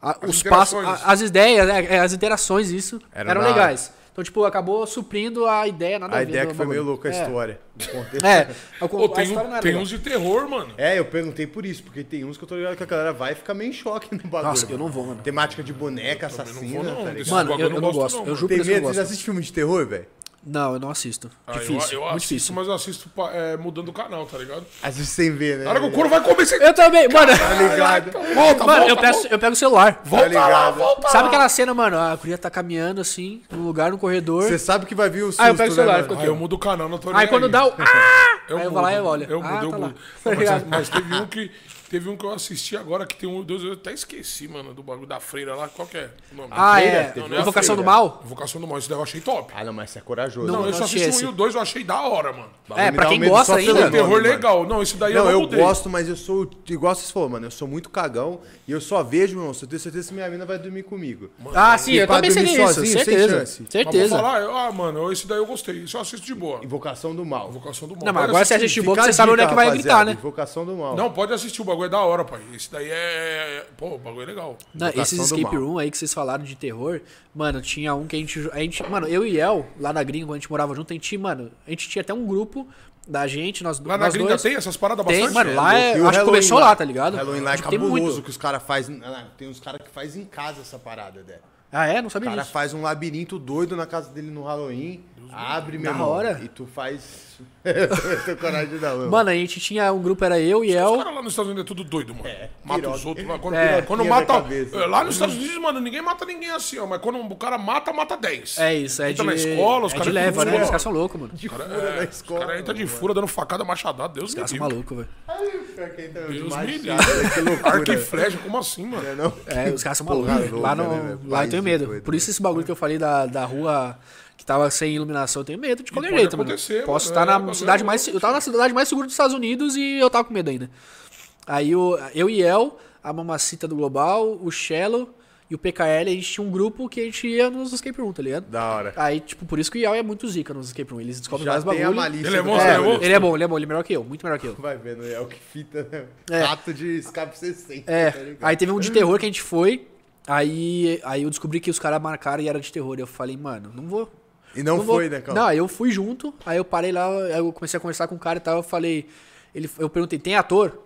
[SPEAKER 3] a- os passos,
[SPEAKER 2] interações.
[SPEAKER 3] a- as ideias, é, é, as interações, isso,
[SPEAKER 1] Era
[SPEAKER 3] eram
[SPEAKER 1] da hora.
[SPEAKER 3] legais. Então, tipo, acabou suprindo a ideia, nada
[SPEAKER 1] A
[SPEAKER 3] ver
[SPEAKER 1] ideia
[SPEAKER 3] do
[SPEAKER 1] que foi
[SPEAKER 3] bagulho.
[SPEAKER 1] meio louca a
[SPEAKER 3] Tá É.
[SPEAKER 1] história. o contexto.
[SPEAKER 3] É, a,
[SPEAKER 2] Pô,
[SPEAKER 3] a
[SPEAKER 2] tem,
[SPEAKER 3] história não
[SPEAKER 2] um-
[SPEAKER 3] era
[SPEAKER 2] tem
[SPEAKER 3] legal.
[SPEAKER 2] uns de terror, mano.
[SPEAKER 1] É, eu perguntei por isso, porque tem uns que eu tô ligado que a galera vai ficar meio em choque no bagulho.
[SPEAKER 3] Nossa, eu não vou, mano.
[SPEAKER 1] Temática de boneca, assassina,
[SPEAKER 2] vou, não,
[SPEAKER 1] tá ligado?
[SPEAKER 2] desse
[SPEAKER 3] Mano,
[SPEAKER 2] bagulho
[SPEAKER 3] eu,
[SPEAKER 2] eu não
[SPEAKER 3] eu não
[SPEAKER 2] gosto,
[SPEAKER 3] gosto.
[SPEAKER 2] não,
[SPEAKER 3] Eu
[SPEAKER 2] mano.
[SPEAKER 3] juro por
[SPEAKER 1] Tem
[SPEAKER 3] Deus que eu
[SPEAKER 1] medo,
[SPEAKER 3] não
[SPEAKER 1] vocês
[SPEAKER 3] gosto.
[SPEAKER 1] assistem filme de terror, velho?
[SPEAKER 3] Não, eu não assisto.
[SPEAKER 2] Ah, eu-
[SPEAKER 3] difícil.
[SPEAKER 2] eu,
[SPEAKER 3] muito
[SPEAKER 2] assisto,
[SPEAKER 3] difícil.
[SPEAKER 2] mas eu assisto pa- é, mudando o canal, tá ligado?
[SPEAKER 1] Assiste sem ver, né?
[SPEAKER 2] Na hora que o couro vai comer, você.
[SPEAKER 3] Eu também,
[SPEAKER 2] Tá
[SPEAKER 3] mano.
[SPEAKER 1] ligado?
[SPEAKER 2] Volta,
[SPEAKER 3] Mano, eu,
[SPEAKER 2] volta,
[SPEAKER 3] peço- eu pego o celular.
[SPEAKER 2] Volta
[SPEAKER 1] Tá
[SPEAKER 2] lá,
[SPEAKER 1] ligado.
[SPEAKER 2] volta
[SPEAKER 3] Sabe
[SPEAKER 2] lá.
[SPEAKER 3] aquela cena, mano? A guria tá caminhando assim, num lugar, no corredor.
[SPEAKER 1] Você sabe é que vai vir o susto,
[SPEAKER 3] Ah, eu pego o
[SPEAKER 1] né,
[SPEAKER 3] celular,
[SPEAKER 1] mano?
[SPEAKER 3] fica
[SPEAKER 2] Aí eu mudo o canal, não tô nem
[SPEAKER 3] Aí quando dá o. Ah! Aí eu vou lá e
[SPEAKER 2] mudo,
[SPEAKER 3] olho.
[SPEAKER 2] Eu
[SPEAKER 3] Ah,
[SPEAKER 2] mudo, eu
[SPEAKER 3] tá
[SPEAKER 2] mudo.
[SPEAKER 3] lá.
[SPEAKER 2] Não, mas-
[SPEAKER 3] Obrigado.
[SPEAKER 2] mas, teve um que. Teve um que eu assisti agora que tem um. Deus, eu até esqueci, mano, do bagulho da freira lá. Qual que é o nome?
[SPEAKER 3] Ah,
[SPEAKER 1] Freira,
[SPEAKER 3] é.
[SPEAKER 1] teve um
[SPEAKER 2] uma
[SPEAKER 3] Invocação do
[SPEAKER 1] freira.
[SPEAKER 3] Mal?
[SPEAKER 2] Invocação do mal, isso daí eu achei top.
[SPEAKER 1] Ah, não, mas você é corajoso.
[SPEAKER 2] Não,
[SPEAKER 1] Não,
[SPEAKER 2] eu só
[SPEAKER 3] assisti
[SPEAKER 2] assisti um
[SPEAKER 3] esse.
[SPEAKER 2] e o dois, eu achei da hora, mano.
[SPEAKER 1] me
[SPEAKER 3] É, pra
[SPEAKER 1] dá um
[SPEAKER 3] quem
[SPEAKER 1] medo
[SPEAKER 3] gosta
[SPEAKER 1] só pelo
[SPEAKER 3] ainda.
[SPEAKER 1] nome,
[SPEAKER 2] Terror
[SPEAKER 1] mano.
[SPEAKER 2] legal. Não, isso daí eu
[SPEAKER 1] Não,
[SPEAKER 2] não
[SPEAKER 1] eu
[SPEAKER 2] mudei.
[SPEAKER 1] gosto, mas eu sou, igual vocês falaram, mano, eu sou muito cagão e eu só vejo, meu irmão, se eu tenho certeza que minha mina vai dormir comigo.
[SPEAKER 3] Ah, sim, eu
[SPEAKER 1] pra
[SPEAKER 3] também
[SPEAKER 1] dormir
[SPEAKER 3] seria isso.
[SPEAKER 1] sozinho, sem
[SPEAKER 3] Certeza.
[SPEAKER 1] chance.
[SPEAKER 2] Mas vou
[SPEAKER 3] Certeza.
[SPEAKER 2] falar, eu- ah, mano, eu- esse daí eu gostei. Isso eu assisto de boa.
[SPEAKER 1] Invocação do Mal.
[SPEAKER 2] Invocação do mal.
[SPEAKER 3] Não, mas
[SPEAKER 2] Pode
[SPEAKER 3] agora você
[SPEAKER 2] assistir.
[SPEAKER 3] assiste boa que
[SPEAKER 1] Fica
[SPEAKER 3] você
[SPEAKER 1] a dica,
[SPEAKER 3] sabe onde é que vai
[SPEAKER 1] rapaziada,
[SPEAKER 3] gritar, né?
[SPEAKER 1] Invocação do Mal.
[SPEAKER 2] Não, pode assistir o bagulho. bagulho é da hora, pai. Esse daí é. Pô, o bagulho é legal.
[SPEAKER 3] Não, esses
[SPEAKER 1] do
[SPEAKER 3] escape
[SPEAKER 1] mal.
[SPEAKER 3] room aí que vocês falaram de terror, mano, tinha um que a gente, a gente. Mano, eu e El, lá na gringa, quando a gente morava junto, a gente, mano, a gente tinha até um grupo da gente, nós
[SPEAKER 2] Lá na
[SPEAKER 3] nós
[SPEAKER 2] gringa
[SPEAKER 3] dois.
[SPEAKER 2] tem essas paradas
[SPEAKER 3] Tem,
[SPEAKER 2] bastante?
[SPEAKER 3] mano, lá é,
[SPEAKER 1] E o
[SPEAKER 3] acho que
[SPEAKER 1] Halloween
[SPEAKER 3] começou lá, tá ligado?
[SPEAKER 1] Halloween lá é
[SPEAKER 3] Acho que tem
[SPEAKER 1] cabuloso
[SPEAKER 3] muito.
[SPEAKER 1] que os caras fazem. Tem uns caras que fazem em casa essa parada, Dé.
[SPEAKER 3] Ah, é? Não
[SPEAKER 1] O
[SPEAKER 3] sabia
[SPEAKER 1] cara
[SPEAKER 3] disso.
[SPEAKER 1] faz um labirinto doido na casa dele no Halloween, abre, meu
[SPEAKER 3] Da
[SPEAKER 1] irmão,
[SPEAKER 3] hora.
[SPEAKER 1] e tu faz... Eu tenho coragem de dar, mano.
[SPEAKER 3] Mano, a gente tinha um grupo, era eu e
[SPEAKER 2] Os
[SPEAKER 3] El.
[SPEAKER 2] caras lá nos Estados Unidos é tudo doido, mano. mata
[SPEAKER 1] piroca.
[SPEAKER 2] os outros lá. Quando,
[SPEAKER 3] É.
[SPEAKER 2] quando
[SPEAKER 1] Piroquinha
[SPEAKER 2] mata.
[SPEAKER 1] da cabeça.
[SPEAKER 2] é, Lá nos Estados Unidos, mano, ninguém mata ninguém assim, ó. Mas quando o cara mata, mata 10.
[SPEAKER 3] É isso, é
[SPEAKER 2] Entra
[SPEAKER 3] de.
[SPEAKER 2] na escola, os
[SPEAKER 3] é
[SPEAKER 2] caras
[SPEAKER 3] de leva, né?
[SPEAKER 2] escola.
[SPEAKER 3] Os caras são loucos, mano. Os
[SPEAKER 1] de fura
[SPEAKER 2] É,
[SPEAKER 1] na
[SPEAKER 2] os
[SPEAKER 1] escola.
[SPEAKER 2] caras entram de fura, dando facada, machadada. Deus me
[SPEAKER 3] caras são
[SPEAKER 2] livre.
[SPEAKER 3] malucos, velho.
[SPEAKER 1] então,
[SPEAKER 2] Deus me livre.
[SPEAKER 1] né? Que
[SPEAKER 2] Arco e
[SPEAKER 1] loucura.
[SPEAKER 2] flecha, como assim, mano?
[SPEAKER 1] É, não?
[SPEAKER 3] É, os caras são
[SPEAKER 1] Porra,
[SPEAKER 3] malucos. velho. lá
[SPEAKER 1] louca, né,
[SPEAKER 3] no,
[SPEAKER 1] velho?
[SPEAKER 3] lá eu
[SPEAKER 1] País
[SPEAKER 3] tenho
[SPEAKER 1] de
[SPEAKER 3] medo.
[SPEAKER 1] doido, né?
[SPEAKER 3] Por isso esse bagulho que eu falei da, da rua que tava sem iluminação, eu tenho medo de qualquer
[SPEAKER 2] pode
[SPEAKER 3] jeito, mano.
[SPEAKER 2] acontecer,
[SPEAKER 3] Posso
[SPEAKER 2] mano,
[SPEAKER 3] estar
[SPEAKER 2] é,
[SPEAKER 3] na
[SPEAKER 2] bagulho
[SPEAKER 3] cidade
[SPEAKER 2] é
[SPEAKER 3] mais. Eu tava na cidade mais segura dos Estados Unidos e eu tava com medo ainda. Aí eu, eu e El, a mamacita do Global, o Shello e o PKL, a gente tinha um grupo que a gente ia nos escape room, tá ligado?
[SPEAKER 1] Da hora.
[SPEAKER 3] Aí, tipo, por isso que o Yao é muito zica nos escape room. Eles descobrem
[SPEAKER 1] Já
[SPEAKER 3] vários
[SPEAKER 1] tem a
[SPEAKER 3] bagulhos.
[SPEAKER 1] malícia.
[SPEAKER 2] Ele é
[SPEAKER 1] do
[SPEAKER 2] monstro,
[SPEAKER 1] cara,
[SPEAKER 2] ele é monstro.
[SPEAKER 1] né?
[SPEAKER 3] Ele é bom, ele é bom, ele é melhor que eu, muito melhor que eu.
[SPEAKER 1] Vai vendo, é o que fita, né?
[SPEAKER 3] É.
[SPEAKER 1] Tato de escape 60.
[SPEAKER 3] É,
[SPEAKER 1] tá ligado?
[SPEAKER 3] aí teve um de terror que a gente foi, aí, aí eu descobri que os caras marcaram e era de terror. Eu falei, mano, não vou.
[SPEAKER 1] E não,
[SPEAKER 3] vou.
[SPEAKER 1] foi, né, cara?
[SPEAKER 3] Não, aí eu fui junto, aí eu parei lá, aí eu comecei a conversar com o cara e tal, eu falei, ele, eu perguntei, tem ator?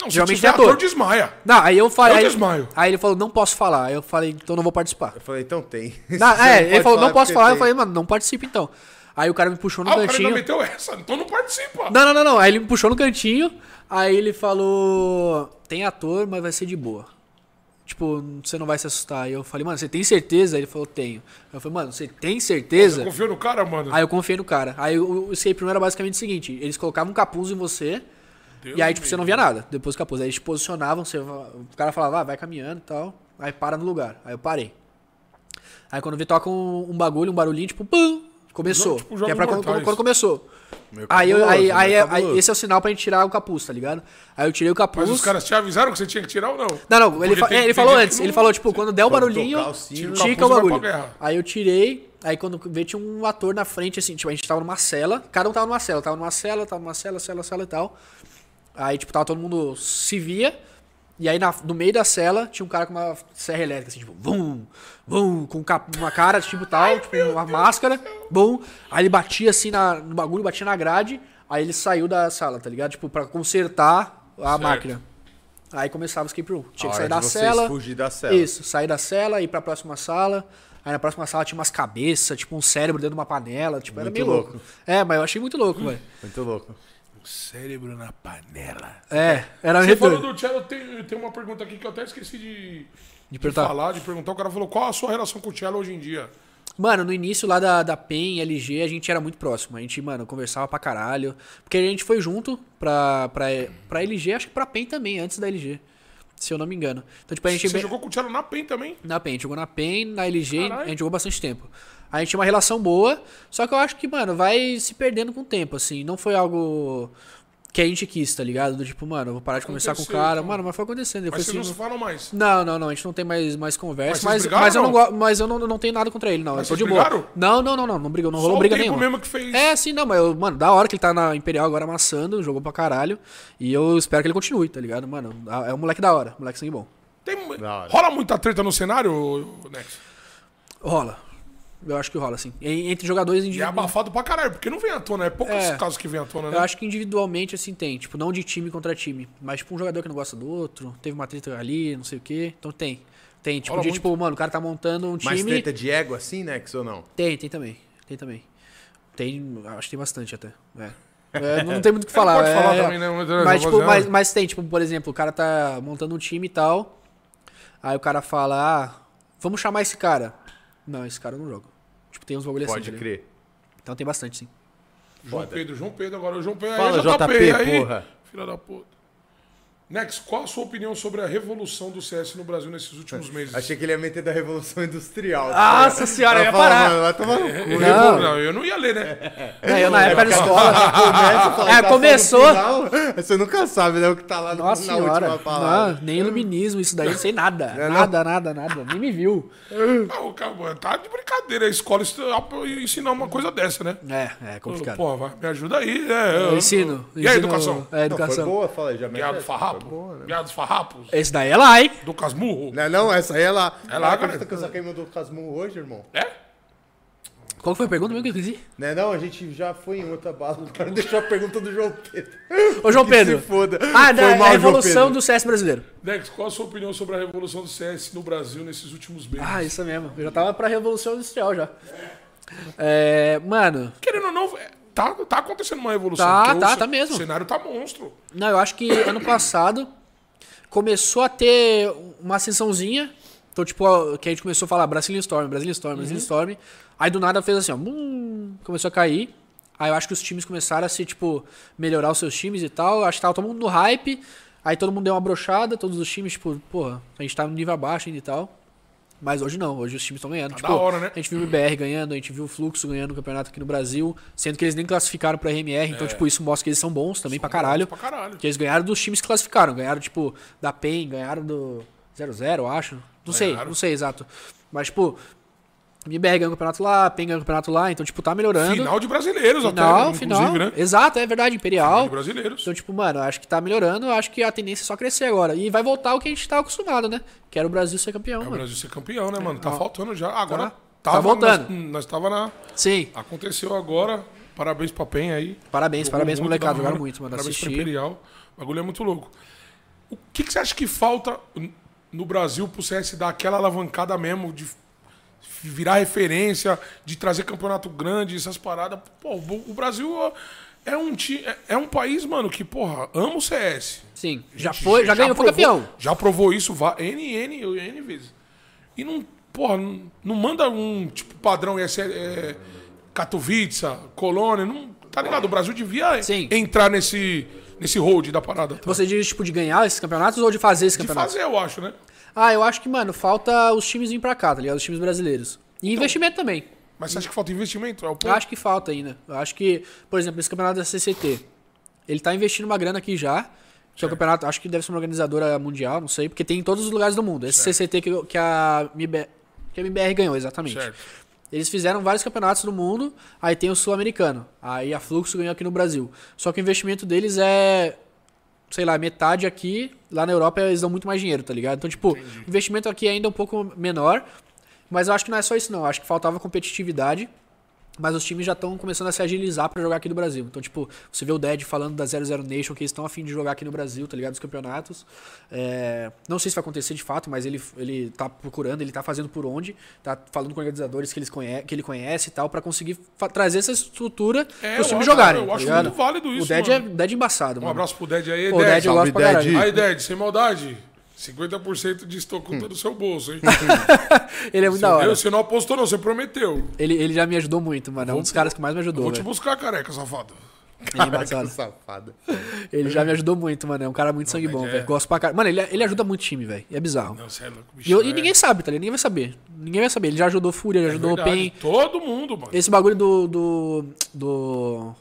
[SPEAKER 2] Não, se
[SPEAKER 3] Geralmente
[SPEAKER 2] tiver
[SPEAKER 3] é ator.
[SPEAKER 2] ator, desmaia. Ah,
[SPEAKER 3] Não, aí eu falei.
[SPEAKER 2] Eu
[SPEAKER 3] aí-
[SPEAKER 2] desmaio.
[SPEAKER 3] Aí ele falou, não posso falar. Aí eu falei, então não vou participar.
[SPEAKER 1] Eu falei, então tem.
[SPEAKER 3] Não,
[SPEAKER 1] Você
[SPEAKER 3] é, ele
[SPEAKER 1] pode
[SPEAKER 3] falou, não posso
[SPEAKER 1] porque
[SPEAKER 3] falar. Eu
[SPEAKER 1] tem.
[SPEAKER 3] falei, mano, não participa então. Aí o cara me puxou no
[SPEAKER 2] Ah, o cara ainda
[SPEAKER 3] cantinho.
[SPEAKER 2] meteu essa, então não participa.
[SPEAKER 3] Não, não, não, não. Aí ele me puxou no cantinho, aí ele falou: tem ator, mas vai ser de boa. Tipo, você não vai se assustar. Aí eu falei, mano, você tem certeza? Aí ele falou, tenho. Aí eu falei, mano, você tem certeza?
[SPEAKER 2] Confio no cara, mano.
[SPEAKER 3] Aí eu confiei no cara. Aí o o escape room era basicamente o seguinte: eles colocavam um capuz em você.
[SPEAKER 2] Deus
[SPEAKER 3] e aí, tipo,
[SPEAKER 2] me
[SPEAKER 3] você não via nada. Depois do capuz. Aí eles te posicionavam, você, o cara falava, ah, vai caminhando e tal. Aí para no lugar. Aí eu parei. Aí quando eu vi, toca um, um bagulho, um barulhinho, tipo, pum! Começou.
[SPEAKER 2] Não, tipo,
[SPEAKER 3] que é
[SPEAKER 2] Jogos
[SPEAKER 3] pra quando,
[SPEAKER 2] Mortais.
[SPEAKER 3] quando começou.
[SPEAKER 1] Meio
[SPEAKER 3] Aí, eu-
[SPEAKER 1] cabuloso,
[SPEAKER 3] aí,
[SPEAKER 1] meio
[SPEAKER 3] aí, aí
[SPEAKER 1] cabuloso.
[SPEAKER 3] esse é o sinal pra gente tirar o capuz, tá ligado? Aí eu tirei o capuz.
[SPEAKER 2] Mas os caras te avisaram que você tinha que tirar ou não?
[SPEAKER 3] Não, não,
[SPEAKER 2] Porque
[SPEAKER 3] ele, fa-
[SPEAKER 2] tem-
[SPEAKER 3] é,
[SPEAKER 2] tem
[SPEAKER 3] ele falou
[SPEAKER 2] gente
[SPEAKER 3] antes.
[SPEAKER 2] que
[SPEAKER 3] Ele
[SPEAKER 2] não-
[SPEAKER 3] falou, tipo, quando der o
[SPEAKER 1] Quando
[SPEAKER 3] barulhinho,
[SPEAKER 1] tocar o sino,
[SPEAKER 3] tica
[SPEAKER 2] capuz vai
[SPEAKER 3] o
[SPEAKER 2] pra
[SPEAKER 3] bagulho.
[SPEAKER 2] guerra.
[SPEAKER 3] Aí eu tirei, aí quando vê tinha um ator na frente, assim, tipo, a gente tava numa cela, cada um tava numa cela, tava numa cela, tava numa cela, cela, cela e tal. Aí, tipo, tava todo mundo se via, e aí na- no meio da cela tinha um cara com uma serra elétrica, assim, tipo, vum, vum, com um cap- uma cara, tipo, tal, tipo, uma máscara, bum. Aí ele batia, assim, na- no bagulho, batia na grade, aí ele saiu da sala, tá ligado? Tipo, pra consertar a máquina. Aí começava o escape room. Tinha
[SPEAKER 1] A
[SPEAKER 3] que
[SPEAKER 1] hora
[SPEAKER 3] sair
[SPEAKER 1] de
[SPEAKER 3] da
[SPEAKER 1] vocês
[SPEAKER 3] cela.
[SPEAKER 1] fugir da cela.
[SPEAKER 3] Isso, sair da cela, ir pra próxima sala. Aí na próxima sala tinha umas cabeças, tipo um cérebro dentro de uma panela. Tipo, era
[SPEAKER 1] Muito
[SPEAKER 3] meio louco.
[SPEAKER 1] louco.
[SPEAKER 3] É, mas eu achei muito louco, velho.
[SPEAKER 1] Muito louco.
[SPEAKER 2] Cérebro na panela.
[SPEAKER 3] É, era
[SPEAKER 2] Você
[SPEAKER 3] meio
[SPEAKER 2] falou
[SPEAKER 3] doido.
[SPEAKER 2] do Cello, tem, tem uma pergunta aqui que eu até esqueci de, de
[SPEAKER 3] perguntar.
[SPEAKER 2] falar, de perguntar. O cara falou, qual a sua relação com o Cello hoje em dia?
[SPEAKER 3] Mano, no início lá da, da PEN, LG, a gente era muito próximo. A gente, mano, conversava pra caralho. Porque a gente foi junto pra, pra, pra LG, acho que pra PEN também, antes da LG. Se eu não me engano. Então, tipo, a gente.
[SPEAKER 2] Você jogou com o Cello na PEN também?
[SPEAKER 3] Na PEN, a gente jogou na PEN, na LG,
[SPEAKER 2] Caralho.
[SPEAKER 3] a gente jogou bastante tempo. A gente tinha uma relação boa, só que eu acho que, mano, vai se perdendo com o tempo, assim. Não foi algo que a gente quis, tá ligado? Do tipo, mano, eu vou parar de conversar com o
[SPEAKER 2] Aconteceu,
[SPEAKER 3] cara.
[SPEAKER 2] então.
[SPEAKER 3] Mano, mas foi acontecendo.
[SPEAKER 2] Mas
[SPEAKER 3] Depois
[SPEAKER 2] vocês não se
[SPEAKER 3] se-
[SPEAKER 2] falam mais.
[SPEAKER 3] não, não, não, a gente não tem mais, mais conversa,
[SPEAKER 2] Mas
[SPEAKER 3] mas,
[SPEAKER 2] vocês
[SPEAKER 3] mas, eu não,
[SPEAKER 2] brigaram?
[SPEAKER 3] go- mas eu não, não tenho nada contra ele, não.
[SPEAKER 2] Mas
[SPEAKER 3] eu tô de
[SPEAKER 2] vocês
[SPEAKER 3] boa.
[SPEAKER 2] brigaram?
[SPEAKER 3] Não, não, não, não, não brigou, não rolou
[SPEAKER 2] Só
[SPEAKER 3] briga
[SPEAKER 2] o tempo
[SPEAKER 3] nenhuma.
[SPEAKER 2] mesmo que fez.
[SPEAKER 3] É, sim, não, mas, eu, mano, da hora que ele tá na Imperial agora amassando, jogou pra caralho. E eu espero que ele continue, tá ligado? Mano, é um moleque da hora, moleque sangue bom.
[SPEAKER 2] Tem-
[SPEAKER 1] Da hora.
[SPEAKER 2] rola muita treta no cenário, ô, Nex?
[SPEAKER 3] Rola. Eu acho que rola, sim. E- Entre
[SPEAKER 2] E
[SPEAKER 3] jogadores
[SPEAKER 2] é
[SPEAKER 3] individuais.
[SPEAKER 2] abafado pra caralho, porque não vem à tona. É poucos
[SPEAKER 3] É.
[SPEAKER 2] casos que vem à tona, né?
[SPEAKER 3] Eu acho que individualmente, assim, tem. Tipo, não de time contra time. Mas, tipo, um jogador que não gosta do outro. Teve uma treta ali, não sei o quê. Então tem. Tem. Tipo,
[SPEAKER 2] Rola
[SPEAKER 3] de,
[SPEAKER 2] muito.
[SPEAKER 3] tipo, mano, o cara tá montando um
[SPEAKER 1] Mais
[SPEAKER 3] time.
[SPEAKER 1] treta de ego assim, né, que ou não?
[SPEAKER 3] Tem, tem também. Tem também. Tem. Acho que tem bastante até. É. É, não tem muito o que
[SPEAKER 2] É, não
[SPEAKER 3] falar.
[SPEAKER 2] pode
[SPEAKER 3] é,
[SPEAKER 2] falar
[SPEAKER 3] é.
[SPEAKER 2] também, né? Mas,
[SPEAKER 3] Mas, tipo,
[SPEAKER 2] rapaziada.
[SPEAKER 3] mas, mas tem, tipo, por exemplo, o cara tá montando um time e tal. Aí o cara fala, ah, vamos chamar esse cara. Não, esse cara eu não joga. Tipo, tem uns bagulho assim. tá
[SPEAKER 1] Pode
[SPEAKER 3] ligado?
[SPEAKER 1] crer.
[SPEAKER 3] Então tem bastante, sim.
[SPEAKER 2] João Pedro, João Pedro agora. O João Pedro
[SPEAKER 1] Fala,
[SPEAKER 2] aí, JP,
[SPEAKER 1] JP,
[SPEAKER 2] aí.
[SPEAKER 1] porra.
[SPEAKER 2] Filha da puta. Nex, qual a sua opinião sobre a revolução do CS no Brasil nesses últimos meses?
[SPEAKER 1] Achei que ele ia meter da Revolução Industrial. tá
[SPEAKER 3] Nossa senhora,
[SPEAKER 1] eu
[SPEAKER 3] eu ia parar.
[SPEAKER 1] Mano, vai tomar no cu.
[SPEAKER 2] Eu
[SPEAKER 1] né?
[SPEAKER 2] revol- não, eu não ia ler, né?
[SPEAKER 3] É, eu na época da escola.
[SPEAKER 1] Começa, fala,
[SPEAKER 3] É,
[SPEAKER 1] tá só no
[SPEAKER 3] começou.
[SPEAKER 1] final, Você nunca sabe, né? O que tá lá no-
[SPEAKER 3] Nossa
[SPEAKER 1] na
[SPEAKER 3] senhora.
[SPEAKER 1] última palavra.
[SPEAKER 3] Não, nem iluminismo, isso daí, não sei nada.
[SPEAKER 1] não?
[SPEAKER 3] Nada, nada, nada. Nem me viu.
[SPEAKER 2] Não, cara, tá de brincadeira. A escola est- ensinar uma coisa dessa, né?
[SPEAKER 3] É, é complicado.
[SPEAKER 2] Pô, vai, me ajuda aí. É,
[SPEAKER 3] ensino.
[SPEAKER 2] E a
[SPEAKER 3] ensino-
[SPEAKER 2] educação?
[SPEAKER 3] É,
[SPEAKER 1] Não, foi
[SPEAKER 3] educação.
[SPEAKER 1] boa, fala aí, já mete
[SPEAKER 2] Piada
[SPEAKER 1] essa,
[SPEAKER 2] farrapo. Farrapo. Viados Farrapos.
[SPEAKER 3] Esse daí né? é Né? lá, hein?
[SPEAKER 2] Do Casmurro.
[SPEAKER 1] Não, é não, essa aí é lá.
[SPEAKER 2] É lá,
[SPEAKER 1] Acredita
[SPEAKER 2] cara.
[SPEAKER 1] que eu saquei meu do Casmurro hoje, irmão.
[SPEAKER 2] É?
[SPEAKER 3] Qual que foi a pergunta mesmo que eu esqueci?
[SPEAKER 1] Não é não, a gente já foi em outra bala. O cara deixou a pergunta do João Pedro.
[SPEAKER 3] Ô, João
[SPEAKER 1] Que
[SPEAKER 3] Pedro.
[SPEAKER 1] se foda.
[SPEAKER 3] Ah,
[SPEAKER 1] Foi
[SPEAKER 3] da
[SPEAKER 1] mal,
[SPEAKER 3] a
[SPEAKER 1] João
[SPEAKER 3] revolução
[SPEAKER 1] Pedro.
[SPEAKER 3] do CS brasileiro.
[SPEAKER 2] Dex, qual a sua opinião sobre a revolução do CS no Brasil nesses últimos meses?
[SPEAKER 3] Ah, isso mesmo. Eu já tava pra Revolução Industrial já. É, mano,
[SPEAKER 2] Querendo ou não, é- tá, tá acontecendo uma revolução.
[SPEAKER 3] Tá,
[SPEAKER 2] porque o
[SPEAKER 3] tá,
[SPEAKER 2] ce-
[SPEAKER 3] tá mesmo.
[SPEAKER 2] O cenário tá monstro.
[SPEAKER 3] não, eu acho que ano passado começou a ter uma ascensãozinha. Então, tipo, ó, que a gente começou a falar Brazilian Storm, Brazilian
[SPEAKER 2] Uhum.
[SPEAKER 3] Storm, Brazilian Storm. Aí do nada fez assim, ó. bum, começou a cair. Aí eu acho que os times começaram a se, tipo, melhorar os seus times e tal. Eu acho que tava todo mundo no hype. Aí todo mundo deu uma brochada, todos os times, tipo, porra, a gente tá no nível abaixo ainda e tal. Mas hoje não, hoje os times estão ganhando. tipo,
[SPEAKER 2] da hora, né?
[SPEAKER 3] A gente viu o IBR ganhando, a gente viu o Fluxo ganhando o campeonato aqui no Brasil, sendo que eles nem classificaram pra RMR, então, tipo, isso mostra que eles são bons também pra caralho.
[SPEAKER 2] É. Pra caralho.
[SPEAKER 3] Porque eles ganharam dos times que classificaram. Ganharam, tipo, da PEN, ganharam do 0-0, acho. Não sei,
[SPEAKER 2] Ganharam.
[SPEAKER 3] não sei exato. Mas, tipo, o IBR ganhou o campeonato lá, a PEN ganhou o campeonato lá, então, tipo, tá melhorando.
[SPEAKER 2] Final de brasileiros
[SPEAKER 3] final.
[SPEAKER 2] até,
[SPEAKER 3] final.
[SPEAKER 2] inclusive, né?
[SPEAKER 3] Exato, é verdade, Imperial.
[SPEAKER 2] De brasileiros.
[SPEAKER 3] Então, tipo, mano, acho que tá melhorando, acho que a tendência é só crescer agora. E vai voltar o que a gente tá acostumado, né? Que era o Brasil ser campeão,
[SPEAKER 2] É o
[SPEAKER 3] mano.
[SPEAKER 2] Brasil ser campeão, né, mano? Tá faltando já. Agora
[SPEAKER 3] Tá.
[SPEAKER 2] tava,
[SPEAKER 3] Tá voltando.
[SPEAKER 2] Nós, nós tava na.
[SPEAKER 3] Sim,
[SPEAKER 2] Aconteceu agora. Parabéns pra PEN aí.
[SPEAKER 3] parabéns,
[SPEAKER 2] Jogou
[SPEAKER 3] parabéns,
[SPEAKER 2] muito,
[SPEAKER 3] molecada.
[SPEAKER 2] da
[SPEAKER 3] Jogaram
[SPEAKER 2] hora.
[SPEAKER 3] muito, mano.
[SPEAKER 2] Parabéns pro
[SPEAKER 3] Assisti.
[SPEAKER 2] Imperial. O bagulho é muito louco. O que, que você acha que falta n- no Brasil pro CS dar aquela alavancada mesmo de f- virar referência, de trazer campeonato grande, essas paradas? Pô, o o Brasil ó, é um, ti- é- é um país, mano, que, porra, ama o CS.
[SPEAKER 3] Sim,
[SPEAKER 2] A
[SPEAKER 3] já
[SPEAKER 2] gente
[SPEAKER 3] foi, já, ganhou, foi
[SPEAKER 2] provou-
[SPEAKER 3] campeão.
[SPEAKER 2] Já provou isso va- N, N, N vezes. E não, porra, não, não manda um tipo padrão esse é, Katowice, Colônia, não, tá ligado? O Brasil devia
[SPEAKER 3] Sim.
[SPEAKER 2] entrar nesse, nesse hold da parada. tá?
[SPEAKER 3] Você diz, tipo, de ganhar esses campeonatos ou de fazer esse
[SPEAKER 2] De
[SPEAKER 3] campeonato?
[SPEAKER 2] fazer, eu acho, né?
[SPEAKER 3] Ah, eu acho que, mano, falta os times virem pra cá, tá ligado? Os times brasileiros. E investimento também.
[SPEAKER 2] Mas você acha que falta investimento? É o ponto.
[SPEAKER 3] Eu acho que falta ainda. Eu acho que, por exemplo, esse campeonato da CCT, ele tá investindo uma grana aqui já. Que é o campeonato, acho que deve ser uma organizadora mundial, não sei, porque tem em todos os lugares do mundo. Esse CCT que, que a MBR, que a MBR ganhou, exatamente.
[SPEAKER 2] Certo.
[SPEAKER 3] Eles fizeram vários campeonatos no mundo, aí tem o Sul-Americano. Aí a Fluxo ganhou aqui no Brasil. Só que o investimento deles é sei lá, metade aqui, lá na Europa eles dão muito mais dinheiro, tá ligado? Então, tipo, o investimento aqui é ainda um pouco menor, mas eu acho que não é só isso não, eu acho que faltava competitividade, mas os times já estão começando a se agilizar pra jogar aqui no Brasil. Então, tipo, você vê o Dead falando da 00 Nation, que eles estão afim de jogar aqui no Brasil, tá ligado? Os campeonatos. É, Não sei se vai acontecer de fato, mas ele, ele tá procurando, ele tá fazendo por onde, tá falando com organizadores que, eles conhe... que ele conhece e tal, pra conseguir fa- trazer essa estrutura
[SPEAKER 2] É,
[SPEAKER 3] pros
[SPEAKER 2] eu
[SPEAKER 3] times
[SPEAKER 2] acho-
[SPEAKER 3] jogarem.
[SPEAKER 2] eu
[SPEAKER 3] tá
[SPEAKER 2] acho
[SPEAKER 3] ligado?
[SPEAKER 2] muito válido isso,
[SPEAKER 3] O Dead é,
[SPEAKER 2] mano.
[SPEAKER 3] Dead é embaçado,
[SPEAKER 2] Um
[SPEAKER 3] mano.
[SPEAKER 2] abraço pro Dead aí,
[SPEAKER 3] O Dead eu
[SPEAKER 1] Salve,
[SPEAKER 3] gosto pra caralho.
[SPEAKER 1] Dead.
[SPEAKER 2] Aí, Dead, sem maldade. 50% de estocou do seu bolso, hein?
[SPEAKER 3] Ele é muito da hora.
[SPEAKER 2] Eu, você não apostou, não, você prometeu.
[SPEAKER 3] Ele, ele já me ajudou muito, mano. É um dos caras que mais me
[SPEAKER 2] Vou
[SPEAKER 3] ajudou,
[SPEAKER 2] te
[SPEAKER 3] velho.
[SPEAKER 2] buscar, careca, safado.
[SPEAKER 3] Ele é embaçado.
[SPEAKER 1] Safada.
[SPEAKER 3] Ele já me ajudou muito, mano. É um cara muito sangue bom,
[SPEAKER 2] é.
[SPEAKER 3] velho. Gosto pra caralho. Mano, ele, ele ajuda muito time, velho. É bizarro.
[SPEAKER 2] Não, você é louco, bicho.
[SPEAKER 3] E, eu- e
[SPEAKER 2] é-
[SPEAKER 3] ninguém sabe, tá ligado? Ninguém vai saber. Ninguém vai saber. Ele já ajudou Fúria, já ajudou
[SPEAKER 2] Verdade,
[SPEAKER 3] Open.
[SPEAKER 2] Todo mundo, mano.
[SPEAKER 3] Esse bagulho do, do. do.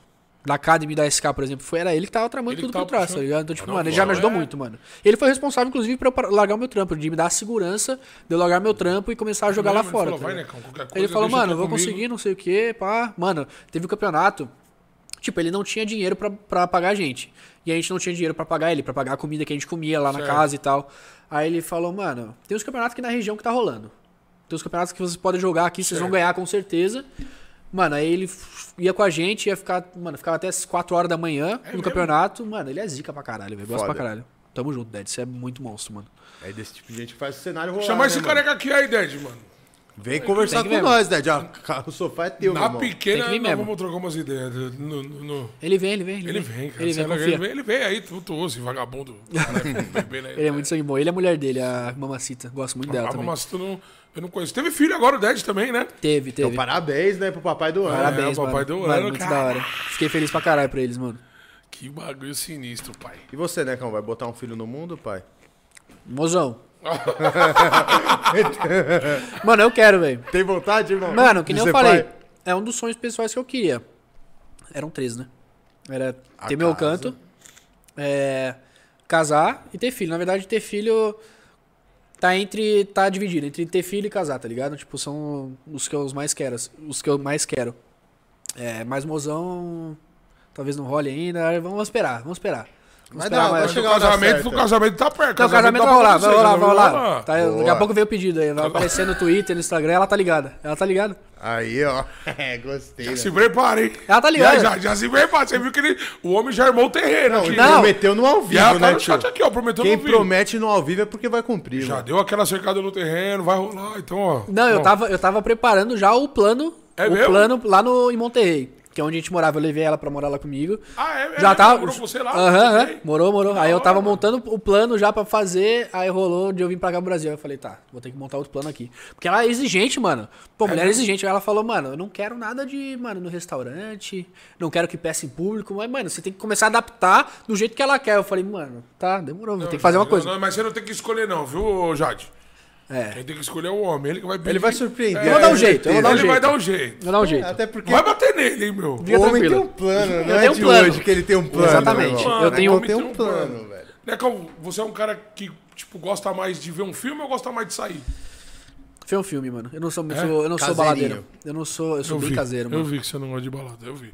[SPEAKER 3] Da Academy da SK, por exemplo, foi, era ele que tava tramando
[SPEAKER 2] Ele
[SPEAKER 3] tudo
[SPEAKER 2] que tava
[SPEAKER 3] por trás, tá
[SPEAKER 2] puxando.
[SPEAKER 3] ligado? Então, tipo,
[SPEAKER 2] Não,
[SPEAKER 3] mano, ele já me ajudou
[SPEAKER 2] é.
[SPEAKER 3] muito, mano. Ele foi responsável, inclusive, pra eu par- largar o meu trampo, de me dar a segurança, de eu largar meu trampo e começar a jogar lá
[SPEAKER 2] Ele
[SPEAKER 3] fora.
[SPEAKER 2] falou,
[SPEAKER 3] tá
[SPEAKER 2] "Vai,
[SPEAKER 3] ligado?
[SPEAKER 2] Necão, qualquer
[SPEAKER 3] Aí ele
[SPEAKER 2] coisa,
[SPEAKER 3] falou,
[SPEAKER 2] deixa
[SPEAKER 3] mano, eu
[SPEAKER 2] aqui
[SPEAKER 3] vou
[SPEAKER 2] comigo."
[SPEAKER 3] conseguir, não sei o quê, pá. Mano, teve o campeonato. Tipo, ele não tinha dinheiro pra, pra pagar a gente. E a gente não tinha dinheiro pra pagar ele, pra pagar a comida que a gente comia lá na
[SPEAKER 2] Certo.
[SPEAKER 3] casa e tal. Aí ele falou, mano, tem uns campeonatos aqui na região que tá rolando. Tem uns campeonatos que vocês podem jogar aqui, vocês vão ganhar com certeza. Mano, aí ele f- ia com a gente, ia ficar, mano, ficava até as 4 horas da manhã no
[SPEAKER 2] É mesmo?
[SPEAKER 3] campeonato. Mano, ele é zica pra caralho, velho. Gosto
[SPEAKER 1] Foda.
[SPEAKER 3] pra caralho. Tamo junto, Dad. Você é muito monstro, mano.
[SPEAKER 1] É desse tipo de gente que faz o cenário rolar.
[SPEAKER 2] Chamar
[SPEAKER 1] né,
[SPEAKER 2] esse
[SPEAKER 1] mano?
[SPEAKER 2] careca aqui aí, Ded, mano.
[SPEAKER 1] Vem conversar
[SPEAKER 3] que
[SPEAKER 1] com
[SPEAKER 3] ver,
[SPEAKER 1] nós, Ded. Ah, ca- O sofá é teu, meu
[SPEAKER 2] Na
[SPEAKER 1] irmão.
[SPEAKER 2] pequena,
[SPEAKER 3] Tem que vir
[SPEAKER 2] nós
[SPEAKER 3] mesmo.
[SPEAKER 2] vamos trocar umas ideias. No, no- no-
[SPEAKER 3] Ele vem, ele vem, ele,
[SPEAKER 2] Ele vem, cara.
[SPEAKER 3] Ele
[SPEAKER 2] Você
[SPEAKER 3] vem,
[SPEAKER 2] é louco,
[SPEAKER 3] confia.
[SPEAKER 2] ele vem, ele vem aí, tutuoso, vagabundo. Caralho, bebê, né?
[SPEAKER 3] Ele é muito sangue bom. Ele é a mulher dele, a mamacita. Gosto muito dela
[SPEAKER 2] Ah,
[SPEAKER 3] também.
[SPEAKER 2] mas tu não, eu não conheço. Teve filho agora, o Ded também, né?
[SPEAKER 3] Teve, teve.
[SPEAKER 1] Então, parabéns, né, pro papai do ano.
[SPEAKER 2] Parabéns.
[SPEAKER 3] Parabéns,
[SPEAKER 2] É, o papai
[SPEAKER 3] mano.
[SPEAKER 2] do
[SPEAKER 3] Mano,
[SPEAKER 2] ano,
[SPEAKER 3] muito
[SPEAKER 2] cara.
[SPEAKER 3] da hora. Fiquei feliz pra caralho pra eles, mano.
[SPEAKER 2] Que bagulho sinistro, pai.
[SPEAKER 1] E você, né, Cão? Vai botar um filho no mundo, pai?
[SPEAKER 3] Mozão. mano, eu quero, velho.
[SPEAKER 1] Tem vontade, irmão?
[SPEAKER 3] Mano, que nem
[SPEAKER 1] De
[SPEAKER 3] eu
[SPEAKER 1] ser
[SPEAKER 3] falei,
[SPEAKER 1] pai?
[SPEAKER 3] é um dos sonhos pessoais que eu queria. Eram três, né? Era
[SPEAKER 1] A
[SPEAKER 3] ter meu
[SPEAKER 1] casa.
[SPEAKER 3] canto, é, casar e ter filho. Na verdade, ter filho tá entre. tá dividido, entre ter filho e casar, tá ligado? Tipo, são os que eu mais quero. Os que eu mais quero. É, mas mozão. Talvez não role ainda. Vamos esperar, vamos esperar.
[SPEAKER 1] Vai
[SPEAKER 3] esperar
[SPEAKER 1] dar,
[SPEAKER 3] mais.
[SPEAKER 1] vai
[SPEAKER 2] Mas o
[SPEAKER 1] chegar a hora
[SPEAKER 2] casamento,
[SPEAKER 1] certa.
[SPEAKER 2] o casamento tá né, perto.
[SPEAKER 3] Então, o casamento vai rolar, vai rolar, vai rolar. Tá, daqui a
[SPEAKER 1] Boa.
[SPEAKER 3] pouco veio o pedido aí. Vai aparecer no Twitter, no Instagram. Ela tá ligada. Ela tá ligada.
[SPEAKER 1] Aí, ó. É, gostei. né?
[SPEAKER 2] Se prepara, hein?
[SPEAKER 3] Ela tá ligada.
[SPEAKER 2] Já, já, já se prepara. Você viu que ele, o homem já é armou o terreno aqui.
[SPEAKER 1] Ele
[SPEAKER 3] Não.
[SPEAKER 1] prometeu no ao
[SPEAKER 2] E ela
[SPEAKER 1] vivo,
[SPEAKER 2] tá
[SPEAKER 1] né,
[SPEAKER 2] no
[SPEAKER 1] tio?
[SPEAKER 2] chat aqui, ó, prometeu
[SPEAKER 1] Quem
[SPEAKER 2] no vídeo.
[SPEAKER 1] promete no ao vivo é porque vai cumprir.
[SPEAKER 2] Já
[SPEAKER 1] mano.
[SPEAKER 2] deu aquela cercada no terreno, vai rolar, então, ó.
[SPEAKER 3] Não, eu tava, eu tava preparando já o plano.
[SPEAKER 2] É
[SPEAKER 3] o
[SPEAKER 2] mesmo?
[SPEAKER 3] plano lá no, em Monterrey, que é onde a gente morava. Eu levei ela pra morar lá comigo.
[SPEAKER 2] Ah, é? é
[SPEAKER 3] já
[SPEAKER 2] mesmo?
[SPEAKER 3] tava.
[SPEAKER 2] Morou com você lá?
[SPEAKER 3] Aham, aham.
[SPEAKER 2] Também?
[SPEAKER 3] Morou, morou.
[SPEAKER 2] Da
[SPEAKER 3] Aí eu
[SPEAKER 2] hora,
[SPEAKER 3] tava
[SPEAKER 2] mano.
[SPEAKER 3] montando o plano já pra fazer, aí rolou de eu vir pra cá pro Brasil. Aí eu falei, tá, vou ter que montar outro plano aqui. Porque ela é exigente, mano. Pô, mulher é exigente. Aí ela falou, mano, eu não quero nada de, mano, no restaurante, não quero que peça em público. Mas, mano, você tem que começar a adaptar do jeito que ela quer. Eu falei, mano, tá, demorou, vou ter que fazer uma
[SPEAKER 2] Não,
[SPEAKER 3] coisa.
[SPEAKER 2] não, mas você não tem que escolher, não, viu, Jade?
[SPEAKER 3] É.
[SPEAKER 2] Quem tem que escolher é o homem, ele que vai pedir. É,
[SPEAKER 1] Ele vai surpreender.
[SPEAKER 3] Eu vou dar um
[SPEAKER 1] com
[SPEAKER 3] jeito, eu vou
[SPEAKER 1] certeza.
[SPEAKER 3] dar um
[SPEAKER 2] Ele
[SPEAKER 3] jeito.
[SPEAKER 2] vai dar um jeito.
[SPEAKER 3] Vou dar um jeito.
[SPEAKER 1] É, Até porque
[SPEAKER 2] Vai bater nele, hein, meu?
[SPEAKER 1] o
[SPEAKER 3] Fica
[SPEAKER 1] homem
[SPEAKER 3] tranquilo.
[SPEAKER 1] tem um plano, não
[SPEAKER 3] Eu
[SPEAKER 1] é
[SPEAKER 3] tenho um
[SPEAKER 1] de
[SPEAKER 3] plano.
[SPEAKER 1] hoje que ele tem um plano.
[SPEAKER 3] Exatamente.
[SPEAKER 1] meu irmão.
[SPEAKER 2] né,
[SPEAKER 3] Eu tenho-
[SPEAKER 1] O homem tem
[SPEAKER 2] tem
[SPEAKER 1] um plano, velho.
[SPEAKER 2] Necão, você é um cara que, tipo, gosta mais de ver um filme ou gosta mais de sair?
[SPEAKER 3] Foi um filme, mano. Eu não sou, eu
[SPEAKER 2] É?
[SPEAKER 3] sou- eu não sou
[SPEAKER 1] Caseirinho.
[SPEAKER 3] baladeiro. Eu não sou, eu sou bem caseiro,
[SPEAKER 2] eu
[SPEAKER 3] é mano.
[SPEAKER 2] vi que você não gosta de balada, eu vi.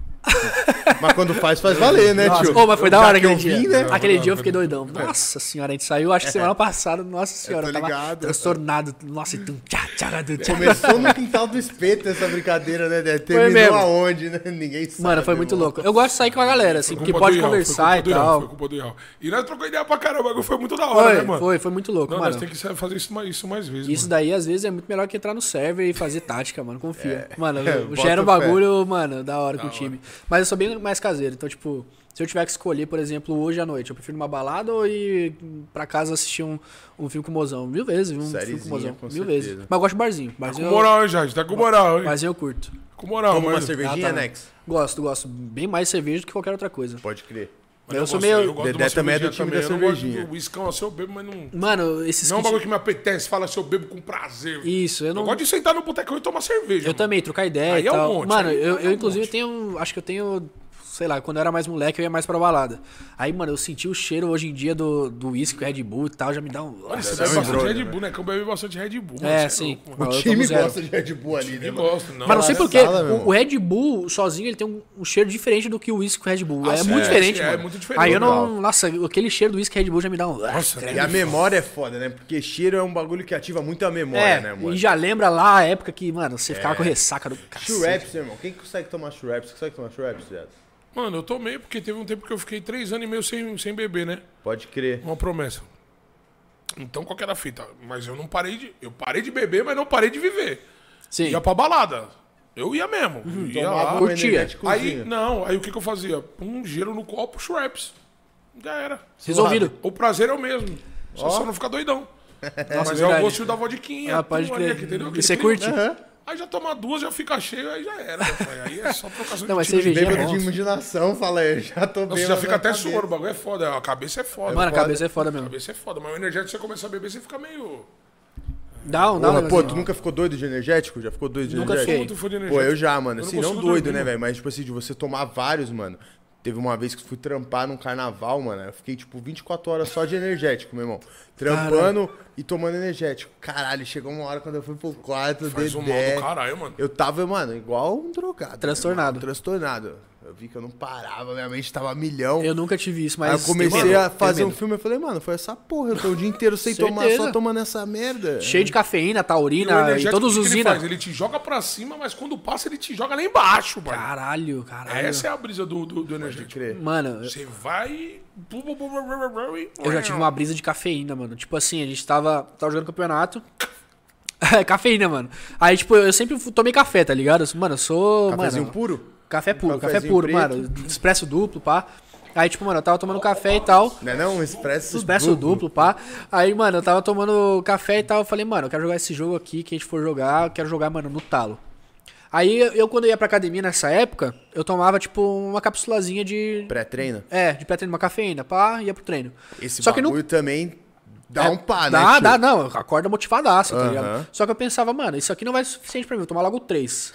[SPEAKER 1] Mas quando faz, faz valer, né,
[SPEAKER 3] Nossa,
[SPEAKER 1] tio?
[SPEAKER 3] ô, mas foi da
[SPEAKER 1] Já
[SPEAKER 3] hora
[SPEAKER 1] que
[SPEAKER 3] aquele
[SPEAKER 1] eu
[SPEAKER 3] dia.
[SPEAKER 1] vim, né?
[SPEAKER 3] Aquele dia eu fiquei doidão. Nossa senhora, a gente saiu, acho que semana passada, nossa senhora, eu tava
[SPEAKER 1] ligado.
[SPEAKER 3] transtornado. Nossa, e tum, tchá, tchá, tum, tchá.
[SPEAKER 1] Começou no quintal do espeto essa brincadeira, né? Dé? Terminou
[SPEAKER 3] mesmo.
[SPEAKER 1] aonde, né? Ninguém sabe.
[SPEAKER 3] Mano, foi muito
[SPEAKER 1] irmão.
[SPEAKER 3] louco. Eu gosto de sair com a galera, assim, porque
[SPEAKER 2] Culpa do
[SPEAKER 3] pode
[SPEAKER 2] Ial,
[SPEAKER 3] conversar
[SPEAKER 2] foi culpa
[SPEAKER 3] e
[SPEAKER 2] do Ial, Foi
[SPEAKER 3] tal.
[SPEAKER 2] culpa do Ial. E nós trocamos ideia pra caramba, o bagulho foi muito da hora, né,
[SPEAKER 3] Foi,
[SPEAKER 2] mano?
[SPEAKER 3] foi, foi muito louco,
[SPEAKER 2] Não, nós
[SPEAKER 3] mano.
[SPEAKER 2] temos que fazer isso mais, isso mais vezes,
[SPEAKER 3] Isso
[SPEAKER 2] mano.
[SPEAKER 3] daí, às vezes, é muito melhor que entrar no server e fazer tática, mano. Confia. mano, eu-
[SPEAKER 1] bota
[SPEAKER 3] gera um
[SPEAKER 1] fé.
[SPEAKER 3] bagulho, mano, da hora com o time. Mas eu sou bem mais caseiro. Então, tipo, se eu tiver que escolher, por exemplo, hoje à noite, eu prefiro uma balada ou ir pra casa assistir um, um filme com o mozão? Mil vezes, um filme com o
[SPEAKER 1] Sériezinha,
[SPEAKER 3] mozão.
[SPEAKER 1] com
[SPEAKER 3] Mil
[SPEAKER 1] certeza.
[SPEAKER 3] vezes. Mas eu gosto de barzinho. Barzinho,
[SPEAKER 2] Com
[SPEAKER 3] eu,
[SPEAKER 2] moral, hein, Jade? Tá com moral, hein?
[SPEAKER 3] barzinho eu curto.
[SPEAKER 2] Com moral,
[SPEAKER 1] Toma uma
[SPEAKER 2] mas-
[SPEAKER 1] cervejinha,
[SPEAKER 3] Ah, tá.
[SPEAKER 1] Nex?
[SPEAKER 3] Gosto, gosto. Bem mais cerveja do que qualquer outra coisa.
[SPEAKER 1] Pode crer.
[SPEAKER 2] mas
[SPEAKER 3] eu sou
[SPEAKER 2] gosto-
[SPEAKER 3] meio-
[SPEAKER 2] gosto de uma
[SPEAKER 1] Dedé também é do
[SPEAKER 2] cervejinha
[SPEAKER 1] time da
[SPEAKER 2] também, eu não gosto
[SPEAKER 1] cervejinha.
[SPEAKER 2] do Whiskão, assim, eu bebo, mas não...
[SPEAKER 3] Mano, esses
[SPEAKER 2] Não é um
[SPEAKER 3] kit-
[SPEAKER 2] bagulho que me apetece, fala assim, eu bebo com prazer.
[SPEAKER 3] Isso, eu
[SPEAKER 2] Eu
[SPEAKER 3] não.
[SPEAKER 2] gosto de sentar no botecão e tomar cerveja.
[SPEAKER 3] Eu
[SPEAKER 2] mano.
[SPEAKER 3] também, trocar ideia
[SPEAKER 2] Então, Aí
[SPEAKER 3] e
[SPEAKER 2] é um
[SPEAKER 3] tal.
[SPEAKER 2] monte,
[SPEAKER 3] mano,
[SPEAKER 2] aí
[SPEAKER 3] eu,
[SPEAKER 2] é
[SPEAKER 3] eu
[SPEAKER 2] um
[SPEAKER 3] inclusive
[SPEAKER 2] monte.
[SPEAKER 3] tenho. Acho que eu tenho. Sei lá, quando eu era mais moleque, eu ia mais pra balada. Aí, mano, eu senti o cheiro hoje em dia do do uísque, do Red Bull e tal, já me dá um.
[SPEAKER 2] Olha,
[SPEAKER 1] Deve
[SPEAKER 2] você bebe
[SPEAKER 1] dar um
[SPEAKER 2] bastante
[SPEAKER 1] embrulho,
[SPEAKER 2] Red
[SPEAKER 1] né?
[SPEAKER 2] Bull, né? Que eu bebi bastante Red Bull. mano,
[SPEAKER 3] é,
[SPEAKER 2] você
[SPEAKER 3] sim.
[SPEAKER 2] louco, mano.
[SPEAKER 3] Eu
[SPEAKER 1] O
[SPEAKER 3] tomo
[SPEAKER 1] time
[SPEAKER 3] zero.
[SPEAKER 1] gosta de Red Bull ali, né?
[SPEAKER 2] Eu
[SPEAKER 1] mano?
[SPEAKER 2] gosto, não.
[SPEAKER 3] Mas não sei
[SPEAKER 1] Cara,
[SPEAKER 3] porquê,
[SPEAKER 1] sala, meu
[SPEAKER 3] o, o
[SPEAKER 1] irmão.
[SPEAKER 3] Red Bull sozinho ele tem um, um cheiro diferente do que o uísque com Red Bull.
[SPEAKER 2] Ah,
[SPEAKER 3] é
[SPEAKER 2] sim,
[SPEAKER 3] muito
[SPEAKER 2] é,
[SPEAKER 3] diferente,
[SPEAKER 2] é
[SPEAKER 3] mano.
[SPEAKER 2] muito diferente,
[SPEAKER 3] Aí eu não.
[SPEAKER 1] total.
[SPEAKER 3] Nossa, aquele cheiro do uísque Red Bull já me dá um.
[SPEAKER 2] Nossa,
[SPEAKER 1] E a memória é foda, né? Porque cheiro é um bagulho que ativa muito a memória,
[SPEAKER 3] é,
[SPEAKER 1] né,
[SPEAKER 3] e
[SPEAKER 1] mano?
[SPEAKER 3] já lembra lá a época que, mano, você ficava
[SPEAKER 2] É.
[SPEAKER 3] com ressaca do cacete.
[SPEAKER 1] Shuraps, irmão. Quem consegue tomar shuraps? Você consegue tomar shuraps, viado?
[SPEAKER 2] Mano, eu tomei porque teve um tempo que eu fiquei três anos e meio sem, sem beber, né?
[SPEAKER 1] Pode
[SPEAKER 3] Hum.
[SPEAKER 1] crer.
[SPEAKER 2] Uma promessa. Então, qual que era a fita? Mas eu não parei de... Eu parei de beber, mas não parei de viver.
[SPEAKER 3] Sim. Hum,
[SPEAKER 2] Ia pra balada. Eu ia mesmo. ia lá.
[SPEAKER 1] um
[SPEAKER 3] curtia.
[SPEAKER 2] Aí,
[SPEAKER 1] energéticozinho.
[SPEAKER 2] não. Aí o que que eu fazia? Um gelo no copo, shreps. Já era.
[SPEAKER 3] Resolvido.
[SPEAKER 2] O prazer é o mesmo. Só, só não ficar doidão. Mas
[SPEAKER 3] Nossa,
[SPEAKER 2] é o
[SPEAKER 3] verdade.
[SPEAKER 2] gostinho da vodquinha.
[SPEAKER 3] Ah, pode
[SPEAKER 2] tudo ali,
[SPEAKER 3] crer.
[SPEAKER 2] entendeu?
[SPEAKER 3] E você
[SPEAKER 2] Aquele né?
[SPEAKER 3] curte?
[SPEAKER 2] Aí já toma duas, já fica cheio, aí já era. meu pai. Aí é só trocação
[SPEAKER 3] Não, mas
[SPEAKER 2] tiro.
[SPEAKER 3] cervejinha é
[SPEAKER 1] Bêbado
[SPEAKER 3] bom.
[SPEAKER 1] de imaginação, fala aí. Já tô bêbado.
[SPEAKER 2] Nossa, já fica
[SPEAKER 1] na
[SPEAKER 2] até
[SPEAKER 1] cabeça.
[SPEAKER 2] suor, o bagulho é foda. A cabeça é foda.
[SPEAKER 3] Mano, a
[SPEAKER 2] a
[SPEAKER 3] cabeça é foda mesmo.
[SPEAKER 2] cabeça é foda. Mas o energético, você começa a beber, você fica meio...
[SPEAKER 3] Dá um, dá
[SPEAKER 1] Porra,
[SPEAKER 3] um.
[SPEAKER 1] pô,
[SPEAKER 3] negocinho.
[SPEAKER 1] tu nunca ficou doido de energético? Já ficou doido de
[SPEAKER 3] Nunca
[SPEAKER 1] energético?
[SPEAKER 3] fiquei.
[SPEAKER 2] Muito foda
[SPEAKER 1] Pô,
[SPEAKER 2] de energético.
[SPEAKER 1] eu já, mano.
[SPEAKER 2] Eu não
[SPEAKER 1] Assim, não
[SPEAKER 2] consigo
[SPEAKER 1] doido,
[SPEAKER 2] dormir,
[SPEAKER 1] né,
[SPEAKER 2] mano.
[SPEAKER 1] velho? Mas, tipo assim, de você tomar vários, mano. Teve uma vez que fui trampar num carnaval, mano. Eu fiquei, tipo, 24 horas só de energético, meu irmão. Trampando e tomando energético. Caralho, chegou uma hora quando eu fui pro quarto,
[SPEAKER 2] Faz um mal
[SPEAKER 1] Dedé.
[SPEAKER 2] do caralho, mano.
[SPEAKER 1] Eu tava, mano, igual um drogado.
[SPEAKER 3] Transtornado.
[SPEAKER 1] né, mano? transtornado. Eu vi que eu não parava, minha mente tava a milhão.
[SPEAKER 3] Eu nunca tive isso,
[SPEAKER 1] Aí
[SPEAKER 3] mas.
[SPEAKER 1] eu comecei
[SPEAKER 3] tenho
[SPEAKER 1] a
[SPEAKER 3] medo,
[SPEAKER 1] fazer
[SPEAKER 3] tenho
[SPEAKER 1] um
[SPEAKER 3] medo.
[SPEAKER 1] filme, eu falei, mano, foi essa porra, eu tô o dia inteiro sem tomar,
[SPEAKER 3] Certeza.
[SPEAKER 1] só tomando essa merda.
[SPEAKER 3] Cheio de cafeína,
[SPEAKER 2] um E o
[SPEAKER 3] taurina e
[SPEAKER 2] energético,
[SPEAKER 3] todos
[SPEAKER 2] o
[SPEAKER 3] os
[SPEAKER 2] que que ele faz?
[SPEAKER 3] usinas.
[SPEAKER 2] Ele te joga pra cima, mas quando passa, ele te joga lá embaixo, mano.
[SPEAKER 3] Caralho, caralho.
[SPEAKER 2] Essa é a brisa do, do, do energético.
[SPEAKER 1] crer.
[SPEAKER 3] Mano,
[SPEAKER 2] Você vai... bu, bu, bu, bu, bu, bu, bu, e-
[SPEAKER 3] eu já tive uma brisa de cafeína, mano. Tipo assim, a gente tava, tava jogando campeonato. É, cafeína, mano. Aí, tipo, eu sempre fu- tomei café, tá ligado? Mano, eu sou.
[SPEAKER 1] Cafezinho
[SPEAKER 3] mano,
[SPEAKER 1] puro?
[SPEAKER 3] Café puro, café
[SPEAKER 1] Cafezinho
[SPEAKER 3] puro,
[SPEAKER 1] preto.
[SPEAKER 3] mano. Expresso duplo, pá. Aí, tipo, mano, eu tava tomando café e tal.
[SPEAKER 1] Não é não? Um expresso
[SPEAKER 3] Expresso duplo, pá. Aí, mano, eu tava tomando café e tal. Eu falei, mano, eu quero jogar esse jogo aqui. Que a gente for jogar, eu quero jogar, mano, no talo. Aí, eu, quando ia pra academia nessa época, eu tomava, tipo, uma capsulazinha de.
[SPEAKER 1] Pré-treino?
[SPEAKER 3] É, de pré-treino, uma cafeína, pá, ia pro treino.
[SPEAKER 1] Esse
[SPEAKER 3] Só que
[SPEAKER 1] bagulho
[SPEAKER 3] não. é,
[SPEAKER 1] também dá um pá, né?
[SPEAKER 3] Dá,
[SPEAKER 1] tio?
[SPEAKER 3] dá, não. Acorda motivadaço, tá
[SPEAKER 1] Aham.
[SPEAKER 3] ligado? Só que eu pensava, mano, isso aqui não vai ser suficiente pra mim, eu vou tomar logo três.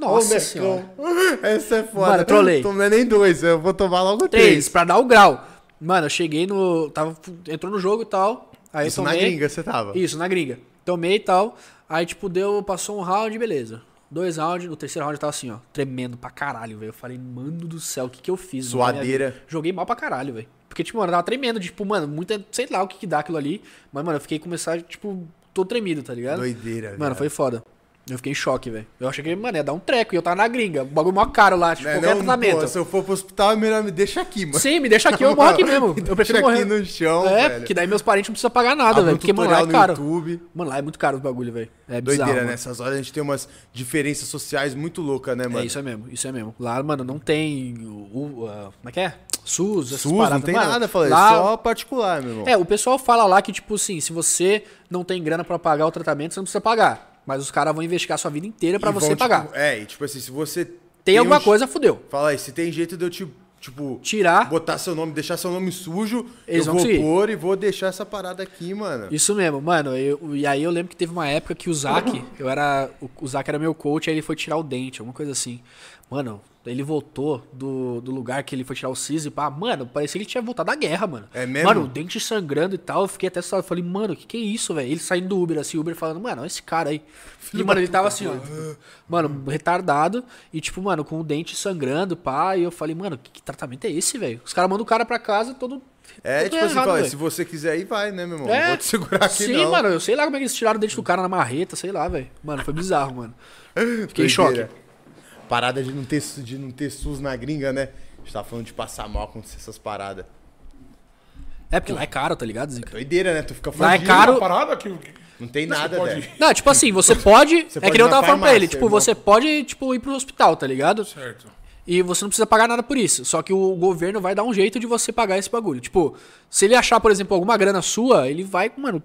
[SPEAKER 1] Ô,
[SPEAKER 3] Nossa senhora.
[SPEAKER 1] Mecão. Essa é foda.
[SPEAKER 3] Mano, trolei.
[SPEAKER 1] Não é nem dois, eu vou tomar logo
[SPEAKER 3] Três,
[SPEAKER 1] três.
[SPEAKER 3] pra dar o grau. Mano, eu cheguei no. Tava, entrou no jogo e tal. Aí
[SPEAKER 1] Isso
[SPEAKER 3] eu
[SPEAKER 1] na
[SPEAKER 3] tomei.
[SPEAKER 1] gringa você tava?
[SPEAKER 3] Isso, na gringa. Tomei e tal. Aí, tipo, deu, passou um round, beleza. Dois rounds, no terceiro round eu tava assim, ó, tremendo pra caralho, velho. Eu falei, mano do céu, o que que eu fiz? mano?
[SPEAKER 1] Suadeira.
[SPEAKER 3] Joguei mal pra caralho, velho. Porque, tipo, mano, eu tava tremendo, tipo, mano, muita, sei lá o que que dá aquilo ali. Mas, mano, eu fiquei começar, tipo, todo tremido, tá ligado?
[SPEAKER 1] Doideira,
[SPEAKER 3] Mano,
[SPEAKER 1] viado.
[SPEAKER 3] foi foda. Eu fiquei em choque, velho. Eu achei que, mano, ia dar um treco. E eu tava na gringa. O bagulho mó caro lá, tipo,
[SPEAKER 1] Né,
[SPEAKER 3] qualquer
[SPEAKER 1] não,
[SPEAKER 3] tratamento.
[SPEAKER 1] pô, se eu for pro hospital, é melhor me deixa aqui, mano.
[SPEAKER 3] Sim, me deixa aqui, eu morro aqui mesmo. Eu prefiro
[SPEAKER 1] deixa
[SPEAKER 3] morrer.
[SPEAKER 1] aqui no chão,
[SPEAKER 3] é,
[SPEAKER 1] velho.
[SPEAKER 3] porque daí meus parentes não precisam pagar nada,
[SPEAKER 1] Abre
[SPEAKER 3] velho.
[SPEAKER 1] um
[SPEAKER 3] Porque, mano, lá
[SPEAKER 1] tutorial
[SPEAKER 3] é caro.
[SPEAKER 1] no YouTube.
[SPEAKER 3] Mano, lá é muito caro os bagulho, velho. É bizarro.
[SPEAKER 1] Doideira, né?
[SPEAKER 3] mano.
[SPEAKER 1] Nessas horas a gente tem umas diferenças sociais muito loucas, né, mano?
[SPEAKER 3] É, isso é mesmo, isso é mesmo. Lá, mano, não tem o... o- ah, como é que é? SUS, essas
[SPEAKER 1] SUS, não
[SPEAKER 3] paradas.
[SPEAKER 1] tem
[SPEAKER 3] Mano,
[SPEAKER 1] nada, falei,
[SPEAKER 3] lá-
[SPEAKER 1] só particular, meu irmão.
[SPEAKER 3] É, o pessoal fala lá que, tipo assim, se você não tem grana pra pagar o tratamento, você não precisa pagar. Mas os caras vão investigar a sua vida inteira pra
[SPEAKER 1] E
[SPEAKER 3] você
[SPEAKER 1] vão,
[SPEAKER 3] pagar.
[SPEAKER 1] tipo, é, e tipo assim, se você.
[SPEAKER 3] tem alguma
[SPEAKER 1] um-
[SPEAKER 3] coisa, fudeu.
[SPEAKER 1] Fala aí, se tem jeito de eu te. Tipo,
[SPEAKER 3] Tirar.
[SPEAKER 1] botar seu nome, deixar seu nome sujo,
[SPEAKER 3] Eles
[SPEAKER 1] eu
[SPEAKER 3] vão
[SPEAKER 1] vou
[SPEAKER 3] conseguir.
[SPEAKER 1] pôr e vou deixar essa parada aqui, mano.
[SPEAKER 3] Isso mesmo, mano. eu- e aí eu lembro que teve uma época que o Zac, eu era. O, o Zac era meu coach, aí ele foi tirar o dente, alguma coisa assim. Mano, ele voltou do, do lugar que ele foi tirar o siso e pá. Mano, parecia que ele tinha voltado da guerra, mano.
[SPEAKER 1] É mesmo?
[SPEAKER 3] Mano, o dente sangrando e tal. Eu fiquei até só. Eu falei, mano, o que, que é isso, velho? Ele saindo do Uber, assim, o Uber falando, mano, olha esse cara aí. E, mano, ele tava assim, ó. Mano, retardado. E, tipo, mano, com o dente sangrando, pá. E eu falei, mano, que, que tratamento é esse, velho? Os caras mandam o cara pra casa todo.
[SPEAKER 1] é,
[SPEAKER 3] todo
[SPEAKER 1] tipo assim,
[SPEAKER 3] errado,
[SPEAKER 1] fala,
[SPEAKER 3] velho.
[SPEAKER 1] se você quiser ir, vai, né, meu irmão?
[SPEAKER 3] É.
[SPEAKER 1] Não vou te segurar aqui,
[SPEAKER 3] Sim,
[SPEAKER 1] não.
[SPEAKER 3] mano, eu sei lá como é que eles tiraram o dente do cara na marreta, sei lá, velho. Mano, foi bizarro, mano. Fiquei em choque.
[SPEAKER 1] Doideira. Parada de não, ter, su- de não ter SUS na gringa, né? A gente tava falando de passar mal, acontecer essas paradas.
[SPEAKER 3] É porque lá é caro, tá ligado, Zica?
[SPEAKER 1] Doideira, né? Tu fica
[SPEAKER 3] Lá é
[SPEAKER 1] fudido.
[SPEAKER 2] Tem
[SPEAKER 3] caro.
[SPEAKER 2] uma parada que...
[SPEAKER 1] Não tem
[SPEAKER 2] Mas você
[SPEAKER 1] nada,
[SPEAKER 2] pode
[SPEAKER 1] velho.
[SPEAKER 2] ir.
[SPEAKER 3] Não, tipo assim, você pode.
[SPEAKER 1] Você
[SPEAKER 3] é
[SPEAKER 1] pode
[SPEAKER 3] que nem eu
[SPEAKER 1] ir na
[SPEAKER 3] tava falando pra ele.
[SPEAKER 1] farmácia,
[SPEAKER 3] Tipo,
[SPEAKER 1] irmão.
[SPEAKER 3] você pode, tipo, ir pro hospital, tá ligado?
[SPEAKER 2] Certo.
[SPEAKER 3] E você não precisa pagar nada por isso. Só que o governo vai dar um jeito de você pagar esse bagulho. Tipo, se ele achar, por exemplo, alguma grana sua, ele vai, mano.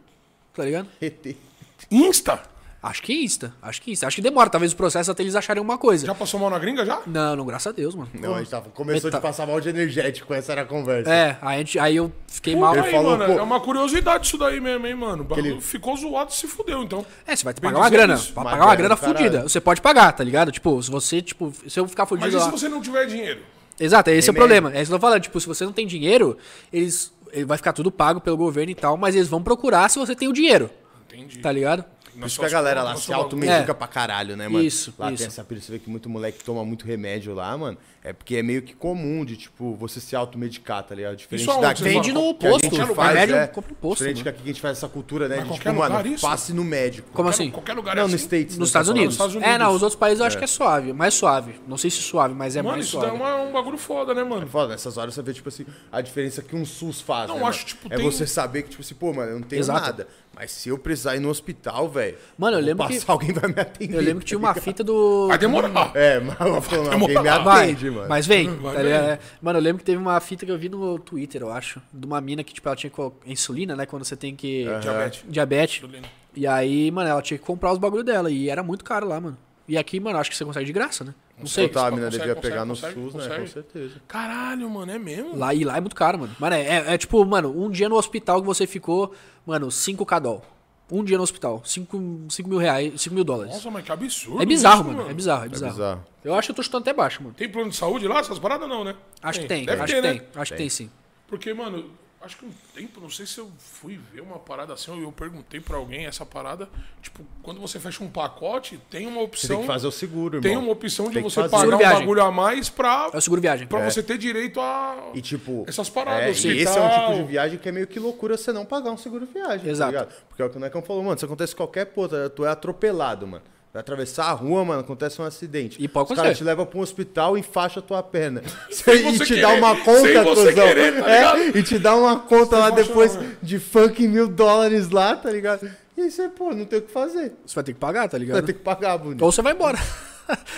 [SPEAKER 3] Tá ligado?
[SPEAKER 2] Insta?
[SPEAKER 3] Acho que insta. Acho que insta. Acho que demora, talvez o processo até eles acharem uma coisa.
[SPEAKER 2] Já passou mal na gringa, já?
[SPEAKER 3] Não, não, graças a Deus, mano.
[SPEAKER 1] Não, é a gente tava, começou
[SPEAKER 3] Meta-
[SPEAKER 1] de passar mal de energético, essa era a conversa.
[SPEAKER 3] É, aí, a gente- aí eu fiquei mal.
[SPEAKER 2] Puta aí,
[SPEAKER 1] falou,
[SPEAKER 2] mano,
[SPEAKER 1] pô.
[SPEAKER 2] é uma curiosidade isso daí mesmo, hein, mano. O bagulho Ficou zoado e se fudeu, então.
[SPEAKER 3] É, você vai ter que
[SPEAKER 2] Bem
[SPEAKER 3] pagar uma
[SPEAKER 2] dizer
[SPEAKER 3] grana.
[SPEAKER 2] isso.
[SPEAKER 3] Vai
[SPEAKER 1] Uma
[SPEAKER 3] pagar uma
[SPEAKER 1] grana
[SPEAKER 3] grana
[SPEAKER 1] do caralho.
[SPEAKER 3] fudida. Você pode pagar, tá ligado? Tipo, se você, tipo, se eu ficar
[SPEAKER 2] Mas
[SPEAKER 3] fudido
[SPEAKER 2] e
[SPEAKER 3] lá.
[SPEAKER 2] se você não tiver dinheiro?
[SPEAKER 3] Exato, esse é
[SPEAKER 1] Tem mesmo.
[SPEAKER 3] o problema. É isso que eu tô falando. Tipo, se você não tem dinheiro, eles. Ele vai ficar tudo pago pelo governo e tal, mas eles vão procurar se você tem o dinheiro,
[SPEAKER 2] Entendi.
[SPEAKER 3] tá ligado?
[SPEAKER 1] Por isso que a galera lá se automedica pra caralho, né, mano?
[SPEAKER 3] É. Isso,
[SPEAKER 1] Lá
[SPEAKER 3] isso.
[SPEAKER 1] tem essa pira, você vê que muito moleque toma muito remédio lá, mano. É porque é meio que comum de, tipo, você se automedicar, tá ligado? Diferente
[SPEAKER 2] Isso aonde
[SPEAKER 1] daqui.
[SPEAKER 2] vocês
[SPEAKER 3] Vende
[SPEAKER 2] falam?
[SPEAKER 3] no
[SPEAKER 1] que a
[SPEAKER 3] posto.
[SPEAKER 1] gente
[SPEAKER 2] o
[SPEAKER 1] faz,
[SPEAKER 3] remédio
[SPEAKER 1] é,
[SPEAKER 3] compra no posto.
[SPEAKER 1] Diferente
[SPEAKER 3] Mano.
[SPEAKER 1] que aqui que a gente faz essa cultura, né?
[SPEAKER 2] Mas
[SPEAKER 1] de,
[SPEAKER 2] qualquer
[SPEAKER 1] tipo, mano,
[SPEAKER 2] lugar isso?
[SPEAKER 1] passe no médico.
[SPEAKER 3] é Como assim?
[SPEAKER 2] Qualquer lugar é
[SPEAKER 1] Não,
[SPEAKER 2] assim.
[SPEAKER 1] no States.
[SPEAKER 3] Nos
[SPEAKER 1] né, tá
[SPEAKER 3] Estados,
[SPEAKER 1] falando?
[SPEAKER 3] Unidos.
[SPEAKER 2] Estados
[SPEAKER 3] É, não,
[SPEAKER 2] Unidos.
[SPEAKER 3] os outros países eu acho que é suave, mais suave. Não sei se suave, mas é
[SPEAKER 2] Mano,
[SPEAKER 3] mais
[SPEAKER 2] isso daí
[SPEAKER 3] suave.
[SPEAKER 2] é uma- um bagulho foda, né, mano?
[SPEAKER 1] Foda, nessas horas você vê, tipo assim, a diferença que um SUS faz.
[SPEAKER 2] Não,
[SPEAKER 1] né,
[SPEAKER 2] acho,
[SPEAKER 1] mano?
[SPEAKER 2] tipo,
[SPEAKER 1] É
[SPEAKER 2] tem-
[SPEAKER 1] você saber que, tipo assim, pô, mano, eu não tenho
[SPEAKER 3] um Exato.
[SPEAKER 1] nada. Mas se eu precisar ir no hospital, velho.
[SPEAKER 3] Mano, eu
[SPEAKER 1] vou
[SPEAKER 3] lembro que-
[SPEAKER 1] passar, alguém vai me atender.
[SPEAKER 3] Eu lembro que tinha uma
[SPEAKER 1] tá ligado?
[SPEAKER 3] fita do.
[SPEAKER 2] Vai demorar.
[SPEAKER 1] É, mas eu falo, não, alguém me
[SPEAKER 2] Vai,
[SPEAKER 3] Vai,
[SPEAKER 1] atende, mano.
[SPEAKER 3] mas vem.
[SPEAKER 2] Vai
[SPEAKER 3] tá
[SPEAKER 2] bem.
[SPEAKER 3] ligado? É. Mano, eu lembro que teve uma fita que eu vi no Twitter, eu acho, de uma mina que, tipo, ela tinha que colocar insulina, né? Quando você tem que...
[SPEAKER 2] É. Diabetes.
[SPEAKER 3] Diabetes.
[SPEAKER 2] Insulina.
[SPEAKER 3] E aí, mano, ela tinha que comprar os bagulho dela e era muito caro lá, mano. E aqui, mano, acho que você consegue de graça, né? Não sei.
[SPEAKER 1] Total, a
[SPEAKER 2] Consegue,
[SPEAKER 1] mina devia
[SPEAKER 2] consegue,
[SPEAKER 1] pegar no
[SPEAKER 2] consegue,
[SPEAKER 1] SUS, né?
[SPEAKER 2] consegue.
[SPEAKER 1] Com certeza.
[SPEAKER 2] Caralho, mano, é mesmo?
[SPEAKER 3] Lá, e lá é muito caro, mano. Mano, é, é- é tipo, mano, um dia no hospital que você ficou, mano, 5 cadol. Um dia no hospital. 5 mil reais, 5 mil dólares.
[SPEAKER 2] Nossa, mas que absurdo.
[SPEAKER 3] é bizarro,
[SPEAKER 2] isso,
[SPEAKER 3] mano. É bizarro, é bizarro.
[SPEAKER 1] bizarro.
[SPEAKER 3] Eu acho que eu tô chutando até baixo, mano.
[SPEAKER 2] Tem plano de saúde lá, essas paradas não, né?
[SPEAKER 3] Acho que tem,
[SPEAKER 2] Deve
[SPEAKER 3] acho
[SPEAKER 2] ter,
[SPEAKER 3] que
[SPEAKER 2] né?
[SPEAKER 3] tem. Acho que tem sim.
[SPEAKER 2] Porque, mano, acho que um tempo, não sei se eu fui ver uma parada assim, ou eu perguntei pra alguém essa parada. Tipo, quando você fecha um pacote, tem uma
[SPEAKER 1] Você
[SPEAKER 2] opção.
[SPEAKER 1] tem que
[SPEAKER 3] Então,
[SPEAKER 1] fazer o seguro, irmão.
[SPEAKER 2] tem uma opção de
[SPEAKER 1] Tem que
[SPEAKER 2] você
[SPEAKER 1] fazer.
[SPEAKER 2] pagar um
[SPEAKER 3] Surviagem.
[SPEAKER 2] bagulho a mais pra,
[SPEAKER 3] É o seguro viagem.
[SPEAKER 2] pra você ter direito a.
[SPEAKER 1] E tipo.
[SPEAKER 2] Essas paradas, assim,
[SPEAKER 1] é, e
[SPEAKER 2] hospital.
[SPEAKER 1] esse é um tipo de viagem que é meio que loucura você não pagar um seguro viagem.
[SPEAKER 3] Exato.
[SPEAKER 1] Tá ligado? Porque é o que o Necão falou, mano. Se acontece qualquer porra, tu é atropelado, mano. Vai atravessar a rua, mano, acontece um acidente.
[SPEAKER 3] E pode
[SPEAKER 1] Os caras te
[SPEAKER 3] acontecer.
[SPEAKER 1] levam pra um hospital e enfaixa a tua perna. e
[SPEAKER 2] você
[SPEAKER 1] te dá
[SPEAKER 2] querer,
[SPEAKER 1] uma
[SPEAKER 2] sem
[SPEAKER 1] conta,
[SPEAKER 2] você
[SPEAKER 1] cuzão.
[SPEAKER 2] querer, tá
[SPEAKER 1] é,
[SPEAKER 2] ligado?
[SPEAKER 1] e te dá uma conta lá
[SPEAKER 2] faixa
[SPEAKER 1] depois
[SPEAKER 2] não, né?
[SPEAKER 1] de funk mil dólares lá, tá ligado? E aí você, pô, não tem o que fazer.
[SPEAKER 3] Você vai ter que pagar, tá ligado?
[SPEAKER 1] Vai ter que pagar, bonito.
[SPEAKER 3] Ou você vai embora.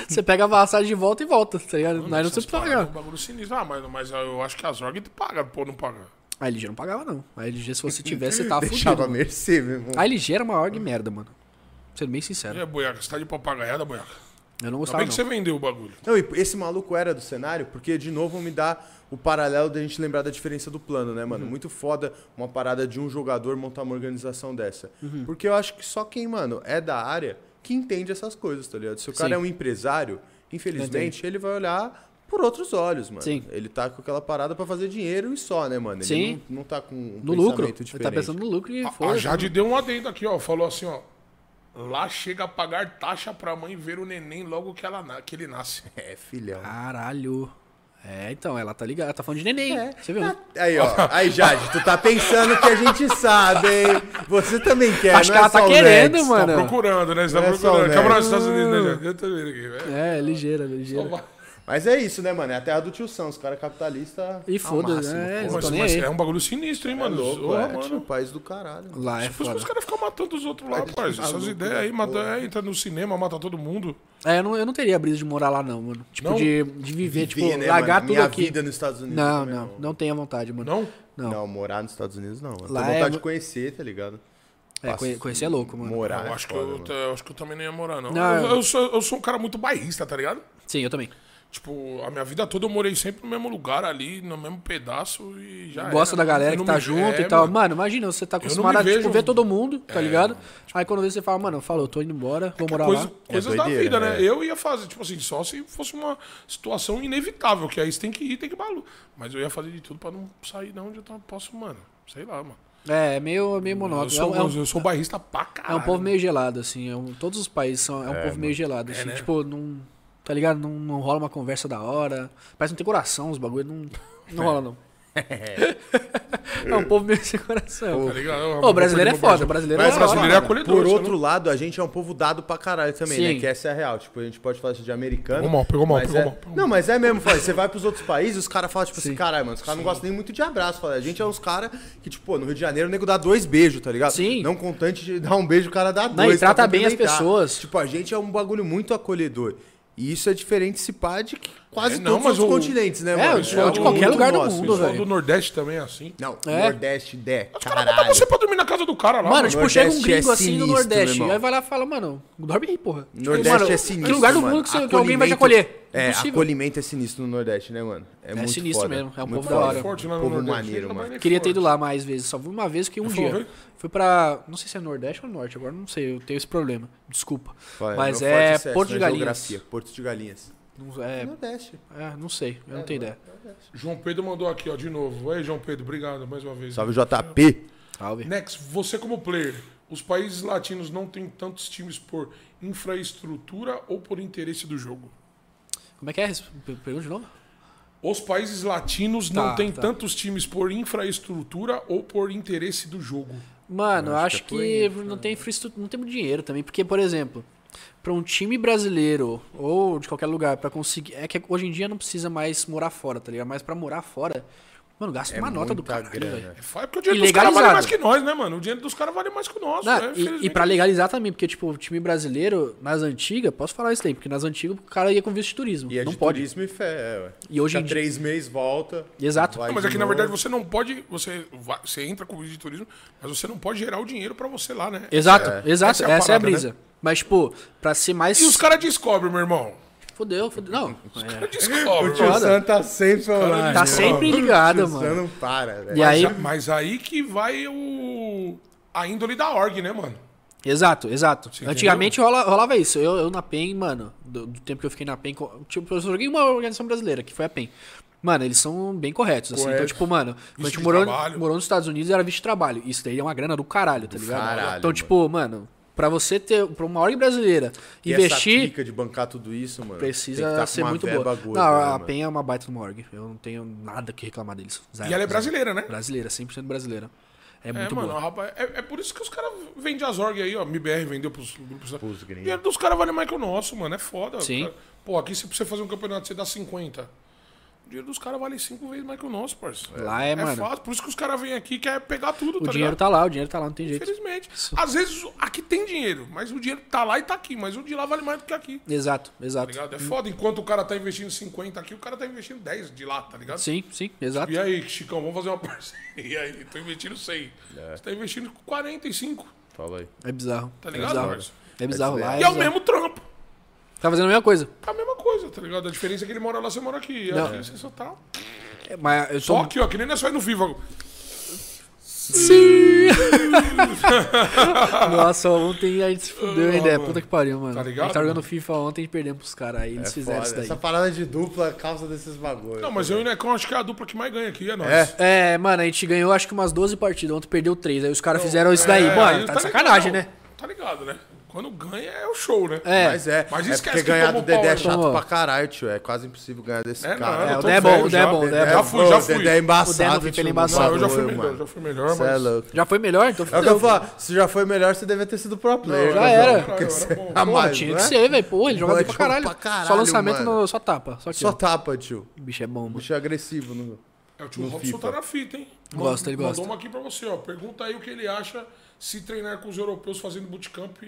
[SPEAKER 3] você pega a passagem de volta e volta, tá ligado? Aí não
[SPEAKER 2] essas
[SPEAKER 3] precisa
[SPEAKER 2] paradas, é
[SPEAKER 3] pagar.
[SPEAKER 2] Um bagulho sinistro. Ah, mas, mas eu acho que a Zorg paga, pô, não paga.
[SPEAKER 3] A LG não pagava, não. A LG, se você tivesse, você tava fudido.
[SPEAKER 1] Deixava a
[SPEAKER 3] mano.
[SPEAKER 1] mercê, meu irmão.
[SPEAKER 3] A LG era uma org merda, mano. Sendo bem sincero.
[SPEAKER 2] E é boiaca, você tá de papagaiada, boiaca.
[SPEAKER 3] Eu
[SPEAKER 2] Ainda
[SPEAKER 3] não gostava,
[SPEAKER 2] bem que você
[SPEAKER 3] não.
[SPEAKER 2] vendeu o bagulho.
[SPEAKER 1] Não, e esse maluco era do cenário, porque de novo me dá o paralelo da gente lembrar da diferença do plano, né,
[SPEAKER 3] Uhum.
[SPEAKER 1] mano? Muito foda uma parada de um jogador montar uma organização dessa.
[SPEAKER 3] Uhum.
[SPEAKER 1] Porque eu acho que só quem, mano, é da área que entende essas coisas, tá ligado? Se o cara
[SPEAKER 3] Sim.
[SPEAKER 1] é um empresário, infelizmente, ele vai olhar por outros olhos, mano.
[SPEAKER 3] Sim.
[SPEAKER 1] Ele tá com aquela parada pra fazer dinheiro e só, né, mano? Ele
[SPEAKER 3] Sim.
[SPEAKER 1] Não, não tá com um
[SPEAKER 3] No
[SPEAKER 1] pensamento
[SPEAKER 3] lucro.
[SPEAKER 1] diferente. Ah,
[SPEAKER 3] Ele tá pensando no lucro e
[SPEAKER 2] A
[SPEAKER 3] foda.
[SPEAKER 2] Jade deu um adendo aqui, ó. Falou assim, ó. Lá chega a pagar taxa pra mãe ver o neném logo que, ela, na- que ele nasce.
[SPEAKER 1] É, filhão.
[SPEAKER 3] Caralho. É, então, ela tá ligada, tá falando de neném.
[SPEAKER 1] É.
[SPEAKER 3] Você viu? né?
[SPEAKER 1] Aí, ó. Aí, Jade, tu tá pensando que a gente sabe, hein? Você também quer,
[SPEAKER 3] Acho
[SPEAKER 1] não
[SPEAKER 3] que
[SPEAKER 1] é
[SPEAKER 3] ela
[SPEAKER 1] só
[SPEAKER 3] tá
[SPEAKER 1] o
[SPEAKER 3] querendo,
[SPEAKER 1] Nex.
[SPEAKER 2] Tá
[SPEAKER 3] mano.
[SPEAKER 2] procurando, né? Você tá
[SPEAKER 1] Não é só o
[SPEAKER 2] procurando. Quer morar nos
[SPEAKER 1] Nex.
[SPEAKER 2] Estados Unidos, né? Jade? Eu tô vendo aqui, velho.
[SPEAKER 3] É, ligeira, ligeira.
[SPEAKER 1] Mas é isso, né, mano? É a terra do tio Sam. Os caras capitalistas.
[SPEAKER 3] E foda-se, né? Tipo, Eles não
[SPEAKER 2] Mas,
[SPEAKER 3] tão nem
[SPEAKER 2] mas
[SPEAKER 3] aí.
[SPEAKER 2] é um bagulho sinistro, hein, mano?
[SPEAKER 1] louco,
[SPEAKER 2] Porra,
[SPEAKER 1] é,
[SPEAKER 2] mano.
[SPEAKER 1] tio, país do caralho. mano.
[SPEAKER 3] Lá é
[SPEAKER 2] Por isso que os
[SPEAKER 3] foda.
[SPEAKER 2] caras ficam matando os outros lá, rapaz. Essas
[SPEAKER 1] maluco,
[SPEAKER 2] ideias
[SPEAKER 1] né?
[SPEAKER 2] aí, mata, é, entra no cinema, mata todo mundo.
[SPEAKER 3] É, eu não, eu não teria brisa de morar lá, não, mano. Tipo,
[SPEAKER 2] Não?
[SPEAKER 3] De, de viver, tipo,
[SPEAKER 1] Viver, né,
[SPEAKER 3] largar
[SPEAKER 1] mano?
[SPEAKER 3] tudo
[SPEAKER 1] Minha
[SPEAKER 3] aqui.
[SPEAKER 1] vida nos Estados Unidos.
[SPEAKER 3] não,
[SPEAKER 1] também,
[SPEAKER 3] não,
[SPEAKER 1] mano.
[SPEAKER 3] não tenha vontade, mano.
[SPEAKER 2] Não?
[SPEAKER 3] Não.
[SPEAKER 1] Não, morar nos Estados Unidos não. Mano. Tô
[SPEAKER 3] Lá
[SPEAKER 1] vontade
[SPEAKER 3] é-
[SPEAKER 1] de conhecer, tá ligado?
[SPEAKER 3] É, conhe- conhecer é louco, mano.
[SPEAKER 1] Morar.
[SPEAKER 2] Eu
[SPEAKER 1] é
[SPEAKER 2] acho, que
[SPEAKER 1] foda,
[SPEAKER 2] eu,
[SPEAKER 1] mano.
[SPEAKER 2] eu acho que eu também não ia morar, não.
[SPEAKER 3] Não, é.
[SPEAKER 2] eu,
[SPEAKER 3] eu-
[SPEAKER 2] eu sou, eu sou um cara muito bairrista, tá ligado?
[SPEAKER 3] Sim, eu também.
[SPEAKER 2] Tipo, a minha vida toda eu morei sempre no mesmo lugar ali, no mesmo pedaço e já.
[SPEAKER 3] Gosta
[SPEAKER 2] era.
[SPEAKER 3] da galera
[SPEAKER 2] Ah, Eu
[SPEAKER 3] que
[SPEAKER 2] não
[SPEAKER 3] tá
[SPEAKER 2] me-
[SPEAKER 3] junto
[SPEAKER 2] é,
[SPEAKER 3] e tal. Mano. imagina, você tá
[SPEAKER 2] me
[SPEAKER 3] acostumado a tipo,
[SPEAKER 2] vejo- É, tipo,
[SPEAKER 3] ver todo mundo, tá ligado? Aí quando vê, você fala, mano, falou, eu tô indo embora, vou morar
[SPEAKER 2] coisa-
[SPEAKER 3] lá.
[SPEAKER 2] Coisas
[SPEAKER 1] É
[SPEAKER 2] da
[SPEAKER 1] doideira,
[SPEAKER 2] vida, né?
[SPEAKER 1] né?
[SPEAKER 2] Eu ia fazer, tipo assim, só se fosse uma situação inevitável, que aí você tem que ir, tem que maluco. Mas eu ia fazer de tudo pra não sair de onde eu tava- posso, mano. Sei lá, mano.
[SPEAKER 3] É, é meio, é meio
[SPEAKER 2] Eu
[SPEAKER 3] monótono. É
[SPEAKER 2] sou,
[SPEAKER 3] um- é, um,
[SPEAKER 2] eu sou bairrista pra
[SPEAKER 3] é
[SPEAKER 2] caralho.
[SPEAKER 3] um povo meio gelado, assim. é um- todos os países são. É um povo meio gelado, assim.
[SPEAKER 2] né?
[SPEAKER 3] Tipo, não. Tá ligado? Não, não rola uma conversa da hora. Parece que não tem coração, os bagulho. Não, não rola, não. é um povo meio sem coração.
[SPEAKER 2] Tá ligado?
[SPEAKER 3] Ô, o brasileiro é foda, o brasileiro é
[SPEAKER 2] Mas o
[SPEAKER 3] da hora,
[SPEAKER 2] brasileiro é
[SPEAKER 3] mano.
[SPEAKER 2] acolhedor.
[SPEAKER 1] Por
[SPEAKER 2] sabe?
[SPEAKER 1] outro lado, a gente é um povo dado pra caralho também,
[SPEAKER 3] Sim.
[SPEAKER 1] né? Que essa é a real. Tipo, a gente pode falar de americano.
[SPEAKER 2] Pegou mal, pegou mal,
[SPEAKER 1] mas
[SPEAKER 2] pegou
[SPEAKER 1] é-
[SPEAKER 2] mal, pegou mal.
[SPEAKER 1] Não, mas é mesmo, fala, você vai pros outros países, os caras falam, tipo
[SPEAKER 3] Sim.
[SPEAKER 1] assim, caralho, mano, os caras não gostam nem muito de abraço. Fala. A gente é uns caras que, tipo, pô, no Rio de Janeiro o nego dá dois beijos, tá ligado?
[SPEAKER 3] Sim.
[SPEAKER 1] Não contante de dar um beijo, o cara dá dois.
[SPEAKER 3] Não, e trata
[SPEAKER 1] pra
[SPEAKER 3] bem as
[SPEAKER 1] cumprimentar.
[SPEAKER 3] pessoas.
[SPEAKER 1] Tipo, a gente é um bagulho muito acolhedor. E isso é diferente se pá de que quase
[SPEAKER 2] É, não,
[SPEAKER 1] todos os
[SPEAKER 2] mas
[SPEAKER 1] outros
[SPEAKER 2] o-
[SPEAKER 1] continentes, né,
[SPEAKER 3] é,
[SPEAKER 1] mano?
[SPEAKER 3] de
[SPEAKER 2] um
[SPEAKER 1] algo
[SPEAKER 3] qualquer
[SPEAKER 1] muito
[SPEAKER 3] lugar do
[SPEAKER 1] nosso,
[SPEAKER 3] mundo,
[SPEAKER 1] isso.
[SPEAKER 2] O pessoal
[SPEAKER 3] velho.
[SPEAKER 2] do Nordeste também é assim.
[SPEAKER 1] Não,
[SPEAKER 3] É.
[SPEAKER 1] Nordeste, Dé,
[SPEAKER 2] Os caras botam
[SPEAKER 1] caralho.
[SPEAKER 2] você pra dormir na casa do cara lá.
[SPEAKER 3] Mano, tipo,
[SPEAKER 1] Nordeste
[SPEAKER 3] chega um gringo
[SPEAKER 1] é
[SPEAKER 3] assim
[SPEAKER 1] sinistro,
[SPEAKER 3] no Nordeste.
[SPEAKER 1] meu irmão.
[SPEAKER 3] E aí vai lá e fala, mano, dorme aí, porra. Tipo,
[SPEAKER 1] Nordeste
[SPEAKER 3] mano,
[SPEAKER 1] é sinistro.
[SPEAKER 3] Que lugar do
[SPEAKER 1] mano.
[SPEAKER 3] mundo que, você- que alguém vai te
[SPEAKER 1] Acolhimento-
[SPEAKER 3] acolher.
[SPEAKER 1] É,
[SPEAKER 3] Impossível.
[SPEAKER 1] acolhimento é sinistro no Nordeste, né, mano? É, muito
[SPEAKER 3] sinistro
[SPEAKER 1] foda.
[SPEAKER 3] mesmo, é um
[SPEAKER 1] Muito
[SPEAKER 3] povo da
[SPEAKER 1] foda.
[SPEAKER 3] hora.
[SPEAKER 2] Forte lá no
[SPEAKER 1] povo
[SPEAKER 2] Nordeste.
[SPEAKER 1] maneiro,
[SPEAKER 2] Ele
[SPEAKER 1] mano.
[SPEAKER 2] trabalha
[SPEAKER 3] Queria ter
[SPEAKER 2] forte.
[SPEAKER 3] ido lá mais vezes, só fui uma vez, fiquei um
[SPEAKER 2] Você
[SPEAKER 3] dia.
[SPEAKER 2] foi?
[SPEAKER 3] Fui pra. Não sei se é Nordeste ou Norte, agora não sei, eu tenho esse problema. Desculpa.
[SPEAKER 1] Vai,
[SPEAKER 3] Mas
[SPEAKER 1] meu forte
[SPEAKER 3] é
[SPEAKER 1] sucesso
[SPEAKER 3] Porto de
[SPEAKER 1] na
[SPEAKER 3] Galinhas.
[SPEAKER 1] geografia, Porto de Galinhas.
[SPEAKER 3] Não- É,
[SPEAKER 1] Nordeste.
[SPEAKER 3] é, não sei, eu não tenho ideia.
[SPEAKER 2] João Pedro mandou aqui, ó, de novo. Aí, João Pedro, obrigado mais uma vez.
[SPEAKER 1] Salve JP.
[SPEAKER 3] Salve.
[SPEAKER 2] Nex, você como player, os países latinos não têm tantos times por infraestrutura ou por interesse do jogo?
[SPEAKER 3] Como é que é? P- Pergunta de novo?
[SPEAKER 2] Os países latinos
[SPEAKER 3] Tá,
[SPEAKER 2] não têm
[SPEAKER 3] tá.
[SPEAKER 2] tantos times por infraestrutura ou por interesse do jogo.
[SPEAKER 3] Mano, eu acho, que, não tem infraestrutura, não tem muito dinheiro também, porque, por exemplo, pra um time brasileiro ou de qualquer lugar pra conseguir, é que hoje em dia não precisa mais morar fora, tá ligado? Mas pra morar fora, mano, gasta uma nota do
[SPEAKER 1] muita
[SPEAKER 3] caralho,
[SPEAKER 1] grana.
[SPEAKER 3] velho.
[SPEAKER 2] É foda, porque o dinheiro dos caras vale
[SPEAKER 3] Ilegalizado.
[SPEAKER 2] mais que nós, né, mano? O dinheiro dos caras vale mais que o nosso.
[SPEAKER 3] Não,
[SPEAKER 2] né?
[SPEAKER 3] e, e
[SPEAKER 2] Infelizmente,
[SPEAKER 3] pra legalizar também, porque, tipo, o time brasileiro, nas antigas, posso falar isso aí, porque nas antigas o cara ia com visto de turismo.
[SPEAKER 1] E é
[SPEAKER 3] não
[SPEAKER 1] de
[SPEAKER 3] pode.
[SPEAKER 1] turismo e fé, é, ué.
[SPEAKER 3] E hoje
[SPEAKER 1] Fica
[SPEAKER 3] em dia-
[SPEAKER 1] três meses, volta.
[SPEAKER 3] Exato.
[SPEAKER 1] vai
[SPEAKER 2] Não, mas
[SPEAKER 1] de
[SPEAKER 2] aqui na
[SPEAKER 1] novo.
[SPEAKER 2] verdade você não pode, você, vai- você entra com o vídeo de turismo, mas você não pode gerar o dinheiro pra você lá, né?
[SPEAKER 3] Exato, exato.
[SPEAKER 2] Essa é
[SPEAKER 3] Essa é
[SPEAKER 2] a
[SPEAKER 3] a,
[SPEAKER 2] parada,
[SPEAKER 3] brisa. Mas, tipo, pra ser mais.
[SPEAKER 2] E os caras descobrem, meu irmão.
[SPEAKER 3] Fodeu, fodeu. Não. é.
[SPEAKER 1] O
[SPEAKER 2] Descobrem.
[SPEAKER 1] tio
[SPEAKER 2] mano.
[SPEAKER 3] Foda.
[SPEAKER 1] Sam tá sempre online.
[SPEAKER 2] Tá
[SPEAKER 1] mano.
[SPEAKER 3] sempre ligado,
[SPEAKER 1] O tio Sam
[SPEAKER 3] mano.
[SPEAKER 1] não para, velho.
[SPEAKER 3] E aí-
[SPEAKER 2] Mas, mas aí que vai o a índole da org, né, mano?
[SPEAKER 3] Exato, exato.
[SPEAKER 2] entendeu?
[SPEAKER 3] Antigamente rola- rolava isso. Eu, eu na PEN, mano, do, do tempo que eu fiquei na PEN, co- tipo, eu joguei uma organização brasileira, que foi a PEN. Mano, eles são bem corretos, assim. Então,
[SPEAKER 1] Correto.
[SPEAKER 3] tipo, mano, quando a
[SPEAKER 2] de
[SPEAKER 3] gente morou,
[SPEAKER 2] trabalho.
[SPEAKER 3] morou nos Estados Unidos era visto de trabalho. Isso daí é uma grana do caralho, tá ligado?
[SPEAKER 1] caralho,
[SPEAKER 3] então,
[SPEAKER 1] mano.
[SPEAKER 3] tipo, mano, pra você ter, pra uma org brasileira,
[SPEAKER 1] E essa
[SPEAKER 3] investir,
[SPEAKER 1] pica de bancar tudo isso, mano.
[SPEAKER 3] precisa
[SPEAKER 1] tem que tá com
[SPEAKER 3] ser
[SPEAKER 1] uma
[SPEAKER 3] muito boa.
[SPEAKER 1] verba
[SPEAKER 3] não,
[SPEAKER 1] gorda, né,
[SPEAKER 3] a
[SPEAKER 1] mano?
[SPEAKER 3] PEN é uma baita de uma org. Eu não tenho nada que reclamar deles. Zero,
[SPEAKER 2] E ela é
[SPEAKER 3] zero.
[SPEAKER 2] brasileira, né?
[SPEAKER 3] Brasileira, 100% brasileira. É,
[SPEAKER 2] É,
[SPEAKER 3] muito
[SPEAKER 2] mano,
[SPEAKER 3] boa.
[SPEAKER 2] rapaz, é, é por isso que os caras vendem as org aí, ó. MBR vendeu pros grupos.
[SPEAKER 1] Pros
[SPEAKER 2] O
[SPEAKER 1] gringos.
[SPEAKER 2] dinheiro dos caras vale mais que o nosso, mano. É foda.
[SPEAKER 3] Sim.
[SPEAKER 2] cara. Pô, aqui se você fazer um campeonato, você dá 50. O dinheiro dos caras vale cinco vezes mais que o nosso, parceiro.
[SPEAKER 3] Lá é, mano.
[SPEAKER 2] fácil. Por isso que os caras vêm aqui e querem pegar tudo,
[SPEAKER 3] O
[SPEAKER 2] tá
[SPEAKER 3] dinheiro
[SPEAKER 2] ligado?
[SPEAKER 3] tá lá, o dinheiro tá lá, não tem jeito.
[SPEAKER 2] Infelizmente. Às vezes aqui tem dinheiro, mas o dinheiro tá lá e tá aqui. Mas o de lá vale mais do que aqui.
[SPEAKER 3] Exato,
[SPEAKER 2] Tá
[SPEAKER 3] exato.
[SPEAKER 2] ligado? É foda. Enquanto o cara tá investindo 50 aqui, o cara tá investindo 10 de lá, tá ligado?
[SPEAKER 3] Sim, sim, exato.
[SPEAKER 2] E aí, Chicão, vamos fazer uma parceria aí. Tô investindo 100.
[SPEAKER 1] É.
[SPEAKER 2] Você tá investindo 45,
[SPEAKER 1] Fala aí.
[SPEAKER 3] É bizarro.
[SPEAKER 2] tá
[SPEAKER 3] é
[SPEAKER 2] ligado,
[SPEAKER 3] bizarro.
[SPEAKER 2] parça?
[SPEAKER 3] É bizarro lá.
[SPEAKER 1] É
[SPEAKER 3] É
[SPEAKER 2] E é o
[SPEAKER 3] bizarro.
[SPEAKER 2] mesmo trampo.
[SPEAKER 3] Tá fazendo a mesma coisa.
[SPEAKER 2] É a mesma coisa, tá ligado? A diferença é que ele mora lá, você mora aqui. E
[SPEAKER 3] Não.
[SPEAKER 2] aqui você só tá...
[SPEAKER 3] É, Mas eu
[SPEAKER 2] Só
[SPEAKER 3] sou.
[SPEAKER 2] aqui, ó. Que nem nós faz no Viva.
[SPEAKER 3] Sim! Nossa, ontem a gente se fudeu, hein, ideia. Puta que pariu, mano.
[SPEAKER 2] Tá ligado,
[SPEAKER 3] a gente tá jogando FIFA ontem e perdemos pros caras. Aí eles fizeram
[SPEAKER 1] Foda,
[SPEAKER 3] isso
[SPEAKER 1] Essa
[SPEAKER 3] daí.
[SPEAKER 1] parada de dupla causa desses tá bagulhos.
[SPEAKER 2] Não, mas eu e o Necão acho que é a dupla que mais ganha aqui, é nós.
[SPEAKER 1] É.
[SPEAKER 3] É, mano, a gente ganhou acho que umas 12 partidas. Ontem perdeu 3. Aí os caras fizeram isso daí.
[SPEAKER 2] É,
[SPEAKER 3] mano,
[SPEAKER 2] aí
[SPEAKER 3] tá de sacanagem,
[SPEAKER 2] ligado,
[SPEAKER 3] né?
[SPEAKER 2] Tá ligado, né? Quando ganha é o show, né?
[SPEAKER 3] É.
[SPEAKER 1] Mas é.
[SPEAKER 2] Mas
[SPEAKER 1] é
[SPEAKER 2] esquece
[SPEAKER 1] porque
[SPEAKER 2] que
[SPEAKER 1] ganhar
[SPEAKER 2] tomou
[SPEAKER 1] do Dedé é
[SPEAKER 2] pau, né?
[SPEAKER 1] chato
[SPEAKER 3] Tomou.
[SPEAKER 1] pra caralho, tio. É quase impossível ganhar desse
[SPEAKER 2] É,
[SPEAKER 1] cara.
[SPEAKER 2] não, eu
[SPEAKER 1] É,
[SPEAKER 2] tô
[SPEAKER 1] o
[SPEAKER 3] Dedé é bom,
[SPEAKER 2] velho
[SPEAKER 3] o Dedé
[SPEAKER 2] já,
[SPEAKER 3] é bom, o Dedé é
[SPEAKER 2] Já
[SPEAKER 3] bom.
[SPEAKER 2] fui, já
[SPEAKER 1] Pô,
[SPEAKER 2] fui.
[SPEAKER 1] O Dedé é
[SPEAKER 3] O Dedé não
[SPEAKER 1] embaçado,
[SPEAKER 3] fica
[SPEAKER 1] tio.
[SPEAKER 3] ele embaçado,
[SPEAKER 2] Não, eu já fui
[SPEAKER 1] mano.
[SPEAKER 2] melhor, já fui melhor,
[SPEAKER 1] Cê é
[SPEAKER 2] mas-
[SPEAKER 1] louco.
[SPEAKER 3] Já foi melhor,
[SPEAKER 1] É
[SPEAKER 3] então
[SPEAKER 1] o que eu
[SPEAKER 3] fudeu.
[SPEAKER 1] falo. Se já foi melhor, você devia ter sido pro player.
[SPEAKER 3] Já
[SPEAKER 1] né,
[SPEAKER 3] era.
[SPEAKER 1] mano? Porque
[SPEAKER 2] Caralho,
[SPEAKER 1] você
[SPEAKER 2] era bom.
[SPEAKER 1] a
[SPEAKER 3] Pô,
[SPEAKER 1] mais,
[SPEAKER 3] Ah, tinha
[SPEAKER 1] né?
[SPEAKER 3] que ser, velho. Pô, ele joga
[SPEAKER 1] Pô,
[SPEAKER 3] bem
[SPEAKER 1] ele
[SPEAKER 3] pra
[SPEAKER 1] joga
[SPEAKER 3] caralho.
[SPEAKER 1] pra caralho,
[SPEAKER 3] Só lançamento,
[SPEAKER 1] mano.
[SPEAKER 3] no, só tapa. Só,
[SPEAKER 1] Só
[SPEAKER 3] tiro.
[SPEAKER 1] tapa, tio.
[SPEAKER 3] O bicho é bom, mano.
[SPEAKER 1] Bicho é agressivo. Não...
[SPEAKER 2] É, o tio
[SPEAKER 1] No
[SPEAKER 2] Robson
[SPEAKER 1] FIFA.
[SPEAKER 2] tá na fita, hein?
[SPEAKER 3] Gosta, ele gosta.
[SPEAKER 2] Mandou uma aqui pra você, ó. Pergunta aí o que ele acha se treinar com os europeus fazendo bootcamp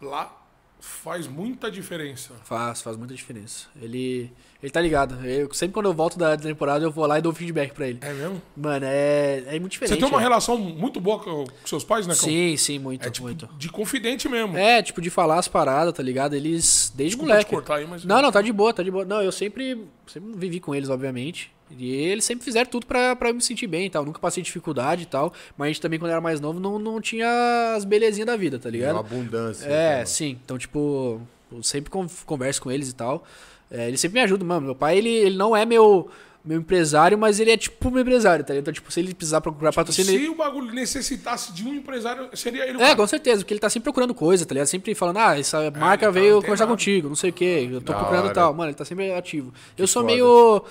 [SPEAKER 2] lá faz muita diferença.
[SPEAKER 3] Faz, faz muita diferença. Ele, ele tá ligado. Eu, sempre quando eu volto da temporada, eu vou lá e dou um feedback pra ele.
[SPEAKER 2] É mesmo?
[SPEAKER 3] Mano, é, é muito diferente.
[SPEAKER 2] Você tem uma
[SPEAKER 3] velho.
[SPEAKER 2] relação muito boa com com seus pais, né, Cão?
[SPEAKER 3] Sim, sim, muito,
[SPEAKER 2] É tipo
[SPEAKER 3] muito.
[SPEAKER 2] de confidente mesmo.
[SPEAKER 3] É, tipo, de falar as paradas, tá ligado? Eles, desde
[SPEAKER 2] Desculpa
[SPEAKER 3] moleque.
[SPEAKER 2] te cortar aí, mas-
[SPEAKER 3] Não, não, tá de boa, tá de boa. Não, eu sempre, sempre vivi com eles, obviamente. E eles sempre fizeram tudo pra, pra eu me sentir bem e tal. Nunca passei dificuldade e tal. Mas a gente também, quando era mais novo, não, não tinha as belezinhas da vida, tá ligado?
[SPEAKER 1] Uma abundância.
[SPEAKER 3] É,
[SPEAKER 1] né?
[SPEAKER 3] sim. Então, tipo, eu sempre con- converso com eles e tal. É, eles sempre me ajudam, mano. Meu pai, ele, ele não é meu, meu empresário, mas ele é tipo meu empresário, tá ligado? Então, tipo, se ele precisar procurar patrocínio.
[SPEAKER 2] Se
[SPEAKER 3] ele-
[SPEAKER 2] o bagulho necessitasse de um empresário, seria ele o
[SPEAKER 3] É,
[SPEAKER 2] cara.
[SPEAKER 3] com certeza, porque ele tá sempre procurando coisa, tá ligado? Sempre falando, ah, essa marca
[SPEAKER 2] tá
[SPEAKER 3] veio
[SPEAKER 2] antenado.
[SPEAKER 3] conversar contigo, não sei o quê, eu tô
[SPEAKER 1] da
[SPEAKER 3] procurando
[SPEAKER 1] hora.
[SPEAKER 3] e tal. Mano, ele tá sempre ativo. eu sou
[SPEAKER 1] foda.
[SPEAKER 3] meio,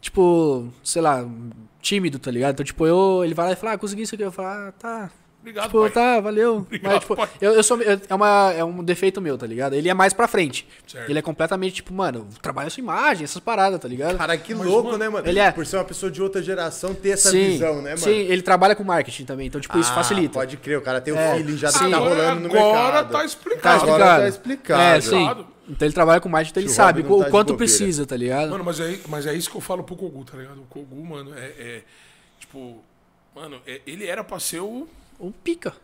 [SPEAKER 3] tipo, sei lá, tímido, tá ligado? Então, tipo, eu, ele vai lá e fala, ah, consegui isso aqui. Eu falo, ah, tá,
[SPEAKER 2] Obrigado,
[SPEAKER 3] Tipo,
[SPEAKER 2] pai.
[SPEAKER 3] tá, valeu.
[SPEAKER 2] Obrigado,
[SPEAKER 3] Mas, tipo,
[SPEAKER 2] pai.
[SPEAKER 3] eu, eu sou. eu- é, uma, é um defeito meu, tá ligado? Ele é mais pra frente.
[SPEAKER 2] Certo.
[SPEAKER 3] Ele é completamente, tipo, mano, trabalha sua imagem, essas paradas, tá ligado?
[SPEAKER 1] Cara, que louco,
[SPEAKER 2] mano,
[SPEAKER 1] né, mano?
[SPEAKER 3] ele é-
[SPEAKER 1] Por ser uma pessoa de outra geração, ter essa
[SPEAKER 3] sim,
[SPEAKER 1] visão, né, mano?
[SPEAKER 3] sim, ele trabalha com marketing também, então, tipo, isso
[SPEAKER 1] Ah,
[SPEAKER 3] facilita.
[SPEAKER 1] Pode crer, o cara tem o
[SPEAKER 3] É,
[SPEAKER 1] feeling já do
[SPEAKER 3] sim.
[SPEAKER 1] que tá
[SPEAKER 2] Agora-
[SPEAKER 1] rolando no
[SPEAKER 2] agora
[SPEAKER 1] mercado.
[SPEAKER 2] tá explicado.
[SPEAKER 1] Tá
[SPEAKER 2] Agora
[SPEAKER 1] explicado. Tá explicado.
[SPEAKER 3] É, sim.
[SPEAKER 2] Claro.
[SPEAKER 3] Então ele trabalha com marketing, então ele
[SPEAKER 1] Tio
[SPEAKER 3] sabe
[SPEAKER 1] Rob não
[SPEAKER 3] o
[SPEAKER 1] tá de
[SPEAKER 3] quanto
[SPEAKER 1] bobeira.
[SPEAKER 3] precisa, tá ligado?
[SPEAKER 2] Mano, mas é, mas é isso que eu falo pro Kogu, tá ligado? O Kogu, mano, é. é, tipo, mano, é- ele era pra ser o.
[SPEAKER 3] Ou pica.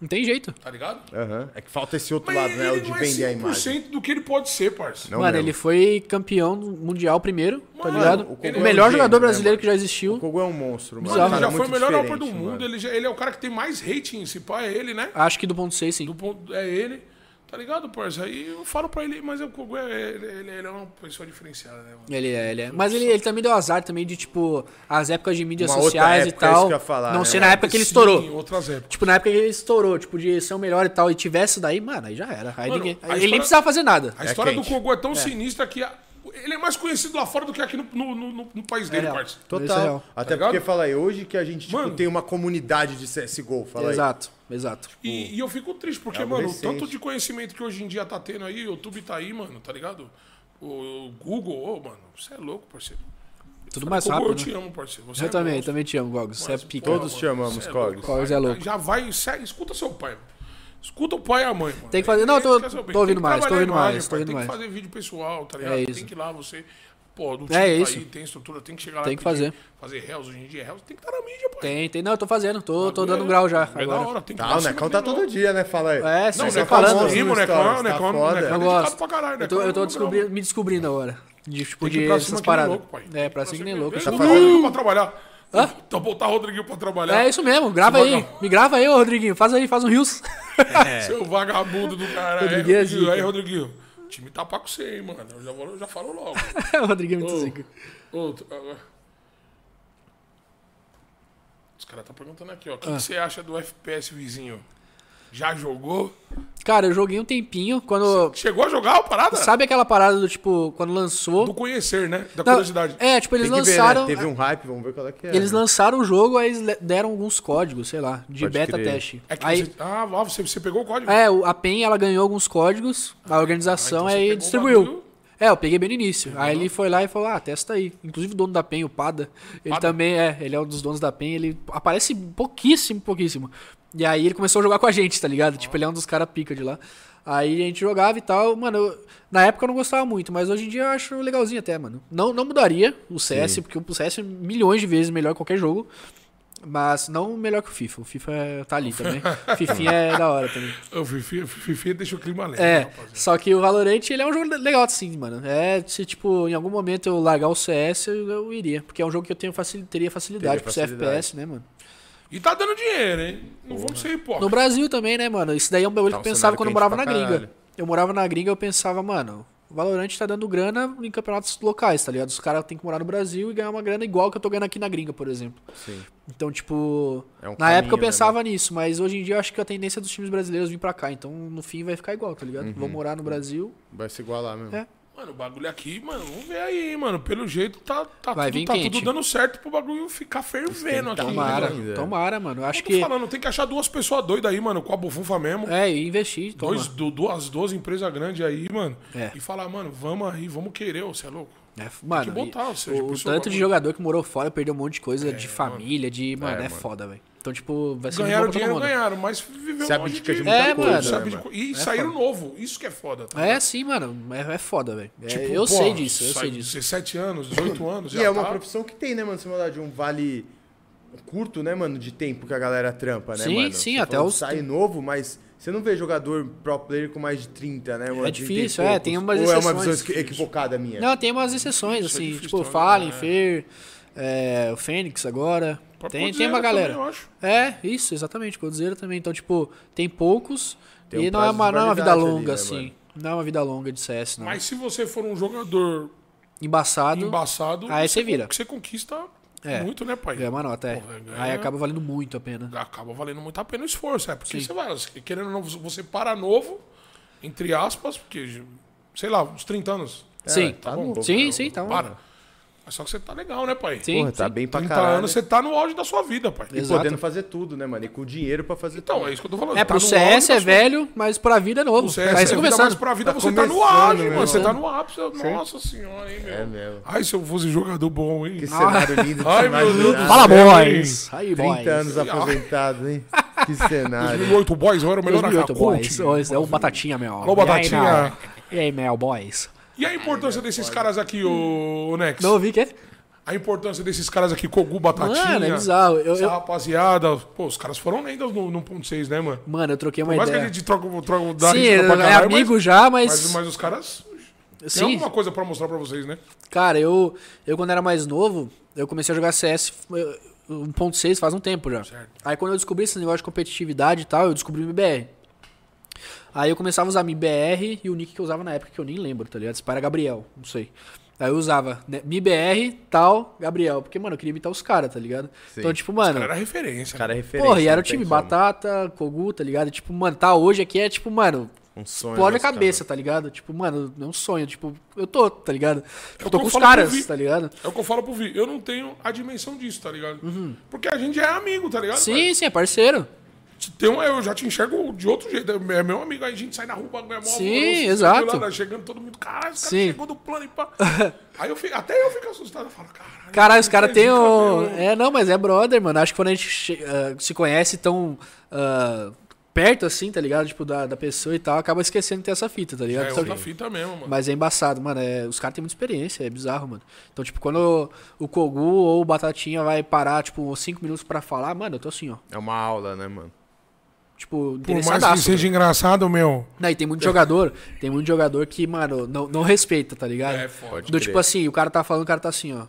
[SPEAKER 3] Não tem jeito.
[SPEAKER 2] Tá ligado?
[SPEAKER 1] Aham. É que falta esse outro lado, né? O de
[SPEAKER 2] não
[SPEAKER 1] vender a
[SPEAKER 2] é
[SPEAKER 1] imagem.
[SPEAKER 2] 5% do que ele pode ser, parça.
[SPEAKER 1] Não
[SPEAKER 3] mano,
[SPEAKER 1] mesmo.
[SPEAKER 3] ele foi campeão mundial primeiro, tá
[SPEAKER 2] Mano,
[SPEAKER 3] ligado?
[SPEAKER 1] o
[SPEAKER 3] O,
[SPEAKER 1] Kogu é um
[SPEAKER 3] melhor
[SPEAKER 1] gênio,
[SPEAKER 3] jogador
[SPEAKER 1] né,
[SPEAKER 3] brasileiro
[SPEAKER 1] mano?
[SPEAKER 3] que já
[SPEAKER 1] O
[SPEAKER 3] existiu.
[SPEAKER 1] Kogu é um monstro, mano.
[SPEAKER 2] Mano,
[SPEAKER 1] Um
[SPEAKER 2] ele
[SPEAKER 1] cara
[SPEAKER 2] já foi o
[SPEAKER 1] muito
[SPEAKER 2] melhor Europa
[SPEAKER 1] diferente,
[SPEAKER 2] do mundo.
[SPEAKER 1] mano.
[SPEAKER 2] Ele, já- ele é o cara que tem mais rating, se pá, é ele, né?
[SPEAKER 3] Acho que do ponto 6, sim.
[SPEAKER 2] Do ponto, é ele. Tá ligado, parça? Aí eu falo pra ele, mas o Kogu é, ele, ele- ele é uma pessoa diferenciada, né, mano?
[SPEAKER 3] Ele é, ele é. Mas ele, ele também deu azar também de, tipo, as épocas de mídias
[SPEAKER 1] Uma outra
[SPEAKER 3] sociais e
[SPEAKER 1] época, é isso
[SPEAKER 3] tal.
[SPEAKER 1] que eu ia falar,
[SPEAKER 3] não
[SPEAKER 1] né,
[SPEAKER 3] ser na
[SPEAKER 1] mano?
[SPEAKER 3] época que É ele
[SPEAKER 2] Sim, em
[SPEAKER 3] estourou.
[SPEAKER 2] outras épocas.
[SPEAKER 3] Tipo, na época que ele estourou, tipo, de ser o melhor e tal, e tivesse isso daí, mano, aí já era. Aí
[SPEAKER 2] Mano,
[SPEAKER 3] ninguém,
[SPEAKER 2] a
[SPEAKER 3] aí ele
[SPEAKER 2] história-
[SPEAKER 3] nem precisava fazer nada.
[SPEAKER 2] A história do
[SPEAKER 1] quente.
[SPEAKER 2] Kogu é tão sinistra que a- ele é mais conhecido lá fora do que aqui no, no- no- no país dele,
[SPEAKER 3] real.
[SPEAKER 2] parça.
[SPEAKER 3] Isso é real.
[SPEAKER 1] Total. Até
[SPEAKER 2] Tá ligado?
[SPEAKER 1] porque, fala aí, hoje que a gente tipo,
[SPEAKER 2] Mano.
[SPEAKER 1] tem uma comunidade de CSGO, fala aí.
[SPEAKER 3] Exato, exato.
[SPEAKER 2] E, e eu fico triste, porque,
[SPEAKER 1] Hum. É algo
[SPEAKER 2] mano, o
[SPEAKER 1] recente.
[SPEAKER 2] tanto de conhecimento que hoje em dia tá tendo aí, o YouTube tá aí, mano, tá ligado? O o Google, ô, mano, você é louco, parceiro.
[SPEAKER 3] Tudo mais
[SPEAKER 2] Google,
[SPEAKER 3] rápido.
[SPEAKER 2] eu te
[SPEAKER 3] né?
[SPEAKER 2] amo, parceiro. Você
[SPEAKER 3] Eu
[SPEAKER 2] é
[SPEAKER 3] também,
[SPEAKER 2] monstro.
[SPEAKER 3] também te amo, Gogos. Você é
[SPEAKER 2] Mas,
[SPEAKER 3] pica.
[SPEAKER 2] porra,
[SPEAKER 1] Todos te
[SPEAKER 2] mano,
[SPEAKER 1] amamos,
[SPEAKER 2] você
[SPEAKER 1] Cogos.
[SPEAKER 2] louco,
[SPEAKER 3] Cogos
[SPEAKER 2] vai,
[SPEAKER 3] é louco.
[SPEAKER 2] Já vai, segue, escuta seu pai, mano. Escuta o pai e a mãe, mano.
[SPEAKER 3] Tem que fazer- não, eu tô-
[SPEAKER 2] Quer saber?
[SPEAKER 3] tô
[SPEAKER 2] Tem
[SPEAKER 3] ouvindo
[SPEAKER 2] que
[SPEAKER 3] mais, tô
[SPEAKER 2] trabalhar
[SPEAKER 3] ouvindo
[SPEAKER 2] a imagem,
[SPEAKER 3] mais, tô
[SPEAKER 2] pai,
[SPEAKER 3] ouvindo
[SPEAKER 2] tem
[SPEAKER 3] mais. É
[SPEAKER 2] que fazer vídeo pessoal, tá ligado?
[SPEAKER 3] isso.
[SPEAKER 2] Tem que ir lá, você... Pô, do time
[SPEAKER 3] É
[SPEAKER 2] tá
[SPEAKER 3] isso.
[SPEAKER 2] aí, tem estrutura, tem que chegar lá
[SPEAKER 3] Tem
[SPEAKER 2] e
[SPEAKER 3] que
[SPEAKER 2] pedir,
[SPEAKER 3] fazer.
[SPEAKER 2] Fazer réus, hoje em dia é réus, tem que estar na mídia, pai.
[SPEAKER 3] Tem, tem. Não, eu tô fazendo, tô, tô
[SPEAKER 2] Bagulho
[SPEAKER 3] dando
[SPEAKER 2] é-
[SPEAKER 3] grau já.
[SPEAKER 2] É da
[SPEAKER 3] Agora.
[SPEAKER 2] hora, tem que
[SPEAKER 1] Tá,
[SPEAKER 2] dar
[SPEAKER 1] o
[SPEAKER 2] em cima
[SPEAKER 1] Necão
[SPEAKER 2] dele,
[SPEAKER 1] tá
[SPEAKER 2] não.
[SPEAKER 1] todo dia, né? Fala aí.
[SPEAKER 3] É,
[SPEAKER 2] Não,
[SPEAKER 3] sim,
[SPEAKER 2] o
[SPEAKER 3] tô
[SPEAKER 1] Necão
[SPEAKER 2] Necão
[SPEAKER 3] falando.
[SPEAKER 1] tá
[SPEAKER 2] é primo,
[SPEAKER 1] no
[SPEAKER 2] o Necão, o
[SPEAKER 1] stories, tá
[SPEAKER 2] Necão, o
[SPEAKER 1] foda.
[SPEAKER 2] Necão é
[SPEAKER 3] Eu
[SPEAKER 2] dedicado
[SPEAKER 3] gosto.
[SPEAKER 2] pra caralho,
[SPEAKER 3] Eu tô,
[SPEAKER 2] Necão
[SPEAKER 3] eu tô
[SPEAKER 2] é
[SPEAKER 3] descobri-
[SPEAKER 2] brabo.
[SPEAKER 3] me descobrindo agora. De, tipo,
[SPEAKER 2] Tem que ir
[SPEAKER 3] de
[SPEAKER 2] pra cima
[SPEAKER 3] essas
[SPEAKER 2] que nem
[SPEAKER 3] paradas.
[SPEAKER 2] louco, pai.
[SPEAKER 3] É, pra cima que nem louco.
[SPEAKER 2] Tá
[SPEAKER 1] Tá
[SPEAKER 2] falando
[SPEAKER 1] fazendo-
[SPEAKER 2] pra trabalhar. Então botar o Rodriguinho pra trabalhar.
[SPEAKER 3] É isso mesmo, grava
[SPEAKER 2] Seu
[SPEAKER 3] aí.
[SPEAKER 2] vagabundo.
[SPEAKER 3] Me grava aí, ô Rodriguinho. Faz aí, faz um rios.
[SPEAKER 2] Seu vagabundo do caralho.
[SPEAKER 3] Rodriguinho é
[SPEAKER 2] Aí, Rodriguinho,
[SPEAKER 3] zica.
[SPEAKER 2] aí, Rodriguinho. O time tá pra com você, hein, mano. Eu já, vou- eu já falo logo.
[SPEAKER 3] o Rodriguinho é muito zica.
[SPEAKER 2] Outro. agora. Os caras tá perguntando aqui, ó. O
[SPEAKER 3] Ah.
[SPEAKER 2] que, que você acha do FPS vizinho? Já jogou?
[SPEAKER 3] Cara, eu joguei um tempinho quando.
[SPEAKER 2] Chegou a jogar a parada?
[SPEAKER 3] Sabe aquela parada do tipo, quando lançou.
[SPEAKER 2] Do conhecer, né? Da
[SPEAKER 3] Não,
[SPEAKER 2] curiosidade.
[SPEAKER 3] é, tipo, eles
[SPEAKER 1] Tem que ver,
[SPEAKER 3] lançaram.
[SPEAKER 1] né? Teve um hype, vamos ver qual é que é.
[SPEAKER 3] Eles
[SPEAKER 1] né?
[SPEAKER 3] lançaram o jogo, aí eles le- deram alguns códigos, sei lá, de
[SPEAKER 1] Pode
[SPEAKER 3] beta
[SPEAKER 1] crer.
[SPEAKER 3] teste.
[SPEAKER 2] É que
[SPEAKER 3] aí,
[SPEAKER 2] você... Ah, lá, você, você pegou o código.
[SPEAKER 3] É, o- a PEN ela ganhou alguns códigos, a organização,
[SPEAKER 2] então você pegou
[SPEAKER 3] aí
[SPEAKER 2] o bagulho.
[SPEAKER 3] distribuiu. É, eu peguei bem no início. Aí ele foi lá e falou: Ah, testa aí. Inclusive o dono da PEN, o Pada, ele
[SPEAKER 2] Pada?
[SPEAKER 3] também é, ele é um dos donos da PEN, ele aparece pouquíssimo, pouquíssimo. E aí ele começou a jogar com a gente, tá ligado? Tipo, ele é um dos caras pica de lá. Aí a gente jogava e tal, mano. eu- na época eu não gostava muito, mas hoje em dia eu acho legalzinho até, mano. Não, não mudaria o CS, porque o CS é milhões de vezes melhor que qualquer jogo. Mas não melhor que o FIFA. O FIFA é- tá ali também. Fifinha é da hora também.
[SPEAKER 2] O Fifi, Fifi deixa o clima leve.
[SPEAKER 3] É,
[SPEAKER 2] né, rapaziada?
[SPEAKER 3] só que o Valorant ele é um jogo legal assim, mano. É, se tipo, em algum momento eu largar o CS, eu, eu iria. Porque é um jogo que eu tenho facil- teria facilidade
[SPEAKER 1] Teria
[SPEAKER 3] pro
[SPEAKER 1] facilidade.
[SPEAKER 3] CFPS, né, mano?
[SPEAKER 2] E tá dando dinheiro, hein? Não vamos ser hipócritas.
[SPEAKER 3] No Brasil também, né, mano? Isso daí é um bagulho
[SPEAKER 1] Tá
[SPEAKER 3] que
[SPEAKER 1] um
[SPEAKER 3] eu pensava
[SPEAKER 1] cenário
[SPEAKER 3] quando eu
[SPEAKER 1] quente
[SPEAKER 3] morava na
[SPEAKER 1] pra
[SPEAKER 3] gringa.
[SPEAKER 1] caralho.
[SPEAKER 3] Eu morava na gringa eu pensava, mano, O Valorant tá dando grana em campeonatos locais, tá ligado? Os caras têm que morar no Brasil e ganhar uma grana igual que eu tô ganhando aqui na gringa, por exemplo.
[SPEAKER 1] Sim.
[SPEAKER 3] Então, tipo.
[SPEAKER 1] É um
[SPEAKER 3] na
[SPEAKER 1] caminho,
[SPEAKER 3] época eu
[SPEAKER 1] né,
[SPEAKER 3] pensava nisso, mas hoje em dia eu acho que a tendência dos times brasileiros vir pra cá. Então, no fim, vai ficar igual, tá ligado?
[SPEAKER 1] Uhum.
[SPEAKER 3] Vão morar no Brasil.
[SPEAKER 1] Vai se igualar mesmo.
[SPEAKER 3] É.
[SPEAKER 2] Mano, o bagulho aqui, mano, vamos ver aí, mano. Pelo jeito tá, tá,
[SPEAKER 3] Vai
[SPEAKER 2] tudo,
[SPEAKER 3] vir
[SPEAKER 2] tá
[SPEAKER 3] quente.
[SPEAKER 2] tudo dando certo pro bagulho ficar fervendo aqui.
[SPEAKER 3] Tomara,
[SPEAKER 2] mano.
[SPEAKER 1] ainda.
[SPEAKER 3] tomara, mano. Eu acho
[SPEAKER 2] Eu tô
[SPEAKER 3] que.
[SPEAKER 2] falando, tem que achar duas pessoas doidas aí, mano, com a bufunfa mesmo.
[SPEAKER 3] É, e investir. Toma.
[SPEAKER 2] um Dois, du- duas, duas empresas grandes aí, mano.
[SPEAKER 3] É.
[SPEAKER 2] E falar, mano, vamos aí, vamos querer, ô, você é louco?
[SPEAKER 3] É, mano,
[SPEAKER 2] que botar,
[SPEAKER 3] e-
[SPEAKER 2] ou seja,
[SPEAKER 3] o
[SPEAKER 2] pro seu
[SPEAKER 3] tanto de
[SPEAKER 2] bagulho.
[SPEAKER 3] jogador que morou fora perdeu um monte de
[SPEAKER 2] É,
[SPEAKER 3] coisa de família, de. Mano, é, foda, velho. Então, tipo, vai ser muito
[SPEAKER 2] Ganharam
[SPEAKER 3] bom pra todo
[SPEAKER 2] dinheiro,
[SPEAKER 3] mundo.
[SPEAKER 2] ganharam, mas viveu
[SPEAKER 1] Se
[SPEAKER 2] um monte
[SPEAKER 1] abdica de
[SPEAKER 2] de-
[SPEAKER 1] muita
[SPEAKER 3] É,
[SPEAKER 1] coisa.
[SPEAKER 3] mano.
[SPEAKER 2] Se
[SPEAKER 1] né,
[SPEAKER 2] abdica- E saíram novo, isso que é foda. tá?
[SPEAKER 3] É, sim, mano. É, é foda, velho. É,
[SPEAKER 2] Tipo,
[SPEAKER 3] eu
[SPEAKER 2] pô,
[SPEAKER 3] sei disso, eu
[SPEAKER 2] sai-
[SPEAKER 3] sei disso.
[SPEAKER 2] 17 anos, 18 anos.
[SPEAKER 1] E
[SPEAKER 2] já
[SPEAKER 1] é uma
[SPEAKER 2] tá.
[SPEAKER 1] profissão que tem, né, mano? Você mandar de um vale curto, né, mano? De tempo que a galera trampa, né,
[SPEAKER 3] Sim,
[SPEAKER 1] mano?
[SPEAKER 3] sim,
[SPEAKER 1] Você
[SPEAKER 3] até
[SPEAKER 1] falou
[SPEAKER 3] os-
[SPEAKER 1] de Sair novo, mas você não vê jogador pro player com mais de 30, né, mano?
[SPEAKER 3] É
[SPEAKER 1] 30 e
[SPEAKER 3] difícil, é,
[SPEAKER 1] poucos.
[SPEAKER 3] tem umas
[SPEAKER 1] Ou é uma
[SPEAKER 3] exceções.
[SPEAKER 1] visão esqui- equivocada minha?
[SPEAKER 3] Não, tem umas exceções,
[SPEAKER 2] é Isso é
[SPEAKER 3] assim,
[SPEAKER 2] difícil
[SPEAKER 3] tipo, o
[SPEAKER 2] também,
[SPEAKER 3] Fallen,
[SPEAKER 2] né?
[SPEAKER 3] Fer, é, o Fênix agora.
[SPEAKER 2] Pra
[SPEAKER 3] Tem, tem
[SPEAKER 2] Coldzera
[SPEAKER 3] uma galera.
[SPEAKER 2] também, eu acho.
[SPEAKER 3] É, isso, exatamente, Codzeira também. Então, tipo, tem poucos
[SPEAKER 1] Tem um
[SPEAKER 3] e não é,
[SPEAKER 1] prazo de
[SPEAKER 3] uma, não é uma vida
[SPEAKER 1] validade ali,
[SPEAKER 3] longa,
[SPEAKER 1] né,
[SPEAKER 3] assim.
[SPEAKER 1] mano?
[SPEAKER 3] Não é uma vida longa de CS, não.
[SPEAKER 2] Mas se você for um jogador
[SPEAKER 3] Embaçado,
[SPEAKER 2] embaçado,
[SPEAKER 3] Aí você vira.
[SPEAKER 2] O que você conquista
[SPEAKER 3] É.
[SPEAKER 2] muito, né, pai?
[SPEAKER 3] ganha uma nota, é.
[SPEAKER 2] Porra, ganha-
[SPEAKER 3] Aí acaba valendo muito a pena.
[SPEAKER 2] Acaba valendo muito a pena o esforço, é. Porque você vai, querendo ou não, você para novo, entre aspas, porque, sei lá, uns 30 anos. É,
[SPEAKER 3] sim,
[SPEAKER 1] tá bom.
[SPEAKER 3] sim, sim, tá bom.
[SPEAKER 2] Para. Mas só que você tá legal, né, pai?
[SPEAKER 3] Sim,
[SPEAKER 1] Porra, tá
[SPEAKER 3] sim.
[SPEAKER 1] bem pra
[SPEAKER 2] 30
[SPEAKER 1] caralho.
[SPEAKER 2] anos você tá no auge da sua vida, pai.
[SPEAKER 1] E
[SPEAKER 3] Exato.
[SPEAKER 1] podendo fazer tudo, né, mano? E com dinheiro pra fazer
[SPEAKER 2] Então,
[SPEAKER 1] tudo.
[SPEAKER 2] é isso que eu tô falando.
[SPEAKER 3] É,
[SPEAKER 2] tá
[SPEAKER 3] pro
[SPEAKER 2] no
[SPEAKER 3] CS
[SPEAKER 2] auge
[SPEAKER 3] é
[SPEAKER 2] da sua-
[SPEAKER 3] velho, mas pra vida é novo.
[SPEAKER 2] Pro CS
[SPEAKER 3] Aí
[SPEAKER 2] é
[SPEAKER 3] você
[SPEAKER 2] vida, mas
[SPEAKER 3] começando.
[SPEAKER 2] pra vida
[SPEAKER 1] Tá
[SPEAKER 2] você tá no auge,
[SPEAKER 1] começando,
[SPEAKER 2] mano. Você tá
[SPEAKER 3] mesmo.
[SPEAKER 2] no ápice. Nossa senhora, hein, meu.
[SPEAKER 1] É mesmo.
[SPEAKER 2] Ai, se eu fosse jogador bom, hein.
[SPEAKER 1] Que cenário lindo de
[SPEAKER 2] Ai,
[SPEAKER 1] se
[SPEAKER 2] meu Deus do
[SPEAKER 1] imaginar.
[SPEAKER 2] céu.
[SPEAKER 3] Ah. Fala,
[SPEAKER 2] Sério,
[SPEAKER 3] boys! Aí, boys!
[SPEAKER 1] 30 anos aposentado, hein? Que cenário.
[SPEAKER 2] 2008 boys, eu era o melhor
[SPEAKER 3] 2008,
[SPEAKER 2] da
[SPEAKER 3] boys.
[SPEAKER 2] Cacute.
[SPEAKER 3] Hoje é o Batatinha, meu.
[SPEAKER 2] Alô, Batatinha.
[SPEAKER 3] E aí, Mel, boys?
[SPEAKER 2] E a importância desses caras aqui, ô Nex?
[SPEAKER 3] Não ouvi, quê?
[SPEAKER 2] A importância desses caras aqui, Kogu, Batatinha.
[SPEAKER 3] Mano, é bizarro. Eu,
[SPEAKER 2] Essa
[SPEAKER 3] eu-
[SPEAKER 2] rapaziada. Pô, os caras foram lendas no, no 1.6, né, mano?
[SPEAKER 3] Mano, eu troquei uma
[SPEAKER 2] Por mais que a
[SPEAKER 3] ideia.
[SPEAKER 2] gente troca, troca dá
[SPEAKER 3] Sim,
[SPEAKER 2] risca pra
[SPEAKER 3] é
[SPEAKER 2] caralho,
[SPEAKER 3] amigo
[SPEAKER 2] mas,
[SPEAKER 3] já, mas...
[SPEAKER 2] mas, mas os caras. Tem
[SPEAKER 3] sim,
[SPEAKER 2] alguma coisa pra mostrar pra vocês, né?
[SPEAKER 3] cara, eu, eu quando era mais novo, eu comecei a jogar CS eu- 1.6 faz um tempo já.
[SPEAKER 2] Certo.
[SPEAKER 3] Aí quando eu descobri esse negócio de competitividade e tal, eu descobri o MBR. Aí eu começava a usar MIBR e o nick que eu usava na época, que eu nem lembro, tá ligado? Esse pai era Gabriel, não sei. Aí eu usava né, MIBR, tal, Gabriel. Porque, mano, eu queria imitar os caras, tá ligado? Então, tipo, mano.
[SPEAKER 2] Era referência.
[SPEAKER 1] Cara, é né, referência.
[SPEAKER 3] Porra, e era
[SPEAKER 1] não
[SPEAKER 3] o time
[SPEAKER 1] tem como.
[SPEAKER 3] Batata, Kogu, tá ligado? E, Tipo, mano, tá hoje aqui é tipo, mano,
[SPEAKER 1] Um sonho.
[SPEAKER 3] explode a
[SPEAKER 1] dos caras.
[SPEAKER 3] cabeça, tá ligado? Tipo, mano, é um sonho. Tipo, eu tô, tá ligado? Eu
[SPEAKER 2] É que eu
[SPEAKER 3] tô com os
[SPEAKER 2] falo pro
[SPEAKER 3] caras,
[SPEAKER 2] Vi.
[SPEAKER 3] tá ligado?
[SPEAKER 2] É o que eu falo pro Vi. Eu não tenho a dimensão disso, tá ligado? Porque a gente é amigo, tá ligado?
[SPEAKER 3] Uhum. Sim, sim, é parceiro.
[SPEAKER 2] Se Tem um, eu já te enxergo de outro jeito. É meu amigo, aí a gente sai na rua, é mó
[SPEAKER 3] Sim,
[SPEAKER 2] alvoroço,
[SPEAKER 3] exato.
[SPEAKER 2] sei lá, tá chegando todo mundo, caralho, os caras
[SPEAKER 3] Sim.
[SPEAKER 2] chegou do plano e pá. aí eu fico, até eu fico assustado, eu falo, caralho.
[SPEAKER 3] Caralho, os caras têm o.
[SPEAKER 2] cabelo.
[SPEAKER 3] É, não, mas é brother, mano. Acho que quando a gente che- ah, se conhece tão ah, perto assim, tá ligado? Tipo, da, da pessoa e tal, acaba esquecendo de ter essa fita, tá ligado?
[SPEAKER 2] É
[SPEAKER 3] Então,
[SPEAKER 2] outra fita mesmo, mano.
[SPEAKER 3] Mas é embaçado, mano. é- os caras têm muita experiência, é bizarro, mano. Então, tipo, quando o Kogu ou o Batatinha vai parar, tipo, cinco minutos pra falar, mano, eu tô assim, ó.
[SPEAKER 1] É uma aula, né, mano?
[SPEAKER 3] Tipo,
[SPEAKER 2] Por mais que
[SPEAKER 3] interessadaço.
[SPEAKER 2] seja engraçado, meu.
[SPEAKER 3] Não, e tem muito jogador, tem muito jogador que, mano, não, não respeita, tá ligado?
[SPEAKER 2] É foda.
[SPEAKER 3] Do tipo assim, o cara tá falando, o cara tá assim, ó.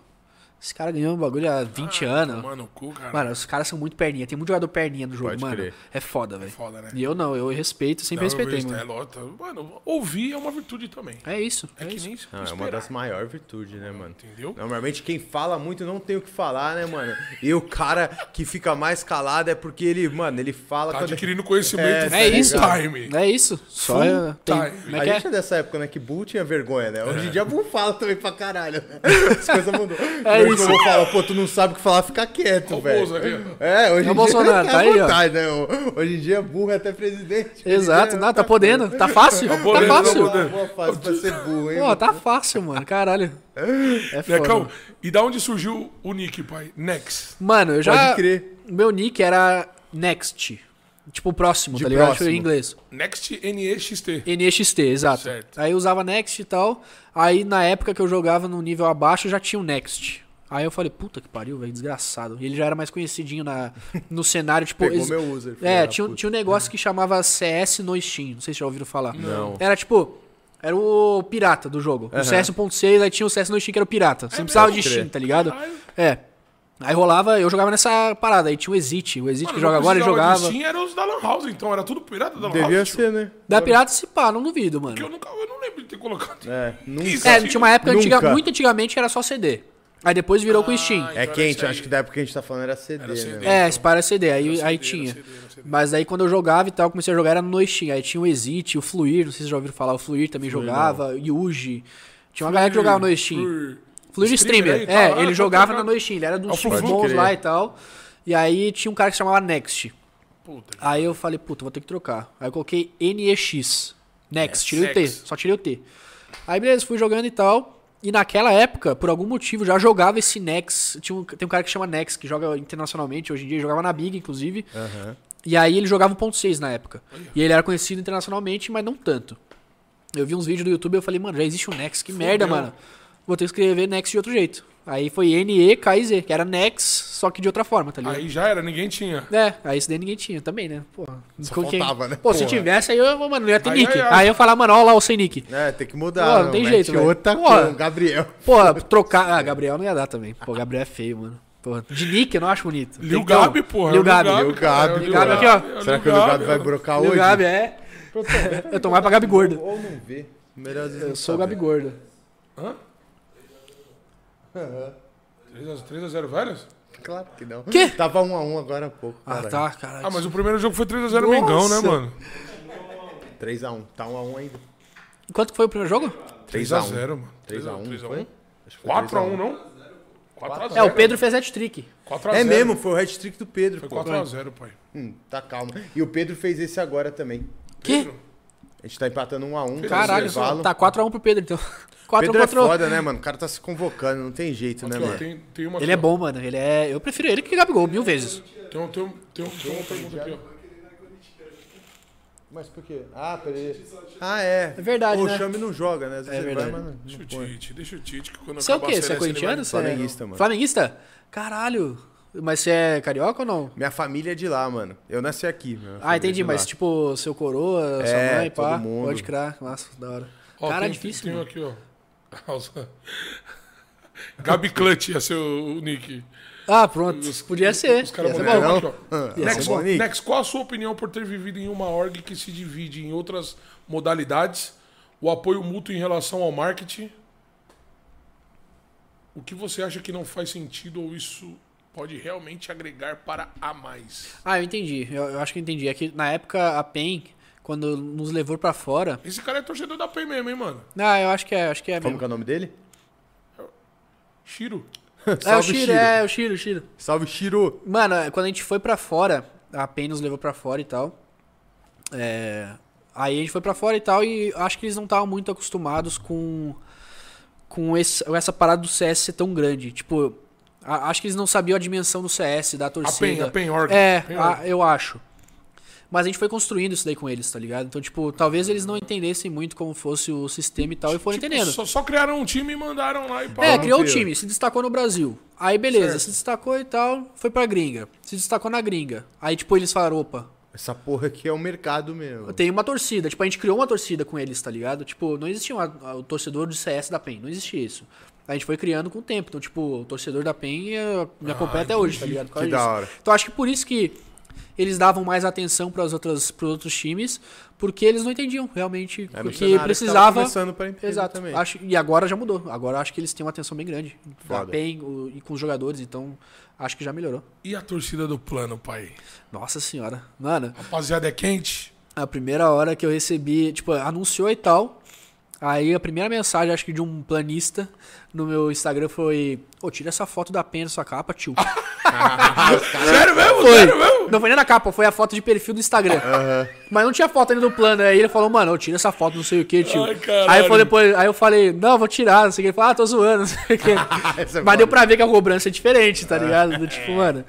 [SPEAKER 3] Esse cara ganhou um bagulho há 20 anos.
[SPEAKER 2] Ah, Mano, o cu, cara.
[SPEAKER 3] Mano, os caras são muito perninha. Tem muito jogador perninha no jogo,
[SPEAKER 1] Pode
[SPEAKER 3] mano.
[SPEAKER 1] crer.
[SPEAKER 3] É foda, velho.
[SPEAKER 2] foda, né?
[SPEAKER 3] E eu não, eu respeito, sempre
[SPEAKER 2] Não, eu
[SPEAKER 3] respeitei,
[SPEAKER 2] vejo,
[SPEAKER 3] mano.
[SPEAKER 2] É lota. Mano, ouvir é uma virtude também.
[SPEAKER 3] É isso.
[SPEAKER 2] É,
[SPEAKER 3] É,
[SPEAKER 2] que
[SPEAKER 3] isso.
[SPEAKER 2] nem
[SPEAKER 1] Não, é uma
[SPEAKER 2] esperar,
[SPEAKER 1] das maiores virtudes, né, mano?
[SPEAKER 2] Entendeu?
[SPEAKER 1] Normalmente quem fala muito não tem o que falar, né, mano? E o cara que fica mais calado é porque ele, mano, ele fala
[SPEAKER 2] Tá
[SPEAKER 1] quando.
[SPEAKER 2] adquirindo conhecimento
[SPEAKER 3] É
[SPEAKER 2] full
[SPEAKER 3] isso.
[SPEAKER 2] time.
[SPEAKER 3] É isso. Só é- tem,
[SPEAKER 2] time.
[SPEAKER 3] como é
[SPEAKER 1] A
[SPEAKER 3] que é?
[SPEAKER 1] gente é dessa época, né? Que Bull tinha vergonha, né? Hoje em dia Bull fala também pra caralho. né? As coisas mudou.
[SPEAKER 3] É
[SPEAKER 1] Hoje
[SPEAKER 3] isso.
[SPEAKER 1] o Bull fala, pô, tu não sabe o que falar, fica quieto,
[SPEAKER 2] o
[SPEAKER 1] velho.
[SPEAKER 2] Bozo aqui,
[SPEAKER 1] É, hoje
[SPEAKER 3] É
[SPEAKER 1] em
[SPEAKER 3] o Bolsonaro,
[SPEAKER 1] dia
[SPEAKER 3] tá aí, ó.
[SPEAKER 1] né? Hoje em dia burro é até presidente.
[SPEAKER 3] Exato, não, tá podendo. Tá fácil? Tá
[SPEAKER 2] É, podendo, tá
[SPEAKER 3] fácil.
[SPEAKER 2] podendo.
[SPEAKER 1] Uma boa fase pra ser burro, hein?
[SPEAKER 3] Pô, tá fácil, mano. Caralho. É foda.
[SPEAKER 2] Necão, e da onde surgiu o nick, pai? Nex.
[SPEAKER 3] Mano, eu já.
[SPEAKER 1] Pode crer.
[SPEAKER 3] Meu nick era Next. Tipo, próximo,
[SPEAKER 1] De
[SPEAKER 3] tá ligado?
[SPEAKER 1] próximo.
[SPEAKER 3] Em inglês.
[SPEAKER 2] Next NEXT.
[SPEAKER 3] NXT, exato.
[SPEAKER 2] Certo.
[SPEAKER 3] Aí eu usava Next e tal. Aí na época que eu jogava num nível abaixo, já tinha o Next. Aí eu falei, puta que pariu, velho, desgraçado. E ele já era mais conhecidinho na, no cenário, tipo.
[SPEAKER 1] Pegou
[SPEAKER 3] ex-
[SPEAKER 1] meu user, filho
[SPEAKER 3] É,
[SPEAKER 1] da
[SPEAKER 3] tinha, um-
[SPEAKER 1] puta.
[SPEAKER 3] tinha um negócio que chamava CS no Steam. Não sei se já ouviram falar.
[SPEAKER 1] Não.
[SPEAKER 3] Era tipo. Era o pirata
[SPEAKER 2] É
[SPEAKER 3] do jogo. O CS 1.6, aí tinha o CS no Steam que era o pirata. Você não precisava de
[SPEAKER 1] Pode crer.
[SPEAKER 3] Steam, tá ligado?
[SPEAKER 2] Caralho.
[SPEAKER 3] É. Aí rolava, eu jogava nessa parada, aí tinha o Exit, o Exit que joga agora, ele jogava.
[SPEAKER 2] Sim, era os da Lan House, então. Era tudo pirata da Lan
[SPEAKER 1] Devia
[SPEAKER 2] House. tio.
[SPEAKER 1] ser, né?
[SPEAKER 3] Da Pirata se pá, não duvido, mano.
[SPEAKER 2] Que eu, nunca, eu não lembro de ter colocado.
[SPEAKER 1] É, nunca.
[SPEAKER 2] Isso,
[SPEAKER 3] É,
[SPEAKER 2] tio.
[SPEAKER 3] tinha uma época, antiga-
[SPEAKER 1] Nunca.
[SPEAKER 3] muito antigamente, que era só CD. Aí depois virou com
[SPEAKER 2] Ah,
[SPEAKER 3] Steam.
[SPEAKER 1] É
[SPEAKER 2] Então era
[SPEAKER 1] quente,
[SPEAKER 2] isso aí.
[SPEAKER 1] acho que da época que a gente tá falando era CD,
[SPEAKER 2] Era CD.
[SPEAKER 1] né?
[SPEAKER 3] É, Spy era CD, aí,
[SPEAKER 2] CD,
[SPEAKER 3] aí tinha.
[SPEAKER 2] era CD, era CD.
[SPEAKER 3] Mas aí quando eu jogava e tal, eu comecei a jogar era no Steam. Aí tinha o Exit, o Fluir, não sei se vocês já ouviram falar, o Fluir também jogava, Yuji. Tinha uma galera que jogava no Steam. Fluir, streamer,
[SPEAKER 2] aí,
[SPEAKER 3] é,
[SPEAKER 2] tá lá,
[SPEAKER 3] ele
[SPEAKER 2] tá
[SPEAKER 3] jogava
[SPEAKER 2] jogando.
[SPEAKER 3] na no Steam, ele era
[SPEAKER 2] É o
[SPEAKER 3] dos
[SPEAKER 2] Flu Flu.
[SPEAKER 3] bons
[SPEAKER 1] Pode
[SPEAKER 3] lá
[SPEAKER 1] crer.
[SPEAKER 3] e tal. E aí tinha um cara que se chamava Next.
[SPEAKER 2] Puta,
[SPEAKER 3] Aí eu falei, puta, vou ter que trocar. Aí eu coloquei NEX. Next, tirei o T,
[SPEAKER 2] Next.
[SPEAKER 3] só tirei o T. Aí beleza, fui jogando e tal. E naquela época, por algum motivo, já jogava esse Nex. Tinha um- tem um cara que chama Nex, que joga internacionalmente hoje em dia, jogava na Big, inclusive.
[SPEAKER 1] Aham.
[SPEAKER 3] E aí ele jogava 1.6 na época. E ele era conhecido internacionalmente, mas não tanto. Eu vi uns vídeos do YouTube e eu falei, mano, já existe o Nex, que merda, mano. Vou ter que escrever Nex de outro jeito. Aí foi N-E-K-I-Z, que era Nex, só que de outra forma, tá ligado?
[SPEAKER 2] Aí já era, ninguém tinha.
[SPEAKER 3] É, aí isso daí ninguém tinha também, né? Porra. Com quem-
[SPEAKER 1] faltava, né?
[SPEAKER 3] Pô, se
[SPEAKER 1] Porra.
[SPEAKER 3] tivesse, aí eu, mano, não ia ter
[SPEAKER 2] Aí,
[SPEAKER 3] nick.
[SPEAKER 2] aí,
[SPEAKER 3] Aí,
[SPEAKER 2] aí.
[SPEAKER 3] eu falava, mano, ó lá o sem nick.
[SPEAKER 1] É, tem que mudar.
[SPEAKER 3] Pô, não tem
[SPEAKER 1] mete
[SPEAKER 3] jeito, velho.
[SPEAKER 1] outra
[SPEAKER 3] Pô.
[SPEAKER 1] com, Gabriel.
[SPEAKER 3] Pô, trocar. Ah, Gabriel não ia dar também. Pô, Gabriel é feio, mano. Porra, de nick eu não acho bonito. Tem
[SPEAKER 2] Lil
[SPEAKER 3] que ter um-
[SPEAKER 2] Gabi, porra.
[SPEAKER 3] Lil Gabi.
[SPEAKER 1] Lil Gabi,
[SPEAKER 2] cara,
[SPEAKER 1] Lil
[SPEAKER 3] Gabi, aqui, ó.
[SPEAKER 2] é o
[SPEAKER 1] Será
[SPEAKER 2] Lil
[SPEAKER 1] que o Gabi vai
[SPEAKER 2] ó.
[SPEAKER 1] brocar
[SPEAKER 3] Lil
[SPEAKER 1] hoje?
[SPEAKER 3] Gabi, é. Eu tomar pra Gabi gorda.
[SPEAKER 1] Ou não vê. Melhor às vezes não
[SPEAKER 3] Eu sou o
[SPEAKER 1] saber.
[SPEAKER 3] Gabi gorda.
[SPEAKER 2] Hã? 3 a 0 várias?
[SPEAKER 1] Claro que não.
[SPEAKER 3] Quê?
[SPEAKER 1] Tava 1 a 1 agora há pouco.
[SPEAKER 3] Ah,
[SPEAKER 1] caralho.
[SPEAKER 3] tá, caralho.
[SPEAKER 2] Ah, mas o primeiro jogo foi 3x0 Mengão, né,
[SPEAKER 3] Nossa.
[SPEAKER 2] mano?
[SPEAKER 1] 3 a 1 Tá 1 a 1 ainda.
[SPEAKER 3] Quanto que foi o primeiro jogo? um.
[SPEAKER 2] 3x0, mano.
[SPEAKER 1] 3 a 1 foi?
[SPEAKER 2] 4x1, não? 4x0.
[SPEAKER 3] É, o Pedro fez hat-trick.
[SPEAKER 2] 4 a 0.
[SPEAKER 1] É mesmo, foi o hat-trick do Pedro.
[SPEAKER 2] Foi
[SPEAKER 1] pô.
[SPEAKER 2] 4x0, pai.
[SPEAKER 1] Hum, tá calma. E o Pedro fez esse agora também.
[SPEAKER 3] Que?
[SPEAKER 1] A gente tá empatando 1 a 1
[SPEAKER 3] Caralho, tá 4x1 pro Pedro, então. 4x1
[SPEAKER 1] Pedro é
[SPEAKER 3] contra o...
[SPEAKER 1] foda, né, mano? O cara tá se convocando, não tem jeito, né,
[SPEAKER 2] Aqui, ó,
[SPEAKER 1] mano?
[SPEAKER 2] Tem, tem uma
[SPEAKER 3] É Ele é bom, mano. Ele é. Eu prefiro ele que Gabigol, mil vezes.
[SPEAKER 2] Tem, um- tem, um- tem, um- tem uma pergunta aqui, ó.
[SPEAKER 1] Mas por quê? Ah, peraí. Ah, é.
[SPEAKER 3] É verdade,
[SPEAKER 1] O
[SPEAKER 3] né?
[SPEAKER 1] Chame não joga, né? Às vezes
[SPEAKER 3] É
[SPEAKER 1] ele vai,
[SPEAKER 3] verdade.
[SPEAKER 1] mas não-
[SPEAKER 2] Deixa
[SPEAKER 1] não
[SPEAKER 2] o
[SPEAKER 1] põe.
[SPEAKER 2] Tite, deixa o Tite. que quando
[SPEAKER 3] Você é o
[SPEAKER 2] acabar
[SPEAKER 3] quê?
[SPEAKER 2] a
[SPEAKER 3] Você
[SPEAKER 2] seleção,
[SPEAKER 3] é
[SPEAKER 2] ele vai-
[SPEAKER 3] corintiano? Você é-
[SPEAKER 1] Flamenguista, mano.
[SPEAKER 3] Flamenguista? Caralho. Mas você é carioca ou não?
[SPEAKER 1] Minha família é de lá, mano. Eu nasci aqui. minha família
[SPEAKER 3] Ah,
[SPEAKER 1] é de
[SPEAKER 3] entendi,
[SPEAKER 1] lá.
[SPEAKER 3] mas tipo, seu coroa,
[SPEAKER 1] É,
[SPEAKER 3] sua mãe, pá.
[SPEAKER 1] todo mundo.
[SPEAKER 3] Pode crar, massa, da hora.
[SPEAKER 2] Ó,
[SPEAKER 3] Cara, é
[SPEAKER 2] tem-
[SPEAKER 3] difícil.
[SPEAKER 2] Tem,
[SPEAKER 3] mano.
[SPEAKER 2] tem aqui, ó. Alça. Gabi Clutch ia ser o, o nick.
[SPEAKER 3] Ah, pronto. Podia ser.
[SPEAKER 2] Os caras
[SPEAKER 3] Ia ser
[SPEAKER 2] mandaram
[SPEAKER 3] tá bom.
[SPEAKER 2] aqui, ó.
[SPEAKER 1] Ah,
[SPEAKER 3] Ia
[SPEAKER 2] Next,
[SPEAKER 1] ser bom, Nick.
[SPEAKER 2] Next, qual a sua opinião por ter vivido em uma org que se divide em outras modalidades? O apoio mútuo em relação ao marketing? O que você acha que não faz sentido ou isso pode realmente agregar para a mais?
[SPEAKER 3] Ah, eu entendi. Eu, eu acho que eu entendi. É que na época a PEN, quando nos levou pra fora.
[SPEAKER 2] Esse cara é torcedor da PEN mesmo, hein, mano?
[SPEAKER 3] Ah, eu acho que é, acho que é
[SPEAKER 1] Como
[SPEAKER 3] mesmo.
[SPEAKER 1] que é o nome dele?
[SPEAKER 2] Shiro.
[SPEAKER 3] É o
[SPEAKER 1] Salve,
[SPEAKER 3] Shiro,
[SPEAKER 1] Shiro.
[SPEAKER 3] é, o Shiro, o Shiro.
[SPEAKER 1] Salve, Shiro.
[SPEAKER 3] Mano, é, quando a gente foi pra fora, a PEN nos levou pra fora e tal. É, Aí a gente foi pra fora e tal, e acho que eles não estavam muito acostumados com com, esse- com essa parada do CS ser tão grande. Tipo, a- acho que eles não sabiam a dimensão do CS, da torcida.
[SPEAKER 2] a PEN org.
[SPEAKER 3] É,
[SPEAKER 2] PEN
[SPEAKER 3] a-
[SPEAKER 2] org.
[SPEAKER 3] eu acho. Mas a gente foi construindo isso daí com eles, tá ligado? Então, tipo, talvez eles não entendessem muito como fosse o sistema e tal, e foram
[SPEAKER 2] Tipo,
[SPEAKER 3] entendendo.
[SPEAKER 2] Só, só criaram um time e mandaram lá e pá.
[SPEAKER 3] É, criou o
[SPEAKER 1] Monteiro.
[SPEAKER 3] time, se destacou no Brasil. Aí beleza,
[SPEAKER 2] Certo.
[SPEAKER 3] se destacou e tal, foi pra gringa. Se destacou na gringa. Aí tipo, eles falaram, opa,
[SPEAKER 1] Essa porra aqui é o mercado mesmo.
[SPEAKER 3] tem uma torcida. Tipo, a gente criou uma torcida com eles, tá ligado? Tipo, não existia uma- a- o torcedor de CS da PEN, não existia isso. A gente foi criando com o tempo. Então, tipo, o torcedor da PEN eh, me acompanha até hoje, tá ligado? Por causa
[SPEAKER 1] Ah, Que da
[SPEAKER 3] disso.
[SPEAKER 1] hora.
[SPEAKER 3] Então acho que por isso que eles davam mais atenção para os outros times, porque eles não entendiam realmente.
[SPEAKER 1] Era um cenário
[SPEAKER 3] porque
[SPEAKER 1] que tava
[SPEAKER 3] precisava.
[SPEAKER 1] começando pra empresa
[SPEAKER 3] Exato.
[SPEAKER 1] também.
[SPEAKER 3] Acho, e agora já mudou. Agora acho que eles têm uma atenção bem grande. Da
[SPEAKER 1] Foda.
[SPEAKER 3] PEN o- e com os jogadores, então acho que já melhorou.
[SPEAKER 2] E a torcida do plano, pai?
[SPEAKER 3] Nossa senhora. Mano,
[SPEAKER 2] Rapaziada, é quente?
[SPEAKER 3] a primeira hora que eu recebi, tipo, anunciou e tal. Aí a primeira mensagem, acho que de um planista no meu Instagram foi: Ô, tira essa foto da PEN da sua capa, tio.
[SPEAKER 2] Sério mesmo?
[SPEAKER 3] Foi.
[SPEAKER 2] Sério mesmo?
[SPEAKER 3] Não foi nem na capa, foi a foto de perfil do Instagram. Mas não tinha foto ainda do plano. né? Aí ele falou, mano, eu tiro essa foto, não sei o que, tio.
[SPEAKER 2] Ai, caralho.
[SPEAKER 3] aí, eu falei, depois, aí eu falei, não, vou tirar, não sei o que. Ele falou, ah, tô zoando, não sei o que.
[SPEAKER 1] Essa é
[SPEAKER 3] Mas
[SPEAKER 1] foda.
[SPEAKER 3] deu pra ver que a cobrança é diferente, tá ligado? Do
[SPEAKER 2] É.
[SPEAKER 3] Tipo, mano.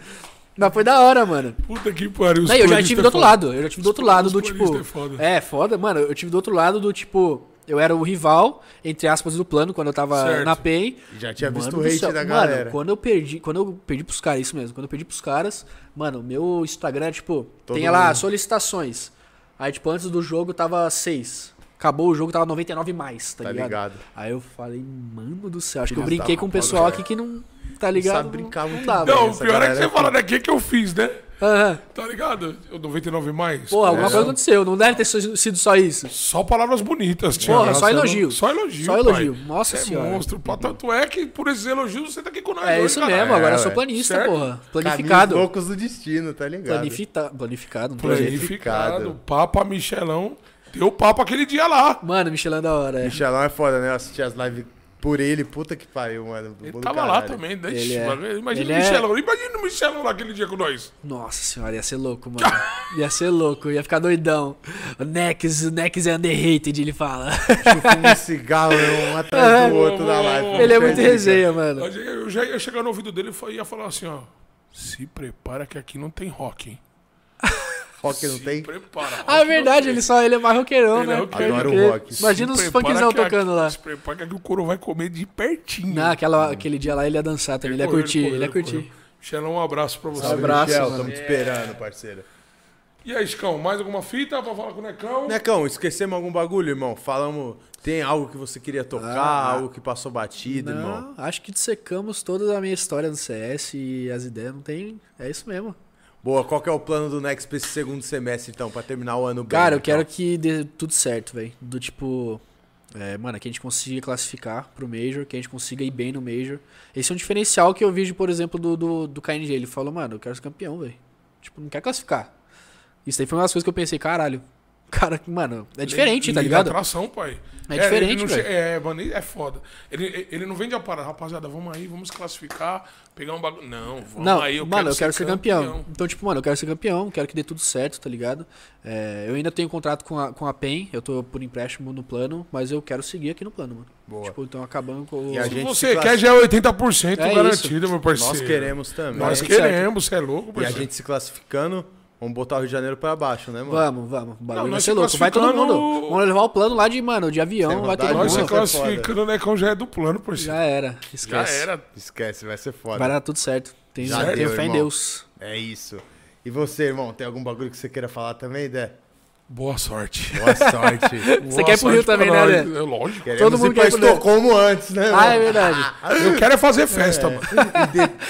[SPEAKER 3] Mas foi da hora, mano.
[SPEAKER 2] Puta que pariu. os
[SPEAKER 3] Não, eu já
[SPEAKER 2] planistas
[SPEAKER 3] tive
[SPEAKER 2] é
[SPEAKER 3] do outro
[SPEAKER 2] foda.
[SPEAKER 3] lado. Eu já tive do outro lado do tipo.
[SPEAKER 2] planistas é foda.
[SPEAKER 3] É, foda, mano. Eu tive do outro lado do tipo. Eu era o rival, entre aspas, do plano, quando eu tava
[SPEAKER 2] Certo.
[SPEAKER 3] na PEN.
[SPEAKER 1] Já tinha
[SPEAKER 3] Mano
[SPEAKER 1] visto o
[SPEAKER 3] do
[SPEAKER 1] hate
[SPEAKER 3] céu.
[SPEAKER 1] da
[SPEAKER 3] Mano,
[SPEAKER 1] galera.
[SPEAKER 3] quando eu perdi, quando eu perdi pros caras, isso mesmo, quando eu perdi pros caras, mano, meu Instagram é tipo,
[SPEAKER 1] Todo
[SPEAKER 3] tem lá
[SPEAKER 1] mundo.
[SPEAKER 3] solicitações. Aí, tipo, antes do jogo tava seis. Acabou o jogo, tava 99 mais, tá,
[SPEAKER 1] Tá
[SPEAKER 3] ligado?
[SPEAKER 1] ligado.
[SPEAKER 3] Aí eu falei, mano do céu, acho que eu
[SPEAKER 1] Filhos
[SPEAKER 3] brinquei
[SPEAKER 1] da
[SPEAKER 3] com o
[SPEAKER 1] puta,
[SPEAKER 3] pessoal
[SPEAKER 1] velho.
[SPEAKER 3] aqui que não. Tá ligado?
[SPEAKER 1] sabe brincar muito
[SPEAKER 3] dá,
[SPEAKER 1] bem.
[SPEAKER 2] Não, o
[SPEAKER 3] velho.
[SPEAKER 1] essa
[SPEAKER 2] pior é que
[SPEAKER 1] galera
[SPEAKER 2] você
[SPEAKER 1] é
[SPEAKER 2] fala daqui que eu fiz, né?
[SPEAKER 3] Aham.
[SPEAKER 2] Tá ligado? Eu 99 mais.
[SPEAKER 3] Porra, alguma
[SPEAKER 2] É.
[SPEAKER 3] coisa aconteceu, não deve ter so- sido só isso.
[SPEAKER 2] Só palavras bonitas, tio.
[SPEAKER 3] Porra, só
[SPEAKER 2] Você
[SPEAKER 3] elogio.
[SPEAKER 2] não- Só elogio.
[SPEAKER 3] Só elogio.
[SPEAKER 2] pai.
[SPEAKER 3] Nossa
[SPEAKER 2] Você
[SPEAKER 3] senhora.
[SPEAKER 2] É monstro. pá. Tanto é que por esses elogios você tá aqui com nós.
[SPEAKER 3] É
[SPEAKER 2] hoje,
[SPEAKER 3] isso
[SPEAKER 2] caralho.
[SPEAKER 3] mesmo, agora
[SPEAKER 1] é,
[SPEAKER 3] eu sou
[SPEAKER 1] ué.
[SPEAKER 3] planista,
[SPEAKER 2] Certo.
[SPEAKER 3] porra.
[SPEAKER 1] Caminhos
[SPEAKER 3] Planificado.
[SPEAKER 1] loucos do destino, tá ligado?
[SPEAKER 3] Planifita... Planificado, não tem jeito.
[SPEAKER 2] Planificado.
[SPEAKER 1] Planificado.
[SPEAKER 2] Papa Michelão. Deu papo aquele dia lá.
[SPEAKER 3] Mano, Michelin é da hora. é.
[SPEAKER 1] Michelão é foda, né? Eu assisti as lives por ele, puta que pariu, mano.
[SPEAKER 2] Ele
[SPEAKER 1] Do
[SPEAKER 2] tava lá
[SPEAKER 1] caralho.
[SPEAKER 2] também, né?
[SPEAKER 3] Ele é.
[SPEAKER 2] Imagina
[SPEAKER 3] Ele é-
[SPEAKER 2] o Michelão. Imagina o Michelão lá aquele dia com nós.
[SPEAKER 3] Nossa senhora, ia ser louco, mano. Ia ser louco, ia ficar doidão. O Nex, o Nex é underrated, ele fala.
[SPEAKER 1] Chupando um cigarro um atrás do outro na live.
[SPEAKER 3] ele é muito
[SPEAKER 1] Entendi,
[SPEAKER 3] resenha, mano.
[SPEAKER 2] Eu já- Eu já ia chegar no ouvido dele e fa- ia falar assim, ó. Se prepara que aqui não tem rock, hein?
[SPEAKER 1] cara. Rock não tem?
[SPEAKER 2] Prepara. rock
[SPEAKER 3] Ah, é
[SPEAKER 2] não
[SPEAKER 3] verdade,
[SPEAKER 2] tem.
[SPEAKER 3] ele só ele é mais roqueirão,
[SPEAKER 2] Ele
[SPEAKER 3] né?
[SPEAKER 2] é roqueiro.
[SPEAKER 1] Adoro
[SPEAKER 3] Pode crer.
[SPEAKER 1] rock.
[SPEAKER 3] Imagina os
[SPEAKER 2] Se prepara
[SPEAKER 3] funkzão
[SPEAKER 2] que aqui-
[SPEAKER 3] tocando lá.
[SPEAKER 2] Se prepara que o couro vai comer de pertinho.
[SPEAKER 3] Não, aquela, aquele dia lá ele ia dançar também, ele ia
[SPEAKER 2] correu,
[SPEAKER 3] curtir,
[SPEAKER 2] correu,
[SPEAKER 3] ele ia
[SPEAKER 2] correu.
[SPEAKER 3] curtir.
[SPEAKER 2] Michelão, um abraço pra você.
[SPEAKER 1] Salve,
[SPEAKER 3] abraço,
[SPEAKER 1] Michel,
[SPEAKER 3] mano.
[SPEAKER 1] Tamo te esperando, parceiro.
[SPEAKER 2] E aí, Chicão, mais alguma fita pra falar com o Necão?
[SPEAKER 3] É
[SPEAKER 1] Necão, esquecemos algum bagulho, irmão? Falamos. Tem algo que você queria tocar, algo que passou batido, irmão?
[SPEAKER 3] Ah. Não, acho que dissecamos toda a minha história no CS e as ideias, não tem. É isso mesmo.
[SPEAKER 1] Boa, qual que é o plano do Nex pra esse segundo semestre, então, pra terminar o ano bem?
[SPEAKER 3] Cara, eu
[SPEAKER 1] Necão?
[SPEAKER 3] quero que dê tudo certo, velho. Do tipo. É, mano, que a gente consiga classificar pro Major, que a gente consiga ir bem no Major. Esse é um diferencial que eu vejo, por exemplo, do, do, do KNG. Ele falou, mano, eu quero ser campeão, velho. Tipo, não quer classificar. Isso aí foi uma das coisas que eu pensei, caralho. Cara, mano, é diferente,
[SPEAKER 2] Lei
[SPEAKER 3] tá
[SPEAKER 2] da
[SPEAKER 3] ligado?
[SPEAKER 2] atração, pai.
[SPEAKER 3] É
[SPEAKER 2] ele
[SPEAKER 3] diferente,
[SPEAKER 2] não
[SPEAKER 3] velho.
[SPEAKER 2] che- É, mano, ele é foda. Ele, ele não vende a parada, rapaziada, vamos aí, vamos classificar, pegar um bagulho. Não, vamos
[SPEAKER 3] Não,
[SPEAKER 2] aí, eu
[SPEAKER 3] mano,
[SPEAKER 2] quero
[SPEAKER 3] eu quero ser campeão.
[SPEAKER 2] campeão.
[SPEAKER 3] Então, tipo, mano, eu quero ser campeão, quero que dê tudo certo, tá ligado? É, eu ainda tenho contrato com a, com a PEN, eu tô por empréstimo no plano, mas eu quero seguir aqui no plano, mano.
[SPEAKER 1] Boa.
[SPEAKER 3] Tipo, então acabando com
[SPEAKER 1] E a
[SPEAKER 2] Se
[SPEAKER 3] o.
[SPEAKER 1] gente se
[SPEAKER 2] você quer,
[SPEAKER 1] classifica.
[SPEAKER 2] já é 80%
[SPEAKER 3] É
[SPEAKER 2] garantido, meu parceiro.
[SPEAKER 1] então? Nós queremos também.
[SPEAKER 2] Nós
[SPEAKER 3] É,
[SPEAKER 2] queremos, você é louco,
[SPEAKER 1] E a
[SPEAKER 2] parceiro.
[SPEAKER 1] gente se classificando, vamos botar o Rio de Janeiro pra baixo, né, mano?
[SPEAKER 3] Vamos, vamos. O
[SPEAKER 2] Não,
[SPEAKER 3] bagulho vai
[SPEAKER 2] nós
[SPEAKER 3] ser louco. Vai todo
[SPEAKER 2] classificando-
[SPEAKER 3] mundo. Vamos levar o plano lá de, mano, tá de avião,
[SPEAKER 1] Sem
[SPEAKER 3] vai todo
[SPEAKER 1] vontade,
[SPEAKER 2] Nós
[SPEAKER 1] Nossa,
[SPEAKER 2] se
[SPEAKER 1] é
[SPEAKER 3] mundo.
[SPEAKER 1] foda.
[SPEAKER 2] classificando, o Necão já é do plano, parceiro.
[SPEAKER 3] Já era.
[SPEAKER 2] Já,
[SPEAKER 3] Esquece.
[SPEAKER 2] era.
[SPEAKER 1] Esquece, vai ser foda.
[SPEAKER 3] Vai dar tudo certo. Tenho,
[SPEAKER 1] Já
[SPEAKER 3] tenho
[SPEAKER 1] deu,
[SPEAKER 3] fé em
[SPEAKER 1] irmão.
[SPEAKER 3] Deus.
[SPEAKER 1] É isso. E você, irmão, tem algum bagulho que você queira falar também, Dé?
[SPEAKER 2] Boa sorte.
[SPEAKER 1] Boa sorte.
[SPEAKER 3] Você quer ir pro
[SPEAKER 2] Boa
[SPEAKER 3] Rio
[SPEAKER 2] sorte
[SPEAKER 3] também,
[SPEAKER 2] pra
[SPEAKER 3] né,
[SPEAKER 2] nós.
[SPEAKER 3] Lê?
[SPEAKER 2] É lógico.
[SPEAKER 1] Queremos
[SPEAKER 3] mundo
[SPEAKER 1] ir pra
[SPEAKER 3] quer ir pro-
[SPEAKER 1] Estocolmo antes, né, irmão?
[SPEAKER 3] Ah, é verdade.
[SPEAKER 2] Eu quero é fazer festa, mano.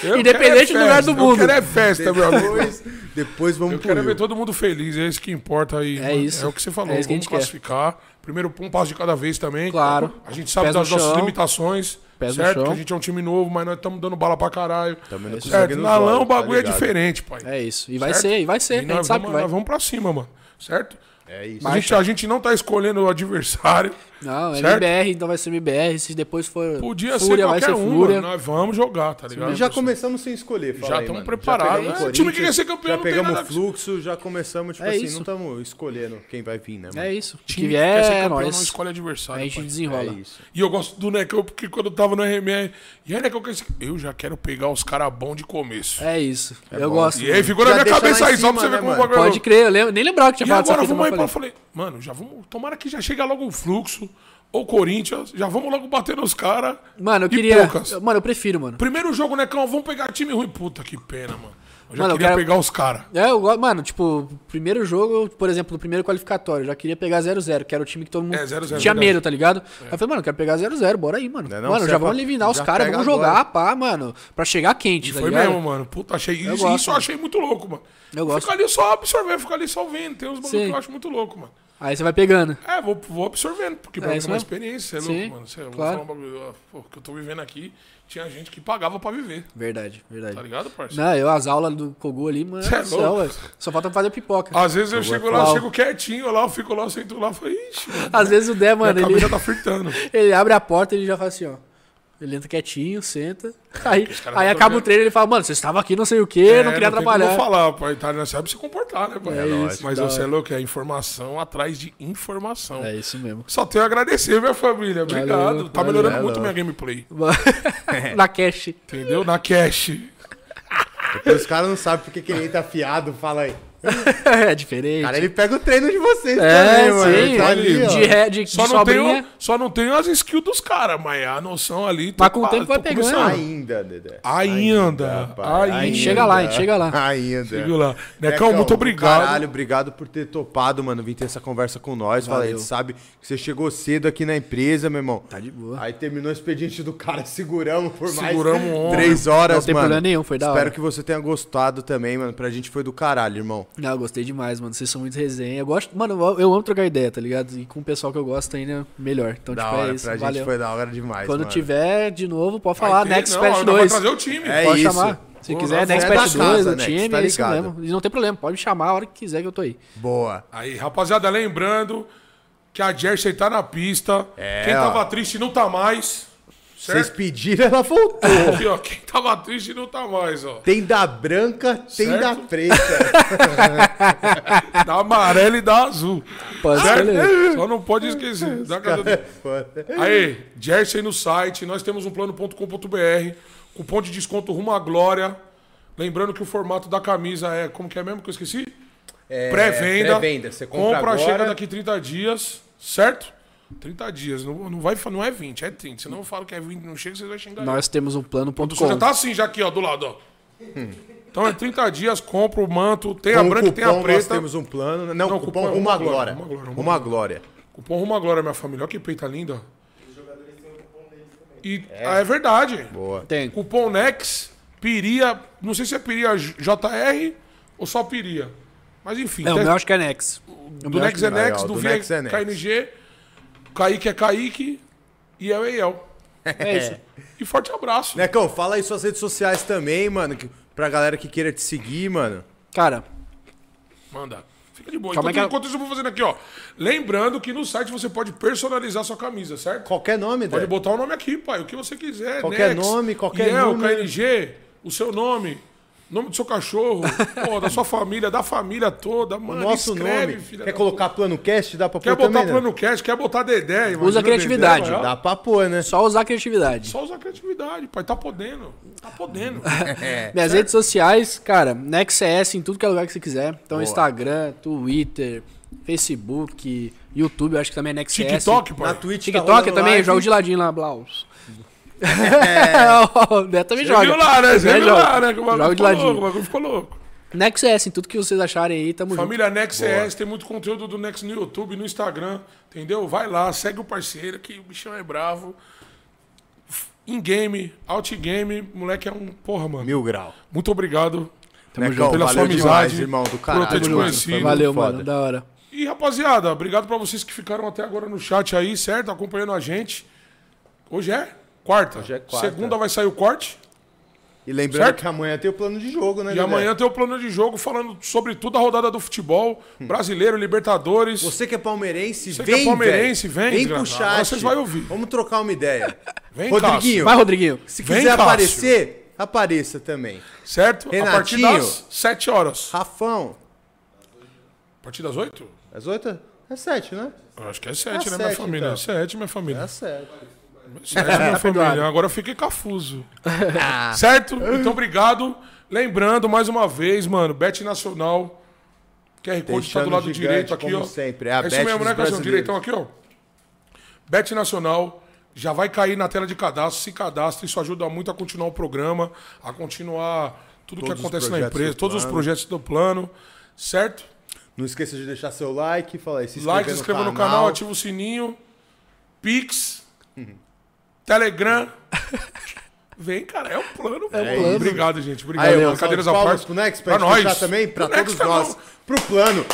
[SPEAKER 2] Eu
[SPEAKER 3] Independente
[SPEAKER 2] quero é
[SPEAKER 3] do lugar do
[SPEAKER 2] festa,
[SPEAKER 3] mundo.
[SPEAKER 2] Eu quero é festa, meu amigo.
[SPEAKER 1] Depois, depois vamos
[SPEAKER 2] Eu
[SPEAKER 1] pro
[SPEAKER 2] quero
[SPEAKER 1] Rio.
[SPEAKER 2] ver todo mundo feliz, é isso que importa aí. mano.
[SPEAKER 3] isso.
[SPEAKER 2] É o que você falou.
[SPEAKER 3] É isso que a
[SPEAKER 2] Vamos
[SPEAKER 3] gente quer.
[SPEAKER 2] classificar. Primeiro, um passo de cada vez também.
[SPEAKER 3] Claro.
[SPEAKER 2] A gente sabe
[SPEAKER 3] Pés no
[SPEAKER 2] das nossas
[SPEAKER 3] chão.
[SPEAKER 2] limitações.
[SPEAKER 3] Pés no
[SPEAKER 2] certo?
[SPEAKER 3] chão.
[SPEAKER 2] Que a gente é um time novo, mas nós estamos dando bala pra caralho.
[SPEAKER 1] Tamo indo com sangue
[SPEAKER 2] certo?
[SPEAKER 1] nos
[SPEAKER 2] É, Na lã
[SPEAKER 1] olhos,
[SPEAKER 2] o bagulho
[SPEAKER 1] tá
[SPEAKER 2] é
[SPEAKER 1] ligado?
[SPEAKER 2] diferente, pai.
[SPEAKER 3] É isso. E vai
[SPEAKER 2] Certo?
[SPEAKER 3] ser, e vai
[SPEAKER 2] E
[SPEAKER 3] ser. a gente
[SPEAKER 2] nós
[SPEAKER 3] sabe é. que
[SPEAKER 2] vamos,
[SPEAKER 3] vai.
[SPEAKER 2] nós vamos pra cima, mano. Certo?
[SPEAKER 1] É
[SPEAKER 2] A
[SPEAKER 1] isso.
[SPEAKER 2] gente, a gente não tá escolhendo o adversário.
[SPEAKER 3] Não, é
[SPEAKER 2] Certo?
[SPEAKER 3] MBR, então vai ser MBR. Se depois for
[SPEAKER 2] Podia ser
[SPEAKER 3] Fúria, vai
[SPEAKER 2] qualquer
[SPEAKER 3] ser
[SPEAKER 2] um,
[SPEAKER 3] Fúria.
[SPEAKER 2] mano. Nós vamos jogar, tá ligado?
[SPEAKER 1] E já começamos sem escolher, fala
[SPEAKER 2] Já
[SPEAKER 1] aí,
[SPEAKER 2] tamo
[SPEAKER 1] mano.
[SPEAKER 2] preparado,
[SPEAKER 1] pegamos
[SPEAKER 2] né?
[SPEAKER 1] o
[SPEAKER 2] Time que quer
[SPEAKER 1] Corinthians,
[SPEAKER 2] ser campeão
[SPEAKER 1] Já
[SPEAKER 2] não tem
[SPEAKER 1] pegamos
[SPEAKER 2] nada a
[SPEAKER 1] o
[SPEAKER 2] ver.
[SPEAKER 1] fluxo, já começamos, tipo
[SPEAKER 3] É
[SPEAKER 1] assim,
[SPEAKER 3] isso.
[SPEAKER 1] não estamos escolhendo quem vai vir, né, mano?
[SPEAKER 3] É isso.
[SPEAKER 2] Time
[SPEAKER 3] Que
[SPEAKER 2] que quer ser
[SPEAKER 3] vier é
[SPEAKER 2] campeão não
[SPEAKER 3] nóis.
[SPEAKER 2] escolhe
[SPEAKER 3] Aí a
[SPEAKER 2] adversário.
[SPEAKER 3] gente
[SPEAKER 2] pai.
[SPEAKER 1] É
[SPEAKER 3] desenrola.
[SPEAKER 1] isso.
[SPEAKER 2] E eu gosto do Necão porque quando eu tava no RMR. E aí, Necão, que esse- eu já quero pegar os caras bons de começo.
[SPEAKER 3] É isso. eu
[SPEAKER 1] bom.
[SPEAKER 3] gosto.
[SPEAKER 2] E aí ficou
[SPEAKER 1] Já
[SPEAKER 2] na minha
[SPEAKER 1] deixa lá
[SPEAKER 2] cabeça
[SPEAKER 1] em
[SPEAKER 2] aí, só
[SPEAKER 1] cima,
[SPEAKER 2] pra você
[SPEAKER 1] né,
[SPEAKER 2] ver como o
[SPEAKER 1] mano?
[SPEAKER 2] bagulho. é
[SPEAKER 3] Pode crer, eu lem- nem lembrava que tinha
[SPEAKER 2] E
[SPEAKER 3] falado
[SPEAKER 2] agora
[SPEAKER 3] essa fita,
[SPEAKER 2] vamos aí
[SPEAKER 3] mas
[SPEAKER 2] pra.
[SPEAKER 3] eu
[SPEAKER 2] Falei, mano, já vamos. Tomara que já chegue logo o fluxo. Ou Corinthians, já vamos logo bater nos caras.
[SPEAKER 3] Mano, eu
[SPEAKER 2] de
[SPEAKER 3] queria.
[SPEAKER 2] poucas.
[SPEAKER 3] Mano, eu prefiro, mano.
[SPEAKER 2] Primeiro jogo, Necão, vamos pegar time ruim. Puta que pena, mano. Eu já
[SPEAKER 3] Mano, eu
[SPEAKER 2] queria
[SPEAKER 3] quero-
[SPEAKER 2] pegar os caras.
[SPEAKER 3] É, eu gosto. Mano, tipo, primeiro jogo, por exemplo, no primeiro qualificatório, eu já queria pegar 0x0, que era o time que todo mundo
[SPEAKER 2] É, 0-0,
[SPEAKER 3] tinha
[SPEAKER 2] verdade. É.
[SPEAKER 3] medo, tá ligado? Aí eu falei, mano, eu quero pegar 0x0, bora aí, mano.
[SPEAKER 1] Não é não?
[SPEAKER 3] mano,
[SPEAKER 1] Você
[SPEAKER 3] já
[SPEAKER 1] é
[SPEAKER 3] vamos
[SPEAKER 1] pra-
[SPEAKER 3] eliminar os
[SPEAKER 1] já
[SPEAKER 3] caras,
[SPEAKER 1] pega
[SPEAKER 3] vamos
[SPEAKER 1] agora.
[SPEAKER 3] jogar, pá, mano, pra chegar quente, tá
[SPEAKER 2] Foi
[SPEAKER 3] ligado?
[SPEAKER 2] mesmo, mano. Puta, achei. Isso,
[SPEAKER 3] gosto,
[SPEAKER 2] isso eu
[SPEAKER 3] mano.
[SPEAKER 2] achei muito louco, mano.
[SPEAKER 3] Eu gosto.
[SPEAKER 2] Ficar ali só absorver, ficar ali só vendo. Tem uns bagulhos
[SPEAKER 3] Sim.
[SPEAKER 2] que eu acho muito louco, mano.
[SPEAKER 3] Aí você vai pegando.
[SPEAKER 2] É, vou, vou absorvendo, porque pra mim é
[SPEAKER 3] isso
[SPEAKER 2] uma
[SPEAKER 3] mesmo.
[SPEAKER 2] experiência, é
[SPEAKER 3] Sim,
[SPEAKER 2] louco, mano. Sério, eu
[SPEAKER 3] claro.
[SPEAKER 2] vou falar um bagulho. ó, Pô, o que eu tô vivendo aqui, tinha gente que pagava pra viver,
[SPEAKER 3] Verdade, verdade.
[SPEAKER 2] tá ligado, parceiro?
[SPEAKER 3] Não, eu as aulas do Kogu ali, mano,
[SPEAKER 2] Cê é
[SPEAKER 3] do céu,
[SPEAKER 2] louco. Ah,
[SPEAKER 3] velho. só falta fazer pipoca.
[SPEAKER 2] Às vezes eu chego lá,
[SPEAKER 3] falar.
[SPEAKER 2] eu chego quietinho lá, eu fico lá, eu sento lá, eu falo, ixi, mano,
[SPEAKER 3] Às vezes o Dé, mano,
[SPEAKER 2] minha
[SPEAKER 3] ele,
[SPEAKER 2] cabeça tá fritando.
[SPEAKER 3] ele abre a porta e ele já faz assim, ó. Ele entra quietinho, senta. Aí,
[SPEAKER 2] É, caras
[SPEAKER 3] aí
[SPEAKER 2] não
[SPEAKER 3] acaba
[SPEAKER 2] tão
[SPEAKER 3] o treino e ele fala, mano, vocês estavam aqui não sei o que,
[SPEAKER 2] É,
[SPEAKER 3] não queria
[SPEAKER 2] tem
[SPEAKER 3] atrapalhar.
[SPEAKER 2] como falar, pai, tá, né? sabe se comportar, né, pai?
[SPEAKER 3] É isso,
[SPEAKER 2] Mas
[SPEAKER 3] da
[SPEAKER 2] você é
[SPEAKER 3] hora.
[SPEAKER 2] louco, é informação atrás de informação.
[SPEAKER 3] É isso mesmo.
[SPEAKER 2] Só tenho a agradecer, minha família. Obrigado.
[SPEAKER 3] Valeu,
[SPEAKER 2] tá melhorando
[SPEAKER 1] valeu. é
[SPEAKER 2] muito minha gameplay.
[SPEAKER 3] Na cash.
[SPEAKER 2] Entendeu? Na cash.
[SPEAKER 1] Porque os caras não sabem porque quem tá afiado, fala aí.
[SPEAKER 3] é diferente.
[SPEAKER 1] Cara, ele pega o treino de vocês
[SPEAKER 3] É,
[SPEAKER 1] também, mano.
[SPEAKER 3] sim.
[SPEAKER 1] Tá ali, ó.
[SPEAKER 3] de ré, de,
[SPEAKER 2] Só
[SPEAKER 3] de
[SPEAKER 2] não,
[SPEAKER 3] sobrinha.
[SPEAKER 2] tenho, só não tenho as skills dos caras, mas a noção ali. tô
[SPEAKER 3] Mas com o
[SPEAKER 2] pa-
[SPEAKER 3] tempo vai
[SPEAKER 2] tô
[SPEAKER 3] pegando.
[SPEAKER 2] começando.
[SPEAKER 1] Ainda, Dedé.
[SPEAKER 2] Ainda,
[SPEAKER 1] pai.
[SPEAKER 2] ainda. A gente
[SPEAKER 3] chega lá, a gente chega lá.
[SPEAKER 1] Ainda.
[SPEAKER 2] Chega lá. Necão, muito obrigado.
[SPEAKER 1] é. Caralho, obrigado por ter topado, mano, vir ter essa conversa com nós. Fala,
[SPEAKER 3] Valeu.
[SPEAKER 1] ele sabe que você chegou cedo aqui na empresa, meu irmão.
[SPEAKER 3] Tá de boa.
[SPEAKER 1] Aí terminou o expediente do cara, seguramos por mais
[SPEAKER 2] Seguramos o homem.
[SPEAKER 1] três horas,
[SPEAKER 3] Não tem
[SPEAKER 1] mano.
[SPEAKER 3] problema nenhum, foi da
[SPEAKER 1] Espero
[SPEAKER 3] hora.
[SPEAKER 1] que você tenha gostado também, mano. Pra gente foi do caralho, irmão.
[SPEAKER 3] Não, eu gostei demais, mano. Vocês são muito resenha. Eu gosto, mano, eu- eu amo trocar ideia, tá ligado? E com o pessoal que eu gosto ainda, melhor. Então,
[SPEAKER 1] Da
[SPEAKER 3] tipo,
[SPEAKER 1] hora,
[SPEAKER 3] é isso.
[SPEAKER 1] pra
[SPEAKER 3] Valeu.
[SPEAKER 1] gente foi da hora demais,
[SPEAKER 3] Quando
[SPEAKER 1] mano.
[SPEAKER 3] tiver de novo, pode falar.
[SPEAKER 2] Vai ter-
[SPEAKER 3] Next
[SPEAKER 2] não,
[SPEAKER 3] Patch
[SPEAKER 2] ainda vai
[SPEAKER 3] 2.
[SPEAKER 2] trazer o time.
[SPEAKER 1] É
[SPEAKER 3] pode
[SPEAKER 1] isso.
[SPEAKER 3] chamar. Se
[SPEAKER 2] Pô,
[SPEAKER 3] quiser,
[SPEAKER 2] nós
[SPEAKER 3] Next
[SPEAKER 1] vamos-
[SPEAKER 3] Patch
[SPEAKER 1] é da
[SPEAKER 3] 2,
[SPEAKER 1] casa,
[SPEAKER 3] o
[SPEAKER 1] Next,
[SPEAKER 3] time,
[SPEAKER 1] tá
[SPEAKER 3] é isso
[SPEAKER 1] ligado.
[SPEAKER 3] mesmo. E não tem problema, pode me chamar a hora que quiser que eu tô aí.
[SPEAKER 1] Boa.
[SPEAKER 2] Aí, rapaziada, lembrando que a Jersey tá na pista.
[SPEAKER 1] É,
[SPEAKER 2] Quem
[SPEAKER 1] ó.
[SPEAKER 2] tava triste não tá mais.
[SPEAKER 1] Vocês
[SPEAKER 2] Certo?
[SPEAKER 1] pediram, ela voltou.
[SPEAKER 2] Aqui, ó, quem tava triste não tá mais, ó.
[SPEAKER 1] Tem da branca, tem
[SPEAKER 2] Certo?
[SPEAKER 1] da preta.
[SPEAKER 2] Da amarela e da azul.
[SPEAKER 3] Pode
[SPEAKER 2] Certo?
[SPEAKER 3] escolher.
[SPEAKER 2] Só não pode esquecer. Da casa do-
[SPEAKER 1] Foda.
[SPEAKER 2] Aí, Jersey no site, nós temos um plano.com.br, cupom de desconto rumo à glória. Lembrando que o formato da camisa é, como que é mesmo que eu esqueci? pré-venda.
[SPEAKER 1] É, pré-venda, você compra agora.
[SPEAKER 2] chega daqui 30 dias, certo? 30 dias, não, não, vai, não é 20, é 30. Senão eu falo que é 20, não chega, vocês vão xingar. eu.
[SPEAKER 3] Nós temos um
[SPEAKER 2] O senhor já
[SPEAKER 3] plano.com.
[SPEAKER 2] tá assim, já aqui, ó, do lado, ó. Então é 30 dias, compra o manto, tem a
[SPEAKER 1] Com o
[SPEAKER 2] branca e tem a
[SPEAKER 1] cupom nós
[SPEAKER 2] preta.
[SPEAKER 1] temos um plano. Não,
[SPEAKER 2] Não,
[SPEAKER 1] cupom,
[SPEAKER 2] cupom é
[SPEAKER 1] uma,
[SPEAKER 2] uma
[SPEAKER 1] glória.
[SPEAKER 2] glória, uma glória, uma
[SPEAKER 1] Uma glória.
[SPEAKER 2] Cupom rumo à glória, minha família. Olha que peita linda. E ah, é verdade.
[SPEAKER 1] Boa.
[SPEAKER 3] Tem.
[SPEAKER 2] Cupom NEX, Piria, não sei se é Piria JR ou só Piria. Mas enfim,
[SPEAKER 3] Não, o
[SPEAKER 2] tem-
[SPEAKER 3] meu acho que é Nex. O
[SPEAKER 2] do
[SPEAKER 3] meu acho
[SPEAKER 2] Nex
[SPEAKER 3] que
[SPEAKER 2] é
[SPEAKER 3] não.
[SPEAKER 2] Nex,
[SPEAKER 1] Aí, ó,
[SPEAKER 2] do,
[SPEAKER 1] do
[SPEAKER 2] Viex
[SPEAKER 1] Nex é
[SPEAKER 2] é
[SPEAKER 1] Nex.
[SPEAKER 2] KNG, Kaique é Kaique e El é El.
[SPEAKER 3] É isso.
[SPEAKER 2] E forte abraço.
[SPEAKER 1] Necão, fala aí suas redes sociais também, mano. Que, pra galera que queira te seguir, mano.
[SPEAKER 3] Cara,
[SPEAKER 2] Manda. Fica de boa. Enquanto,
[SPEAKER 3] Calma aí que eu-
[SPEAKER 2] enquanto isso eu vou fazendo aqui, ó. Lembrando que no site você pode personalizar sua camisa, certo?
[SPEAKER 1] Qualquer nome,
[SPEAKER 2] Pode
[SPEAKER 1] Dedé.
[SPEAKER 2] botar o nome aqui, pai. O que você quiser.
[SPEAKER 1] é? Qualquer nome, qualquer
[SPEAKER 2] Iel,
[SPEAKER 1] número.
[SPEAKER 2] KNG, o seu nome, nome do seu cachorro, pô, da sua família, da família toda. Mano,
[SPEAKER 1] Nosso
[SPEAKER 2] escreve,
[SPEAKER 1] nome.
[SPEAKER 2] filha
[SPEAKER 1] Quer
[SPEAKER 2] da
[SPEAKER 1] colocar plano cast? Dá pra
[SPEAKER 2] Quer
[SPEAKER 1] pôr
[SPEAKER 2] botar
[SPEAKER 1] também, né?
[SPEAKER 2] plano cash, quer botar Dedé. imagina
[SPEAKER 3] Usa a
[SPEAKER 2] o Dedé,
[SPEAKER 3] criatividade.
[SPEAKER 2] mano.
[SPEAKER 1] Dá pra pôr, né?
[SPEAKER 3] só usar a criatividade.
[SPEAKER 2] Só usa a criatividade, pai. Tá podendo. Tá podendo. É.
[SPEAKER 3] É, Minhas redes sociais, cara, NextCS em tudo que é lugar que você quiser. Então, Instagram, Twitter, Facebook, YouTube, eu acho que também é NextCS.
[SPEAKER 2] TikTok, pai.
[SPEAKER 1] Na Twitch tá
[SPEAKER 3] TikTok eu
[SPEAKER 1] rolando
[SPEAKER 3] também,
[SPEAKER 1] live.
[SPEAKER 3] jogo de ladinho lá, Blaus. É. o Neto também
[SPEAKER 2] Você
[SPEAKER 3] joga.
[SPEAKER 2] viu lá, né? Você
[SPEAKER 3] Né,
[SPEAKER 2] viu
[SPEAKER 3] joga.
[SPEAKER 2] lá, né? Que o bagulho
[SPEAKER 3] Joga de
[SPEAKER 2] ficou louco.
[SPEAKER 3] ladinho.
[SPEAKER 2] O bagulho ficou louco.
[SPEAKER 3] NextCS, em tudo que vocês acharem aí, tamo junto.
[SPEAKER 2] Família Nex CS, tem muito conteúdo do Nex no YouTube, no Instagram, entendeu? Vai lá, segue o parceiro, que o bichão é bravo. In-game, out-game, moleque é um. Porra, mano.
[SPEAKER 1] Mil grau.
[SPEAKER 2] Muito obrigado.
[SPEAKER 1] Necão,
[SPEAKER 2] Pela
[SPEAKER 1] valeu
[SPEAKER 2] sua
[SPEAKER 1] demais,
[SPEAKER 2] amizade,
[SPEAKER 1] irmão. Do
[SPEAKER 2] eu ter
[SPEAKER 1] caralho,
[SPEAKER 2] te
[SPEAKER 1] mano.
[SPEAKER 2] conhecido.
[SPEAKER 1] Foi muito
[SPEAKER 3] Valeu,
[SPEAKER 1] foda.
[SPEAKER 3] mano, da hora.
[SPEAKER 2] E rapaziada, obrigado pra vocês que ficaram até agora no chat aí, certo? Acompanhando a gente. Hoje é quarta.
[SPEAKER 1] Hoje é quarta.
[SPEAKER 2] Segunda vai sair o corte.
[SPEAKER 1] E lembrando
[SPEAKER 2] Certo?
[SPEAKER 1] que amanhã tem o plano de jogo, né,
[SPEAKER 2] E
[SPEAKER 1] Dedé?
[SPEAKER 2] amanhã tem o plano de jogo falando sobre toda a rodada do futebol brasileiro, Libertadores.
[SPEAKER 1] Hum. Você que é palmeirense,
[SPEAKER 2] Você que
[SPEAKER 1] vem,
[SPEAKER 2] é palmeirense,
[SPEAKER 1] velho.
[SPEAKER 2] vem,
[SPEAKER 1] Vem
[SPEAKER 2] desgraçado.
[SPEAKER 1] puxar.
[SPEAKER 2] Agora vocês vão ouvir.
[SPEAKER 1] Vamos trocar uma ideia.
[SPEAKER 2] Vem,
[SPEAKER 1] Rodriguinho,
[SPEAKER 3] Vai, Rodriguinho.
[SPEAKER 1] se
[SPEAKER 2] Vem,
[SPEAKER 1] quiser
[SPEAKER 2] Cássio.
[SPEAKER 1] aparecer, apareça também.
[SPEAKER 2] Certo? A partir
[SPEAKER 1] Renatinho.
[SPEAKER 2] das 7 horas.
[SPEAKER 1] Rafão,
[SPEAKER 2] A partir das 8?
[SPEAKER 1] às oito? É sete, né?
[SPEAKER 2] Eu acho que é 7,
[SPEAKER 1] É
[SPEAKER 2] né, minha
[SPEAKER 1] sete,
[SPEAKER 2] família?
[SPEAKER 1] então. Tá
[SPEAKER 2] É 7, minha
[SPEAKER 1] É
[SPEAKER 2] família.
[SPEAKER 1] sete.
[SPEAKER 2] 7, minha família. Agora eu fiquei cafuso.
[SPEAKER 1] Ah.
[SPEAKER 2] certo? Então, obrigado. Lembrando, mais uma vez, mano, Bet Nacional. QR Code tá
[SPEAKER 1] Deixando
[SPEAKER 2] do lado
[SPEAKER 1] gigante,
[SPEAKER 2] direito aqui,
[SPEAKER 1] como
[SPEAKER 2] ó.
[SPEAKER 1] sempre. É a
[SPEAKER 2] isso
[SPEAKER 1] Bet
[SPEAKER 2] mesmo,
[SPEAKER 1] dos
[SPEAKER 2] né, Cassião?
[SPEAKER 1] brasileiros.
[SPEAKER 2] Direitão aqui, ó. Bet Nacional já vai cair na tela de cadastro, se cadastra, isso ajuda muito a continuar o programa, a continuar tudo que
[SPEAKER 1] Todos os
[SPEAKER 2] acontece na
[SPEAKER 1] projetos
[SPEAKER 2] empresa,
[SPEAKER 1] do
[SPEAKER 2] todos os
[SPEAKER 1] plano.
[SPEAKER 2] projetos do plano, certo?
[SPEAKER 1] Não esqueça de deixar seu like, fala aí, se inscrever
[SPEAKER 2] Like, se inscreva no canal, ativa o sininho, Pix,
[SPEAKER 1] Uhum.
[SPEAKER 2] Telegram. Vem, cara, é o plano. pô.
[SPEAKER 1] isso.
[SPEAKER 2] Obrigado, gente. Obrigado.
[SPEAKER 1] Aí,
[SPEAKER 2] Cadeiras É
[SPEAKER 1] mano, cadeiras à parte. Pro Nex, pra, gente fechar também, pra
[SPEAKER 2] Pro Nex
[SPEAKER 1] todos
[SPEAKER 2] tá
[SPEAKER 1] nós.
[SPEAKER 2] bom.
[SPEAKER 1] Pro plano.